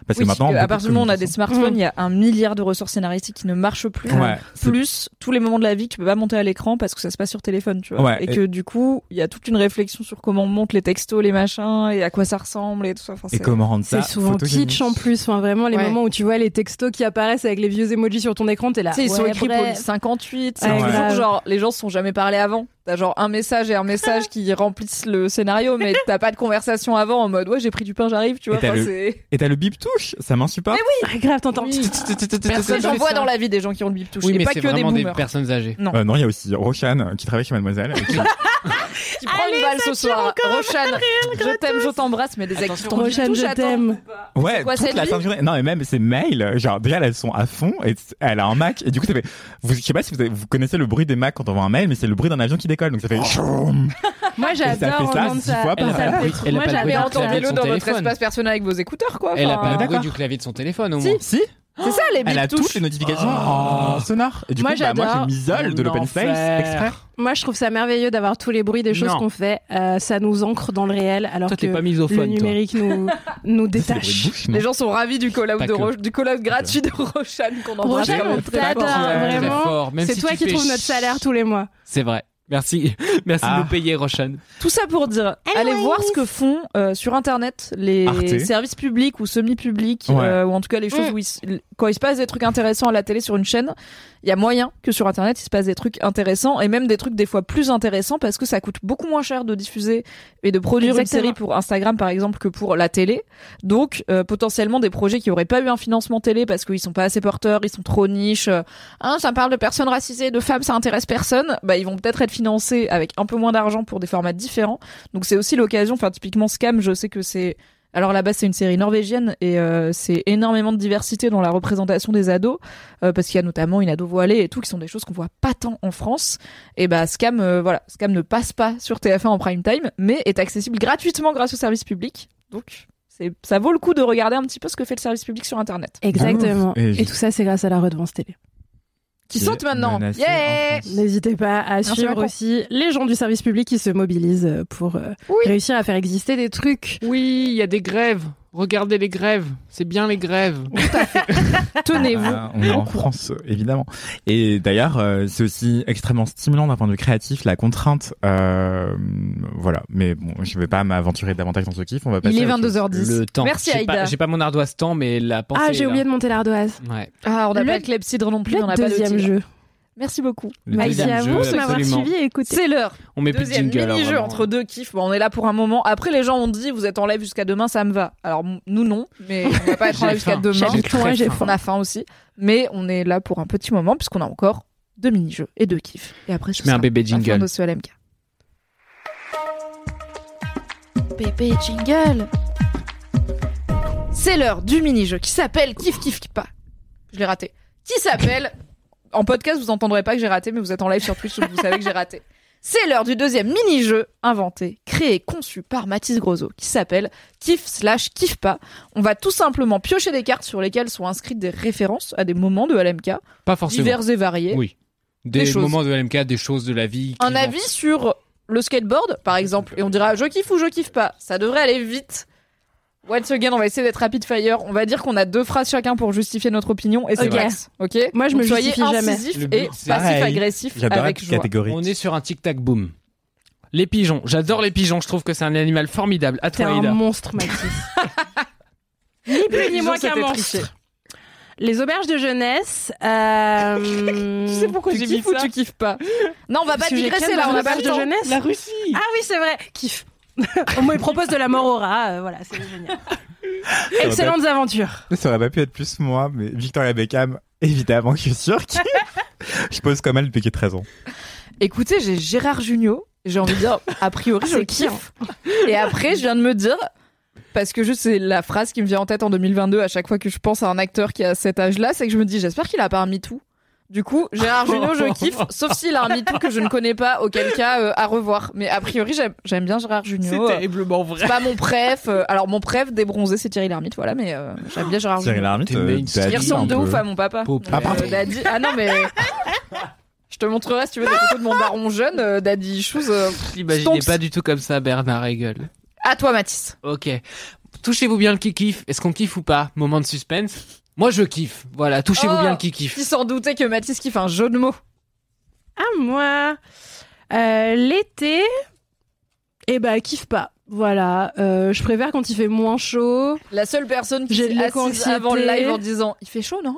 Speaker 6: Parce
Speaker 3: Oui,
Speaker 6: que maintenant,
Speaker 3: à
Speaker 6: beaucoup
Speaker 3: partir
Speaker 6: de
Speaker 3: du moment où on a des
Speaker 6: communications-
Speaker 3: smartphones, il y a un milliard de ressources scénaristiques qui ne marchent plus.
Speaker 6: Ouais, c'est-
Speaker 3: Plus tous les moments de la vie, tu peux pas monter à l'écran parce que ça se passe sur téléphone, tu vois.
Speaker 6: Ouais,
Speaker 3: et,
Speaker 6: et-
Speaker 3: que du coup, il y a toute une réflexion sur comment on monte les textos, les machins, et à quoi ça ressemble et tout ça. Enfin,
Speaker 6: et
Speaker 3: c'est-
Speaker 6: comment rendre ça
Speaker 2: C'est souvent
Speaker 6: photogénique.
Speaker 2: kitsch en plus, enfin, vraiment les
Speaker 3: Ouais.
Speaker 2: moments où tu vois les textos qui apparaissent avec les vieux emojis sur ton écran, t'es là.
Speaker 3: Tu sais, ils sont
Speaker 2: ouais,
Speaker 3: écrits
Speaker 2: bref.
Speaker 3: pour les 58. C'est
Speaker 2: Ouais,
Speaker 3: toujours
Speaker 2: grave.
Speaker 3: genre, les gens se sont jamais parlé avant. T'as genre un message et un message qui remplissent le scénario, mais t'as pas de conversation avant en mode, ouais, j'ai pris du pain, j'arrive, tu vois.
Speaker 6: Et t'as
Speaker 3: Enfin,
Speaker 6: le-
Speaker 3: c'est-
Speaker 6: Et t'as le bip touche, ça m'insupporte.
Speaker 2: Ah, grave, t'entends.
Speaker 3: Personne, j'en
Speaker 7: fait
Speaker 3: vois
Speaker 7: ça.
Speaker 3: dans la vie des gens qui ont le bip touche.
Speaker 7: Oui,
Speaker 3: et
Speaker 7: mais
Speaker 3: pas
Speaker 7: c'est
Speaker 3: que des
Speaker 7: vraiment des,
Speaker 3: boomers.
Speaker 7: personnes âgées.
Speaker 3: Non.
Speaker 6: Euh, non, il y a aussi Rochane euh, qui travaille chez Mademoiselle. et qui-
Speaker 3: Tu prends une balle ce soir. Rochane, je t'aime, je t'embrasse, mais les ex
Speaker 13: Attention.
Speaker 3: t'ont dit
Speaker 2: Rochane,
Speaker 3: touche
Speaker 2: je
Speaker 3: à ton-
Speaker 2: t'aime.
Speaker 6: Ouais,
Speaker 3: quoi,
Speaker 6: toute
Speaker 3: cette
Speaker 6: la
Speaker 3: vie
Speaker 6: fin de journée. Non, et même ses mails, euh, genre déjà elles sont à fond et c- elle a un Mac et du coup ça fait vous je sais pas si vous, avez- vous connaissez le bruit des Macs quand on voit un mail mais c'est le bruit d'un avion qui décolle donc ça fait
Speaker 7: Oh.
Speaker 6: choum.
Speaker 2: Moi
Speaker 6: ça
Speaker 2: j'adore
Speaker 6: fait ça
Speaker 2: entendre
Speaker 6: dix
Speaker 2: ça.
Speaker 6: fois par
Speaker 2: ça
Speaker 6: heure.
Speaker 2: me fait
Speaker 7: Oui,
Speaker 2: trop-
Speaker 7: elle a
Speaker 2: Moi
Speaker 7: pas de
Speaker 2: j'avais
Speaker 7: bruit
Speaker 3: Mais
Speaker 2: entendu.
Speaker 7: de clavier.
Speaker 3: entendez-le
Speaker 7: son
Speaker 3: dans votre
Speaker 7: téléphone.
Speaker 3: espace personnel avec vos écouteurs, quoi.
Speaker 7: Elle a
Speaker 3: enfin.
Speaker 7: pas le bruit
Speaker 6: d'accord.
Speaker 7: du clavier de son téléphone au
Speaker 3: Si.
Speaker 7: moins.
Speaker 6: Si,
Speaker 3: C'est ça, les
Speaker 6: elle a
Speaker 3: bip
Speaker 6: toutes
Speaker 3: touches.
Speaker 6: les notifications euh, sonores. Et du
Speaker 2: Moi,
Speaker 6: coup bah, moi
Speaker 2: j'adore.
Speaker 6: je m'isole de
Speaker 7: Oh. Mon
Speaker 6: l'open
Speaker 7: enfer.
Speaker 6: space exprès.
Speaker 2: Moi je trouve ça merveilleux d'avoir tous les bruits des choses
Speaker 7: Non.
Speaker 2: qu'on fait. Euh, ça nous ancre dans le réel alors
Speaker 7: Toi,
Speaker 2: que
Speaker 7: t'es pas
Speaker 2: le
Speaker 7: misophone, toi.
Speaker 2: numérique nous, nous
Speaker 6: C'est le bruit de
Speaker 2: détache.
Speaker 6: bouche, non
Speaker 3: Les gens sont ravis du call-out
Speaker 7: Pas
Speaker 3: de
Speaker 7: que.
Speaker 3: Ro- du call-out gratuit de Rochane qu'on embrasse
Speaker 2: Rochane,
Speaker 3: comme
Speaker 2: on
Speaker 3: une très
Speaker 2: t'adore
Speaker 3: forte.
Speaker 7: Très
Speaker 2: vraiment.
Speaker 7: fort, même
Speaker 2: C'est
Speaker 7: si
Speaker 2: toi
Speaker 7: tu
Speaker 2: qui
Speaker 7: fais
Speaker 2: trouves
Speaker 7: ch-
Speaker 2: notre salaire tous les mois.
Speaker 7: C'est vrai. Merci. Merci
Speaker 6: Ah.
Speaker 7: de nous payer, Roshan.
Speaker 3: Tout ça pour dire, allez voir ce que font euh, sur internet les
Speaker 6: Arte.
Speaker 3: services publics ou semi-publics,
Speaker 6: Ouais.
Speaker 3: euh, ou en tout cas les choses où il s- quand il se passe des trucs intéressants à la télé sur une chaîne, il y a moyen que sur internet il se passe des trucs intéressants et même des trucs des fois plus intéressants parce que ça coûte beaucoup moins cher de diffuser et de produire
Speaker 2: Exactement.
Speaker 3: une série pour Instagram par exemple que pour la télé. Donc euh, potentiellement des projets qui auraient pas eu un financement télé parce qu'ils sont pas assez porteurs, ils sont trop niches, euh, Hein, ça parle de personnes racisées, de femmes, ça intéresse personne. Bah, ils vont peut-être être financés avec un peu moins d'argent pour des formats différents. Donc c'est aussi l'occasion, enfin typiquement Scam, je sais que c'est... Alors là-bas, c'est une série norvégienne et euh, c'est énormément de diversité dans la représentation des ados, euh, parce qu'il y a notamment une ado voilée et tout, qui sont des choses qu'on voit pas tant en France. Et bah Scam, euh, voilà, Scam ne passe pas sur TF1 en prime time, mais est accessible gratuitement grâce au service public. Donc c'est, ça vaut le coup de regarder un petit peu ce que fait le service public sur Internet.
Speaker 2: Exactement.
Speaker 6: Et
Speaker 2: Et
Speaker 6: je-
Speaker 2: tout ça c'est grâce à la redevance télé.
Speaker 3: qui sautent maintenant. Yeah
Speaker 2: N'hésitez pas à
Speaker 3: Merci
Speaker 2: suivre
Speaker 3: Macron.
Speaker 2: aussi les gens du service public qui se mobilisent euh, pour euh, réussir à faire exister des trucs.
Speaker 14: Oui, il y a des grèves. Regardez les grèves. C'est bien les grèves. Bah,
Speaker 2: Tenez-vous.
Speaker 6: Ah, on est en France, euh, évidemment. Et d'ailleurs, euh, c'est aussi extrêmement stimulant d'un point de vue créatif, la contrainte. Euh, voilà, mais bon, je vais pas m'aventurer davantage dans ce kiff. On
Speaker 14: bah,
Speaker 6: va passer
Speaker 2: Il est
Speaker 6: à autre chose.
Speaker 2: 22h10.
Speaker 7: Le temps.
Speaker 3: Merci,
Speaker 7: J'ai pas-
Speaker 3: Aïda.
Speaker 7: J'ai pas mon ardoise temps, mais la pensée.
Speaker 2: Ah, j'ai
Speaker 7: est là.
Speaker 2: oublié de monter l'ardoise.
Speaker 7: Ouais.
Speaker 3: Ah, on n'a
Speaker 2: Le-
Speaker 3: pas le clepsydre non plus
Speaker 2: le
Speaker 3: dans la
Speaker 2: deuxième jeu.
Speaker 3: Merci beaucoup.
Speaker 7: Le
Speaker 2: Merci
Speaker 7: deuxième
Speaker 2: à
Speaker 7: jeu,
Speaker 2: vous de m'avoir
Speaker 7: absolument.
Speaker 2: suivi et écouté.
Speaker 3: C'est l'heure.
Speaker 7: On met plus de
Speaker 3: Deuxième
Speaker 7: jingle, alors,
Speaker 3: mini-jeu
Speaker 7: hein, vraiment.
Speaker 3: entre deux kiffs. Bon, on est là pour un moment. Après, les gens ont dit vous êtes en live jusqu'à demain, ça me va. Alors m- nous non, mais on va pas être
Speaker 7: J'ai
Speaker 3: en live jusqu'à
Speaker 7: faim.
Speaker 3: demain.
Speaker 7: J'ai très J'ai faim. faim.
Speaker 3: On a faim aussi, mais on est là pour un petit moment puisqu'on a encore deux mini-jeux et deux kiffs. Et après,
Speaker 7: Je mets un bébé jingle.
Speaker 3: de ce LMK. Bébé jingle. C'est l'heure du mini-jeu qui s'appelle Kiff Kiff Kiff pas. Je l'ai raté. Qui s'appelle En podcast, vous entendrez pas que j'ai raté, mais vous êtes en live sur Twitch, donc vous savez que j'ai raté. C'est l'heure du deuxième mini-jeu inventé, créé, conçu par Mathis Grosso, qui s'appelle Kiff slash Kiff pas. On va tout simplement piocher des cartes sur lesquelles sont inscrites des références à des moments de LMK.
Speaker 7: Pas forcément.
Speaker 3: Divers et variés.
Speaker 7: Oui. Des,
Speaker 3: Des choses.
Speaker 7: moments de LMK, des choses de la vie.
Speaker 3: Un
Speaker 7: clivants.
Speaker 3: avis sur le skateboard, par exemple, et on dira je kiffe ou je kiffe pas. Ça devrait aller vite. Once again, on va essayer d'être rapid fire. On va dire qu'on a deux phrases chacun pour justifier notre opinion et c'est
Speaker 2: Ok.
Speaker 3: max. Ok.
Speaker 2: Moi, je me
Speaker 3: soyez
Speaker 2: justifie jamais.
Speaker 3: incisif
Speaker 7: Le but,
Speaker 3: et
Speaker 7: c'est-
Speaker 3: passif
Speaker 7: Pareil.
Speaker 3: agressif
Speaker 7: J'adore
Speaker 3: avec
Speaker 7: la
Speaker 3: joie.
Speaker 7: On est sur un tic-tac boom. Les pigeons. J'adore les pigeons. Je trouve que c'est un animal formidable. À
Speaker 2: T'es
Speaker 7: toi,
Speaker 2: un
Speaker 7: Aïda.
Speaker 2: monstre, Mathis. ni plus ni
Speaker 3: Ils
Speaker 2: moins
Speaker 3: ont
Speaker 2: qu'un
Speaker 3: été
Speaker 2: monstre.
Speaker 3: trichés.
Speaker 2: Les auberges de jeunesse. Euh... tu sais pourquoi
Speaker 3: Tu kiffes ou tu kiffes pas Non, on va pas
Speaker 2: Parce que j'ai
Speaker 3: digresser
Speaker 2: quel
Speaker 3: là, on a pas
Speaker 2: auberge
Speaker 3: le
Speaker 2: de
Speaker 3: temps.
Speaker 2: jeunesse.
Speaker 3: La
Speaker 14: Russie.
Speaker 2: Ah oui, c'est vrai. Kiff. Au moins, il propose de la mort au rat. euh, voilà, c'est génial. Excellentes aventures.
Speaker 6: Ça aurait pas pu être plus moi, mais Victoria Beckham, évidemment, je suis sûr que je pose comme elle depuis 13 ans.
Speaker 3: Écoutez, j'ai Gérard Junio. J'ai envie de dire, a priori, je
Speaker 2: C'est
Speaker 3: le kiffe. Et après, je viens de me dire, parce que juste c'est la phrase qui me vient en tête en 2022 à chaque fois que je pense à un acteur qui a cet âge-là, c'est que je me dis, j'espère qu'il a pas un MeToo. Du coup, Gérard Junio, je kiffe, sauf s'il a un MeToo que je ne connais pas, auquel cas, euh, à revoir. Mais a priori, j'aime- j'aime bien Gérard Junio.
Speaker 14: C'est terriblement vrai.
Speaker 3: C'est pas mon préf. euh, alors, mon préf des bronzés, c'est Thierry Lhermitte, voilà, mais euh, j'aime bien Gérard
Speaker 6: Thierry
Speaker 3: Junio.
Speaker 6: Lhermitte,
Speaker 7: T'es
Speaker 6: euh,
Speaker 7: mainstream.
Speaker 6: daddy
Speaker 3: Il ressemble de
Speaker 6: un
Speaker 3: ouf
Speaker 6: peu.
Speaker 3: à mon papa.
Speaker 7: Pauvre.
Speaker 3: Ah,
Speaker 7: Ah, pardon.
Speaker 3: Daddy. Ah non, mais. Je te montrerai si tu veux des photos de mon baron jeune, euh, Daddy Shoes. euh,
Speaker 7: L'imaginez
Speaker 3: stonks.
Speaker 7: pas du tout comme ça, Bernard Hegel.
Speaker 3: À toi, Mathis.
Speaker 7: Ok. Touchez-vous bien le qui kiffe. Est-ce qu'on kiffe ou pas Moment de suspense. Moi, je kiffe. Voilà, touchez-vous
Speaker 3: Oh,
Speaker 7: bien le qui kiffe.
Speaker 3: Qui s'en doutait que Mathis kiffe un jeu de mots
Speaker 2: Ah, moi. euh, L'été. Eh ben, kiffe pas. Voilà. euh, je préfère quand il fait moins chaud.
Speaker 3: La seule personne qui
Speaker 2: J'ai
Speaker 3: s'est
Speaker 2: de
Speaker 3: assise
Speaker 2: l'éco-anxiété.
Speaker 3: avant le live en disant Il fait chaud, non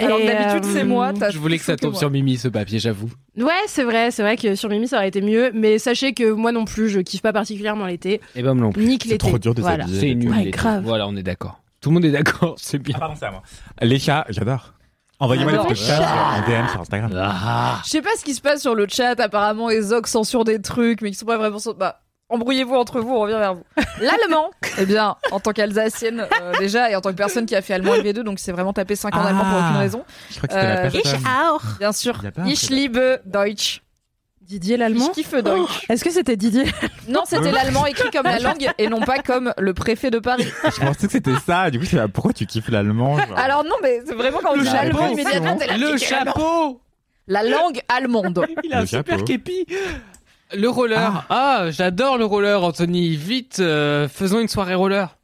Speaker 3: Alors que
Speaker 2: Et,
Speaker 3: d'habitude, c'est
Speaker 2: euh,
Speaker 3: moi. t'as
Speaker 7: Je voulais que
Speaker 3: chaud
Speaker 7: ça tombe
Speaker 3: moi.
Speaker 7: sur Mimi, ce papier, j'avoue.
Speaker 2: Ouais, c'est vrai. C'est vrai que sur Mimi, ça aurait été mieux. Mais sachez que moi non plus, je kiffe pas particulièrement l'été.
Speaker 7: Et ben, non plus.
Speaker 2: Nique
Speaker 6: C'est
Speaker 2: l'été.
Speaker 6: trop dur de
Speaker 2: voilà.
Speaker 6: s'habiller.
Speaker 7: C'est nul.
Speaker 2: Ouais,
Speaker 7: l'été.
Speaker 2: grave.
Speaker 7: Voilà, on est d'accord. Tout le monde est d'accord, c'est bien.
Speaker 6: Ah, pardon, c'est à moi. Les chats, j'adore. Envoyez-moi des
Speaker 3: J'adore
Speaker 6: photos de chats en DM sur Instagram.
Speaker 7: Ah.
Speaker 3: Je sais pas ce qui se passe sur le chat. Apparemment, les Zog censurent des trucs, mais qui sont pas vraiment. cens- Bah, embrouillez-vous entre vous, on revient vers vous. L'allemand, eh bien, en tant qu'Alsacienne, euh, déjà, et en tant que personne qui a fait allemand LV2, donc c'est vraiment tapé 5 ans d'allemand pour
Speaker 7: Ah.
Speaker 3: aucune raison.
Speaker 6: Je crois que c'était
Speaker 3: Euh,
Speaker 6: la personne.
Speaker 3: Bien sûr.
Speaker 6: Y a pas un
Speaker 3: Ich
Speaker 6: truc.
Speaker 3: liebe Deutsch.
Speaker 2: Didier
Speaker 3: Ich
Speaker 2: l'allemand. Oh.
Speaker 3: kiffe Deutsch.
Speaker 2: Est-ce que c'était Didier
Speaker 3: Non, c'était
Speaker 6: Ouais.
Speaker 3: l'allemand écrit comme la langue et non pas comme le préfet de Paris.
Speaker 6: Je pensais que c'était ça. Du coup, je suis là, pourquoi tu kiffes l'allemand genre
Speaker 3: Alors non, mais c'est vraiment quand on dit allemand
Speaker 6: chapeau,
Speaker 3: immédiatement, t'es là,
Speaker 7: Le
Speaker 3: kicker, allemand.
Speaker 7: chapeau
Speaker 3: La langue allemande.
Speaker 7: Il a un
Speaker 6: Le
Speaker 7: super
Speaker 6: chapeau.
Speaker 7: képi Le roller Ah, j'adore le roller, Anthony. Vite, euh, faisons une soirée roller.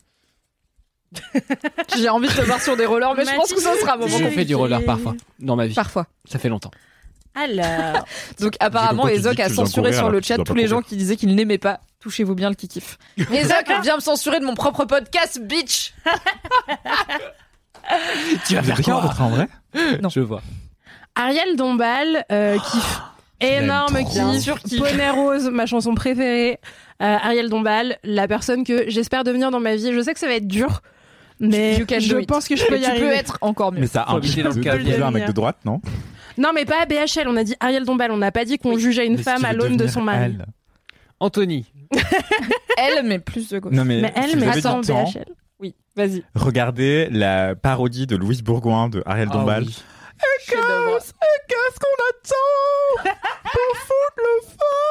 Speaker 3: J'ai envie de te voir sur des rollers, mais je pense que ça sera un moment.
Speaker 7: Je
Speaker 3: compliqué.
Speaker 7: fais du roller parfois, dans ma vie.
Speaker 3: Parfois.
Speaker 7: Ça fait longtemps.
Speaker 5: Ah.
Speaker 2: Alors.
Speaker 3: Donc apparemment,
Speaker 6: comme quand tu
Speaker 3: Ezoc
Speaker 6: dis que
Speaker 3: a
Speaker 6: tu viens
Speaker 3: censuré
Speaker 6: courir
Speaker 3: sur
Speaker 6: alors
Speaker 3: le
Speaker 6: que tu
Speaker 3: chat
Speaker 6: dois
Speaker 3: tous
Speaker 6: pas
Speaker 3: les gens
Speaker 6: courir.
Speaker 3: qui disaient qu'il n'aimait pas. Touchez-vous bien le kikif. Ezoc vient me censurer de mon propre podcast, bitch.
Speaker 7: Tu vas
Speaker 6: Vous
Speaker 7: faire
Speaker 6: êtes
Speaker 7: quoi
Speaker 6: d'accord, votre en vrai
Speaker 3: Non.
Speaker 7: Je vois.
Speaker 2: Ariel Dombal, euh, kiff. Énorme
Speaker 6: l'aime trop. Bien
Speaker 2: kiff. Poney Rose, ma chanson préférée. Euh, Ariel Dombal, la personne que j'espère devenir dans ma vie. Je sais que ça va être dur, mais
Speaker 3: You can
Speaker 2: je
Speaker 3: do it.
Speaker 2: pense que je peux
Speaker 3: Mais
Speaker 2: y
Speaker 3: tu
Speaker 2: arriver.
Speaker 3: peux être encore mieux.
Speaker 6: Mais ça
Speaker 7: Faut
Speaker 6: implique
Speaker 7: habiter dans
Speaker 6: de,
Speaker 7: le calme.
Speaker 6: de poser un mec de droite, non
Speaker 2: Non, mais pas à BHL. On a dit Ariel Dombal. On n'a pas dit qu'on jugeait une
Speaker 6: Mais si
Speaker 2: femme
Speaker 6: tu
Speaker 2: à
Speaker 6: veux
Speaker 2: l'aune de
Speaker 6: devenir
Speaker 2: son mari.
Speaker 6: elle.
Speaker 7: Anthony,
Speaker 3: Elle, mais plus de gauche.
Speaker 6: Non mais,
Speaker 2: Mais
Speaker 6: si
Speaker 2: elle,
Speaker 6: vous
Speaker 2: mais
Speaker 6: avez
Speaker 2: attends,
Speaker 6: du temps,
Speaker 2: BHL.
Speaker 3: Oui, vas-y.
Speaker 6: Regardez la parodie de Louise Bourgoin de Ariel
Speaker 7: Ah
Speaker 6: Dombal.
Speaker 7: oui.
Speaker 3: Chef-d'œuvre.
Speaker 6: Qu'est-ce qu'on attend pour foutre le feu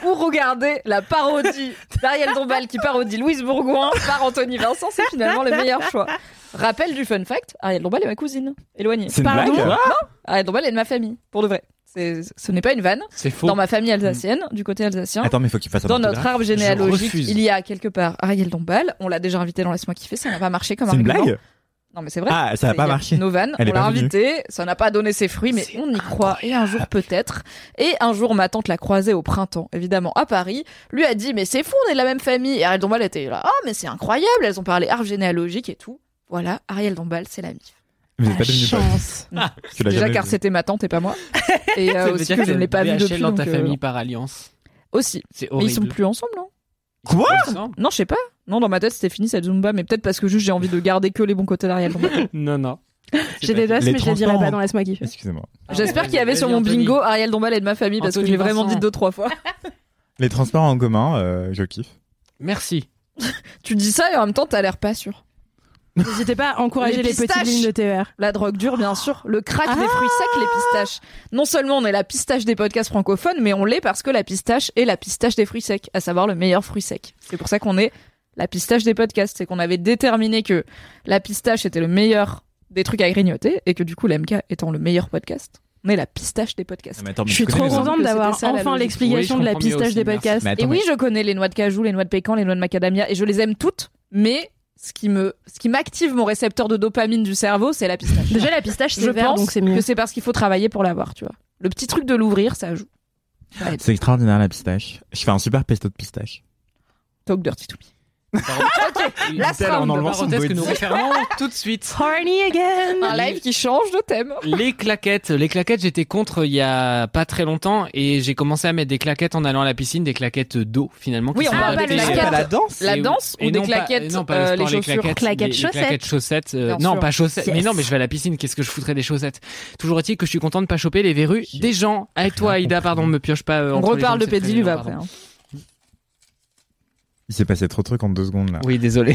Speaker 3: pour regarder la parodie d'Ariel Dombal qui parodie Louise Bourgoin par Anthony Vincent, c'est finalement le meilleur choix. Rappel du fun fact, Ariel Dombal est ma cousine, éloignée.
Speaker 6: C'est une blague
Speaker 3: Non, Ariel Dombal est de ma famille, pour de vrai. C'est- Ce n'est pas une vanne.
Speaker 6: C'est faux.
Speaker 3: Dans ma famille alsacienne, du côté alsacien.
Speaker 6: Attends, mais faut qu'il fasse un
Speaker 3: Dans
Speaker 6: orthographe.
Speaker 3: notre arbre
Speaker 6: Je
Speaker 3: généalogique,
Speaker 6: refuse.
Speaker 3: il y a quelque part Ariel Dombal. On l'a déjà invité dans Laisse-moi kiffer, ça n'a pas marché comme
Speaker 6: C'est une
Speaker 3: argument.
Speaker 6: blague
Speaker 3: Non, mais c'est vrai.
Speaker 6: Ah, ça n'a
Speaker 3: C'est-
Speaker 6: pas
Speaker 3: il y a
Speaker 6: marché.
Speaker 3: Novan,
Speaker 6: Elle est
Speaker 3: on l'a
Speaker 6: pas venue.
Speaker 3: invité, ça n'a pas donné ses fruits, mais on y croit. Et un jour peut-être. Et un jour, ma tante l'a croisée au printemps, évidemment à Paris. Lui a dit, mais c'est fou, on est de la même famille. Et Ariel Dombal était là, ah, mais c'est incroyable, elles ont parlé arbre généalogique et tout. Voilà, Ariel Dombal, c'est la mif.
Speaker 6: Vous êtes pas devenu
Speaker 3: chance.
Speaker 2: Ah,
Speaker 6: pote. Tu l'as
Speaker 3: Déjà
Speaker 6: Bah, jamais
Speaker 3: car
Speaker 6: vu.
Speaker 3: c'était ma tante et pas moi. Et euh,
Speaker 7: Ça veut
Speaker 3: aussi
Speaker 7: dire
Speaker 3: que je ne
Speaker 7: t'as
Speaker 3: l'ai pas vu
Speaker 7: VHL
Speaker 3: depuis.
Speaker 7: dans ta
Speaker 3: donc, euh,
Speaker 7: famille
Speaker 3: non.
Speaker 7: par alliance.
Speaker 3: Aussi.
Speaker 7: C'est
Speaker 3: Mais
Speaker 7: horrible.
Speaker 3: ils sont plus ensemble, non
Speaker 6: Quoi
Speaker 3: Non, je sais pas. Non, dans ma tête, c'était fini cette Zumba, mais peut-être parce que juste j'ai envie de garder que les bons côtés d'Ariel.
Speaker 7: non, non.
Speaker 2: J'ai des doses,
Speaker 6: Les
Speaker 2: mais je les dirai
Speaker 6: transports
Speaker 2: pas
Speaker 6: en-
Speaker 2: dans Laisse-moi kiffer.
Speaker 6: Excusez-moi.
Speaker 7: Ah,
Speaker 3: J'espère qu'il y avait
Speaker 2: Vas-y,
Speaker 3: sur mon
Speaker 2: Anthony.
Speaker 3: bingo Ariel Dombal et de ma famille parce que je l'ai
Speaker 7: Anthony
Speaker 3: vraiment dit
Speaker 7: Vincent.
Speaker 3: deux, trois fois.
Speaker 6: Les transports en commun, euh, je kiffe.
Speaker 7: Merci.
Speaker 3: Tu dis ça et en même temps, t'as l'air pas sûr.
Speaker 2: N'hésitez pas à encourager les, petites
Speaker 3: pistaches.
Speaker 2: lignes de TER.
Speaker 3: La drogue dure, bien sûr. Le crack, les fruits secs, les pistaches. Non seulement on est la pistache des podcasts francophones, mais on l'est parce que la pistache est la pistache des fruits secs, à savoir le meilleur fruit sec. C'est pour ça qu'on est la pistache des podcasts. C'est qu'on avait déterminé que la pistache était le meilleur des trucs à grignoter et que du coup, l'MK étant le meilleur podcast, on est la pistache des podcasts.
Speaker 6: Ah, Mais attends, mais
Speaker 2: Je suis
Speaker 6: connais
Speaker 2: trop
Speaker 6: les autres.
Speaker 2: contente d'avoir
Speaker 3: C'était ça, la
Speaker 2: enfin
Speaker 3: logique.
Speaker 2: l'explication
Speaker 7: Oui,
Speaker 2: de
Speaker 7: je
Speaker 2: la
Speaker 7: comprends mieux
Speaker 2: pistache
Speaker 7: aussi,
Speaker 2: des
Speaker 7: merci.
Speaker 2: podcasts.
Speaker 6: Mais
Speaker 3: Et
Speaker 6: attends,
Speaker 3: oui,
Speaker 6: mais-
Speaker 3: je connais les noix de cajou, les noix de pécan, les noix de macadamia, et je les aime toutes, mais ce qui me, ce qui m'active mon récepteur de dopamine du cerveau, c'est la pistache.
Speaker 2: Déjà, la pistache,
Speaker 3: je
Speaker 2: c'est vert,
Speaker 3: pense
Speaker 2: donc c'est mieux.
Speaker 3: que c'est parce qu'il faut travailler pour l'avoir, tu vois. Le petit truc de l'ouvrir, ça joue. Ouais,
Speaker 6: C'est extraordinaire la pistache. Je fais un super pesto de pistache.
Speaker 3: talk dirty to me.
Speaker 7: Une
Speaker 3: La
Speaker 7: telle en
Speaker 3: somme.
Speaker 7: enlevant son
Speaker 6: body.
Speaker 7: que nous refermons tout de suite.
Speaker 2: Horny again
Speaker 3: Un live qui change de thème.
Speaker 7: Les claquettes, les claquettes, j'étais contre il y a pas très longtemps et j'ai commencé à mettre des claquettes en allant à la piscine, des claquettes d'eau finalement. qui
Speaker 3: Oui, on
Speaker 7: sont
Speaker 3: va
Speaker 7: adaptées.
Speaker 3: pas les claquettes.
Speaker 6: la danse
Speaker 3: La
Speaker 7: Et-
Speaker 3: danse
Speaker 7: et
Speaker 3: ou des
Speaker 7: non pas-
Speaker 3: claquettes,
Speaker 7: non, pas le
Speaker 3: euh,
Speaker 7: sport,
Speaker 3: les chaussures.
Speaker 2: Claquettes
Speaker 7: les- les
Speaker 2: chaussettes.
Speaker 7: claquettes chaussettes, euh,
Speaker 3: Bien
Speaker 7: non,
Speaker 3: sûr.
Speaker 7: pas chaussettes.
Speaker 3: Yes.
Speaker 7: Mais non, mais je vais à la piscine. Qu'est-ce que je foutrais des chaussettes Toujours est-il que je suis content de pas choper les verrues des gens. Et toi, Aïda, pardon, me pioche pas. euh,
Speaker 3: On
Speaker 7: entre les
Speaker 3: reparle de
Speaker 7: jambes, c'est très
Speaker 3: Pédiluve
Speaker 7: gênant,
Speaker 3: après.
Speaker 7: pardon.
Speaker 3: hein.
Speaker 6: Il s'est passé trop de trucs en deux secondes là.
Speaker 7: Oui, désolé.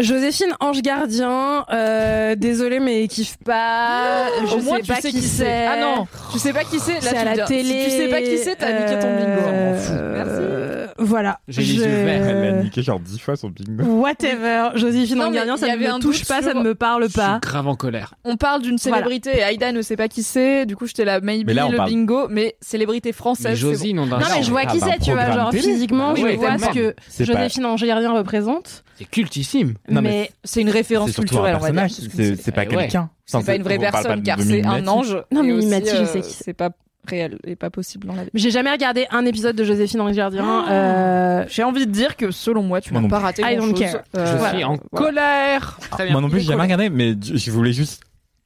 Speaker 2: Joséphine Ange Gardien, euh, désolée mais kiffe pas. Je
Speaker 3: Oh, Au moins,
Speaker 2: sais
Speaker 3: tu
Speaker 2: pas
Speaker 3: sais
Speaker 2: qui
Speaker 3: qui
Speaker 2: c'est.
Speaker 3: c'est. Ah non, tu sais pas qui c'est. Là,
Speaker 2: c'est
Speaker 3: tu
Speaker 2: à
Speaker 3: me
Speaker 2: la
Speaker 3: dis,
Speaker 2: télé.
Speaker 3: Si tu sais pas qui c'est, t'as niqué ton bingo.
Speaker 2: euh,
Speaker 3: On s'en fout.
Speaker 2: euh, Voilà.
Speaker 7: J'ai les yeux
Speaker 2: Je-
Speaker 7: verts.
Speaker 6: Elle l'a niqué genre dix fois son bingo.
Speaker 2: Whatever, Joséphine
Speaker 3: Non,
Speaker 2: Ange
Speaker 3: mais
Speaker 2: Gardien,
Speaker 3: il
Speaker 2: ça
Speaker 3: y
Speaker 2: ne
Speaker 3: avait un
Speaker 2: me touche
Speaker 3: doute
Speaker 2: pas, ça
Speaker 3: sur-
Speaker 2: ne me parle
Speaker 7: Je suis
Speaker 2: pas.
Speaker 7: grave en colère.
Speaker 3: on parle d'une
Speaker 2: Voilà.
Speaker 3: célébrité et Aïda ne sait pas qui c'est, du coup j'étais là, maybe
Speaker 6: Mais là, on
Speaker 3: le
Speaker 6: parle-
Speaker 3: bingo, mais célébrité
Speaker 7: Mais
Speaker 3: française. c'est
Speaker 7: Josie, non, d'un
Speaker 2: Non mais je vois
Speaker 6: Ah,
Speaker 2: qui
Speaker 6: bah,
Speaker 2: c'est, tu vois,
Speaker 6: programme
Speaker 2: genre
Speaker 6: télé.
Speaker 2: physiquement,
Speaker 7: Oui,
Speaker 2: je
Speaker 7: mais
Speaker 2: vois
Speaker 7: tellement.
Speaker 2: ce que
Speaker 6: C'est pas-
Speaker 2: Joséphine Ange Gardien représente.
Speaker 7: C'est cultissime.
Speaker 6: Non, mais
Speaker 2: mais
Speaker 3: C'est une référence
Speaker 6: C'est surtout un
Speaker 3: culturelle, on va dire.
Speaker 6: personnage. C'est c'est pas
Speaker 7: Eh ouais.
Speaker 6: quelqu'un. Enfin,
Speaker 3: C'est pas une vraie
Speaker 6: on parle pas
Speaker 3: personne
Speaker 6: de
Speaker 3: car c'est un
Speaker 6: Minimati.
Speaker 3: ange.
Speaker 2: Non,
Speaker 3: et
Speaker 2: mais
Speaker 3: aussi,
Speaker 2: Minimati, je
Speaker 3: euh,
Speaker 2: sais qui c'est.
Speaker 3: C'est pas réel et pas possible dans la vie.
Speaker 2: j'ai jamais regardé un épisode de Joséphine Ange
Speaker 3: Ah.
Speaker 2: Gardien. euh,
Speaker 3: J'ai envie de dire que selon moi, tu
Speaker 6: Moi
Speaker 3: n'as
Speaker 6: non
Speaker 3: pas
Speaker 6: plus.
Speaker 3: raté
Speaker 2: I don't
Speaker 3: grand-chose.
Speaker 2: care.
Speaker 3: Euh,
Speaker 7: je suis
Speaker 3: voilà.
Speaker 7: en colère. Très bien.
Speaker 6: Moi non plus,
Speaker 3: Il est
Speaker 6: j'ai jamais regardé, mais je je voulais juste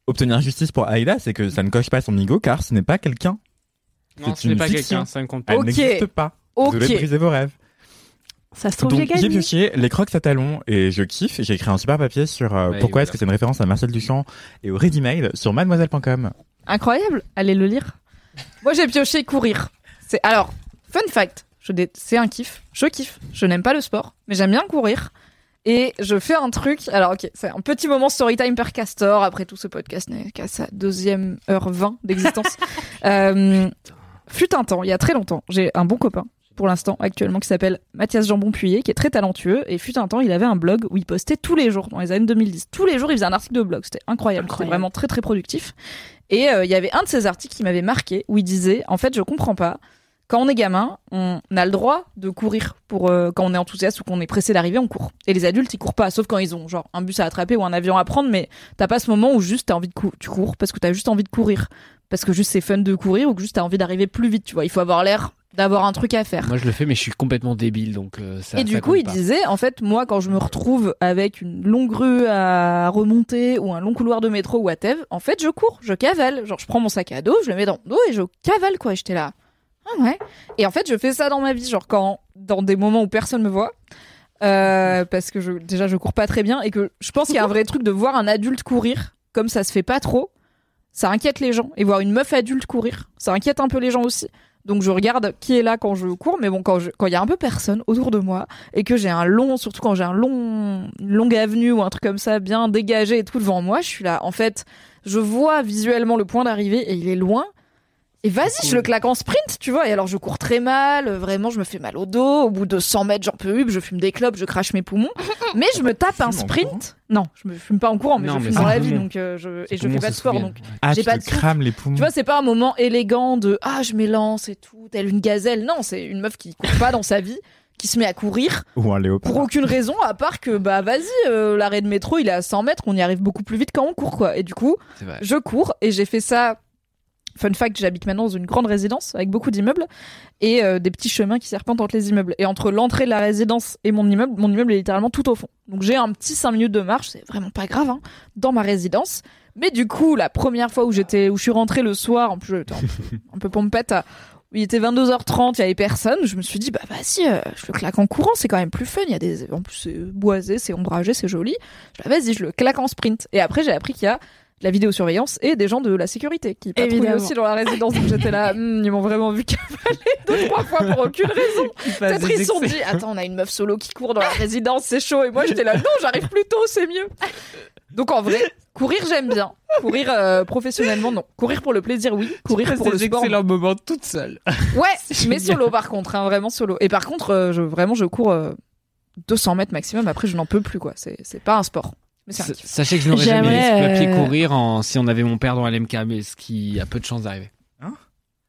Speaker 6: obtenir justice pour Aïda, c'est que ça ne coche pas son bingo car ce n'est pas quelqu'un.
Speaker 7: Non,
Speaker 6: C'est
Speaker 7: ce n'est
Speaker 6: une
Speaker 7: pas
Speaker 6: fiction.
Speaker 7: quelqu'un, ça ne compte pas.
Speaker 6: Elle
Speaker 3: Ok.
Speaker 6: n'existe pas. Vous devez
Speaker 3: Ok.
Speaker 6: briser vos rêves.
Speaker 2: Ça se trouve, j'ai
Speaker 6: Donc j'ai
Speaker 2: gagné.
Speaker 6: pioché les crocs à talons et je kiffe. J'ai écrit un super papier sur euh,
Speaker 7: Ouais,
Speaker 6: pourquoi
Speaker 7: voilà.
Speaker 6: est-ce que c'est une référence à Marcel Duchamp et au Ready Mail sur mademoiselle.com.
Speaker 3: Incroyable, allez le lire. Moi j'ai pioché courir. C'est alors fun fact, je dé- c'est un kiff, je kiffe. Je n'aime pas le sport, mais j'aime bien courir. Et je fais un truc. Alors ok, c'est un petit moment story time per castor. Après tout, ce podcast n'est qu'à sa deuxième heure 20 d'existence. Euh, fut un temps, il y a très longtemps, j'ai un bon copain pour l'instant actuellement qui s'appelle Mathias Jambon Puyer, qui est très talentueux. Et fut un temps, il avait un blog où il postait tous les jours dans les années 2010. Tous les jours, il faisait un article de blog. C'était incroyable. C'était
Speaker 2: Incroyable.
Speaker 3: vraiment très très productif. Et euh, il y avait un de ces articles qui m'avait marqué où il disait en fait je comprends pas quand on est gamin on a le droit de courir pour euh, quand on est enthousiaste ou qu'on est pressé d'arriver on court et les adultes ils courent pas sauf quand ils ont genre un bus à attraper ou un avion à prendre mais t'as pas ce moment où juste t'as envie de cou- tu cours parce que t'as juste envie de courir parce que juste c'est fun de courir ou que juste t'as envie d'arriver plus vite tu vois il faut avoir l'air d'avoir un truc à faire
Speaker 7: Moi, je le fais, mais je suis complètement débile, donc euh, ça.
Speaker 3: et du
Speaker 7: ça
Speaker 3: coup,
Speaker 7: compte
Speaker 3: il
Speaker 7: pas.
Speaker 3: disait, en fait, moi, quand je me retrouve avec une longue rue à remonter ou un long couloir de métro ou à Thèves, en fait, je cours, je cavale. Genre, je prends mon sac à dos, je le mets dans mon dos et je cavale, quoi. Et j'étais là. Ah ouais. Et en fait, je fais ça dans ma vie, genre, quand, dans des moments où personne me voit. Euh, parce que je, déjà, je cours pas très bien et que je pense qu'il y a un vrai truc de voir un adulte courir, comme ça se fait pas trop, ça inquiète les gens. Et voir une meuf adulte courir, ça inquiète un peu les gens aussi. Donc je regarde qui est là quand je cours, mais bon, quand je- quand il y a un peu personne autour de moi, et que j'ai un long, surtout quand j'ai un long, une longue avenue ou un truc comme ça bien dégagé et tout devant moi, je suis là. En fait, je vois visuellement le point d'arrivée et il est loin. Et vas-y, je le claque en sprint, tu vois. Et alors, je cours très mal, euh, vraiment, je me fais mal au dos. Au bout de 100 mètres, j'en peux plus, je fume des clopes, je crache mes poumons. Mais je me tape un sprint. Non, je me fume pas en courant, mais
Speaker 6: Non,
Speaker 3: je
Speaker 6: mais
Speaker 3: fume dans
Speaker 6: ça-
Speaker 3: la vie,
Speaker 6: Ah,
Speaker 3: donc euh, je,
Speaker 6: Ces
Speaker 3: et je fais
Speaker 6: poumons
Speaker 3: pas de
Speaker 6: se
Speaker 3: sport,
Speaker 6: souviennent.
Speaker 3: donc
Speaker 6: Ah,
Speaker 3: j'ai
Speaker 6: tu
Speaker 3: pas
Speaker 6: te
Speaker 3: de souffle.
Speaker 6: crames les poumons.
Speaker 3: Tu vois, c'est pas un moment élégant de ah, je m'élance et tout, telle une gazelle. Non, c'est une meuf qui court pas dans sa vie, qui se met à courir
Speaker 6: Ou un léopard.
Speaker 3: pour aucune raison, à part que, bah, vas-y, euh, l'arrêt de métro, il est à 100 mètres, on y arrive beaucoup plus vite quand on court, quoi. Et du coup,
Speaker 7: C'est vrai.
Speaker 3: je cours et j'ai fait ça. Fun fact, j'habite maintenant dans une grande résidence avec beaucoup d'immeubles et euh, des petits chemins qui serpentent entre les immeubles. Et entre l'entrée de la résidence et mon immeuble, mon immeuble est littéralement tout au fond. Donc j'ai un petit 5 minutes de marche, c'est vraiment pas grave, hein, dans ma résidence. Mais du coup, la première fois où j'étais, où je suis rentrée le soir, en plus, j'étais un peu- un peu pompette, à- il était 22h30, il y avait personne. Je me suis dit, bah vas-y, euh, je le claque en courant, c'est quand même plus fun. Il y a des, en plus c'est boisé, c'est ombragé, c'est joli. Je dis, vas-y, je le claque en sprint. Et après, j'ai appris qu'il y a de la vidéosurveillance et des gens de la sécurité qui patrouillaient
Speaker 2: Évidemment.
Speaker 3: aussi dans la résidence. Donc j'étais là, Hmm, ils m'ont vraiment vu cavaler deux trois fois pour aucune raison.
Speaker 2: passent
Speaker 3: Peut-être
Speaker 2: des
Speaker 3: ils se sont
Speaker 2: excès.
Speaker 3: dit, attends, on a une meuf solo qui court dans la résidence, c'est chaud. Et moi j'étais là, non, j'arrive plus tôt, c'est mieux. Donc en vrai, courir j'aime bien. Courir euh, professionnellement non. Courir pour le plaisir oui. Courir pour le
Speaker 14: des
Speaker 3: sport. non.
Speaker 14: excellents moments toute seule.
Speaker 3: Ouais, mais
Speaker 14: génial.
Speaker 3: solo par contre, hein, vraiment solo. Et par contre, euh, je, vraiment, je cours euh, 200 mètres maximum. Après, je n'en peux plus, quoi. C'est c'est pas un sport. Mais c'est un
Speaker 7: Sa-
Speaker 3: kiff.
Speaker 7: Sachez que je n'aurais jamais laissé
Speaker 2: J'aimerais,
Speaker 7: papier
Speaker 2: euh,
Speaker 7: courir en- si on avait mon père dans l'MK, mais ce qui a peu de chances d'arriver.
Speaker 14: Hein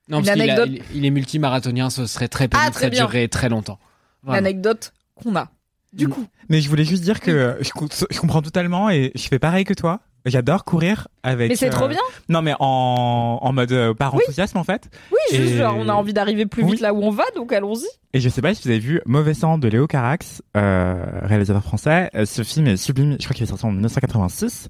Speaker 7: non,
Speaker 3: Une
Speaker 7: parce qu'il a-
Speaker 3: anecdote.
Speaker 7: il, il est multimarathonien, ce serait très pénible,
Speaker 3: Ah, très
Speaker 7: ça
Speaker 3: bien.
Speaker 7: durerait très longtemps. Voilà.
Speaker 3: L'anecdote qu'on a. Du
Speaker 6: Mm.
Speaker 3: coup,
Speaker 6: Mais je voulais juste dire que je, co- je comprends totalement et je fais pareil que toi. J'adore courir avec. euh,
Speaker 3: Mais c'est trop bien.
Speaker 6: Non, mais en, en mode euh, par enthousiasme en fait.
Speaker 3: oui, juste
Speaker 6: Et-
Speaker 3: genre, on a envie d'arriver plus
Speaker 6: Oui.
Speaker 3: vite là où on va, donc allons-y.
Speaker 6: Et je sais pas si vous avez vu Mauvais sang de Léo Carax, euh, réalisateur français. Euh, Ce film est sublime. Je crois qu'il est sorti en 1986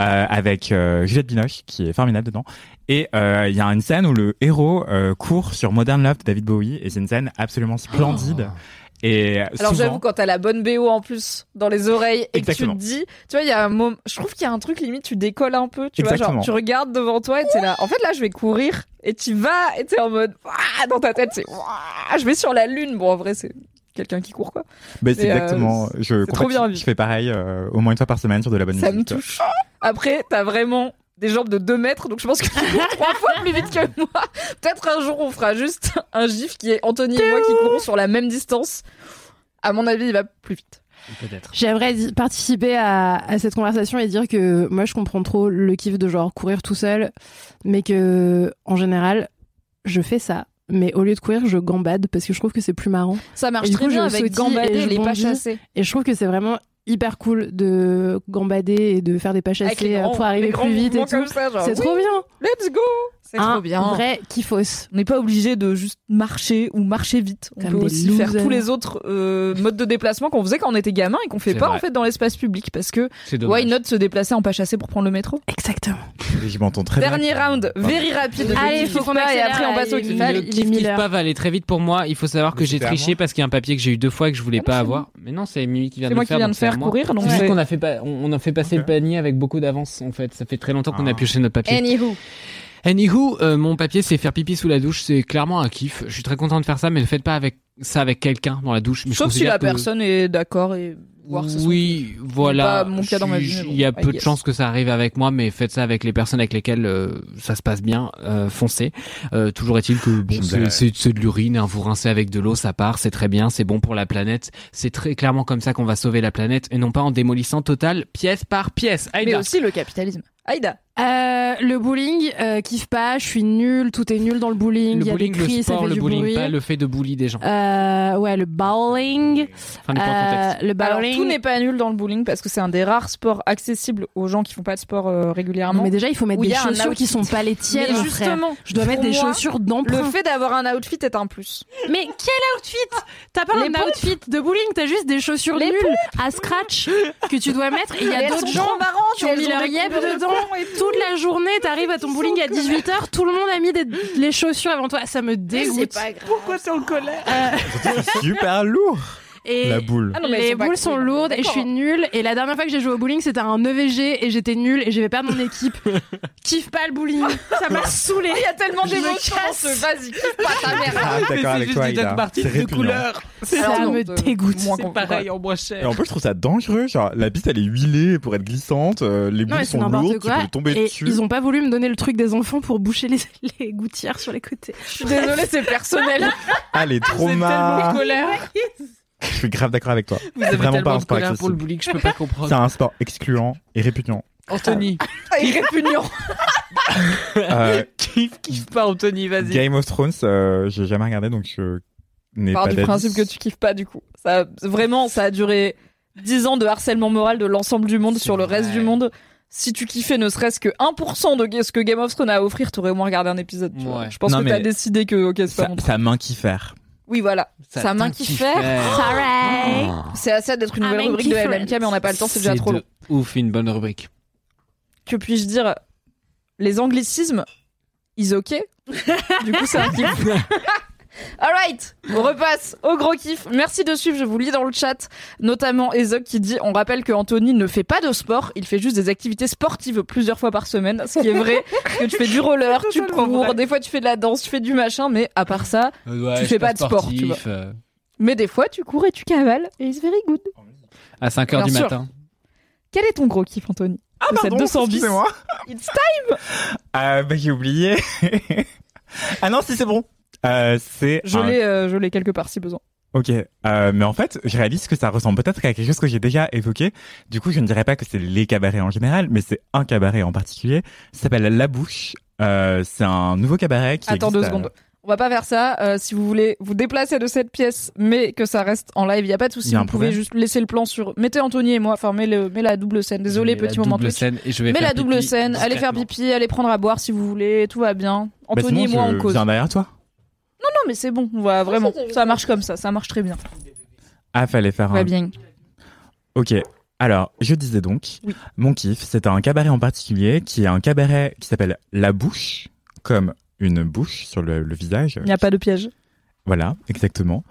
Speaker 6: euh, avec euh, Juliette Binoche, qui est formidable dedans. Et euh, il y a une scène où le héros euh, court sur Modern Love de David Bowie, et c'est une scène absolument splendide. Et
Speaker 3: Oh. Alors
Speaker 6: souvent-
Speaker 3: j'avoue, quand t'as la bonne BO en plus dans les oreilles et
Speaker 6: Exactement.
Speaker 3: que tu te dis, tu vois, il y a un moment, je trouve qu'il y a un truc limite, tu décolles un peu, tu vois,
Speaker 6: Exactement.
Speaker 3: genre tu regardes devant toi et t'es là. En fait, là, je vais courir et tu vas et t'es en mode, Ouah dans ta tête, c'est, Ouah je vais sur la lune. Bon, en vrai, c'est quelqu'un qui court quoi.
Speaker 6: Bah, c'est
Speaker 3: Mais, euh,
Speaker 6: exactement. je
Speaker 3: trop bien
Speaker 6: Je fais pareil euh, au moins une fois par semaine sur de la bonne
Speaker 3: Ça me
Speaker 6: musique.
Speaker 3: touche. Après, t'as vraiment des jambes de 2 mètres, donc je pense que tu cours trois fois plus vite que moi. Peut-être un jour, on fera juste un gif qui est Anthony et moi qui courons sur la même distance. À mon avis, il va plus vite.
Speaker 7: Peut-être.
Speaker 2: J'aimerais di- participer à, à cette conversation et dire que moi, je comprends trop le kiff de genre courir tout seul, mais que en général, je fais ça. Mais au lieu de courir, je gambade parce que je trouve que c'est plus marrant.
Speaker 3: Ça marche
Speaker 2: Et du
Speaker 3: très
Speaker 2: coup,
Speaker 3: bien
Speaker 2: je
Speaker 3: avec
Speaker 2: sautille
Speaker 3: gambader,
Speaker 2: et je
Speaker 3: les pas
Speaker 2: bondis.
Speaker 3: chasser.
Speaker 2: Et je trouve que c'est vraiment hyper cool de gambader et de faire des pas
Speaker 3: Avec les
Speaker 2: chassés euh,
Speaker 3: grands-
Speaker 2: pour arriver
Speaker 3: les grands
Speaker 2: plus vite et
Speaker 3: mouvements
Speaker 2: tout.
Speaker 3: comme ça, genre,
Speaker 2: C'est trop
Speaker 3: oui.
Speaker 2: bien. Ah.
Speaker 3: Let's go C'est
Speaker 2: Un
Speaker 3: trop bien.
Speaker 2: vrai kiffos.
Speaker 3: On n'est pas obligé de juste marcher ou marcher vite. On
Speaker 2: Comme
Speaker 3: peut
Speaker 2: des
Speaker 3: aussi
Speaker 2: losers.
Speaker 3: faire tous les autres euh, modes de déplacement qu'on faisait quand on était gamin et qu'on fait
Speaker 6: C'est
Speaker 3: pas
Speaker 6: vrai.
Speaker 3: en fait dans l'espace public parce que
Speaker 6: C'est dommage.
Speaker 3: why not se déplacer en pas chassé pour prendre le métro
Speaker 2: Exactement.
Speaker 6: Et je m'entends très bien.
Speaker 3: Dernier round,
Speaker 6: Pardon.
Speaker 3: very rapide.
Speaker 2: Allez,
Speaker 3: Ne
Speaker 2: faut
Speaker 3: kiffe
Speaker 2: qu'on
Speaker 3: pas et
Speaker 2: accélère,
Speaker 3: après on
Speaker 2: là,
Speaker 3: passe au
Speaker 2: il-
Speaker 3: kiff.
Speaker 2: il-
Speaker 3: Allez,
Speaker 2: il-
Speaker 3: kiff,
Speaker 2: il-
Speaker 3: kiff.
Speaker 2: il-
Speaker 7: Kiff
Speaker 2: Miller.
Speaker 7: pas va aller très vite pour moi. Il faut savoir que j'ai
Speaker 6: c'était à
Speaker 7: triché parce qu'il y a un papier que j'ai eu deux fois et que je
Speaker 3: Ah,
Speaker 7: voulais pas avoir. Mais non, c'est Mimi qui vient de
Speaker 3: C'est moi
Speaker 7: le
Speaker 3: qui
Speaker 7: faire.
Speaker 3: viens
Speaker 7: donc
Speaker 3: de faire
Speaker 7: c'est à moi.
Speaker 3: courir, donc
Speaker 7: C'est juste
Speaker 3: ouais.
Speaker 7: qu'on a fait pas, on, on a fait passer le panier avec beaucoup d'avance en fait. Ça fait très longtemps qu'on a pioché notre papier.
Speaker 3: Anywho.
Speaker 7: Anywho, euh, mon papier c'est faire pipi sous la douche. C'est clairement un kiff. Je suis très content de faire ça, mais ne faites pas avec ça avec quelqu'un dans la douche. Mais je
Speaker 3: Sauf si
Speaker 7: considère
Speaker 3: la
Speaker 7: que-
Speaker 3: personne est d'accord et voir ce
Speaker 7: Oui, voilà.
Speaker 3: pas mon cas dans ma vie, mais bon,
Speaker 7: Il y a
Speaker 3: I
Speaker 7: peu de
Speaker 3: guess.
Speaker 7: chances que ça arrive avec moi, mais faites ça avec les personnes avec lesquelles euh, ça se passe bien. euh, foncez. Euh, toujours est-il que bon, c'est-
Speaker 6: dirais-
Speaker 7: c'est c'est de l'urine. hein, vous rincez avec de l'eau, ça part, c'est très bien, c'est bon pour la planète. C'est très clairement comme ça qu'on va sauver la planète et non pas en démolissant total pièce par pièce.
Speaker 3: Mais
Speaker 7: Aïda.
Speaker 3: aussi le capitalisme. Aïda.
Speaker 2: Euh, le bowling, euh, kiffe pas, je suis nulle, tout est nul dans le bowling.
Speaker 7: Le
Speaker 2: il y a
Speaker 7: bowling,
Speaker 2: des cris,
Speaker 7: le
Speaker 2: ça
Speaker 7: sport,
Speaker 2: fait
Speaker 7: le
Speaker 2: du
Speaker 7: bowling,
Speaker 2: bruit.
Speaker 7: pas le fait de bully des gens.
Speaker 2: Euh, ouais, le bowling.
Speaker 7: Enfin, dépend du
Speaker 2: Euh,
Speaker 7: contexte.
Speaker 2: le bowling.
Speaker 3: Alors, tout n'est pas nul dans le bowling parce que c'est un des rares sports accessibles aux gens qui font pas de sport euh, régulièrement.
Speaker 2: Non, mais déjà, il faut mettre
Speaker 3: Où il
Speaker 2: des
Speaker 3: y a un
Speaker 2: chaussures qui
Speaker 3: outfit.
Speaker 2: sont pas les tiennes.
Speaker 3: Mais
Speaker 2: frère.
Speaker 3: justement,
Speaker 2: je dois mettre
Speaker 3: pour
Speaker 2: des
Speaker 3: moi,
Speaker 2: chaussures d'emprunt.
Speaker 3: Le fait d'avoir un outfit est un plus.
Speaker 2: Mais quel outfit T'as pas
Speaker 3: Les
Speaker 2: un
Speaker 3: pompes.
Speaker 2: outfit de bowling, t'as juste des chaussures
Speaker 3: Les
Speaker 2: nulles à scratch que tu dois mettre. Il y
Speaker 3: Mais
Speaker 2: a
Speaker 3: elles
Speaker 2: d'autres
Speaker 3: sont
Speaker 2: gens
Speaker 3: trop marrantes,
Speaker 2: qui ont
Speaker 3: elles
Speaker 2: mis
Speaker 3: ont
Speaker 2: leur
Speaker 3: des
Speaker 2: yep
Speaker 3: couleurs de
Speaker 2: dedans.
Speaker 3: con et tout.
Speaker 2: Toute la journée, t'arrives à ton bowling à 18h, tout le monde a mis des, les chaussures avant toi. Ça me dégoûte.
Speaker 3: Pourquoi t'es en colère
Speaker 6: Super lourd.
Speaker 2: Et
Speaker 6: La boule.
Speaker 3: Ah non, mais elles
Speaker 2: les
Speaker 3: sont pas
Speaker 2: boules sont
Speaker 3: cool.
Speaker 2: lourdes et je
Speaker 3: D'accord.
Speaker 2: suis nulle. Et la dernière fois que j'ai joué au bowling, c'était un EVG et j'étais nulle et je vais perdre mon équipe. Kiffe pas le bowling. Ça m'a saoulé.
Speaker 3: Il y a tellement
Speaker 2: Je me
Speaker 3: d'émotions dans ce
Speaker 2: casse.
Speaker 3: vas-y, kiffe pas ta mère.
Speaker 6: Ah,
Speaker 3: Mais c'est
Speaker 6: d'accord avec
Speaker 3: juste
Speaker 6: toi,
Speaker 3: des
Speaker 6: Ida.
Speaker 3: Doc Martens
Speaker 6: C'est
Speaker 3: de
Speaker 6: répugnant.
Speaker 3: couleur. C'est
Speaker 2: Ça
Speaker 3: non,
Speaker 2: me
Speaker 3: de-
Speaker 2: dégoûte.
Speaker 3: moins
Speaker 2: C'est
Speaker 3: qu'on-
Speaker 14: Pareil, on boit cher.
Speaker 6: Et en plus, je trouve ça dangereux. Genre, la piste, elle est huilée pour être glissante. euh, les
Speaker 2: Non, mais
Speaker 6: boules
Speaker 2: c'est
Speaker 6: sont
Speaker 2: n'importe
Speaker 6: lourdes, tu
Speaker 2: quoi.
Speaker 6: peux tomber
Speaker 2: et
Speaker 6: dessus.
Speaker 2: ils ont pas voulu me donner le truc des enfants pour boucher les, les gouttières sur les côtés.
Speaker 3: Je suis désolée, c'est personnel.
Speaker 6: Ah, les traumas.
Speaker 14: colère.
Speaker 6: Je suis grave d'accord avec toi.
Speaker 14: Vous avez
Speaker 6: Vraiment pas
Speaker 14: tellement
Speaker 6: un
Speaker 14: de
Speaker 6: sport
Speaker 14: colère pour le
Speaker 6: accessible.
Speaker 14: bowling, je peux pas
Speaker 6: C'est
Speaker 14: comprendre.
Speaker 6: un sport excluant et répugnant.
Speaker 14: Anthony.
Speaker 3: Et répugnant.
Speaker 6: Euh,
Speaker 14: Kiffe, kiffe pas, Anthony, vas-y.
Speaker 6: Game of Thrones, euh, j'ai jamais regardé, donc je n'ai
Speaker 3: Part
Speaker 6: pas
Speaker 3: du
Speaker 6: d'avis.
Speaker 3: principe que tu kiffes pas du coup. Ça, vraiment, ça a duré 10 ans de harcèlement moral de l'ensemble du monde sur le reste du monde. Si tu kiffais ne serait-ce que 1% de ce que Game of Thrones a à offrir, t'aurais au moins regardé un épisode. tu vois.
Speaker 6: Ouais.
Speaker 3: Je pense
Speaker 6: Non,
Speaker 3: que t'as
Speaker 6: mais
Speaker 3: décidé que ok, c'est pas
Speaker 6: Ça,
Speaker 3: mon
Speaker 6: ça main qui faire.
Speaker 3: Oui, voilà.
Speaker 7: Ça
Speaker 3: Ça main qui
Speaker 7: t'inquiffère.
Speaker 3: fait.
Speaker 2: Sorry.
Speaker 3: C'est assez d'être une
Speaker 2: Ah,
Speaker 3: nouvelle
Speaker 2: main
Speaker 3: rubrique de
Speaker 2: difference.
Speaker 3: LMK, mais on n'a pas Bah, le temps, c'est déjà
Speaker 7: C'est
Speaker 3: trop
Speaker 7: de
Speaker 3: long.
Speaker 7: Ouf, une bonne rubrique.
Speaker 3: Que puis-je dire Les anglicismes, is ok. Du coup, c'est un kiff. Alright, on repasse au gros kiff. Merci de suivre, je vous lis dans le chat, notamment Ezog qui dit On rappelle que Anthony ne fait pas de sport, il fait juste des activités sportives plusieurs fois par semaine, ce qui est vrai, parce que tu fais du roller, tu cours, des fois tu fais de la danse, tu fais du machin, mais à part ça,
Speaker 7: Euh,
Speaker 3: tu fais pas de sport, tu vois. Mais des fois tu cours et tu cavales, et it's very good.
Speaker 7: À 5h du
Speaker 3: Bien sûr.
Speaker 7: matin.
Speaker 3: Quel est ton gros kiff, Anthony Ah,
Speaker 6: pardon, excusez-moi.
Speaker 3: It's time
Speaker 6: Ah, bah, j'ai oublié. ah non, si, c'est bon. Euh, c'est.
Speaker 3: Je
Speaker 6: un-
Speaker 3: l'ai euh, je l'ai quelque part si besoin.
Speaker 6: Ok, euh, mais en fait, je réalise que ça ressemble peut-être à quelque chose que j'ai déjà évoqué. Du coup, je ne dirais pas que c'est les cabarets en général, mais c'est un cabaret en particulier. Ça s'appelle La Bouche. Euh, c'est un nouveau cabaret qui
Speaker 3: Attends deux
Speaker 6: existe à-
Speaker 3: secondes. On va pas faire ça. Euh, si vous voulez vous déplacer de cette pièce, mais que ça reste en live, il y a pas de
Speaker 6: Y
Speaker 3: souci.
Speaker 6: a un
Speaker 3: Vous pouvez
Speaker 6: problème.
Speaker 3: juste laisser le plan sur. Mettez Anthony et moi. Enfin, mets, le- mets la double scène. Désolé,
Speaker 7: Mais la
Speaker 3: petit moment
Speaker 7: double
Speaker 3: Twitch.
Speaker 7: scène et je vais
Speaker 3: Mets
Speaker 7: faire
Speaker 3: la double
Speaker 7: pipi
Speaker 3: scène. Allez faire
Speaker 7: discrètement.
Speaker 3: pipi. Allez prendre à boire si vous voulez. Tout va bien.
Speaker 6: Bah,
Speaker 3: Anthony
Speaker 6: sinon,
Speaker 3: et moi,
Speaker 6: je
Speaker 3: on cause.
Speaker 6: viens derrière toi.
Speaker 3: Non, non, mais c'est bon. On va vraiment.
Speaker 4: c'était juste
Speaker 3: Ça marche comme ça. Ça marche très bien.
Speaker 6: Ah, fallait faire
Speaker 3: Très
Speaker 6: un.
Speaker 3: bien.
Speaker 6: Ok. Alors, je disais donc,
Speaker 3: Oui.
Speaker 6: mon kiff, c'est un cabaret en particulier qui est un cabaret qui s'appelle La Bouche, comme une bouche sur le, le visage.
Speaker 3: Il n'y a pas de piège.
Speaker 6: Voilà, exactement.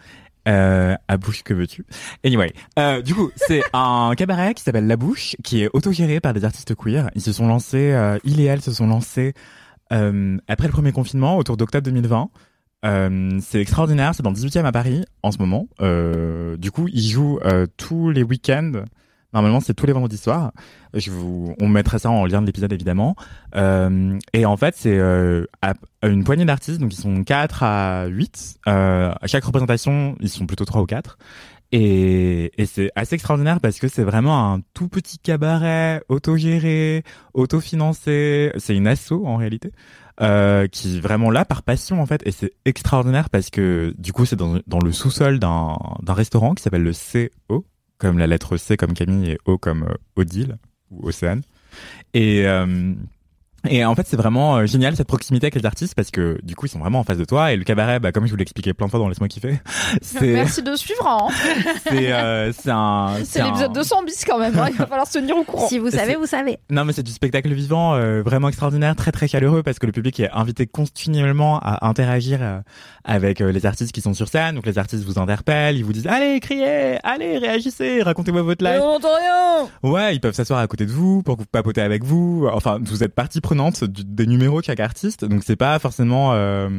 Speaker 6: Euh, à bouche que veux-tu Anyway, euh, du coup, c'est un cabaret qui s'appelle La Bouche, qui est autogéré par des artistes queer. Ils se sont lancés, euh, il et elle se sont lancés euh, après le premier confinement, autour d'octobre 2020. Euh, c'est extraordinaire, c'est dans le 18e à Paris en ce moment. Euh, du coup, ils jouent euh, tous les week-ends. Normalement, c'est tous les vendredis soirs. Je vous, on mettra ça en lien de l'épisode évidemment. Euh, et en fait, c'est euh, à- à une poignée d'artistes, donc ils sont 4 à 8. Euh, à chaque représentation, ils sont plutôt 3 ou 4. Et, et c'est assez extraordinaire parce que c'est vraiment un tout petit cabaret autogéré, autofinancé. C'est une asso en réalité euh, qui est vraiment là par passion en fait. Et c'est extraordinaire parce que du coup c'est dans, dans le sous-sol d'un d'un restaurant qui s'appelle le CO, comme la lettre C comme Camille et O comme euh, Odile ou Océane. Et euh, et en fait, c'est vraiment euh, génial cette proximité avec les artistes parce que du coup, ils sont vraiment en face de toi. Et le cabaret, bah, comme je vous l'expliquais plein de fois dans Laisse-moi kiffer, c'est
Speaker 3: Merci de suivre. hein.
Speaker 6: c'est euh, c'est un
Speaker 3: C'est
Speaker 6: un-
Speaker 3: l'épisode 200 bis quand même. hein. Il va falloir se tenir au courant.
Speaker 5: Si vous savez,
Speaker 6: C'est-
Speaker 5: vous savez.
Speaker 6: Non, mais c'est du spectacle vivant, euh, vraiment extraordinaire, très très chaleureux, parce que le public est invité continuellement à interagir euh, avec euh, les artistes qui sont sur scène. Donc les artistes vous interpellent, ils vous disent allez criez, allez réagissez, racontez-moi votre
Speaker 3: Mais
Speaker 6: life.
Speaker 3: on n'entend rien.
Speaker 6: Ouais, ils peuvent s'asseoir à côté de vous pour que vous papotez avec vous. Enfin, vous êtes partie prenante du- des numéros de chaque artiste, donc c'est pas forcément euh,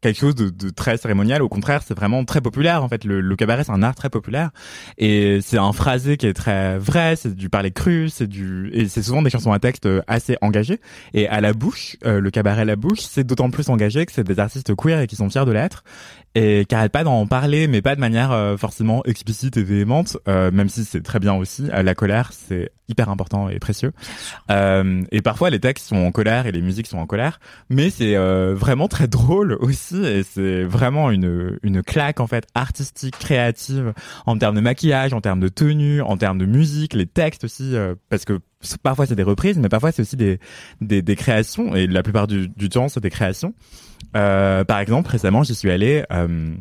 Speaker 6: quelque chose de, de très cérémonial. Au contraire, c'est vraiment très populaire. En fait, le, le cabaret c'est un art très populaire et c'est un phrasé qui est très vrai. C'est du parler cru, c'est du et c'est souvent des chansons à texte euh, assez engagées. Et à la bouche, euh, le cabaret à la bouche, c'est d'autant plus engagé que c'est des artistes queer et qui sont fiers de l'être et qui arrêtent pas d'en parler, mais pas de manière euh, forcément explicite et véhémente, euh, même si c'est très bien aussi. Euh, la colère, c'est hyper important et précieux. Euh, et parfois, les textes sont en colère et les musiques sont en colère, mais c'est euh, vraiment très drôle aussi, et c'est vraiment une, une claque en fait artistique, créative, en termes de maquillage, en termes de tenue, en termes de musique, les textes aussi, euh, parce que c- parfois c'est des reprises, mais parfois c'est aussi des, des, des créations, et la plupart du, du temps, c'est des créations. Euh, par exemple, récemment, j'y suis allé. Euh,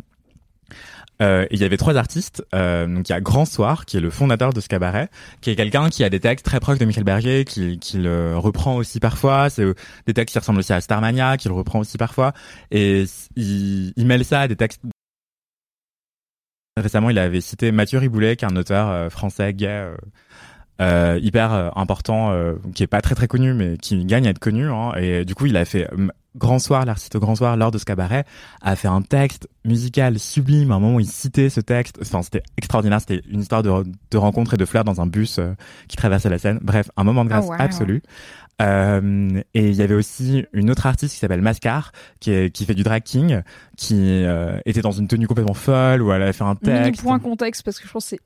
Speaker 6: euh, il y avait trois artistes. Euh, donc il y a Grand Soir, qui est le fondateur de ce cabaret, qui est quelqu'un qui a des textes très proches de Michel Berger, qui, qui le reprend aussi parfois. C'est euh, des textes qui ressemblent aussi à Starmania, qui le reprend aussi parfois. Et s- il, il mêle ça à des textes Récemment, il avait cité Mathieu Riboulet, qui est un auteur euh, français gay euh, euh, hyper euh, important, euh, qui est pas très très connu, mais qui gagne à être connu. hein. Et du coup, il a fait euh, Grand Soir, l'artiste au Grand Soir, lors de ce cabaret, a fait un texte musical sublime. À un moment, où il citait ce texte. Enfin, c'était extraordinaire. C'était une histoire de, re- de rencontre et de fleurs dans un bus euh, qui traversait la Seine. Bref, un moment de grâce
Speaker 15: Oh, wow.
Speaker 6: absolu. Euh, et il y avait aussi une autre artiste qui s'appelle Mascar, qui, est- qui fait du drag king, qui euh, était dans une tenue complètement folle, où elle avait fait un
Speaker 3: Mini
Speaker 6: texte.
Speaker 3: point contexte parce que je pense que c'est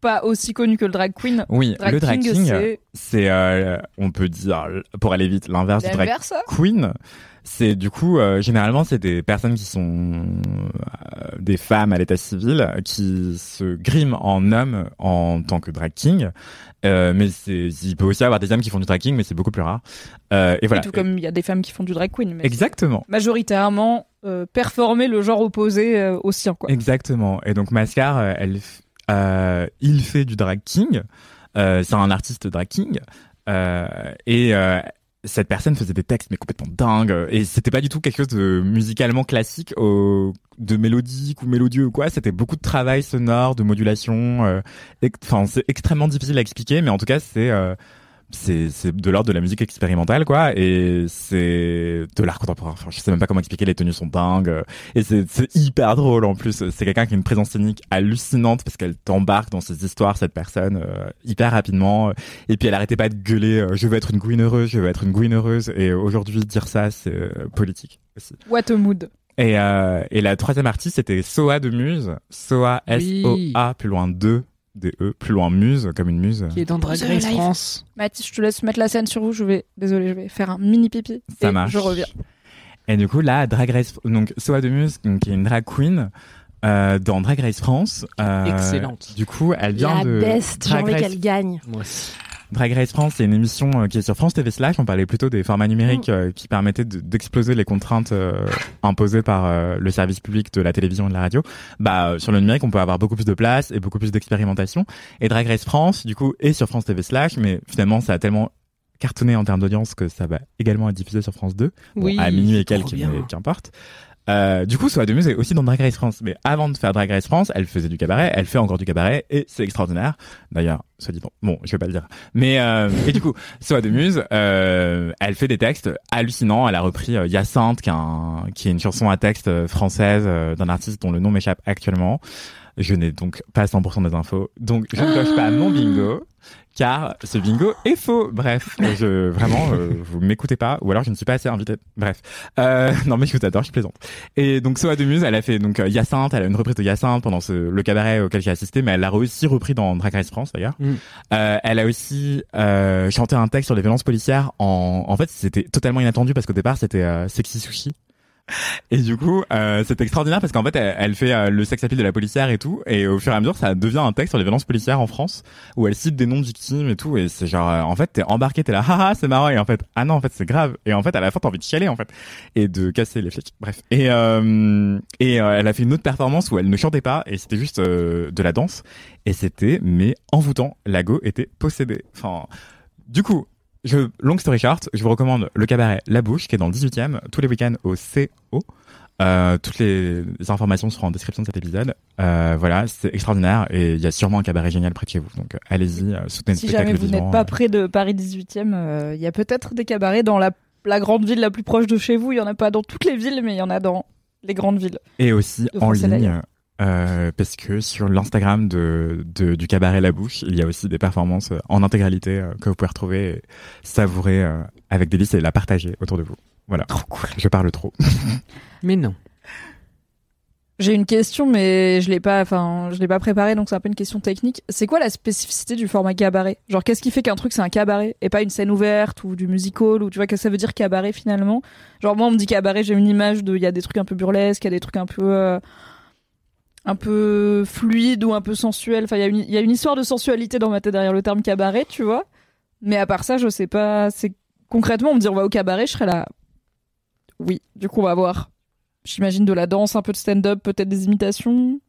Speaker 3: pas aussi connu que le drag queen.
Speaker 6: Oui, le drag king,
Speaker 3: c'est-
Speaker 6: c'est, euh, on peut dire, pour aller vite, l'inverse du drag
Speaker 3: L'inverse.
Speaker 6: queen. C'est du coup, euh, généralement, c'est des personnes qui sont euh, des femmes à l'état civil qui se griment en hommes en tant que drag king. Euh, mais c'est, il peut aussi y avoir des hommes qui font du drag king, mais c'est beaucoup plus rare. Euh, et voilà.
Speaker 3: Oui, tout comme il y a des femmes qui font du drag queen. Mais
Speaker 6: Exactement.
Speaker 3: c'est Majoritairement euh, performer le genre opposé euh, au sien. Quoi.
Speaker 6: Exactement. Et donc Mascar, euh, elle, f- euh, il fait du drag king. Euh, c'est un artiste drag king. Euh, et euh, cette personne faisait des textes mais complètement dingues. euh, Et c'était pas du tout quelque chose de musicalement classique, au- de mélodique ou mélodieux ou quoi. C'était beaucoup de travail sonore, de modulation. euh, ex- Enfin, c'est extrêmement difficile à expliquer, mais en tout cas, c'est euh, c'est c'est de l'ordre de la musique expérimentale quoi et c'est de l'art contemporain enfin, je sais même pas comment expliquer les tenues sont dingues euh, et c'est c'est hyper drôle en plus c'est quelqu'un qui a une présence scénique hallucinante parce qu'elle t'embarque dans ses histoires cette personne euh, hyper rapidement et puis elle arrêtait pas de gueuler euh, je veux être une gouine heureuse je veux être une gouine heureuse et aujourd'hui dire ça c'est euh, politique aussi
Speaker 3: What a mood.
Speaker 6: et, euh, et la troisième artiste, c'était Soa de Muse. Soa,
Speaker 3: Oui.
Speaker 6: S-O-A, plus loin 2, D-E, plus loin Muse, comme une muse.
Speaker 14: Qui est dans Drag
Speaker 3: The
Speaker 14: Race
Speaker 3: Life.
Speaker 14: France.
Speaker 3: Mathis, je te laisse mettre la scène sur vous. Je vais, désolé, je vais faire un mini pipi.
Speaker 6: Ça
Speaker 3: et
Speaker 6: marche.
Speaker 3: Je reviens.
Speaker 6: Et du coup, là, Drag Race, donc Soa de Muse, donc, qui est une drag queen, euh, dans Drag Race France. euh,
Speaker 7: Excellente.
Speaker 6: Du coup, elle vient
Speaker 2: La
Speaker 6: de.
Speaker 2: best, j'ai
Speaker 6: Drag
Speaker 2: envie
Speaker 6: Race-
Speaker 2: qu'elle gagne.
Speaker 6: Drag Race France, c'est une émission euh, qui est sur France TV Slash. On parlait plutôt des formats numériques
Speaker 3: Mm.
Speaker 6: euh, qui permettaient de- d'exploser les contraintes euh, imposées par euh, le service public de la télévision et de la radio. Bah, euh, sur le numérique, on peut avoir beaucoup plus de place et beaucoup plus d'expérimentation. Et Drag Race France, du coup, est sur France TV Slash, mais finalement, ça a tellement cartonné en termes d'audience que ça va également être diffusé sur France 2. Bon,
Speaker 14: Oui,
Speaker 6: à minuit et
Speaker 14: trop
Speaker 6: quelques,
Speaker 14: bien.
Speaker 6: mais qu'importe. Euh, du coup, Soa de Muse est aussi dans Drag Race France. Mais avant de faire Drag Race France, elle faisait du cabaret, elle fait encore du cabaret, et c'est extraordinaire. D'ailleurs, soit dit bon, bon, je vais pas le dire. Mais euh, et du coup, Soa de Muse, euh, elle fait des textes hallucinants. Elle a repris euh, Hyacinthe, qui est, un- qui est une chanson à texte euh, française euh, d'un artiste dont le nom m'échappe actuellement. Je n'ai donc pas 100% des infos, donc je ne coche pas mon bingo, car ce bingo est faux. Bref, je, vraiment, euh, vous m'écoutez pas, ou alors je ne suis pas assez invité. Bref, Euh, non mais je vous adore, je plaisante. Et donc Soa de Muse, elle a fait donc euh, Hyacinthe, elle a une reprise de Hyacinthe pendant ce, le cabaret auquel j'ai assisté, mais elle l'a aussi repris dans Drag Race France d'ailleurs.
Speaker 7: Mm.
Speaker 6: Euh, elle a aussi euh, chanté un texte sur les violences policières. En, en fait, c'était totalement inattendu parce qu'au départ, c'était euh, Sexy Sushi. Et du coup, euh, c'est extraordinaire parce qu'en fait, elle, elle fait euh, le sex appeal de la policière et tout, et au fur et à mesure, ça devient un texte sur les violences policières en France, où elle cite des noms de victimes et tout, et c'est genre, euh, en fait, t'es embarqué, t'es là, ah ah, c'est marrant, et en fait, ah non, en fait, c'est grave, et en fait, à la fin, t'as envie de chialer, en fait, et de casser les flics, bref. Et euh, et euh, elle a fait une autre performance où elle ne chantait pas, et c'était juste euh, de la danse, et c'était, mais envoûtant, la go était possédée. Enfin, du coup, je, long story short, je vous recommande le cabaret La Bouche, qui est dans le 18 e tous les week-ends au CO. Euh, toutes les informations seront en description de cet épisode. Euh, voilà, c'est extraordinaire et il y a sûrement un cabaret génial près de chez vous. Donc euh, allez-y, euh, soutenez
Speaker 3: Si
Speaker 6: le spectacle
Speaker 3: jamais vous
Speaker 6: vivant,
Speaker 3: n'êtes pas
Speaker 6: euh.
Speaker 3: près de Paris 18e, euh, il y a peut-être des cabarets dans la, la grande ville la plus proche de chez vous. Il y en a pas dans toutes les villes, mais il y en a dans les grandes villes.
Speaker 6: Et aussi
Speaker 3: De
Speaker 6: en
Speaker 3: France et
Speaker 6: ligne,
Speaker 3: d'ailleurs.
Speaker 6: euh, parce que sur l'Instagram de, de- du cabaret La Bouche, il y a aussi des performances euh, en intégralité euh, que vous pouvez retrouver, et savourer euh, avec délice et la partager autour de vous. Voilà. Je parle trop.
Speaker 14: Mais non.
Speaker 3: J'ai une question, mais je l'ai pas, enfin, je l'ai pas préparée, donc c'est un peu une question technique. C'est quoi la spécificité du format cabaret Genre, qu'est-ce qui fait qu'un truc c'est un cabaret et pas une scène ouverte ou du musical ou tu vois qu'est-ce que ça veut dire cabaret finalement Genre moi on me dit cabaret, j'ai une image de, il y a des trucs un peu burlesques, il y a des trucs un peu, euh, un peu fluide ou un peu sensuel. Enfin, il y, a une- il y a une histoire de sensualité dans ma tête derrière le terme cabaret, tu vois. Mais à part ça, je sais pas. C'est concrètement, on me dit on va au cabaret, je serais là. Oui, du coup on va voir. J'imagine de la danse, un peu de stand-up, peut-être des imitations.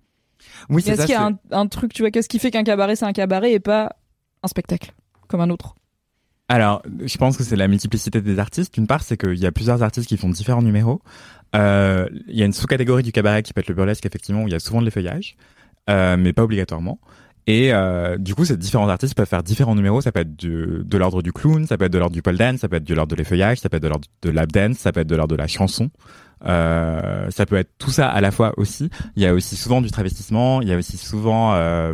Speaker 6: Oui,
Speaker 3: Mais
Speaker 6: c'est
Speaker 3: Est-ce
Speaker 6: ça.
Speaker 3: qu'il y a
Speaker 6: c'est-
Speaker 3: un, un truc, tu vois, qu'est-ce qui fait qu'un cabaret c'est un cabaret et pas un spectacle comme un autre
Speaker 6: Alors, je pense que c'est la multiplicité des artistes. D'une part, c'est qu'il y a plusieurs artistes qui font différents numéros. Euh, Il y a une sous-catégorie du cabaret qui peut être le burlesque, effectivement, où il y a souvent de l'effeuillage. euh, mais pas obligatoirement. Et euh, du coup, ces différents artistes peuvent faire différents numéros. Ça peut être du- de l'ordre du clown, ça peut être de l'ordre du pole dance, ça peut être de l'ordre de l'effeuillage, ça peut être de l'ordre de l'ap dance, ça peut être de l'ordre de la chanson. Euh, ça peut être tout ça à la fois aussi. Il y a aussi souvent du travestissement, il y a aussi souvent euh,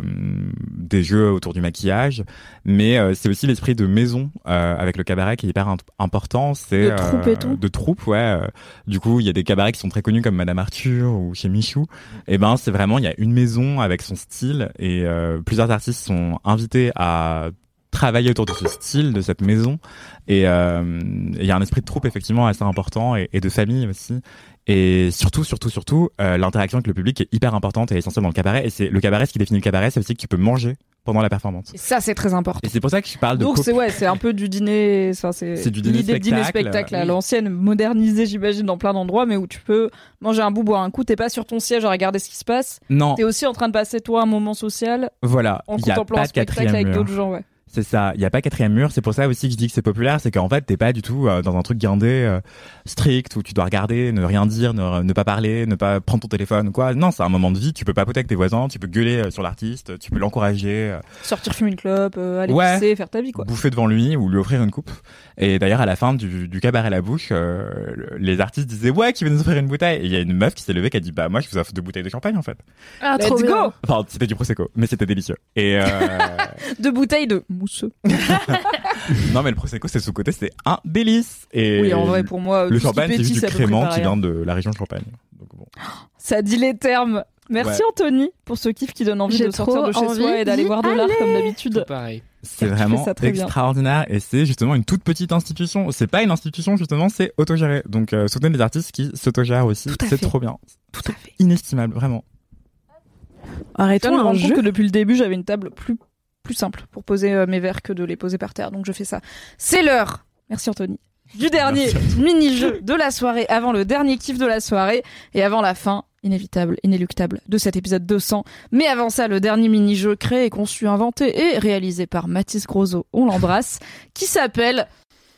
Speaker 6: des jeux autour du maquillage, mais euh, c'est aussi l'esprit de maison euh, avec le cabaret qui est hyper int- important. C'est
Speaker 2: De troupe et tout.
Speaker 6: de troupe, ouais. euh, Du coup, il y a des cabarets qui sont très connus comme Madame Arthur ou chez Michou. Et ben, c'est vraiment, il y a une maison avec son style et euh, plusieurs artistes sont invités à travailler autour de ce style, de cette maison. Et euh, il y a un esprit de troupe effectivement assez important et, et de famille aussi. Et surtout, surtout, surtout, euh, l'interaction avec le public est hyper importante et essentielle dans le cabaret. Et c'est le cabaret, ce qui définit le cabaret, c'est aussi que tu peux manger pendant la performance.
Speaker 3: Et ça, c'est très important.
Speaker 6: Et c'est pour ça que je parle de
Speaker 3: Donc
Speaker 6: cop-
Speaker 3: c'est ouais, c'est un peu du dîner, enfin, c'est
Speaker 6: C'est du dîner
Speaker 3: l'idée de dîner
Speaker 6: spectacle,
Speaker 3: spectacle à
Speaker 6: oui.
Speaker 3: l'ancienne, modernisée j'imagine dans plein d'endroits, mais où tu peux manger un bout, boire un coup, t'es pas sur ton siège à regarder ce qui se passe.
Speaker 6: Non.
Speaker 3: T'es aussi en train de passer toi un moment social.
Speaker 6: Voilà,
Speaker 3: En
Speaker 6: il y a
Speaker 3: contemplant
Speaker 6: pas
Speaker 3: un
Speaker 6: de
Speaker 3: spectacle
Speaker 6: quatrième
Speaker 3: avec
Speaker 6: mur.
Speaker 3: d'autres gens, ouais.
Speaker 6: C'est ça, il n'y a pas quatrième mur, c'est pour ça aussi que je dis que c'est populaire, c'est qu'en fait, t'es pas du tout euh, dans un truc guindé, euh, strict, où tu dois regarder, ne rien dire, ne, ne pas parler, ne pas prendre ton téléphone ou quoi. Non, c'est un moment de vie, tu peux papoter avec tes voisins, tu peux gueuler euh, sur l'artiste, tu peux l'encourager, euh,
Speaker 3: Sortir fumer une clope, euh, aller
Speaker 6: Ouais.
Speaker 3: pisser, faire ta vie quoi.
Speaker 6: bouffer devant lui ou lui offrir une coupe. Et d'ailleurs, à la fin du, du cabaret à la bouche, euh, les artistes disaient « Ouais, qui veut nous offrir une bouteille ?» Et il y a une meuf qui s'est levée qui a dit « Bah moi, je vous offre deux bouteilles de champagne en fait.
Speaker 2: Ah,
Speaker 3: Let's
Speaker 2: trop bien.
Speaker 3: go »
Speaker 6: Enfin, c'était du Prosecco, mais c'était délicieux. Et... euh,
Speaker 3: Deux bouteilles de mousseux.
Speaker 6: Non, mais le Prosecco, c'est sous-côté, c'est un délice. Et
Speaker 3: Oui, en vrai, pour moi, tout
Speaker 6: le
Speaker 3: ce qui
Speaker 6: champagne, c'est
Speaker 3: pétille,
Speaker 6: juste du
Speaker 3: ça peut
Speaker 6: crément
Speaker 3: préparer
Speaker 6: qui
Speaker 3: rien.
Speaker 6: vient de la région Champagne.
Speaker 3: Ça dit les termes. Merci
Speaker 6: Ouais.
Speaker 3: Anthony pour ce kiff qui donne envie
Speaker 2: J'ai
Speaker 3: de sortir
Speaker 2: trop
Speaker 3: de chez
Speaker 2: envie
Speaker 3: soi et d'aller
Speaker 2: d'y
Speaker 3: voir de l'art
Speaker 2: aller.
Speaker 3: comme d'habitude.
Speaker 7: Pareil.
Speaker 6: C'est vraiment
Speaker 3: ça très bien.
Speaker 6: extraordinaire et c'est justement une toute petite institution. C'est pas une institution, justement, c'est autogéré. Donc, euh, soutenez les artistes qui s'autogèrent aussi.
Speaker 3: à
Speaker 6: C'est
Speaker 3: fait.
Speaker 6: trop bien. Tout à fait. Inestimable, vraiment.
Speaker 3: Arrêtons
Speaker 2: un
Speaker 3: me rends compte
Speaker 2: jeu.
Speaker 3: que depuis le début, j'avais une table plus, plus simple pour poser euh, mes verres que de les poser par terre. Donc je fais ça. C'est l'heure. Merci Anthony. Du dernier mini-jeu de la soirée, avant le dernier kiff de la soirée et avant la fin inévitable, inéluctable de cet épisode 200. Mais avant ça, le dernier mini-jeu créé, conçu, inventé et réalisé par Mathis Grosso, on l'embrasse, qui s'appelle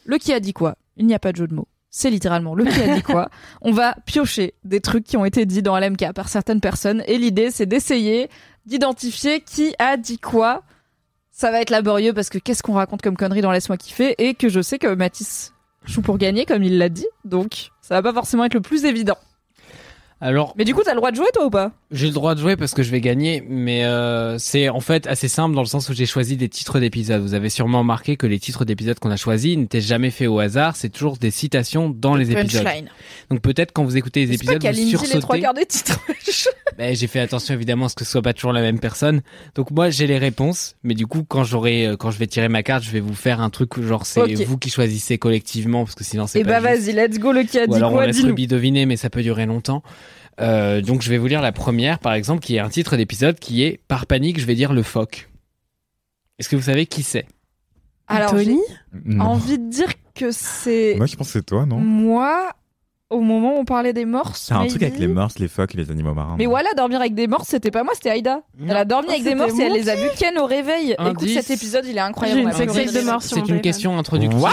Speaker 3: Le qui a dit quoi Il n'y a pas de jeu de mots. C'est littéralement le qui a dit quoi. On va piocher des trucs qui ont été dits dans LMK par certaines personnes et l'idée c'est d'essayer d'identifier qui a dit quoi. Ça va être laborieux parce que qu'est-ce qu'on raconte comme conneries dans Laisse-moi kiffer et que je sais que Mathis joue pour gagner comme il l'a dit, donc ça va pas forcément être le plus évident.
Speaker 7: Alors,
Speaker 3: Mais du coup, t'as le droit de jouer toi ou pas
Speaker 7: J'ai le droit de jouer parce que je vais gagner, mais euh, c'est en fait assez simple dans le sens où j'ai choisi des titres d'épisodes. Vous avez sûrement remarqué que les titres d'épisodes qu'on a choisis n'étaient jamais faits au hasard, c'est toujours des citations dans les épisodes.
Speaker 3: punchline.
Speaker 7: Donc peut-être quand vous écoutez les
Speaker 3: C'est pas
Speaker 7: épisodes,
Speaker 3: qu'il y a
Speaker 7: vous
Speaker 3: Lindsay les trois
Speaker 7: sursautez.
Speaker 3: quarts des titres.
Speaker 7: Ben, j'ai fait attention évidemment à ce que ce soit pas toujours la même personne. Donc moi j'ai les réponses, mais du coup quand j'aurai, euh, quand je vais tirer ma carte, je vais vous faire un truc genre c'est
Speaker 3: Ok.
Speaker 7: vous qui choisissez collectivement parce que sinon c'est
Speaker 3: et bah
Speaker 7: pas juste.
Speaker 3: vas-y, let's go le qui a
Speaker 7: Ou
Speaker 3: dit
Speaker 7: alors on
Speaker 3: quoi,
Speaker 7: laisse
Speaker 3: dis-nous.
Speaker 7: Ruby deviner, mais ça peut durer longtemps. Euh, donc je vais vous lire la première, par exemple, qui est un titre d'épisode qui est Par panique, je vais dire le phoque. Est-ce que vous savez qui c'est
Speaker 3: Alors j'ai
Speaker 2: Anthony
Speaker 6: Non.
Speaker 3: envie de dire que c'est
Speaker 6: Moi, je pense que c'est toi,
Speaker 3: Mm.
Speaker 6: non
Speaker 3: moi au moment où on parlait des morses.
Speaker 6: C'est un truc
Speaker 3: maybe.
Speaker 6: avec les morses, les phoques et les animaux marins.
Speaker 3: Mais voilà, dormir avec des morts, c'était pas moi, c'était Aïda. Elle a dormi
Speaker 2: Ah,
Speaker 3: avec des morts et
Speaker 2: c'était
Speaker 3: elle
Speaker 2: mon
Speaker 3: les a vus Ken au réveil. Écoute,
Speaker 7: Indice.
Speaker 3: cet épisode, il est incroyable.
Speaker 2: J'ai
Speaker 3: on
Speaker 2: une
Speaker 3: a adoré
Speaker 2: sexuelle de
Speaker 3: le
Speaker 2: mort
Speaker 3: faire.
Speaker 2: sur
Speaker 7: C'est une question
Speaker 6: Ah.
Speaker 7: introductive.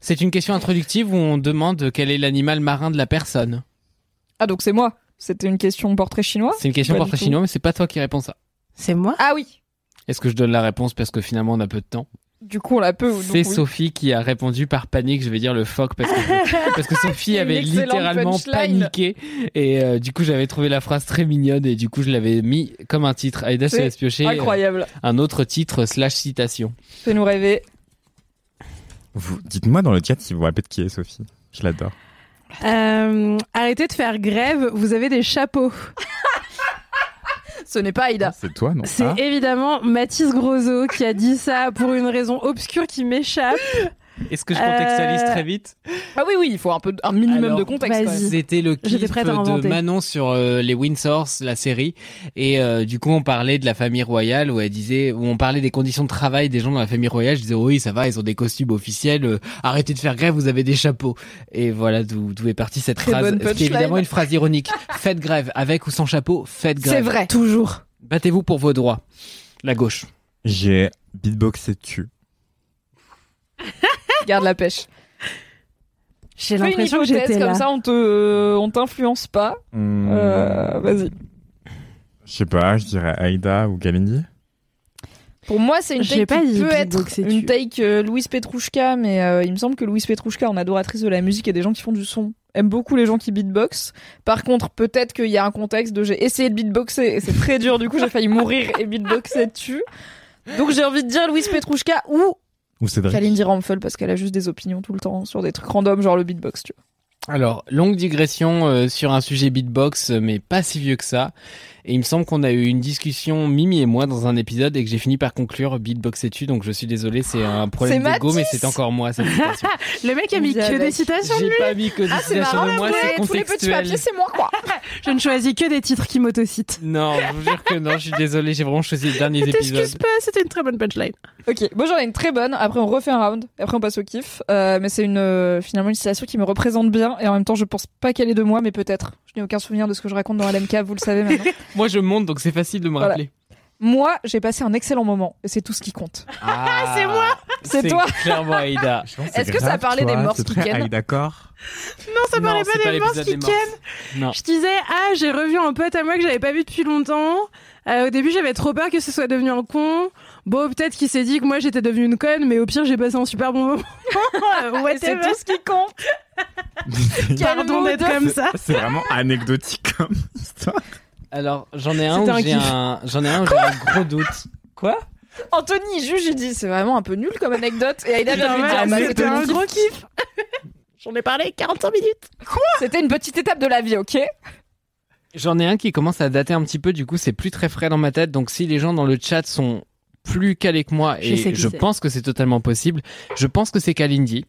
Speaker 7: C'est une question introductive où on demande quel est l'animal marin de la personne.
Speaker 3: Ah, donc c'est moi. C'était une question portrait chinois
Speaker 7: C'est une question
Speaker 3: Pas du
Speaker 7: portrait
Speaker 3: tout.
Speaker 7: chinois, mais c'est pas toi qui réponds ça.
Speaker 2: C'est moi
Speaker 3: Ah oui.
Speaker 7: Est-ce que je donne la réponse parce que finalement on a peu de temps
Speaker 3: Du coup, on l'a peu. donc
Speaker 7: C'est
Speaker 3: oui.
Speaker 7: Sophie qui a répondu par panique, je vais dire le phoque parce que, parce que Sophie
Speaker 3: Une
Speaker 7: avait
Speaker 3: excellente
Speaker 7: littéralement
Speaker 3: punchline.
Speaker 7: paniqué et euh, du coup j'avais trouvé la phrase très mignonne et du coup je l'avais mis comme un titre. Aïda se
Speaker 3: C'est
Speaker 7: laisse piocher euh,
Speaker 3: Incroyable.
Speaker 7: un autre titre slash citation.
Speaker 3: Fais-nous rêver.
Speaker 6: Vous- Dites-moi dans le chat si vous rappelez de qui est Sophie. Je l'adore.
Speaker 2: Euh, arrêtez de faire grève, vous avez des chapeaux.
Speaker 3: Ce n'est pas Aïda.
Speaker 6: C'est toi, non
Speaker 2: C'est
Speaker 6: Ah.
Speaker 2: évidemment Mathis Grosso qui a dit ça pour une raison obscure qui m'échappe.
Speaker 7: Est-ce que je contextualise
Speaker 2: Euh,
Speaker 7: très vite
Speaker 3: Ah oui, oui, il faut un, peu, un minimum
Speaker 7: Alors,
Speaker 3: de contexte.
Speaker 2: vas-y.
Speaker 3: quand même.
Speaker 7: C'était le kiff
Speaker 2: J'étais prête à
Speaker 7: de
Speaker 2: inventer.
Speaker 7: Manon sur euh, les Windsors, la série. Et euh, du coup, on parlait de la famille royale où elle disait, où on parlait des conditions de travail des gens dans la famille royale. Je disais, oh oui, ça va, ils ont des costumes officiels. euh, arrêtez de faire grève, vous avez des chapeaux. Et voilà d'où d'où est partie cette
Speaker 3: Très
Speaker 7: phrase.
Speaker 3: bonne
Speaker 7: Ce qui est
Speaker 3: punchline.
Speaker 7: évidemment une phrase ironique. faites grève, avec ou sans chapeau, faites grève.
Speaker 3: C'est vrai.
Speaker 2: Toujours.
Speaker 7: Battez-vous pour vos droits. La gauche.
Speaker 6: J'ai beatboxé tu.
Speaker 3: Garde la pêche.
Speaker 2: J'ai
Speaker 3: Fais une
Speaker 2: l'impression que
Speaker 3: hypothèse,
Speaker 2: j'étais
Speaker 3: comme
Speaker 2: là.
Speaker 3: Euh,
Speaker 6: Hmm. Mmh.
Speaker 3: bah. ça, on te, on t'influence pas. Euh, vas-y.
Speaker 6: Je sais pas, je dirais Aïda ou Kalindi.
Speaker 3: Pour moi, c'est une
Speaker 2: J'ai
Speaker 3: take
Speaker 2: pas
Speaker 3: qui
Speaker 2: dit
Speaker 3: peut
Speaker 2: beatbox
Speaker 3: être
Speaker 2: et
Speaker 3: une
Speaker 2: tu-
Speaker 3: take euh, Louise Petrouchka, mais euh, il me semble que Louise Petrouchka, en adoratrice de la musique et des gens qui font du son, aime beaucoup les gens qui beatbox. Par contre, peut-être qu'il y a un contexte de j'ai essayé de beatboxer et c'est très dur, du coup j'ai failli mourir et beatboxer dessus. Donc j'ai envie de dire Louise Petrouchka ou
Speaker 6: Ou Cédric.
Speaker 3: Kalindi Ramphel parce qu'elle a juste des opinions tout le temps sur des trucs random, genre le beatbox, tu vois.
Speaker 7: Alors, longue digression euh, sur un sujet beatbox, euh, mais pas si vieux que ça. Et il me semble qu'on a eu une discussion, Mimi et moi, dans un épisode et que j'ai fini par conclure beatbox et tu, donc je suis désolé, c'est un problème
Speaker 2: C'est
Speaker 7: d'ego, mais
Speaker 2: Mathis
Speaker 7: c'est encore moi cette citation.
Speaker 2: Le mec a mis
Speaker 3: Via
Speaker 2: que des
Speaker 3: Dac.
Speaker 2: citations de
Speaker 7: J'ai
Speaker 2: lui.
Speaker 7: pas mis que des
Speaker 2: Ah, c'est
Speaker 7: citations
Speaker 2: marrant,
Speaker 7: de moi,
Speaker 2: tous
Speaker 7: c'est
Speaker 2: les- tous les petits
Speaker 7: contextuel.
Speaker 2: papiers,
Speaker 3: c'est moi, quoi.
Speaker 2: Je ne choisis que des titres qui m'autocitent.
Speaker 7: non, je vous jure que non, je suis désolé, j'ai vraiment choisi les derniers épisodes.
Speaker 2: T'excuses pas, c'était une très bonne punchline.
Speaker 3: Ok, moi j'en ai une très bonne. Après, on refait un round. Après, on passe au kiff. Euh, mais c'est une euh, finalement une citation qui me représente bien. Et en même temps, je pense pas qu'elle est de moi, mais peut-être. Je n'ai aucun souvenir de ce que je raconte dans LMK, vous le savez maintenant.
Speaker 7: Moi, je monte, donc c'est facile de me
Speaker 3: Voilà.
Speaker 7: rappeler.
Speaker 3: moi, j'ai passé un excellent moment. Et c'est tout ce qui compte.
Speaker 7: Ah, c'est
Speaker 3: moi C'est toi
Speaker 7: clairement Aïda.
Speaker 3: Est-ce que ça parlait des morts
Speaker 6: C'est
Speaker 3: qui
Speaker 6: très
Speaker 3: ken
Speaker 6: Aïda Cor.
Speaker 2: Non, ça
Speaker 7: Non,
Speaker 2: parlait
Speaker 7: c'est
Speaker 2: pas
Speaker 7: pas
Speaker 2: des morts
Speaker 7: l'épisode
Speaker 2: qui
Speaker 7: des morts.
Speaker 2: ken.
Speaker 7: Non.
Speaker 2: Je disais, ah, j'ai revu un pote à moi que j'avais pas vu depuis longtemps. Euh, au début, j'avais trop peur que ce soit devenu un con. Bon, peut-être qu'il s'est dit que moi j'étais devenue une conne, mais au pire, j'ai passé un super bon moment. Ah, Euh,
Speaker 3: Et c'est tout ce qui compte.
Speaker 2: Pardon
Speaker 3: mot
Speaker 2: d'être
Speaker 3: de-
Speaker 2: comme ça.
Speaker 6: C'est vraiment anecdotique comme histoire.
Speaker 7: Alors, j'en ai un
Speaker 3: C'était
Speaker 7: où
Speaker 3: un
Speaker 7: j'ai
Speaker 3: kiff.
Speaker 7: un, j'en ai un où j'ai un gros doute. Quoi
Speaker 3: Anthony il juge, il dit c'est vraiment un peu nul comme anecdote. Et Aïda vient de lui dire
Speaker 2: Normal,
Speaker 3: Ah, bah,
Speaker 2: c'était un gros kiff.
Speaker 3: J'en ai parlé 45 minutes. Quoi C'était une petite étape de la vie, ok
Speaker 7: J'en ai un qui commence à dater un petit peu, du coup c'est plus très frais dans ma tête. Donc si les gens dans le chat sont plus calés que moi,
Speaker 2: Je sais
Speaker 7: et
Speaker 2: qui
Speaker 7: je
Speaker 2: c'est.
Speaker 7: pense que c'est totalement possible, je pense que c'est Kalindi.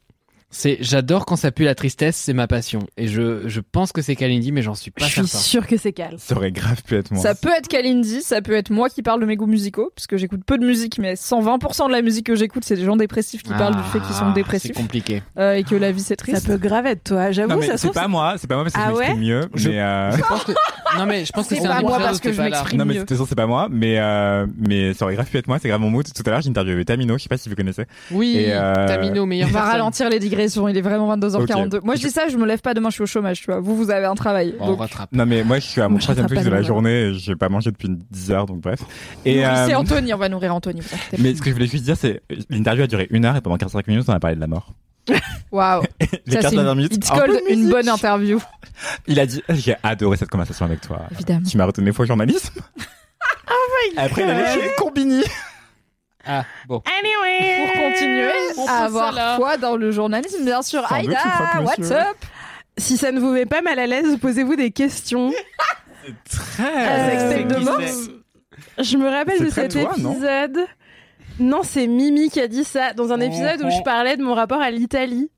Speaker 7: C'est j'adore quand ça pue la tristesse, c'est ma passion. Et je, je pense que c'est Kalindi, mais j'en suis pas
Speaker 2: Je suis
Speaker 7: certain.
Speaker 2: sûre que c'est Cal.
Speaker 6: Ça aurait grave pu être moi.
Speaker 3: Ça peut être Kalindi, ça peut être moi qui parle de mes goûts musicaux, puisque j'écoute peu de musique, mais 120% de la musique que j'écoute, c'est des gens dépressifs qui parlent du fait qu'ils sont
Speaker 7: Ah,
Speaker 3: dépressifs
Speaker 7: C'est compliqué.
Speaker 3: euh, et que la vie c'est
Speaker 2: Ça
Speaker 3: triste.
Speaker 2: peut grave être toi,
Speaker 6: Non,
Speaker 2: j'avoue,
Speaker 6: mais
Speaker 2: ça se
Speaker 6: c'est
Speaker 2: trouve.
Speaker 6: pas moi, c'est pas moi parce que
Speaker 2: Ah
Speaker 6: je m'exprime
Speaker 2: ouais
Speaker 6: mieux,
Speaker 7: Je-
Speaker 6: mais euh,
Speaker 7: Je pense que... Non mais je pense que
Speaker 3: C'est
Speaker 7: c'est un
Speaker 3: pas moi
Speaker 7: épisode
Speaker 3: parce
Speaker 7: où
Speaker 3: que
Speaker 7: t'es
Speaker 3: je
Speaker 7: pas là.
Speaker 3: m'exprime.
Speaker 6: Non mais
Speaker 3: mieux.
Speaker 6: de toute façon c'est pas moi, mais euh, mais ça aurait grave pu être moi, c'est grave mon mood. Tout à l'heure j'interviewais Tamino, je sais pas si vous connaissez.
Speaker 7: Oui,
Speaker 6: Et, euh,
Speaker 7: Tamino,
Speaker 3: On
Speaker 7: meilleur
Speaker 3: va
Speaker 7: personne.
Speaker 3: ralentir les digressions, il est vraiment 22h42. Moi je dis ça, je me lève pas demain, je suis au chômage, tu vois. Vous, vous avez un travail.
Speaker 7: Bon, on
Speaker 3: donc,
Speaker 7: rattrape.
Speaker 6: Non mais moi je suis à mon
Speaker 2: Moi, je
Speaker 6: troisième
Speaker 2: rattrape
Speaker 6: truc de
Speaker 2: pas
Speaker 6: la
Speaker 2: les
Speaker 6: journée, et j'ai pas mangé depuis 10 heures donc bref. Et
Speaker 3: nourrissez
Speaker 6: euh,
Speaker 3: Anthony, on va nourrir Anthony. vous inquiétez pas.
Speaker 6: mais ce que je voulais juste dire c'est l'interview a duré une heure et pendant 45 minutes on a parlé de la mort.
Speaker 3: Waouh,
Speaker 6: Les
Speaker 3: ça c'est
Speaker 6: 15 dernières
Speaker 3: une,
Speaker 6: minutes.
Speaker 3: it's
Speaker 6: un peu
Speaker 3: called
Speaker 6: de
Speaker 3: une
Speaker 6: musique.
Speaker 3: bonne interview.
Speaker 6: Il a dit j'ai adoré cette conversation avec toi.
Speaker 3: Évidemment. Ah
Speaker 6: Tu m'as retourné faux journalisme. Après il a chez Combini.
Speaker 7: Ah, bon.
Speaker 2: Anyway.
Speaker 3: Pour continuer
Speaker 2: Eh, on
Speaker 3: à
Speaker 2: pousse ça là.
Speaker 3: avoir foi dans le journalisme, bien sûr.
Speaker 6: Sans doute, je crois
Speaker 3: Aïda,
Speaker 6: que
Speaker 3: what's
Speaker 6: monsieur-
Speaker 3: up
Speaker 2: Si ça ne vous met pas mal à l'aise, posez-vous des questions.
Speaker 6: Très.
Speaker 2: Euh,
Speaker 6: C'est qui
Speaker 2: Demande.
Speaker 6: c'est
Speaker 2: Je me rappelle
Speaker 6: C'est
Speaker 2: de
Speaker 6: très
Speaker 2: cet
Speaker 6: toi, non
Speaker 2: épisode. Non, c'est Mimi qui a dit ça dans
Speaker 6: Oh,
Speaker 2: un épisode où je parlais de mon rapport à l'Italie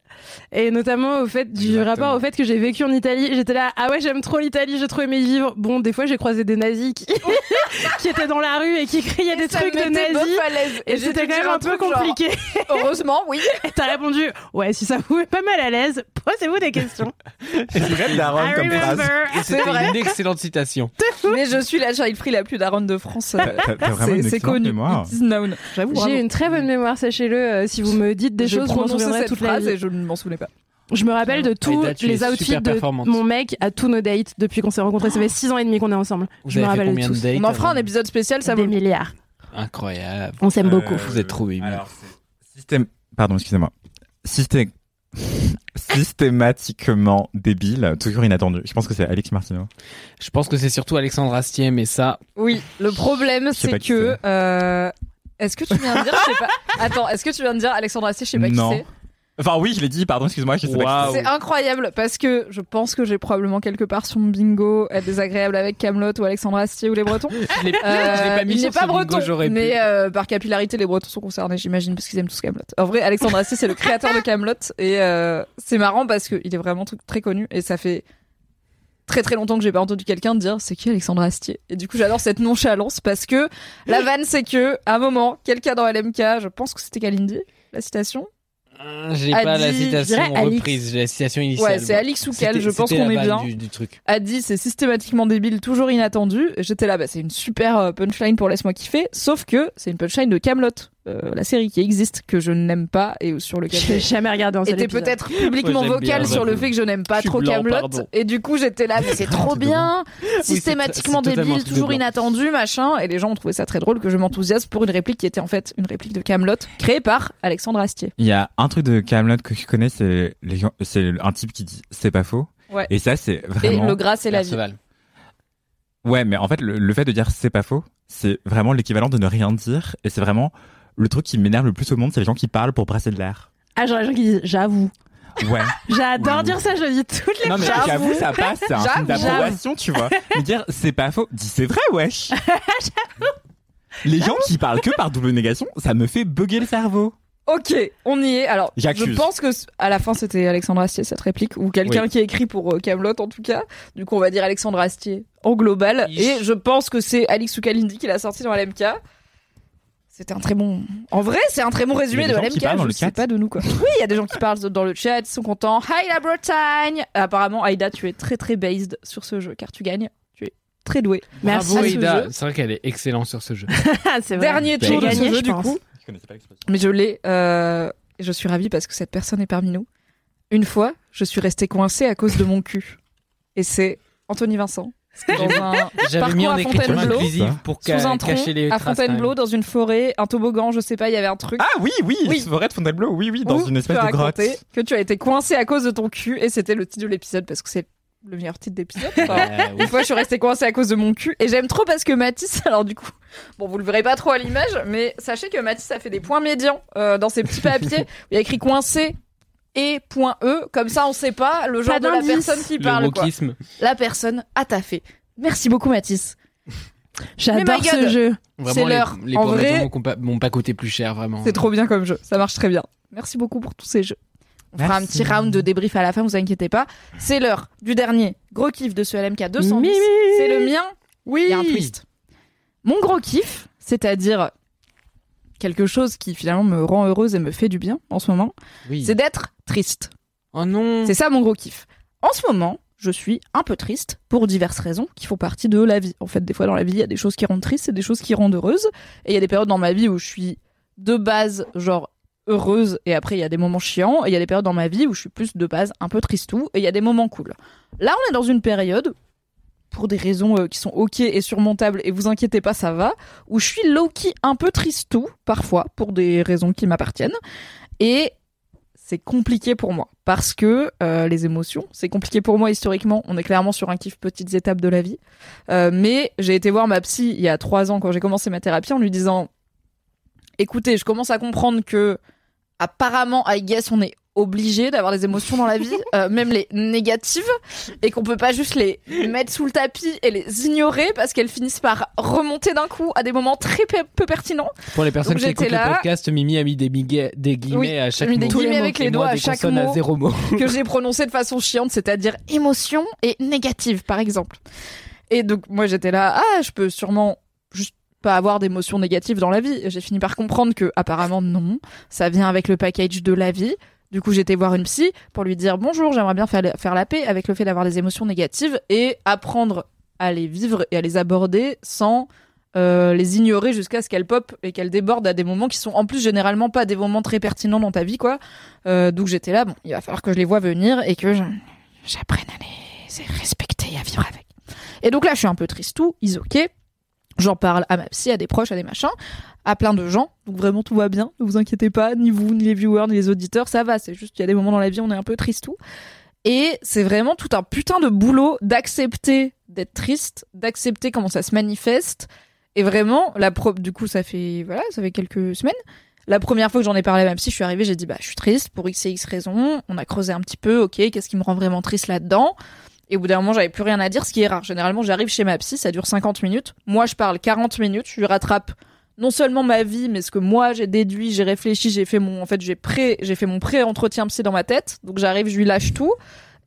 Speaker 2: et notamment au fait du
Speaker 7: Exactement.
Speaker 2: rapport au fait que j'ai vécu en Italie. J'étais là, ah ouais, j'aime trop l'Italie, j'ai trop aimé y vivre. Bon, des fois j'ai croisé des nazis qui, qui étaient dans la rue et qui criaient des
Speaker 3: Ça
Speaker 2: trucs
Speaker 3: me
Speaker 2: de
Speaker 3: mettait
Speaker 2: nazis.
Speaker 3: bof à l'aise.
Speaker 2: Et
Speaker 3: j'ai
Speaker 2: c'était
Speaker 3: dû
Speaker 2: quand même
Speaker 3: dire
Speaker 2: un peu
Speaker 3: truc genre,
Speaker 2: compliqué.
Speaker 3: Heureusement, oui.
Speaker 2: Et t'as répondu, ouais, si ça vous met pas mal à l'aise, posez-vous des questions.
Speaker 6: C'est vrai daronne
Speaker 2: I
Speaker 6: comme phrase.
Speaker 2: remember.
Speaker 7: Et
Speaker 3: Ah, C'est vrai.
Speaker 7: C'était une excellente citation.
Speaker 3: Mais je suis la child free la plus daronne de France.
Speaker 6: T'as- t'as- t'as vraiment
Speaker 3: C'est-
Speaker 6: une
Speaker 3: C'est
Speaker 6: excellente
Speaker 3: connu.
Speaker 6: mémoire.
Speaker 3: It is known. J'avoue. bravo.
Speaker 2: J'ai une très bonne mémoire, sachez-le. euh, si vous me dites des
Speaker 3: Je
Speaker 2: choses, je m'en
Speaker 3: prononçais
Speaker 2: souviendrai
Speaker 3: cette
Speaker 2: toute la
Speaker 3: phrase
Speaker 2: vie.
Speaker 3: et je ne m'en souvenais pas.
Speaker 2: Je me rappelle de tous
Speaker 7: Aïda, tu
Speaker 2: les
Speaker 7: es
Speaker 2: outfits
Speaker 7: super performante.
Speaker 2: de mon mec à tous nos dates depuis qu'on s'est rencontrés. Ça fait 6 ans et demi qu'on est ensemble.
Speaker 7: Vous
Speaker 2: je me
Speaker 7: avez fait
Speaker 2: rappelle de
Speaker 7: combien de
Speaker 2: tous.
Speaker 7: dates
Speaker 3: On en fera
Speaker 7: avant
Speaker 3: un épisode spécial, ça vaut
Speaker 2: des
Speaker 3: le coup.
Speaker 2: milliards.
Speaker 7: Incroyable.
Speaker 2: On s'aime beaucoup.
Speaker 6: Euh,
Speaker 7: Vous êtes trop mimi.
Speaker 6: Alors, c'est systém- Pardon, excusez-moi. Systé- Systématiquement débile, toujours inattendu. Je pense que c'est Alex Martino.
Speaker 7: Je pense que c'est surtout Alexandre Astier, mais ça,
Speaker 3: Oui, le problème,
Speaker 6: sais
Speaker 3: c'est
Speaker 6: pas qui
Speaker 3: que. euh, Est-ce que tu viens de dire, je sais pas. Attends, est-ce que tu viens de dire Alexandre Astier, je sais pas
Speaker 6: non.
Speaker 3: qui c'est
Speaker 6: Enfin, oui, je l'ai dit, pardon, excuse-moi, je sais pas.
Speaker 7: Waouh.
Speaker 6: qui
Speaker 3: C'est incroyable parce que je pense que j'ai probablement quelque part sur mon bingo être désagréable avec Camelot ou Alexandre Astier ou les Bretons.
Speaker 7: je l'ai je l'ai
Speaker 3: Euh,
Speaker 7: pas mis
Speaker 3: il
Speaker 7: sur
Speaker 3: n'est pas
Speaker 7: ce bingo,
Speaker 3: breton,
Speaker 7: j'aurais pu.
Speaker 3: mais euh, par capillarité, les Bretons sont concernés, j'imagine, parce qu'ils aiment tous Camelot. En vrai, Alexandre Astier, c'est le créateur de Camelot, et euh, c'est marrant parce qu'il est vraiment tr- très connu, et ça fait très très longtemps que j'ai pas entendu quelqu'un dire c'est qui Alexandre Astier. Et du coup, j'adore cette nonchalance parce que la vanne, c'est que à un moment, quelqu'un dans LMK, je pense que c'était Kalindi, la citation.
Speaker 7: Euh, J'ai
Speaker 3: a
Speaker 7: pas la
Speaker 3: dit- je
Speaker 7: citation
Speaker 3: dirais Alix.
Speaker 7: reprise, j'ai la citation initiale.
Speaker 3: Ouais, c'est Alix ou Cal,
Speaker 7: C'était-
Speaker 3: je pense
Speaker 7: c'était
Speaker 3: qu'on
Speaker 7: la
Speaker 3: est
Speaker 7: vanne
Speaker 3: bien.
Speaker 7: Du, du truc.
Speaker 3: a dit c'est systématiquement débile, toujours inattendu. Et J'étais là, bah, c'est une super euh, punchline pour laisse-moi kiffer. Sauf que c'est une punchline de Camelot. euh, la série qui existe que je n'aime pas et sur lequel
Speaker 2: J'ai jamais regardé un seul
Speaker 3: était
Speaker 2: épisode.
Speaker 3: peut-être publiquement
Speaker 2: Moi, j'aime bien,
Speaker 3: vocal sur le
Speaker 2: j'avoue.
Speaker 3: fait que je n'aime
Speaker 2: Je
Speaker 3: pas
Speaker 2: suis
Speaker 3: trop
Speaker 2: blanc,
Speaker 3: Camelot
Speaker 2: pardon.
Speaker 3: et du coup j'étais là mais c'est trop bien
Speaker 2: c'est-
Speaker 3: systématiquement
Speaker 2: c'est totalement un
Speaker 3: débile
Speaker 2: truc de
Speaker 3: toujours
Speaker 2: blanc.
Speaker 3: inattendu machin et les gens ont trouvé ça très drôle que je m'enthousiasme pour une réplique qui était en fait une réplique de Camelot créée par Alexandre Astier
Speaker 6: Il y a un truc de Camelot que je connais, c'est les gens- c'est un type qui dit c'est pas faux.
Speaker 3: Ouais.
Speaker 6: Et ça, c'est vraiment.
Speaker 3: et le gras c'est la vie
Speaker 6: Ouais, mais en fait, le, le fait de dire c'est pas faux, c'est vraiment l'équivalent de ne rien dire. Et c'est vraiment le truc qui m'énerve le plus au monde, c'est les gens qui parlent pour brasser de l'air.
Speaker 2: Ah, genre les gens qui disent j'avoue.
Speaker 6: Ouais.
Speaker 2: J'adore dire ça, je le dis toutes les
Speaker 6: Non, mais
Speaker 2: fois.
Speaker 6: j'avoue, ça passe, c'est un film
Speaker 2: J'avoue.
Speaker 6: d'approbation, tu vois. Mais dire c'est pas faux, dis c'est vrai, wesh. les gens qui parlent que par double négation, ça me fait bugger le cerveau.
Speaker 3: Ok, on y est. Alors, je
Speaker 6: J'accuse.
Speaker 3: pense que c- à la fin c'était Alexandre Astier cette réplique ou quelqu'un
Speaker 6: Oui.
Speaker 3: qui a écrit pour euh, Camelot en tout cas. Du coup, on va dire Alexandre Astier en global. Et je pense que c'est Alix ou Kalindi qui l'a sorti dans LMK. C'était un très bon. En vrai, c'est un très bon résumé
Speaker 6: Il
Speaker 3: de
Speaker 6: y a des gens qui
Speaker 3: LMK.
Speaker 6: parlent dans
Speaker 3: Je
Speaker 6: le
Speaker 3: sais
Speaker 6: chat.
Speaker 3: pas de nous quoi. Oui, il y a des gens qui parlent dans le chat, ils sont contents. Hi la Bretagne. Apparemment, Aïda, tu es très très based sur ce jeu car tu gagnes. Tu es très doué.
Speaker 7: Bravo, Ida.
Speaker 3: jeu.
Speaker 7: C'est vrai qu'elle est excellente sur ce jeu.
Speaker 2: c'est
Speaker 3: vrai. Dernier
Speaker 7: Bah,
Speaker 3: tour de
Speaker 7: gagné,
Speaker 3: ce jeu
Speaker 7: je
Speaker 3: du
Speaker 7: pense.
Speaker 3: coup. Mais je l'ai. euh, et je suis ravie parce que cette personne est parmi nous. Une fois, je suis restée coincée à cause de mon cul. Et c'est Anthony Vincent. Dans un
Speaker 7: J'avais mis
Speaker 3: parcours
Speaker 7: en
Speaker 3: à
Speaker 7: écriture
Speaker 3: Fontainebleau,
Speaker 7: inclusive pour ca-
Speaker 3: sous un tronc,
Speaker 7: cacher les
Speaker 3: à
Speaker 7: traces, quand même.
Speaker 3: Fontainebleau, dans une forêt, un toboggan, je sais pas, il y avait un truc.
Speaker 6: Ah oui, oui,
Speaker 3: Oui.
Speaker 6: forêt de Fontainebleau, oui, oui, dans
Speaker 3: Où
Speaker 6: une
Speaker 3: tu
Speaker 6: espèce
Speaker 3: as
Speaker 6: de grotte.
Speaker 3: raconté Que tu as été coincée à cause de ton cul, et c'était le titre de l'épisode parce que c'est le meilleur titre d'épisode. Enfin,
Speaker 7: Euh,
Speaker 6: Ouais,
Speaker 3: Une fois, je suis restée coincée à cause de mon cul, et j'aime trop parce que Mathis, alors du coup, bon, vous le verrez pas trop à l'image, mais sachez que Mathis a fait des points médians euh, dans ses petits papiers. Il y a écrit coincé et point E, comme ça, on sait pas le genre
Speaker 2: Pas
Speaker 3: de la
Speaker 2: d'indice.
Speaker 3: personne qui
Speaker 2: Le
Speaker 3: parle. quoi.
Speaker 7: wokisme.
Speaker 3: La personne a taffé. Merci beaucoup, Mathis. Mais
Speaker 2: J'adore
Speaker 3: my God,
Speaker 2: ce jeu.
Speaker 3: C'est
Speaker 7: les-
Speaker 3: l'heure.
Speaker 7: Les,
Speaker 3: En
Speaker 7: bandes
Speaker 3: vrai,
Speaker 7: annonces m'ont compa- m'ont pas coûté plus cher, vraiment.
Speaker 3: c'est trop bien comme jeu, ça marche très bien. Merci beaucoup pour tous ces jeux. On fera un
Speaker 7: Merci.
Speaker 3: petit round de débrief à la fin, vous inquiétez pas. C'est l'heure du dernier gros kiff de ce LMK 210.
Speaker 2: Mimi
Speaker 3: C'est le mien. Oui. Il y a un twist. Mon gros kiff, c'est-à-dire quelque chose qui finalement me rend heureuse et me fait du bien en ce moment,
Speaker 7: Oui.
Speaker 3: c'est d'être triste.
Speaker 7: Oh non.
Speaker 3: C'est ça mon gros kiff. En ce moment, je suis un peu triste pour diverses raisons qui font partie de la vie. En fait, des fois dans la vie, il y a des choses qui rendent triste et des choses qui rendent heureuse. Et il y a des périodes dans ma vie où je suis de base, genre heureuse, et après il y a des moments chiants, et il y a des périodes dans ma vie où je suis plus de base un peu tristou, et il y a des moments cool. Là, on est dans une période pour des raisons euh, qui sont ok et surmontables, et vous inquiétez pas, ça va, où je suis low-key un peu tristou, parfois, pour des raisons qui m'appartiennent. Et c'est compliqué pour moi, parce que euh, les émotions, c'est compliqué pour moi historiquement, on est clairement sur un kiff petites étapes de la vie. Euh, mais j'ai été voir ma psy il y a trois ans, quand j'ai commencé ma thérapie, en lui disant, écoutez, je commence à comprendre que apparemment, I guess, on est obligé d'avoir des émotions dans la vie, euh, même les négatives, et qu'on peut pas juste les mettre sous le tapis et les ignorer parce qu'elles finissent par remonter d'un coup à des moments très peu, peu pertinents.
Speaker 7: Pour les personnes
Speaker 3: Donc
Speaker 7: qui
Speaker 3: j'étais
Speaker 7: écoutent
Speaker 3: là-
Speaker 7: le podcast, Mimi a mis des, miga- des guillemets
Speaker 3: Oui,
Speaker 7: à chaque
Speaker 3: j'ai mis des
Speaker 7: mot.
Speaker 3: guillemets avec
Speaker 7: Et
Speaker 3: les
Speaker 7: moi,
Speaker 3: doigts à
Speaker 7: des
Speaker 3: chaque
Speaker 7: consonnes
Speaker 3: mot.
Speaker 7: à zéro mot.
Speaker 3: que j'ai prononcé de façon chiante, c'est-à-dire émotion et négative, par exemple. Et donc, moi, j'étais là, ah, je peux sûrement juste pas avoir d'émotions négatives dans la vie. Et J'ai fini par comprendre que, apparemment, non, ça vient avec le package de la vie. Du coup, j'étais voir une psy pour lui dire bonjour, j'aimerais bien faire, faire la paix avec le fait d'avoir des émotions négatives et apprendre à les vivre et à les aborder sans euh, les ignorer jusqu'à ce qu'elles pop et qu'elles débordent à des moments qui sont en plus généralement pas des moments très pertinents dans ta vie, quoi. Euh, donc j'étais là, bon, il va falloir que je les vois venir et que je- j'apprenne à les respecter et à vivre avec. Et donc là, je suis un peu tristou, isoqué. J'en parle à ma psy, à des proches, à des machins, à plein de gens. Donc vraiment, tout va bien. Ne vous inquiétez pas, ni vous, ni les viewers, ni les auditeurs, ça va. C'est juste qu'il y a des moments dans la vie, on est un peu tristou. Et c'est vraiment tout un putain de boulot d'accepter d'être triste, d'accepter comment ça se manifeste. Et vraiment, la pro du coup, ça fait, voilà, ça fait quelques semaines. La première fois que j'en ai parlé à ma psy, je suis arrivée, j'ai dit, bah, je suis triste pour x et x raisons. On a creusé un petit peu, ok, qu'est-ce qui me rend vraiment triste là-dedans? Et au bout d'un moment, j'avais plus rien à dire, ce qui est rare. Généralement, j'arrive chez ma psy, ça dure 50 minutes. Moi, je parle 40 minutes, je lui rattrape non seulement ma vie, mais ce que moi j'ai déduit, j'ai réfléchi, j'ai fait mon, en fait, j'ai pré, j'ai fait mon pré-entretien psy dans ma tête. Donc j'arrive, je lui lâche tout.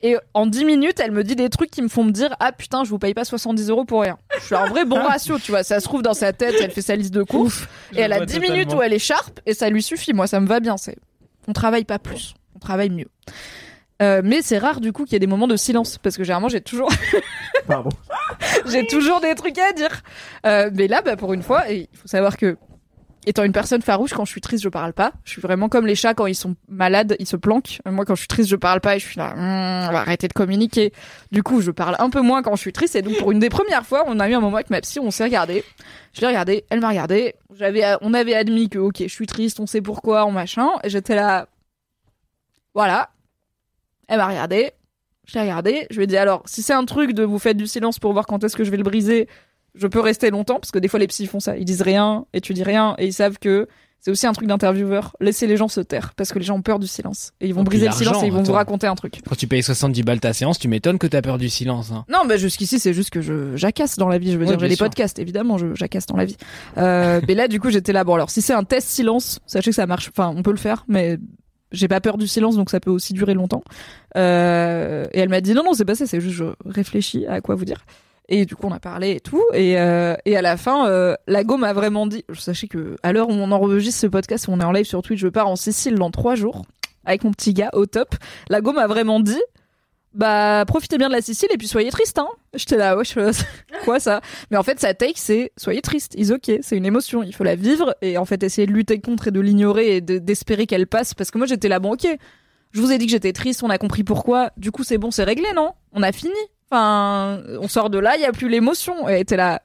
Speaker 3: Et en 10 minutes, elle me dit des trucs qui me font me dire Ah putain, je vous paye pas 70 euros pour rien. Je suis un vrai bon ratio, tu vois. Ça se trouve dans sa tête, elle fait sa liste de courses. Et
Speaker 2: je
Speaker 3: elle a
Speaker 2: vois
Speaker 3: 10
Speaker 2: totalement.
Speaker 3: minutes où elle est sharp et ça lui suffit. Moi, ça me va bien. C'est... On travaille pas plus, on travaille mieux. Euh, mais c'est rare du coup qu'il y ait des moments de silence parce que généralement j'ai toujours j'ai toujours des trucs à dire. Euh, mais là, bah, pour une fois, et il faut savoir que étant une personne farouche, quand je suis triste, je parle pas. Je suis vraiment comme les chats quand ils sont malades, ils se planquent. Moi, quand je suis triste, je parle pas et je suis là, Hum, on va arrêter de communiquer. Du coup, je parle un peu moins quand je suis triste. Et donc, pour une des premières fois, on a eu un moment avec ma psy, on s'est regardé. Je l'ai regardé, elle m'a regardé. J'avais, euh, on avait admis que, ok, je suis triste, on sait pourquoi, on machin. Et j'étais là, voilà. Elle m'a regardé. Je l'ai regardé. Je lui ai dit, alors, si c'est un truc de vous faites du silence pour voir quand est-ce que je vais le briser, je peux rester longtemps, parce que des fois les psys font ça. Ils disent rien, et tu dis rien, et ils savent que c'est aussi un truc d'intervieweur. Laissez les gens se taire, parce que les gens ont peur du silence. Et ils vont
Speaker 7: Et puis
Speaker 3: briser le silence
Speaker 7: l'argent,
Speaker 3: et ils vont vous
Speaker 7: attends.
Speaker 3: raconter un truc.
Speaker 7: Quand tu payes 70 balles ta séance, tu m'étonnes que t'as peur du silence. hein.
Speaker 3: Non, mais jusqu'ici, c'est juste que je jacasse dans la vie. Je veux
Speaker 7: Ouais,
Speaker 3: dire, j'ai
Speaker 7: bien
Speaker 3: des
Speaker 7: sûr.
Speaker 3: podcasts, évidemment, je jacasse dans la vie. Euh, mais là, du coup, j'étais là. Bon, alors, si c'est un test silence, sachez que ça marche. Enfin, on peut le faire, mais j'ai pas peur du silence, donc ça peut aussi durer longtemps. Euh, et elle m'a dit non, non, c'est pas ça. C'est juste, je réfléchis à quoi vous dire. Et du coup, on a parlé et tout. Et, euh, et à la fin, euh, Lago m'a vraiment dit. Sachez que à l'heure où on enregistre ce podcast, on est en live sur Twitch. Je pars en Sicile dans trois jours avec mon petit gars au top. Lago m'a vraiment dit bah profitez bien de la Sicile et puis soyez triste hein j'étais là ouais je... quoi ça mais en fait sa take c'est soyez triste is ok c'est une émotion il faut la vivre et en fait essayer de lutter contre et de l'ignorer et de- d'espérer qu'elle passe parce que moi j'étais là bon ok je vous ai dit que j'étais triste on a compris pourquoi du coup c'est bon c'est réglé non on a fini enfin on sort de là il y a plus l'émotion et elle était là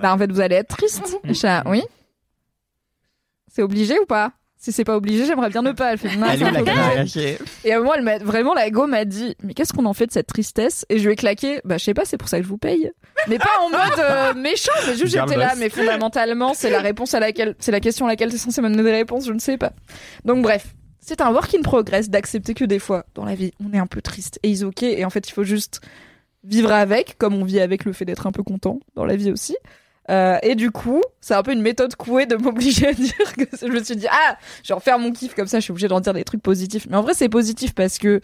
Speaker 3: bah en fait vous allez être triste j'étais là oui c'est obligé ou pas si c'est pas obligé j'aimerais bien ne pas elle fait non,
Speaker 6: Elle est
Speaker 3: c'est
Speaker 6: où la
Speaker 3: pas obligé.
Speaker 6: galère
Speaker 3: Et à moi, elle m'a vraiment la go m'a dit mais qu'est-ce qu'on en fait de cette tristesse Et je lui ai claqué bah je sais pas, c'est pour ça que je vous paye. Mais pas en mode euh, méchant, mais juste
Speaker 5: Girl
Speaker 3: j'étais là,
Speaker 5: boss.
Speaker 3: mais fondamentalement c'est la réponse à laquelle c'est la question à laquelle t'es censé me donner des réponses, je ne sais pas. Donc bref, c'est un work in progress d'accepter que des fois dans la vie on est un peu triste et is ok et en fait il faut juste vivre avec, comme on vit avec le fait d'être un peu content dans la vie aussi. Euh, et du coup, c'est un peu une méthode couée de m'obliger à dire que je me suis dit ah, je vais refaire mon kiff comme ça, je suis obligée d'en dire des trucs positifs. Mais en vrai, c'est positif parce que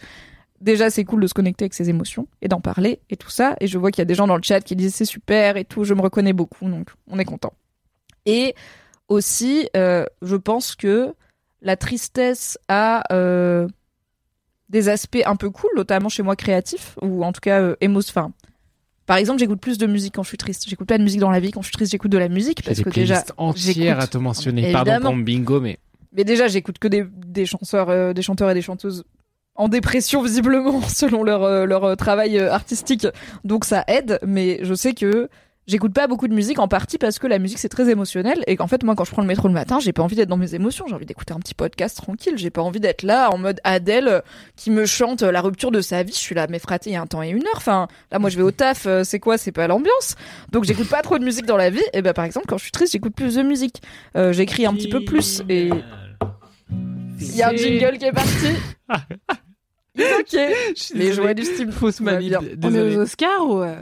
Speaker 3: déjà c'est cool de se connecter avec ses émotions et d'en parler et tout ça. Et je vois qu'il y a des gens dans le chat qui disent c'est super et tout, je me reconnais beaucoup, donc on est content. Et aussi, euh, je pense que la tristesse a euh, des aspects un peu cool, notamment chez moi créatif, ou en tout cas euh, émo- enfin, Par exemple, j'écoute plus de musique quand je suis triste. J'écoute pas de musique dans la vie quand je suis triste. J'écoute de la musique
Speaker 7: J'ai
Speaker 3: parce
Speaker 7: des
Speaker 3: que déjà
Speaker 7: playlists entières
Speaker 3: j'écoute-
Speaker 7: à te mentionner. Pardon
Speaker 3: Évidemment.
Speaker 7: pour mon bingo, mais
Speaker 3: Mais déjà, j'écoute que des, des chanteurs, euh, des chanteurs et des chanteuses en dépression visiblement selon leur euh, leur euh, travail euh, artistique. Donc ça aide, mais je sais que j'écoute pas beaucoup de musique en partie parce que la musique c'est très émotionnel et qu'en fait moi quand je prends le métro le matin, j'ai pas envie d'être dans mes émotions, j'ai envie d'écouter un petit podcast tranquille, j'ai pas envie d'être là en mode Adèle euh, qui me chante euh, la rupture de sa vie, je suis là mais fraté, il y a un temps et une heure. Enfin, là moi je vais au taf, euh, c'est quoi, c'est pas l'ambiance. Donc j'écoute pas trop de musique dans la vie et ben par exemple quand je suis triste, j'écoute plus de musique. Euh, j'écris un petit peu plus et il y a un jingle qui est parti. ok. Les jouets du Steam. Fausse mamie.
Speaker 2: On est aux Oscars ou euh,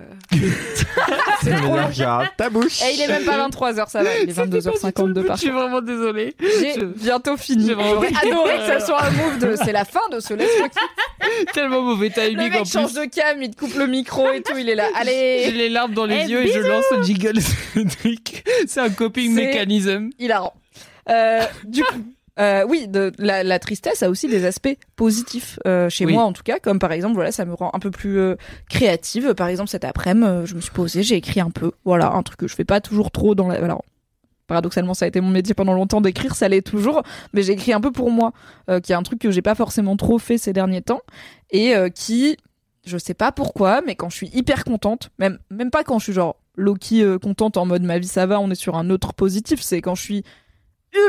Speaker 6: C'est trop large, ta bouche.
Speaker 3: Et Eh, il est même pas 23h, ça va. Il est 22h52 par
Speaker 14: Je suis vraiment désolé.
Speaker 3: J'ai bientôt fini. J'aurais adoré que ça soit un move de. C'est la fin de ce laisse
Speaker 14: Tellement mauvais timing
Speaker 3: Le
Speaker 14: en
Speaker 3: mec
Speaker 14: plus.
Speaker 3: change de cam, il te coupe le micro et tout, il est là. Allez.
Speaker 14: J'ai les larmes dans les
Speaker 3: Eh,
Speaker 14: yeux et je
Speaker 3: bisous.
Speaker 14: lance le jiggle. truc. C'est un coping
Speaker 3: C'est
Speaker 14: mécanisme.
Speaker 3: hilarant. Euh, du coup, euh, oui, de, la, la tristesse a aussi des aspects positifs euh, chez
Speaker 14: Oui.
Speaker 3: moi en tout cas, comme par exemple, voilà, ça me rend un peu plus euh, créative. Par exemple, cet après-midi, euh, je me suis posée, j'ai écrit un peu, voilà, un truc que je fais pas toujours trop dans la. Alors, paradoxalement, ça a été mon métier pendant longtemps d'écrire, ça l'est toujours, mais j'ai écrit un peu pour moi, euh, qui est un truc que j'ai pas forcément trop fait ces derniers temps et euh, qui je sais pas pourquoi, mais quand je suis hyper contente, même, même pas quand je suis genre Loki euh, contente en mode ma vie ça va, on est sur un autre positif, c'est quand je suis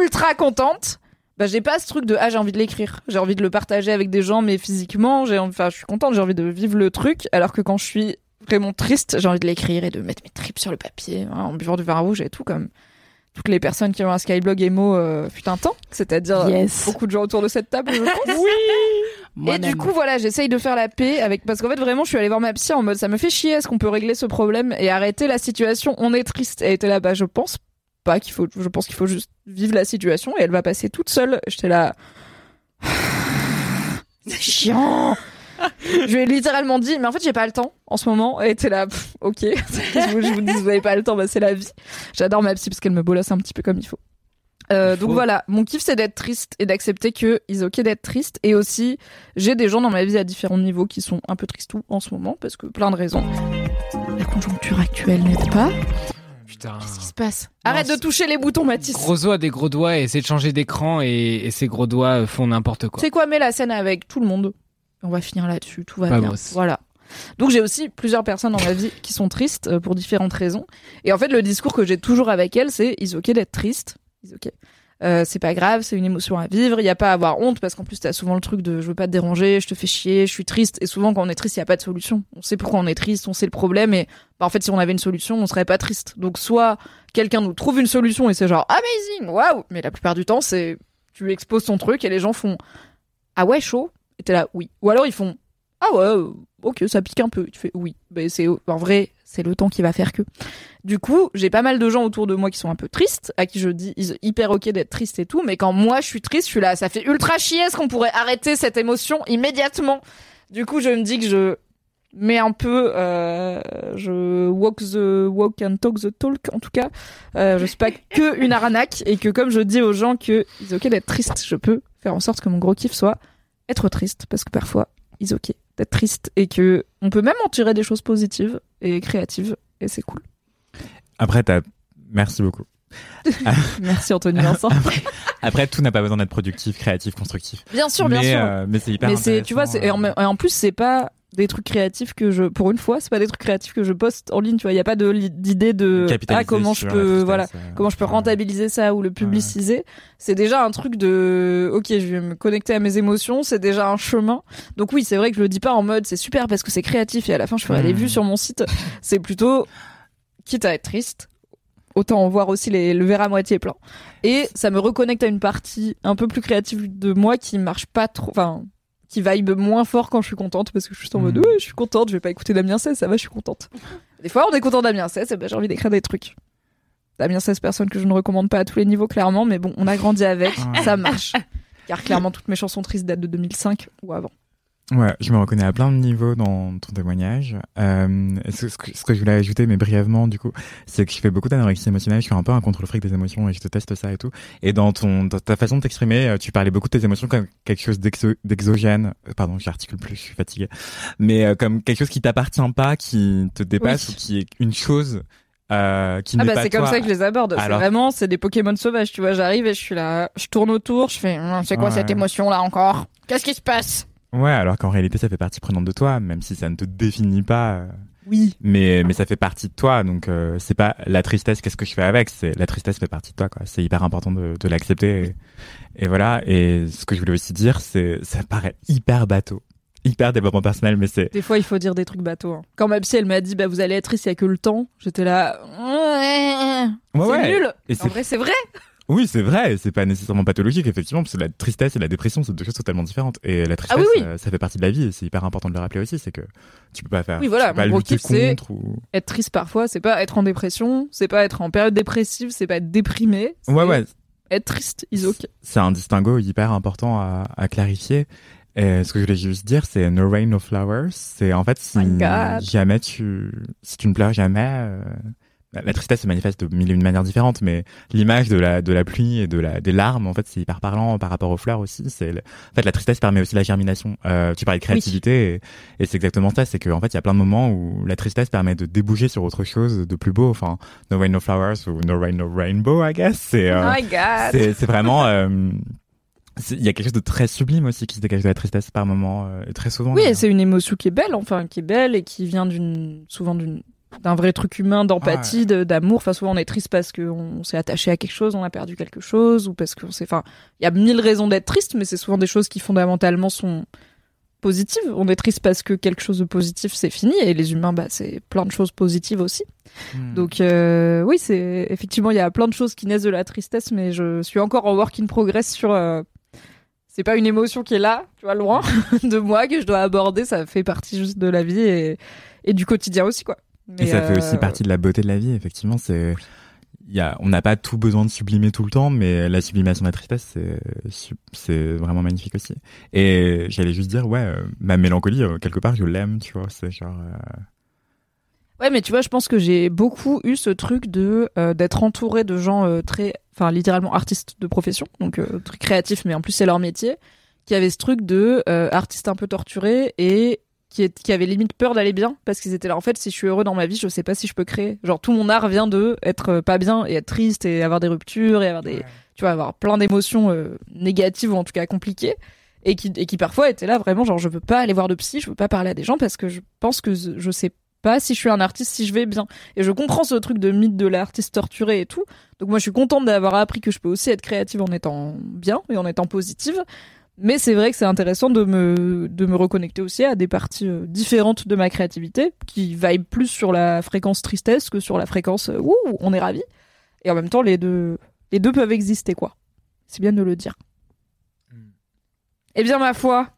Speaker 3: ultra contente, bah j'ai pas ce truc de ah j'ai envie de l'écrire, j'ai envie de le partager avec des gens, mais physiquement, j'ai envie- enfin je suis contente, j'ai envie de vivre le truc, alors que quand je suis vraiment triste, j'ai envie de l'écrire et de mettre mes tripes sur le papier hein, en buvant du vin rouge et tout comme toutes les personnes qui ont un Skyblog emo euh, fut un temps, c'est-à-dire
Speaker 2: Yes.
Speaker 3: beaucoup de gens autour de cette table, je pense. Et du coup, voilà, j'essaye de faire la paix avec. Parce qu'en fait, vraiment, je suis allée voir ma psy en mode ça me fait chier, est-ce qu'on peut régler ce problème et arrêter la situation On est triste. Et elle était là, bah, je pense pas qu'il faut. Je pense qu'il faut juste vivre la situation et elle va passer toute seule. J'étais là. C'est chiant Je lui ai littéralement dit, mais en fait, j'ai pas le temps en ce moment. Et elle était là, Pff, ok. je vous- je vous dis, vous avez pas le temps, bah, c'est la vie. J'adore ma psy parce qu'elle me bolasse un petit peu comme il faut. Euh, donc voilà, mon kiff c'est d'être triste et d'accepter que ils ok d'être triste et aussi j'ai des gens dans ma vie à différents niveaux qui sont un peu tristous en ce moment parce que plein de raisons. La conjoncture actuelle n'aide pas.
Speaker 7: Putain.
Speaker 3: Qu'est-ce qui se passe Arrête de toucher les boutons, Mathis.
Speaker 7: Grosso a des gros doigts et essaie de changer d'écran et, et ses gros doigts euh, font n'importe quoi.
Speaker 3: C'est quoi, mets la scène avec tout le monde. On va finir là-dessus, tout va
Speaker 7: Vamos.
Speaker 3: bien. Voilà. Donc j'ai aussi plusieurs personnes dans ma vie qui sont tristes euh, pour différentes raisons. Et en fait, le discours que j'ai toujours avec elles, c'est ils ok d'être triste, ils ok. Euh, c'est pas grave, c'est une émotion à vivre, il y a pas à avoir honte parce qu'en plus t'as souvent le truc de je veux pas te déranger, je te fais chier, je suis triste et souvent quand on est triste, il y a pas de solution. On sait pourquoi on est triste, on sait le problème et bah, en fait si on avait une solution, on serait pas triste. Donc soit quelqu'un nous trouve une solution et c'est genre amazing, waouh, mais la plupart du temps c'est tu exposes ton truc et les gens font ah ouais chaud et t'es là oui ou alors ils font ah ouais euh, ok ça pique un peu tu fais oui mais c'est en vrai c'est le temps qui va faire que du coup j'ai pas mal de gens autour de moi qui sont un peu tristes à qui je dis ils- hyper ok d'être triste et tout mais quand moi je suis triste je suis là ça fait ultra chier est-ce qu'on pourrait arrêter cette émotion immédiatement du coup je me dis que je mais un peu euh, je walk the walk and talk the talk en tout cas euh, je suis pas que une arnaque et que comme je dis aux gens que ils ok d'être triste je peux faire en sorte que mon gros kiff soit être triste parce que parfois ils ok d'être triste et que on peut même en tirer des choses positives et créatives et c'est cool
Speaker 6: Après, t'as. Merci beaucoup.
Speaker 3: merci Anthony Vincent
Speaker 6: Après, tout n'a pas besoin d'être productif, créatif, constructif.
Speaker 3: Bien sûr, bien
Speaker 6: Mais,
Speaker 3: sûr.
Speaker 6: euh, mais c'est hyper
Speaker 3: Mais c'est, tu vois,
Speaker 6: intéressant, euh.
Speaker 3: c'est, et en, et en plus, c'est pas des trucs créatifs que je, pour une fois, c'est pas des trucs créatifs que je poste en ligne, tu vois. Il n'y a pas de, li- d'idée de,
Speaker 6: euh, Capitaliser
Speaker 3: ah, comment je
Speaker 6: sur la
Speaker 3: peux,
Speaker 6: tristesse,
Speaker 3: voilà,
Speaker 6: euh,
Speaker 3: comment je peux rentabiliser ça ou le publiciser. C'est déjà un truc de, ok, je vais me connecter à mes émotions, c'est déjà un chemin. Donc oui, c'est vrai que je le dis pas en mode, c'est super parce que c'est créatif et à la fin, je ferai les
Speaker 6: Mm.
Speaker 3: vues sur mon site. C'est plutôt, quitte à être triste, autant en voir aussi les, le verre à moitié plein. Et ça me reconnecte à une partie un peu plus créative de moi qui marche pas trop, enfin, qui vibe moins fort quand je suis contente parce que je suis juste en mode, ouais, je suis contente, je vais pas écouter Damien 16, ça va, je suis contente. Des fois, on est content Damien 16, et ben, j'ai envie d'écrire des trucs. Damien 16, personne que je ne recommande pas à tous les niveaux, clairement, mais bon, on a grandi avec, ça marche. Car clairement, toutes mes chansons tristes datent de 2005 ou avant.
Speaker 6: Ouais, je me reconnais à plein de niveaux dans ton témoignage. Euh, ce, ce que, ce que je voulais ajouter, mais brièvement, du coup, c'est que je fais beaucoup d'anorexie émotionnelle. Je suis un peu un contre le fric des émotions et je déteste ça et tout. Et dans ton, dans ta façon de t'exprimer, euh, tu parlais beaucoup de tes émotions comme quelque chose d'exo- d'exogène. Euh, Pardon, j'articule plus, je suis fatigué. Mais euh, comme quelque chose qui t'appartient pas, qui te dépasse
Speaker 3: Oui.
Speaker 6: ou qui est une chose euh, qui
Speaker 3: Ah
Speaker 6: n'est
Speaker 3: bah
Speaker 6: pas
Speaker 3: c'est comme
Speaker 6: toi.
Speaker 3: ça que je les aborde. C'est
Speaker 6: Alors-
Speaker 3: vraiment, c'est des Pokémon sauvages. Tu vois, j'arrive et je suis là, je tourne autour, je fais, Hum, c'est quoi
Speaker 6: Ouais.
Speaker 3: cette émotion là encore Qu'est-ce qui se passe
Speaker 6: Ouais, alors qu'en réalité, ça fait partie prenante de toi, même si ça ne te définit pas. euh,
Speaker 3: Oui.
Speaker 6: Mais, mais ça fait partie de toi, donc euh, c'est pas la tristesse, qu'est-ce que je fais avec C'est la tristesse fait partie de toi, quoi. C'est hyper important de, de l'accepter. Et, et voilà. Et ce que je voulais aussi dire, c'est ça paraît hyper bateau, hyper développement personnel, mais c'est
Speaker 3: Des fois, il faut dire des trucs bateaux. hein. Quand ma psy, elle m'a dit, bah vous allez être triste, il y a que le temps. J'étais là, Hum,
Speaker 6: Ouais,
Speaker 3: c'est
Speaker 6: ouais.
Speaker 3: nul.
Speaker 6: Et
Speaker 3: en
Speaker 6: c'est-
Speaker 3: vrai, c'est vrai.
Speaker 6: oui, c'est vrai. C'est pas nécessairement pathologique, effectivement, parce que la tristesse et la dépression, c'est deux choses totalement différentes. Et la tristesse,
Speaker 3: Ah oui, oui.
Speaker 6: euh, ça fait partie de la vie, et c'est hyper important de le rappeler aussi, c'est que tu peux pas faire,
Speaker 3: Oui, voilà,
Speaker 6: tu peux pas
Speaker 3: mon gros
Speaker 6: lutter
Speaker 3: kiff, c'est-
Speaker 6: contre ou
Speaker 3: Être triste parfois, c'est pas être en dépression, c'est pas être en période dépressive, c'est pas être déprimé. c'est
Speaker 6: ouais, ouais.
Speaker 3: Être triste, is ok.
Speaker 6: c'est un distinguo hyper important à, à clarifier. Et ce que je voulais juste dire, c'est No Rain, No Flowers. C'est en fait, si
Speaker 3: My God.
Speaker 6: jamais tu, si tu ne pleures jamais, euh, la la tristesse se manifeste de mille et une manières différentes, mais l'image de la, de la pluie et de la, des larmes, en fait, c'est hyper parlant par rapport aux fleurs aussi. C'est, le- en fait, la tristesse permet aussi la germination. Euh, tu parlais de créativité et, et c'est exactement ça. C'est qu'en fait, il y a plein de moments où la tristesse permet de déboucher sur autre chose de plus beau. Enfin, No Rain, No Flowers ou No Rain, No Rainbow, I guess. C'est, euh,
Speaker 3: My God.
Speaker 6: c'est- c'est vraiment euh, c'est- il y a quelque chose de très sublime aussi qui se dégage de la tristesse par moment euh, et très souvent
Speaker 3: Oui, et
Speaker 6: d'ailleurs.
Speaker 3: c'est une émotion qui est belle, enfin, qui est belle et qui vient d'une, souvent d'une, d'un vrai truc humain, d'empathie, de- d'amour. Enfin, souvent on est triste parce qu'on s'est attaché à quelque chose, on a perdu quelque chose, ou parce qu'on s'est, enfin, il y a mille raisons d'être triste, mais c'est souvent des choses qui fondamentalement sont positives. On est triste parce que quelque chose de positif c'est fini, et les humains, bah, c'est plein de choses positives aussi.
Speaker 6: Hmm.
Speaker 3: Donc, euh, oui, c'est, effectivement, il y a plein de choses qui naissent de la tristesse, mais je suis encore en work in progress sur, euh, c'est pas une émotion qui est là, tu vois, loin de moi que je dois aborder. Ça fait partie juste de la vie et, et du quotidien aussi, quoi.
Speaker 6: et
Speaker 3: Mais,
Speaker 6: ça fait
Speaker 3: euh,
Speaker 6: aussi partie de la beauté de la vie effectivement c'est il y a, on n'a pas tout besoin de sublimer tout le temps, mais la sublimation de la tristesse, c'est, su- c'est vraiment magnifique aussi. Et j'allais juste dire, ouais, euh, ma mélancolie, euh, quelque part, je l'aime, tu vois, c'est genre... euh,
Speaker 3: Ouais, mais tu vois, je pense que j'ai beaucoup eu ce truc de euh, d'être entouré de gens euh, très, enfin littéralement artistes de profession, donc euh, très créatifs, mais en plus c'est leur métier, qui avait ce truc de euh, artiste un peu torturé et qui, est- qui avaient limite peur d'aller bien parce qu'ils étaient là. En fait, si je suis heureux dans ma vie, je sais pas si je peux créer. Genre, tout mon art vient de être euh, pas bien et être triste et avoir des ruptures et avoir des, tu vois, avoir plein d'émotions euh, négatives ou en tout cas compliquées. Et qui, et qui parfois étaient là vraiment, genre, je veux pas aller voir de psy, je veux pas parler à des gens parce que je pense que je je sais pas si je suis un artiste, si je vais bien. Et je comprends ce truc de mythe de l'artiste torturé et tout. Donc moi, je suis contente d'avoir appris que je peux aussi être créative en étant bien et en étant positive. Mais c'est vrai que c'est intéressant de me, de me reconnecter aussi à des parties euh, différentes de ma créativité qui vibe plus sur la fréquence tristesse que sur la fréquence euh, Wouh, on est ravi. Et en même temps, les deux, les deux peuvent exister, quoi. C'est bien de le dire. Eh bien, ma foi,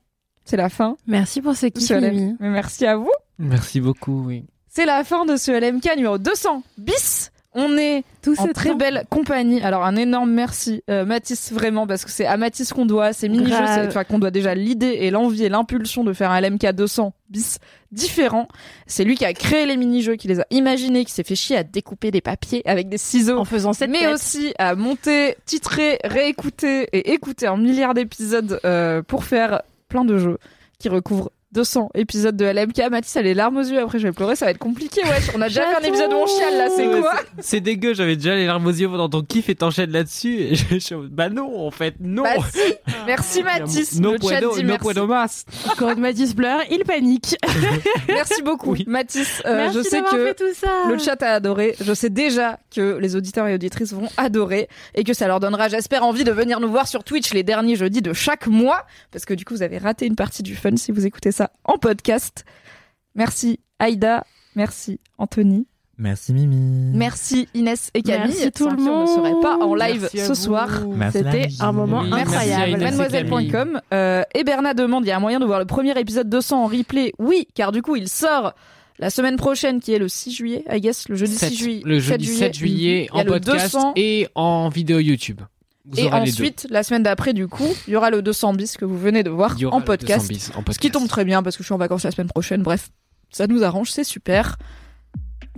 Speaker 3: c'est la fin.
Speaker 2: Merci pour ces
Speaker 3: kiffs, Mais Merci à vous.
Speaker 7: Merci beaucoup, oui.
Speaker 3: C'est la fin de ce LMK numéro 200 bis. On est tous en très belle compagnie. Alors un énorme merci euh, Mathis vraiment parce que c'est à Mathis qu'on doit ces mini-jeux,
Speaker 2: Grave.
Speaker 3: c'est- enfin qu'on doit déjà l'idée et l'envie et l'impulsion de faire un LMK 200 bis différent. C'est lui qui a créé les mini-jeux, qui les a imaginés, qui s'est fait chier à découper des papiers avec des ciseaux en faisant cette mais
Speaker 2: tête.
Speaker 3: aussi à monter, titrer, réécouter et écouter un milliard d'épisodes euh, pour faire plein de jeux qui recouvrent 200 épisodes de LMK. Mathis a les larmes aux yeux, après je vais pleurer, ça va être compliqué, ouais. On a déjà fait un épisode où on chiale là, c'est quoi
Speaker 7: C'est dégueu, j'avais déjà les larmes aux yeux pendant ton kiff et t'enchaînes là-dessus. Et je, je- bah non, en fait, non.
Speaker 3: Bah si. Merci Mathis,
Speaker 7: No
Speaker 3: le chat
Speaker 7: puedo-
Speaker 3: dit
Speaker 7: no
Speaker 3: merci.
Speaker 7: puedo más.
Speaker 2: Quand Mathis pleure, il panique.
Speaker 3: Merci beaucoup, Mathis. Euh,
Speaker 2: Merci
Speaker 3: je sais
Speaker 2: d'avoir
Speaker 3: que
Speaker 2: fait tout ça.
Speaker 3: le chat a adoré. Je sais déjà que les auditeurs et auditrices vont adorer et que ça leur donnera, j'espère, envie de venir nous voir sur Twitch les derniers jeudis de chaque mois. Parce que du coup, vous avez raté une partie du fun si vous écoutez ça en podcast. Merci Aïda. Merci Anthony.
Speaker 6: Merci Mimi.
Speaker 3: Merci Inès et Camille.
Speaker 2: Merci tout
Speaker 3: Sans
Speaker 2: le
Speaker 3: qui On ne serait pas en
Speaker 2: monde.
Speaker 3: live
Speaker 2: Merci à
Speaker 3: ce
Speaker 2: vous.
Speaker 3: soir.
Speaker 2: Merci
Speaker 3: C'était
Speaker 2: Merci.
Speaker 3: un moment
Speaker 2: Merci à
Speaker 3: incroyable.
Speaker 2: Inès et
Speaker 3: Mademoiselle.com. Euh, et Bernard demande il y a un moyen de voir le premier épisode 200 en replay Oui, car du coup, il sort. La semaine prochaine, qui est le 6 juillet, I guess, le jeudi
Speaker 7: 7,
Speaker 3: 6 juillet.
Speaker 7: le jeudi 7 juillet
Speaker 3: Il y a
Speaker 7: en
Speaker 3: le
Speaker 7: podcast
Speaker 3: 200,
Speaker 7: et en vidéo YouTube. Vous
Speaker 3: et
Speaker 7: aurez les
Speaker 3: ensuite, la semaine d'après, du coup, il y aura le 200 bis que vous venez de voir
Speaker 7: Il y aura
Speaker 3: en
Speaker 7: le 200
Speaker 3: podcast,
Speaker 7: bis en
Speaker 3: Ce qui
Speaker 7: podcast.
Speaker 3: tombe très bien parce que je suis en vacances la semaine prochaine. Bref, ça nous arrange, c'est super.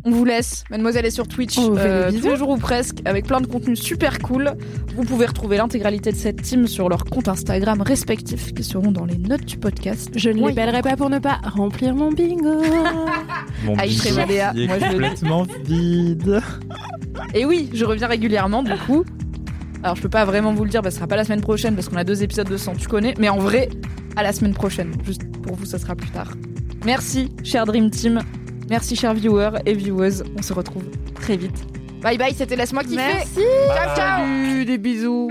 Speaker 3: On vous laisse. Mademoiselle est sur Twitch euh,
Speaker 2: On vous fait des bisous.
Speaker 3: tous les jours ou presque avec plein de contenus super cool. Vous pouvez retrouver l'intégralité de cette team sur leurs comptes Instagram respectifs qui seront dans les notes du podcast.
Speaker 2: Je ne
Speaker 3: Oui.
Speaker 2: les bêlerai pas pour ne pas remplir mon bingo.
Speaker 6: Mon
Speaker 3: Aïe,
Speaker 6: bijou
Speaker 3: Trémadéa,
Speaker 6: qui est
Speaker 3: moi, je le dis.
Speaker 6: complètement vide.
Speaker 3: Et oui, je reviens régulièrement du coup. Alors je peux pas vraiment vous le dire, parce que ce sera pas la semaine prochaine parce qu'on a deux épisodes de 100, tu connais. Mais en vrai, à la semaine prochaine. Juste pour vous, ça sera plus tard. Merci, cher Dream Team. Merci, chers viewers et viewers. On se retrouve très vite. Bye bye, c'était Laisse-moi kiffer.
Speaker 2: Merci.
Speaker 3: Ciao, ciao.
Speaker 14: des bisous.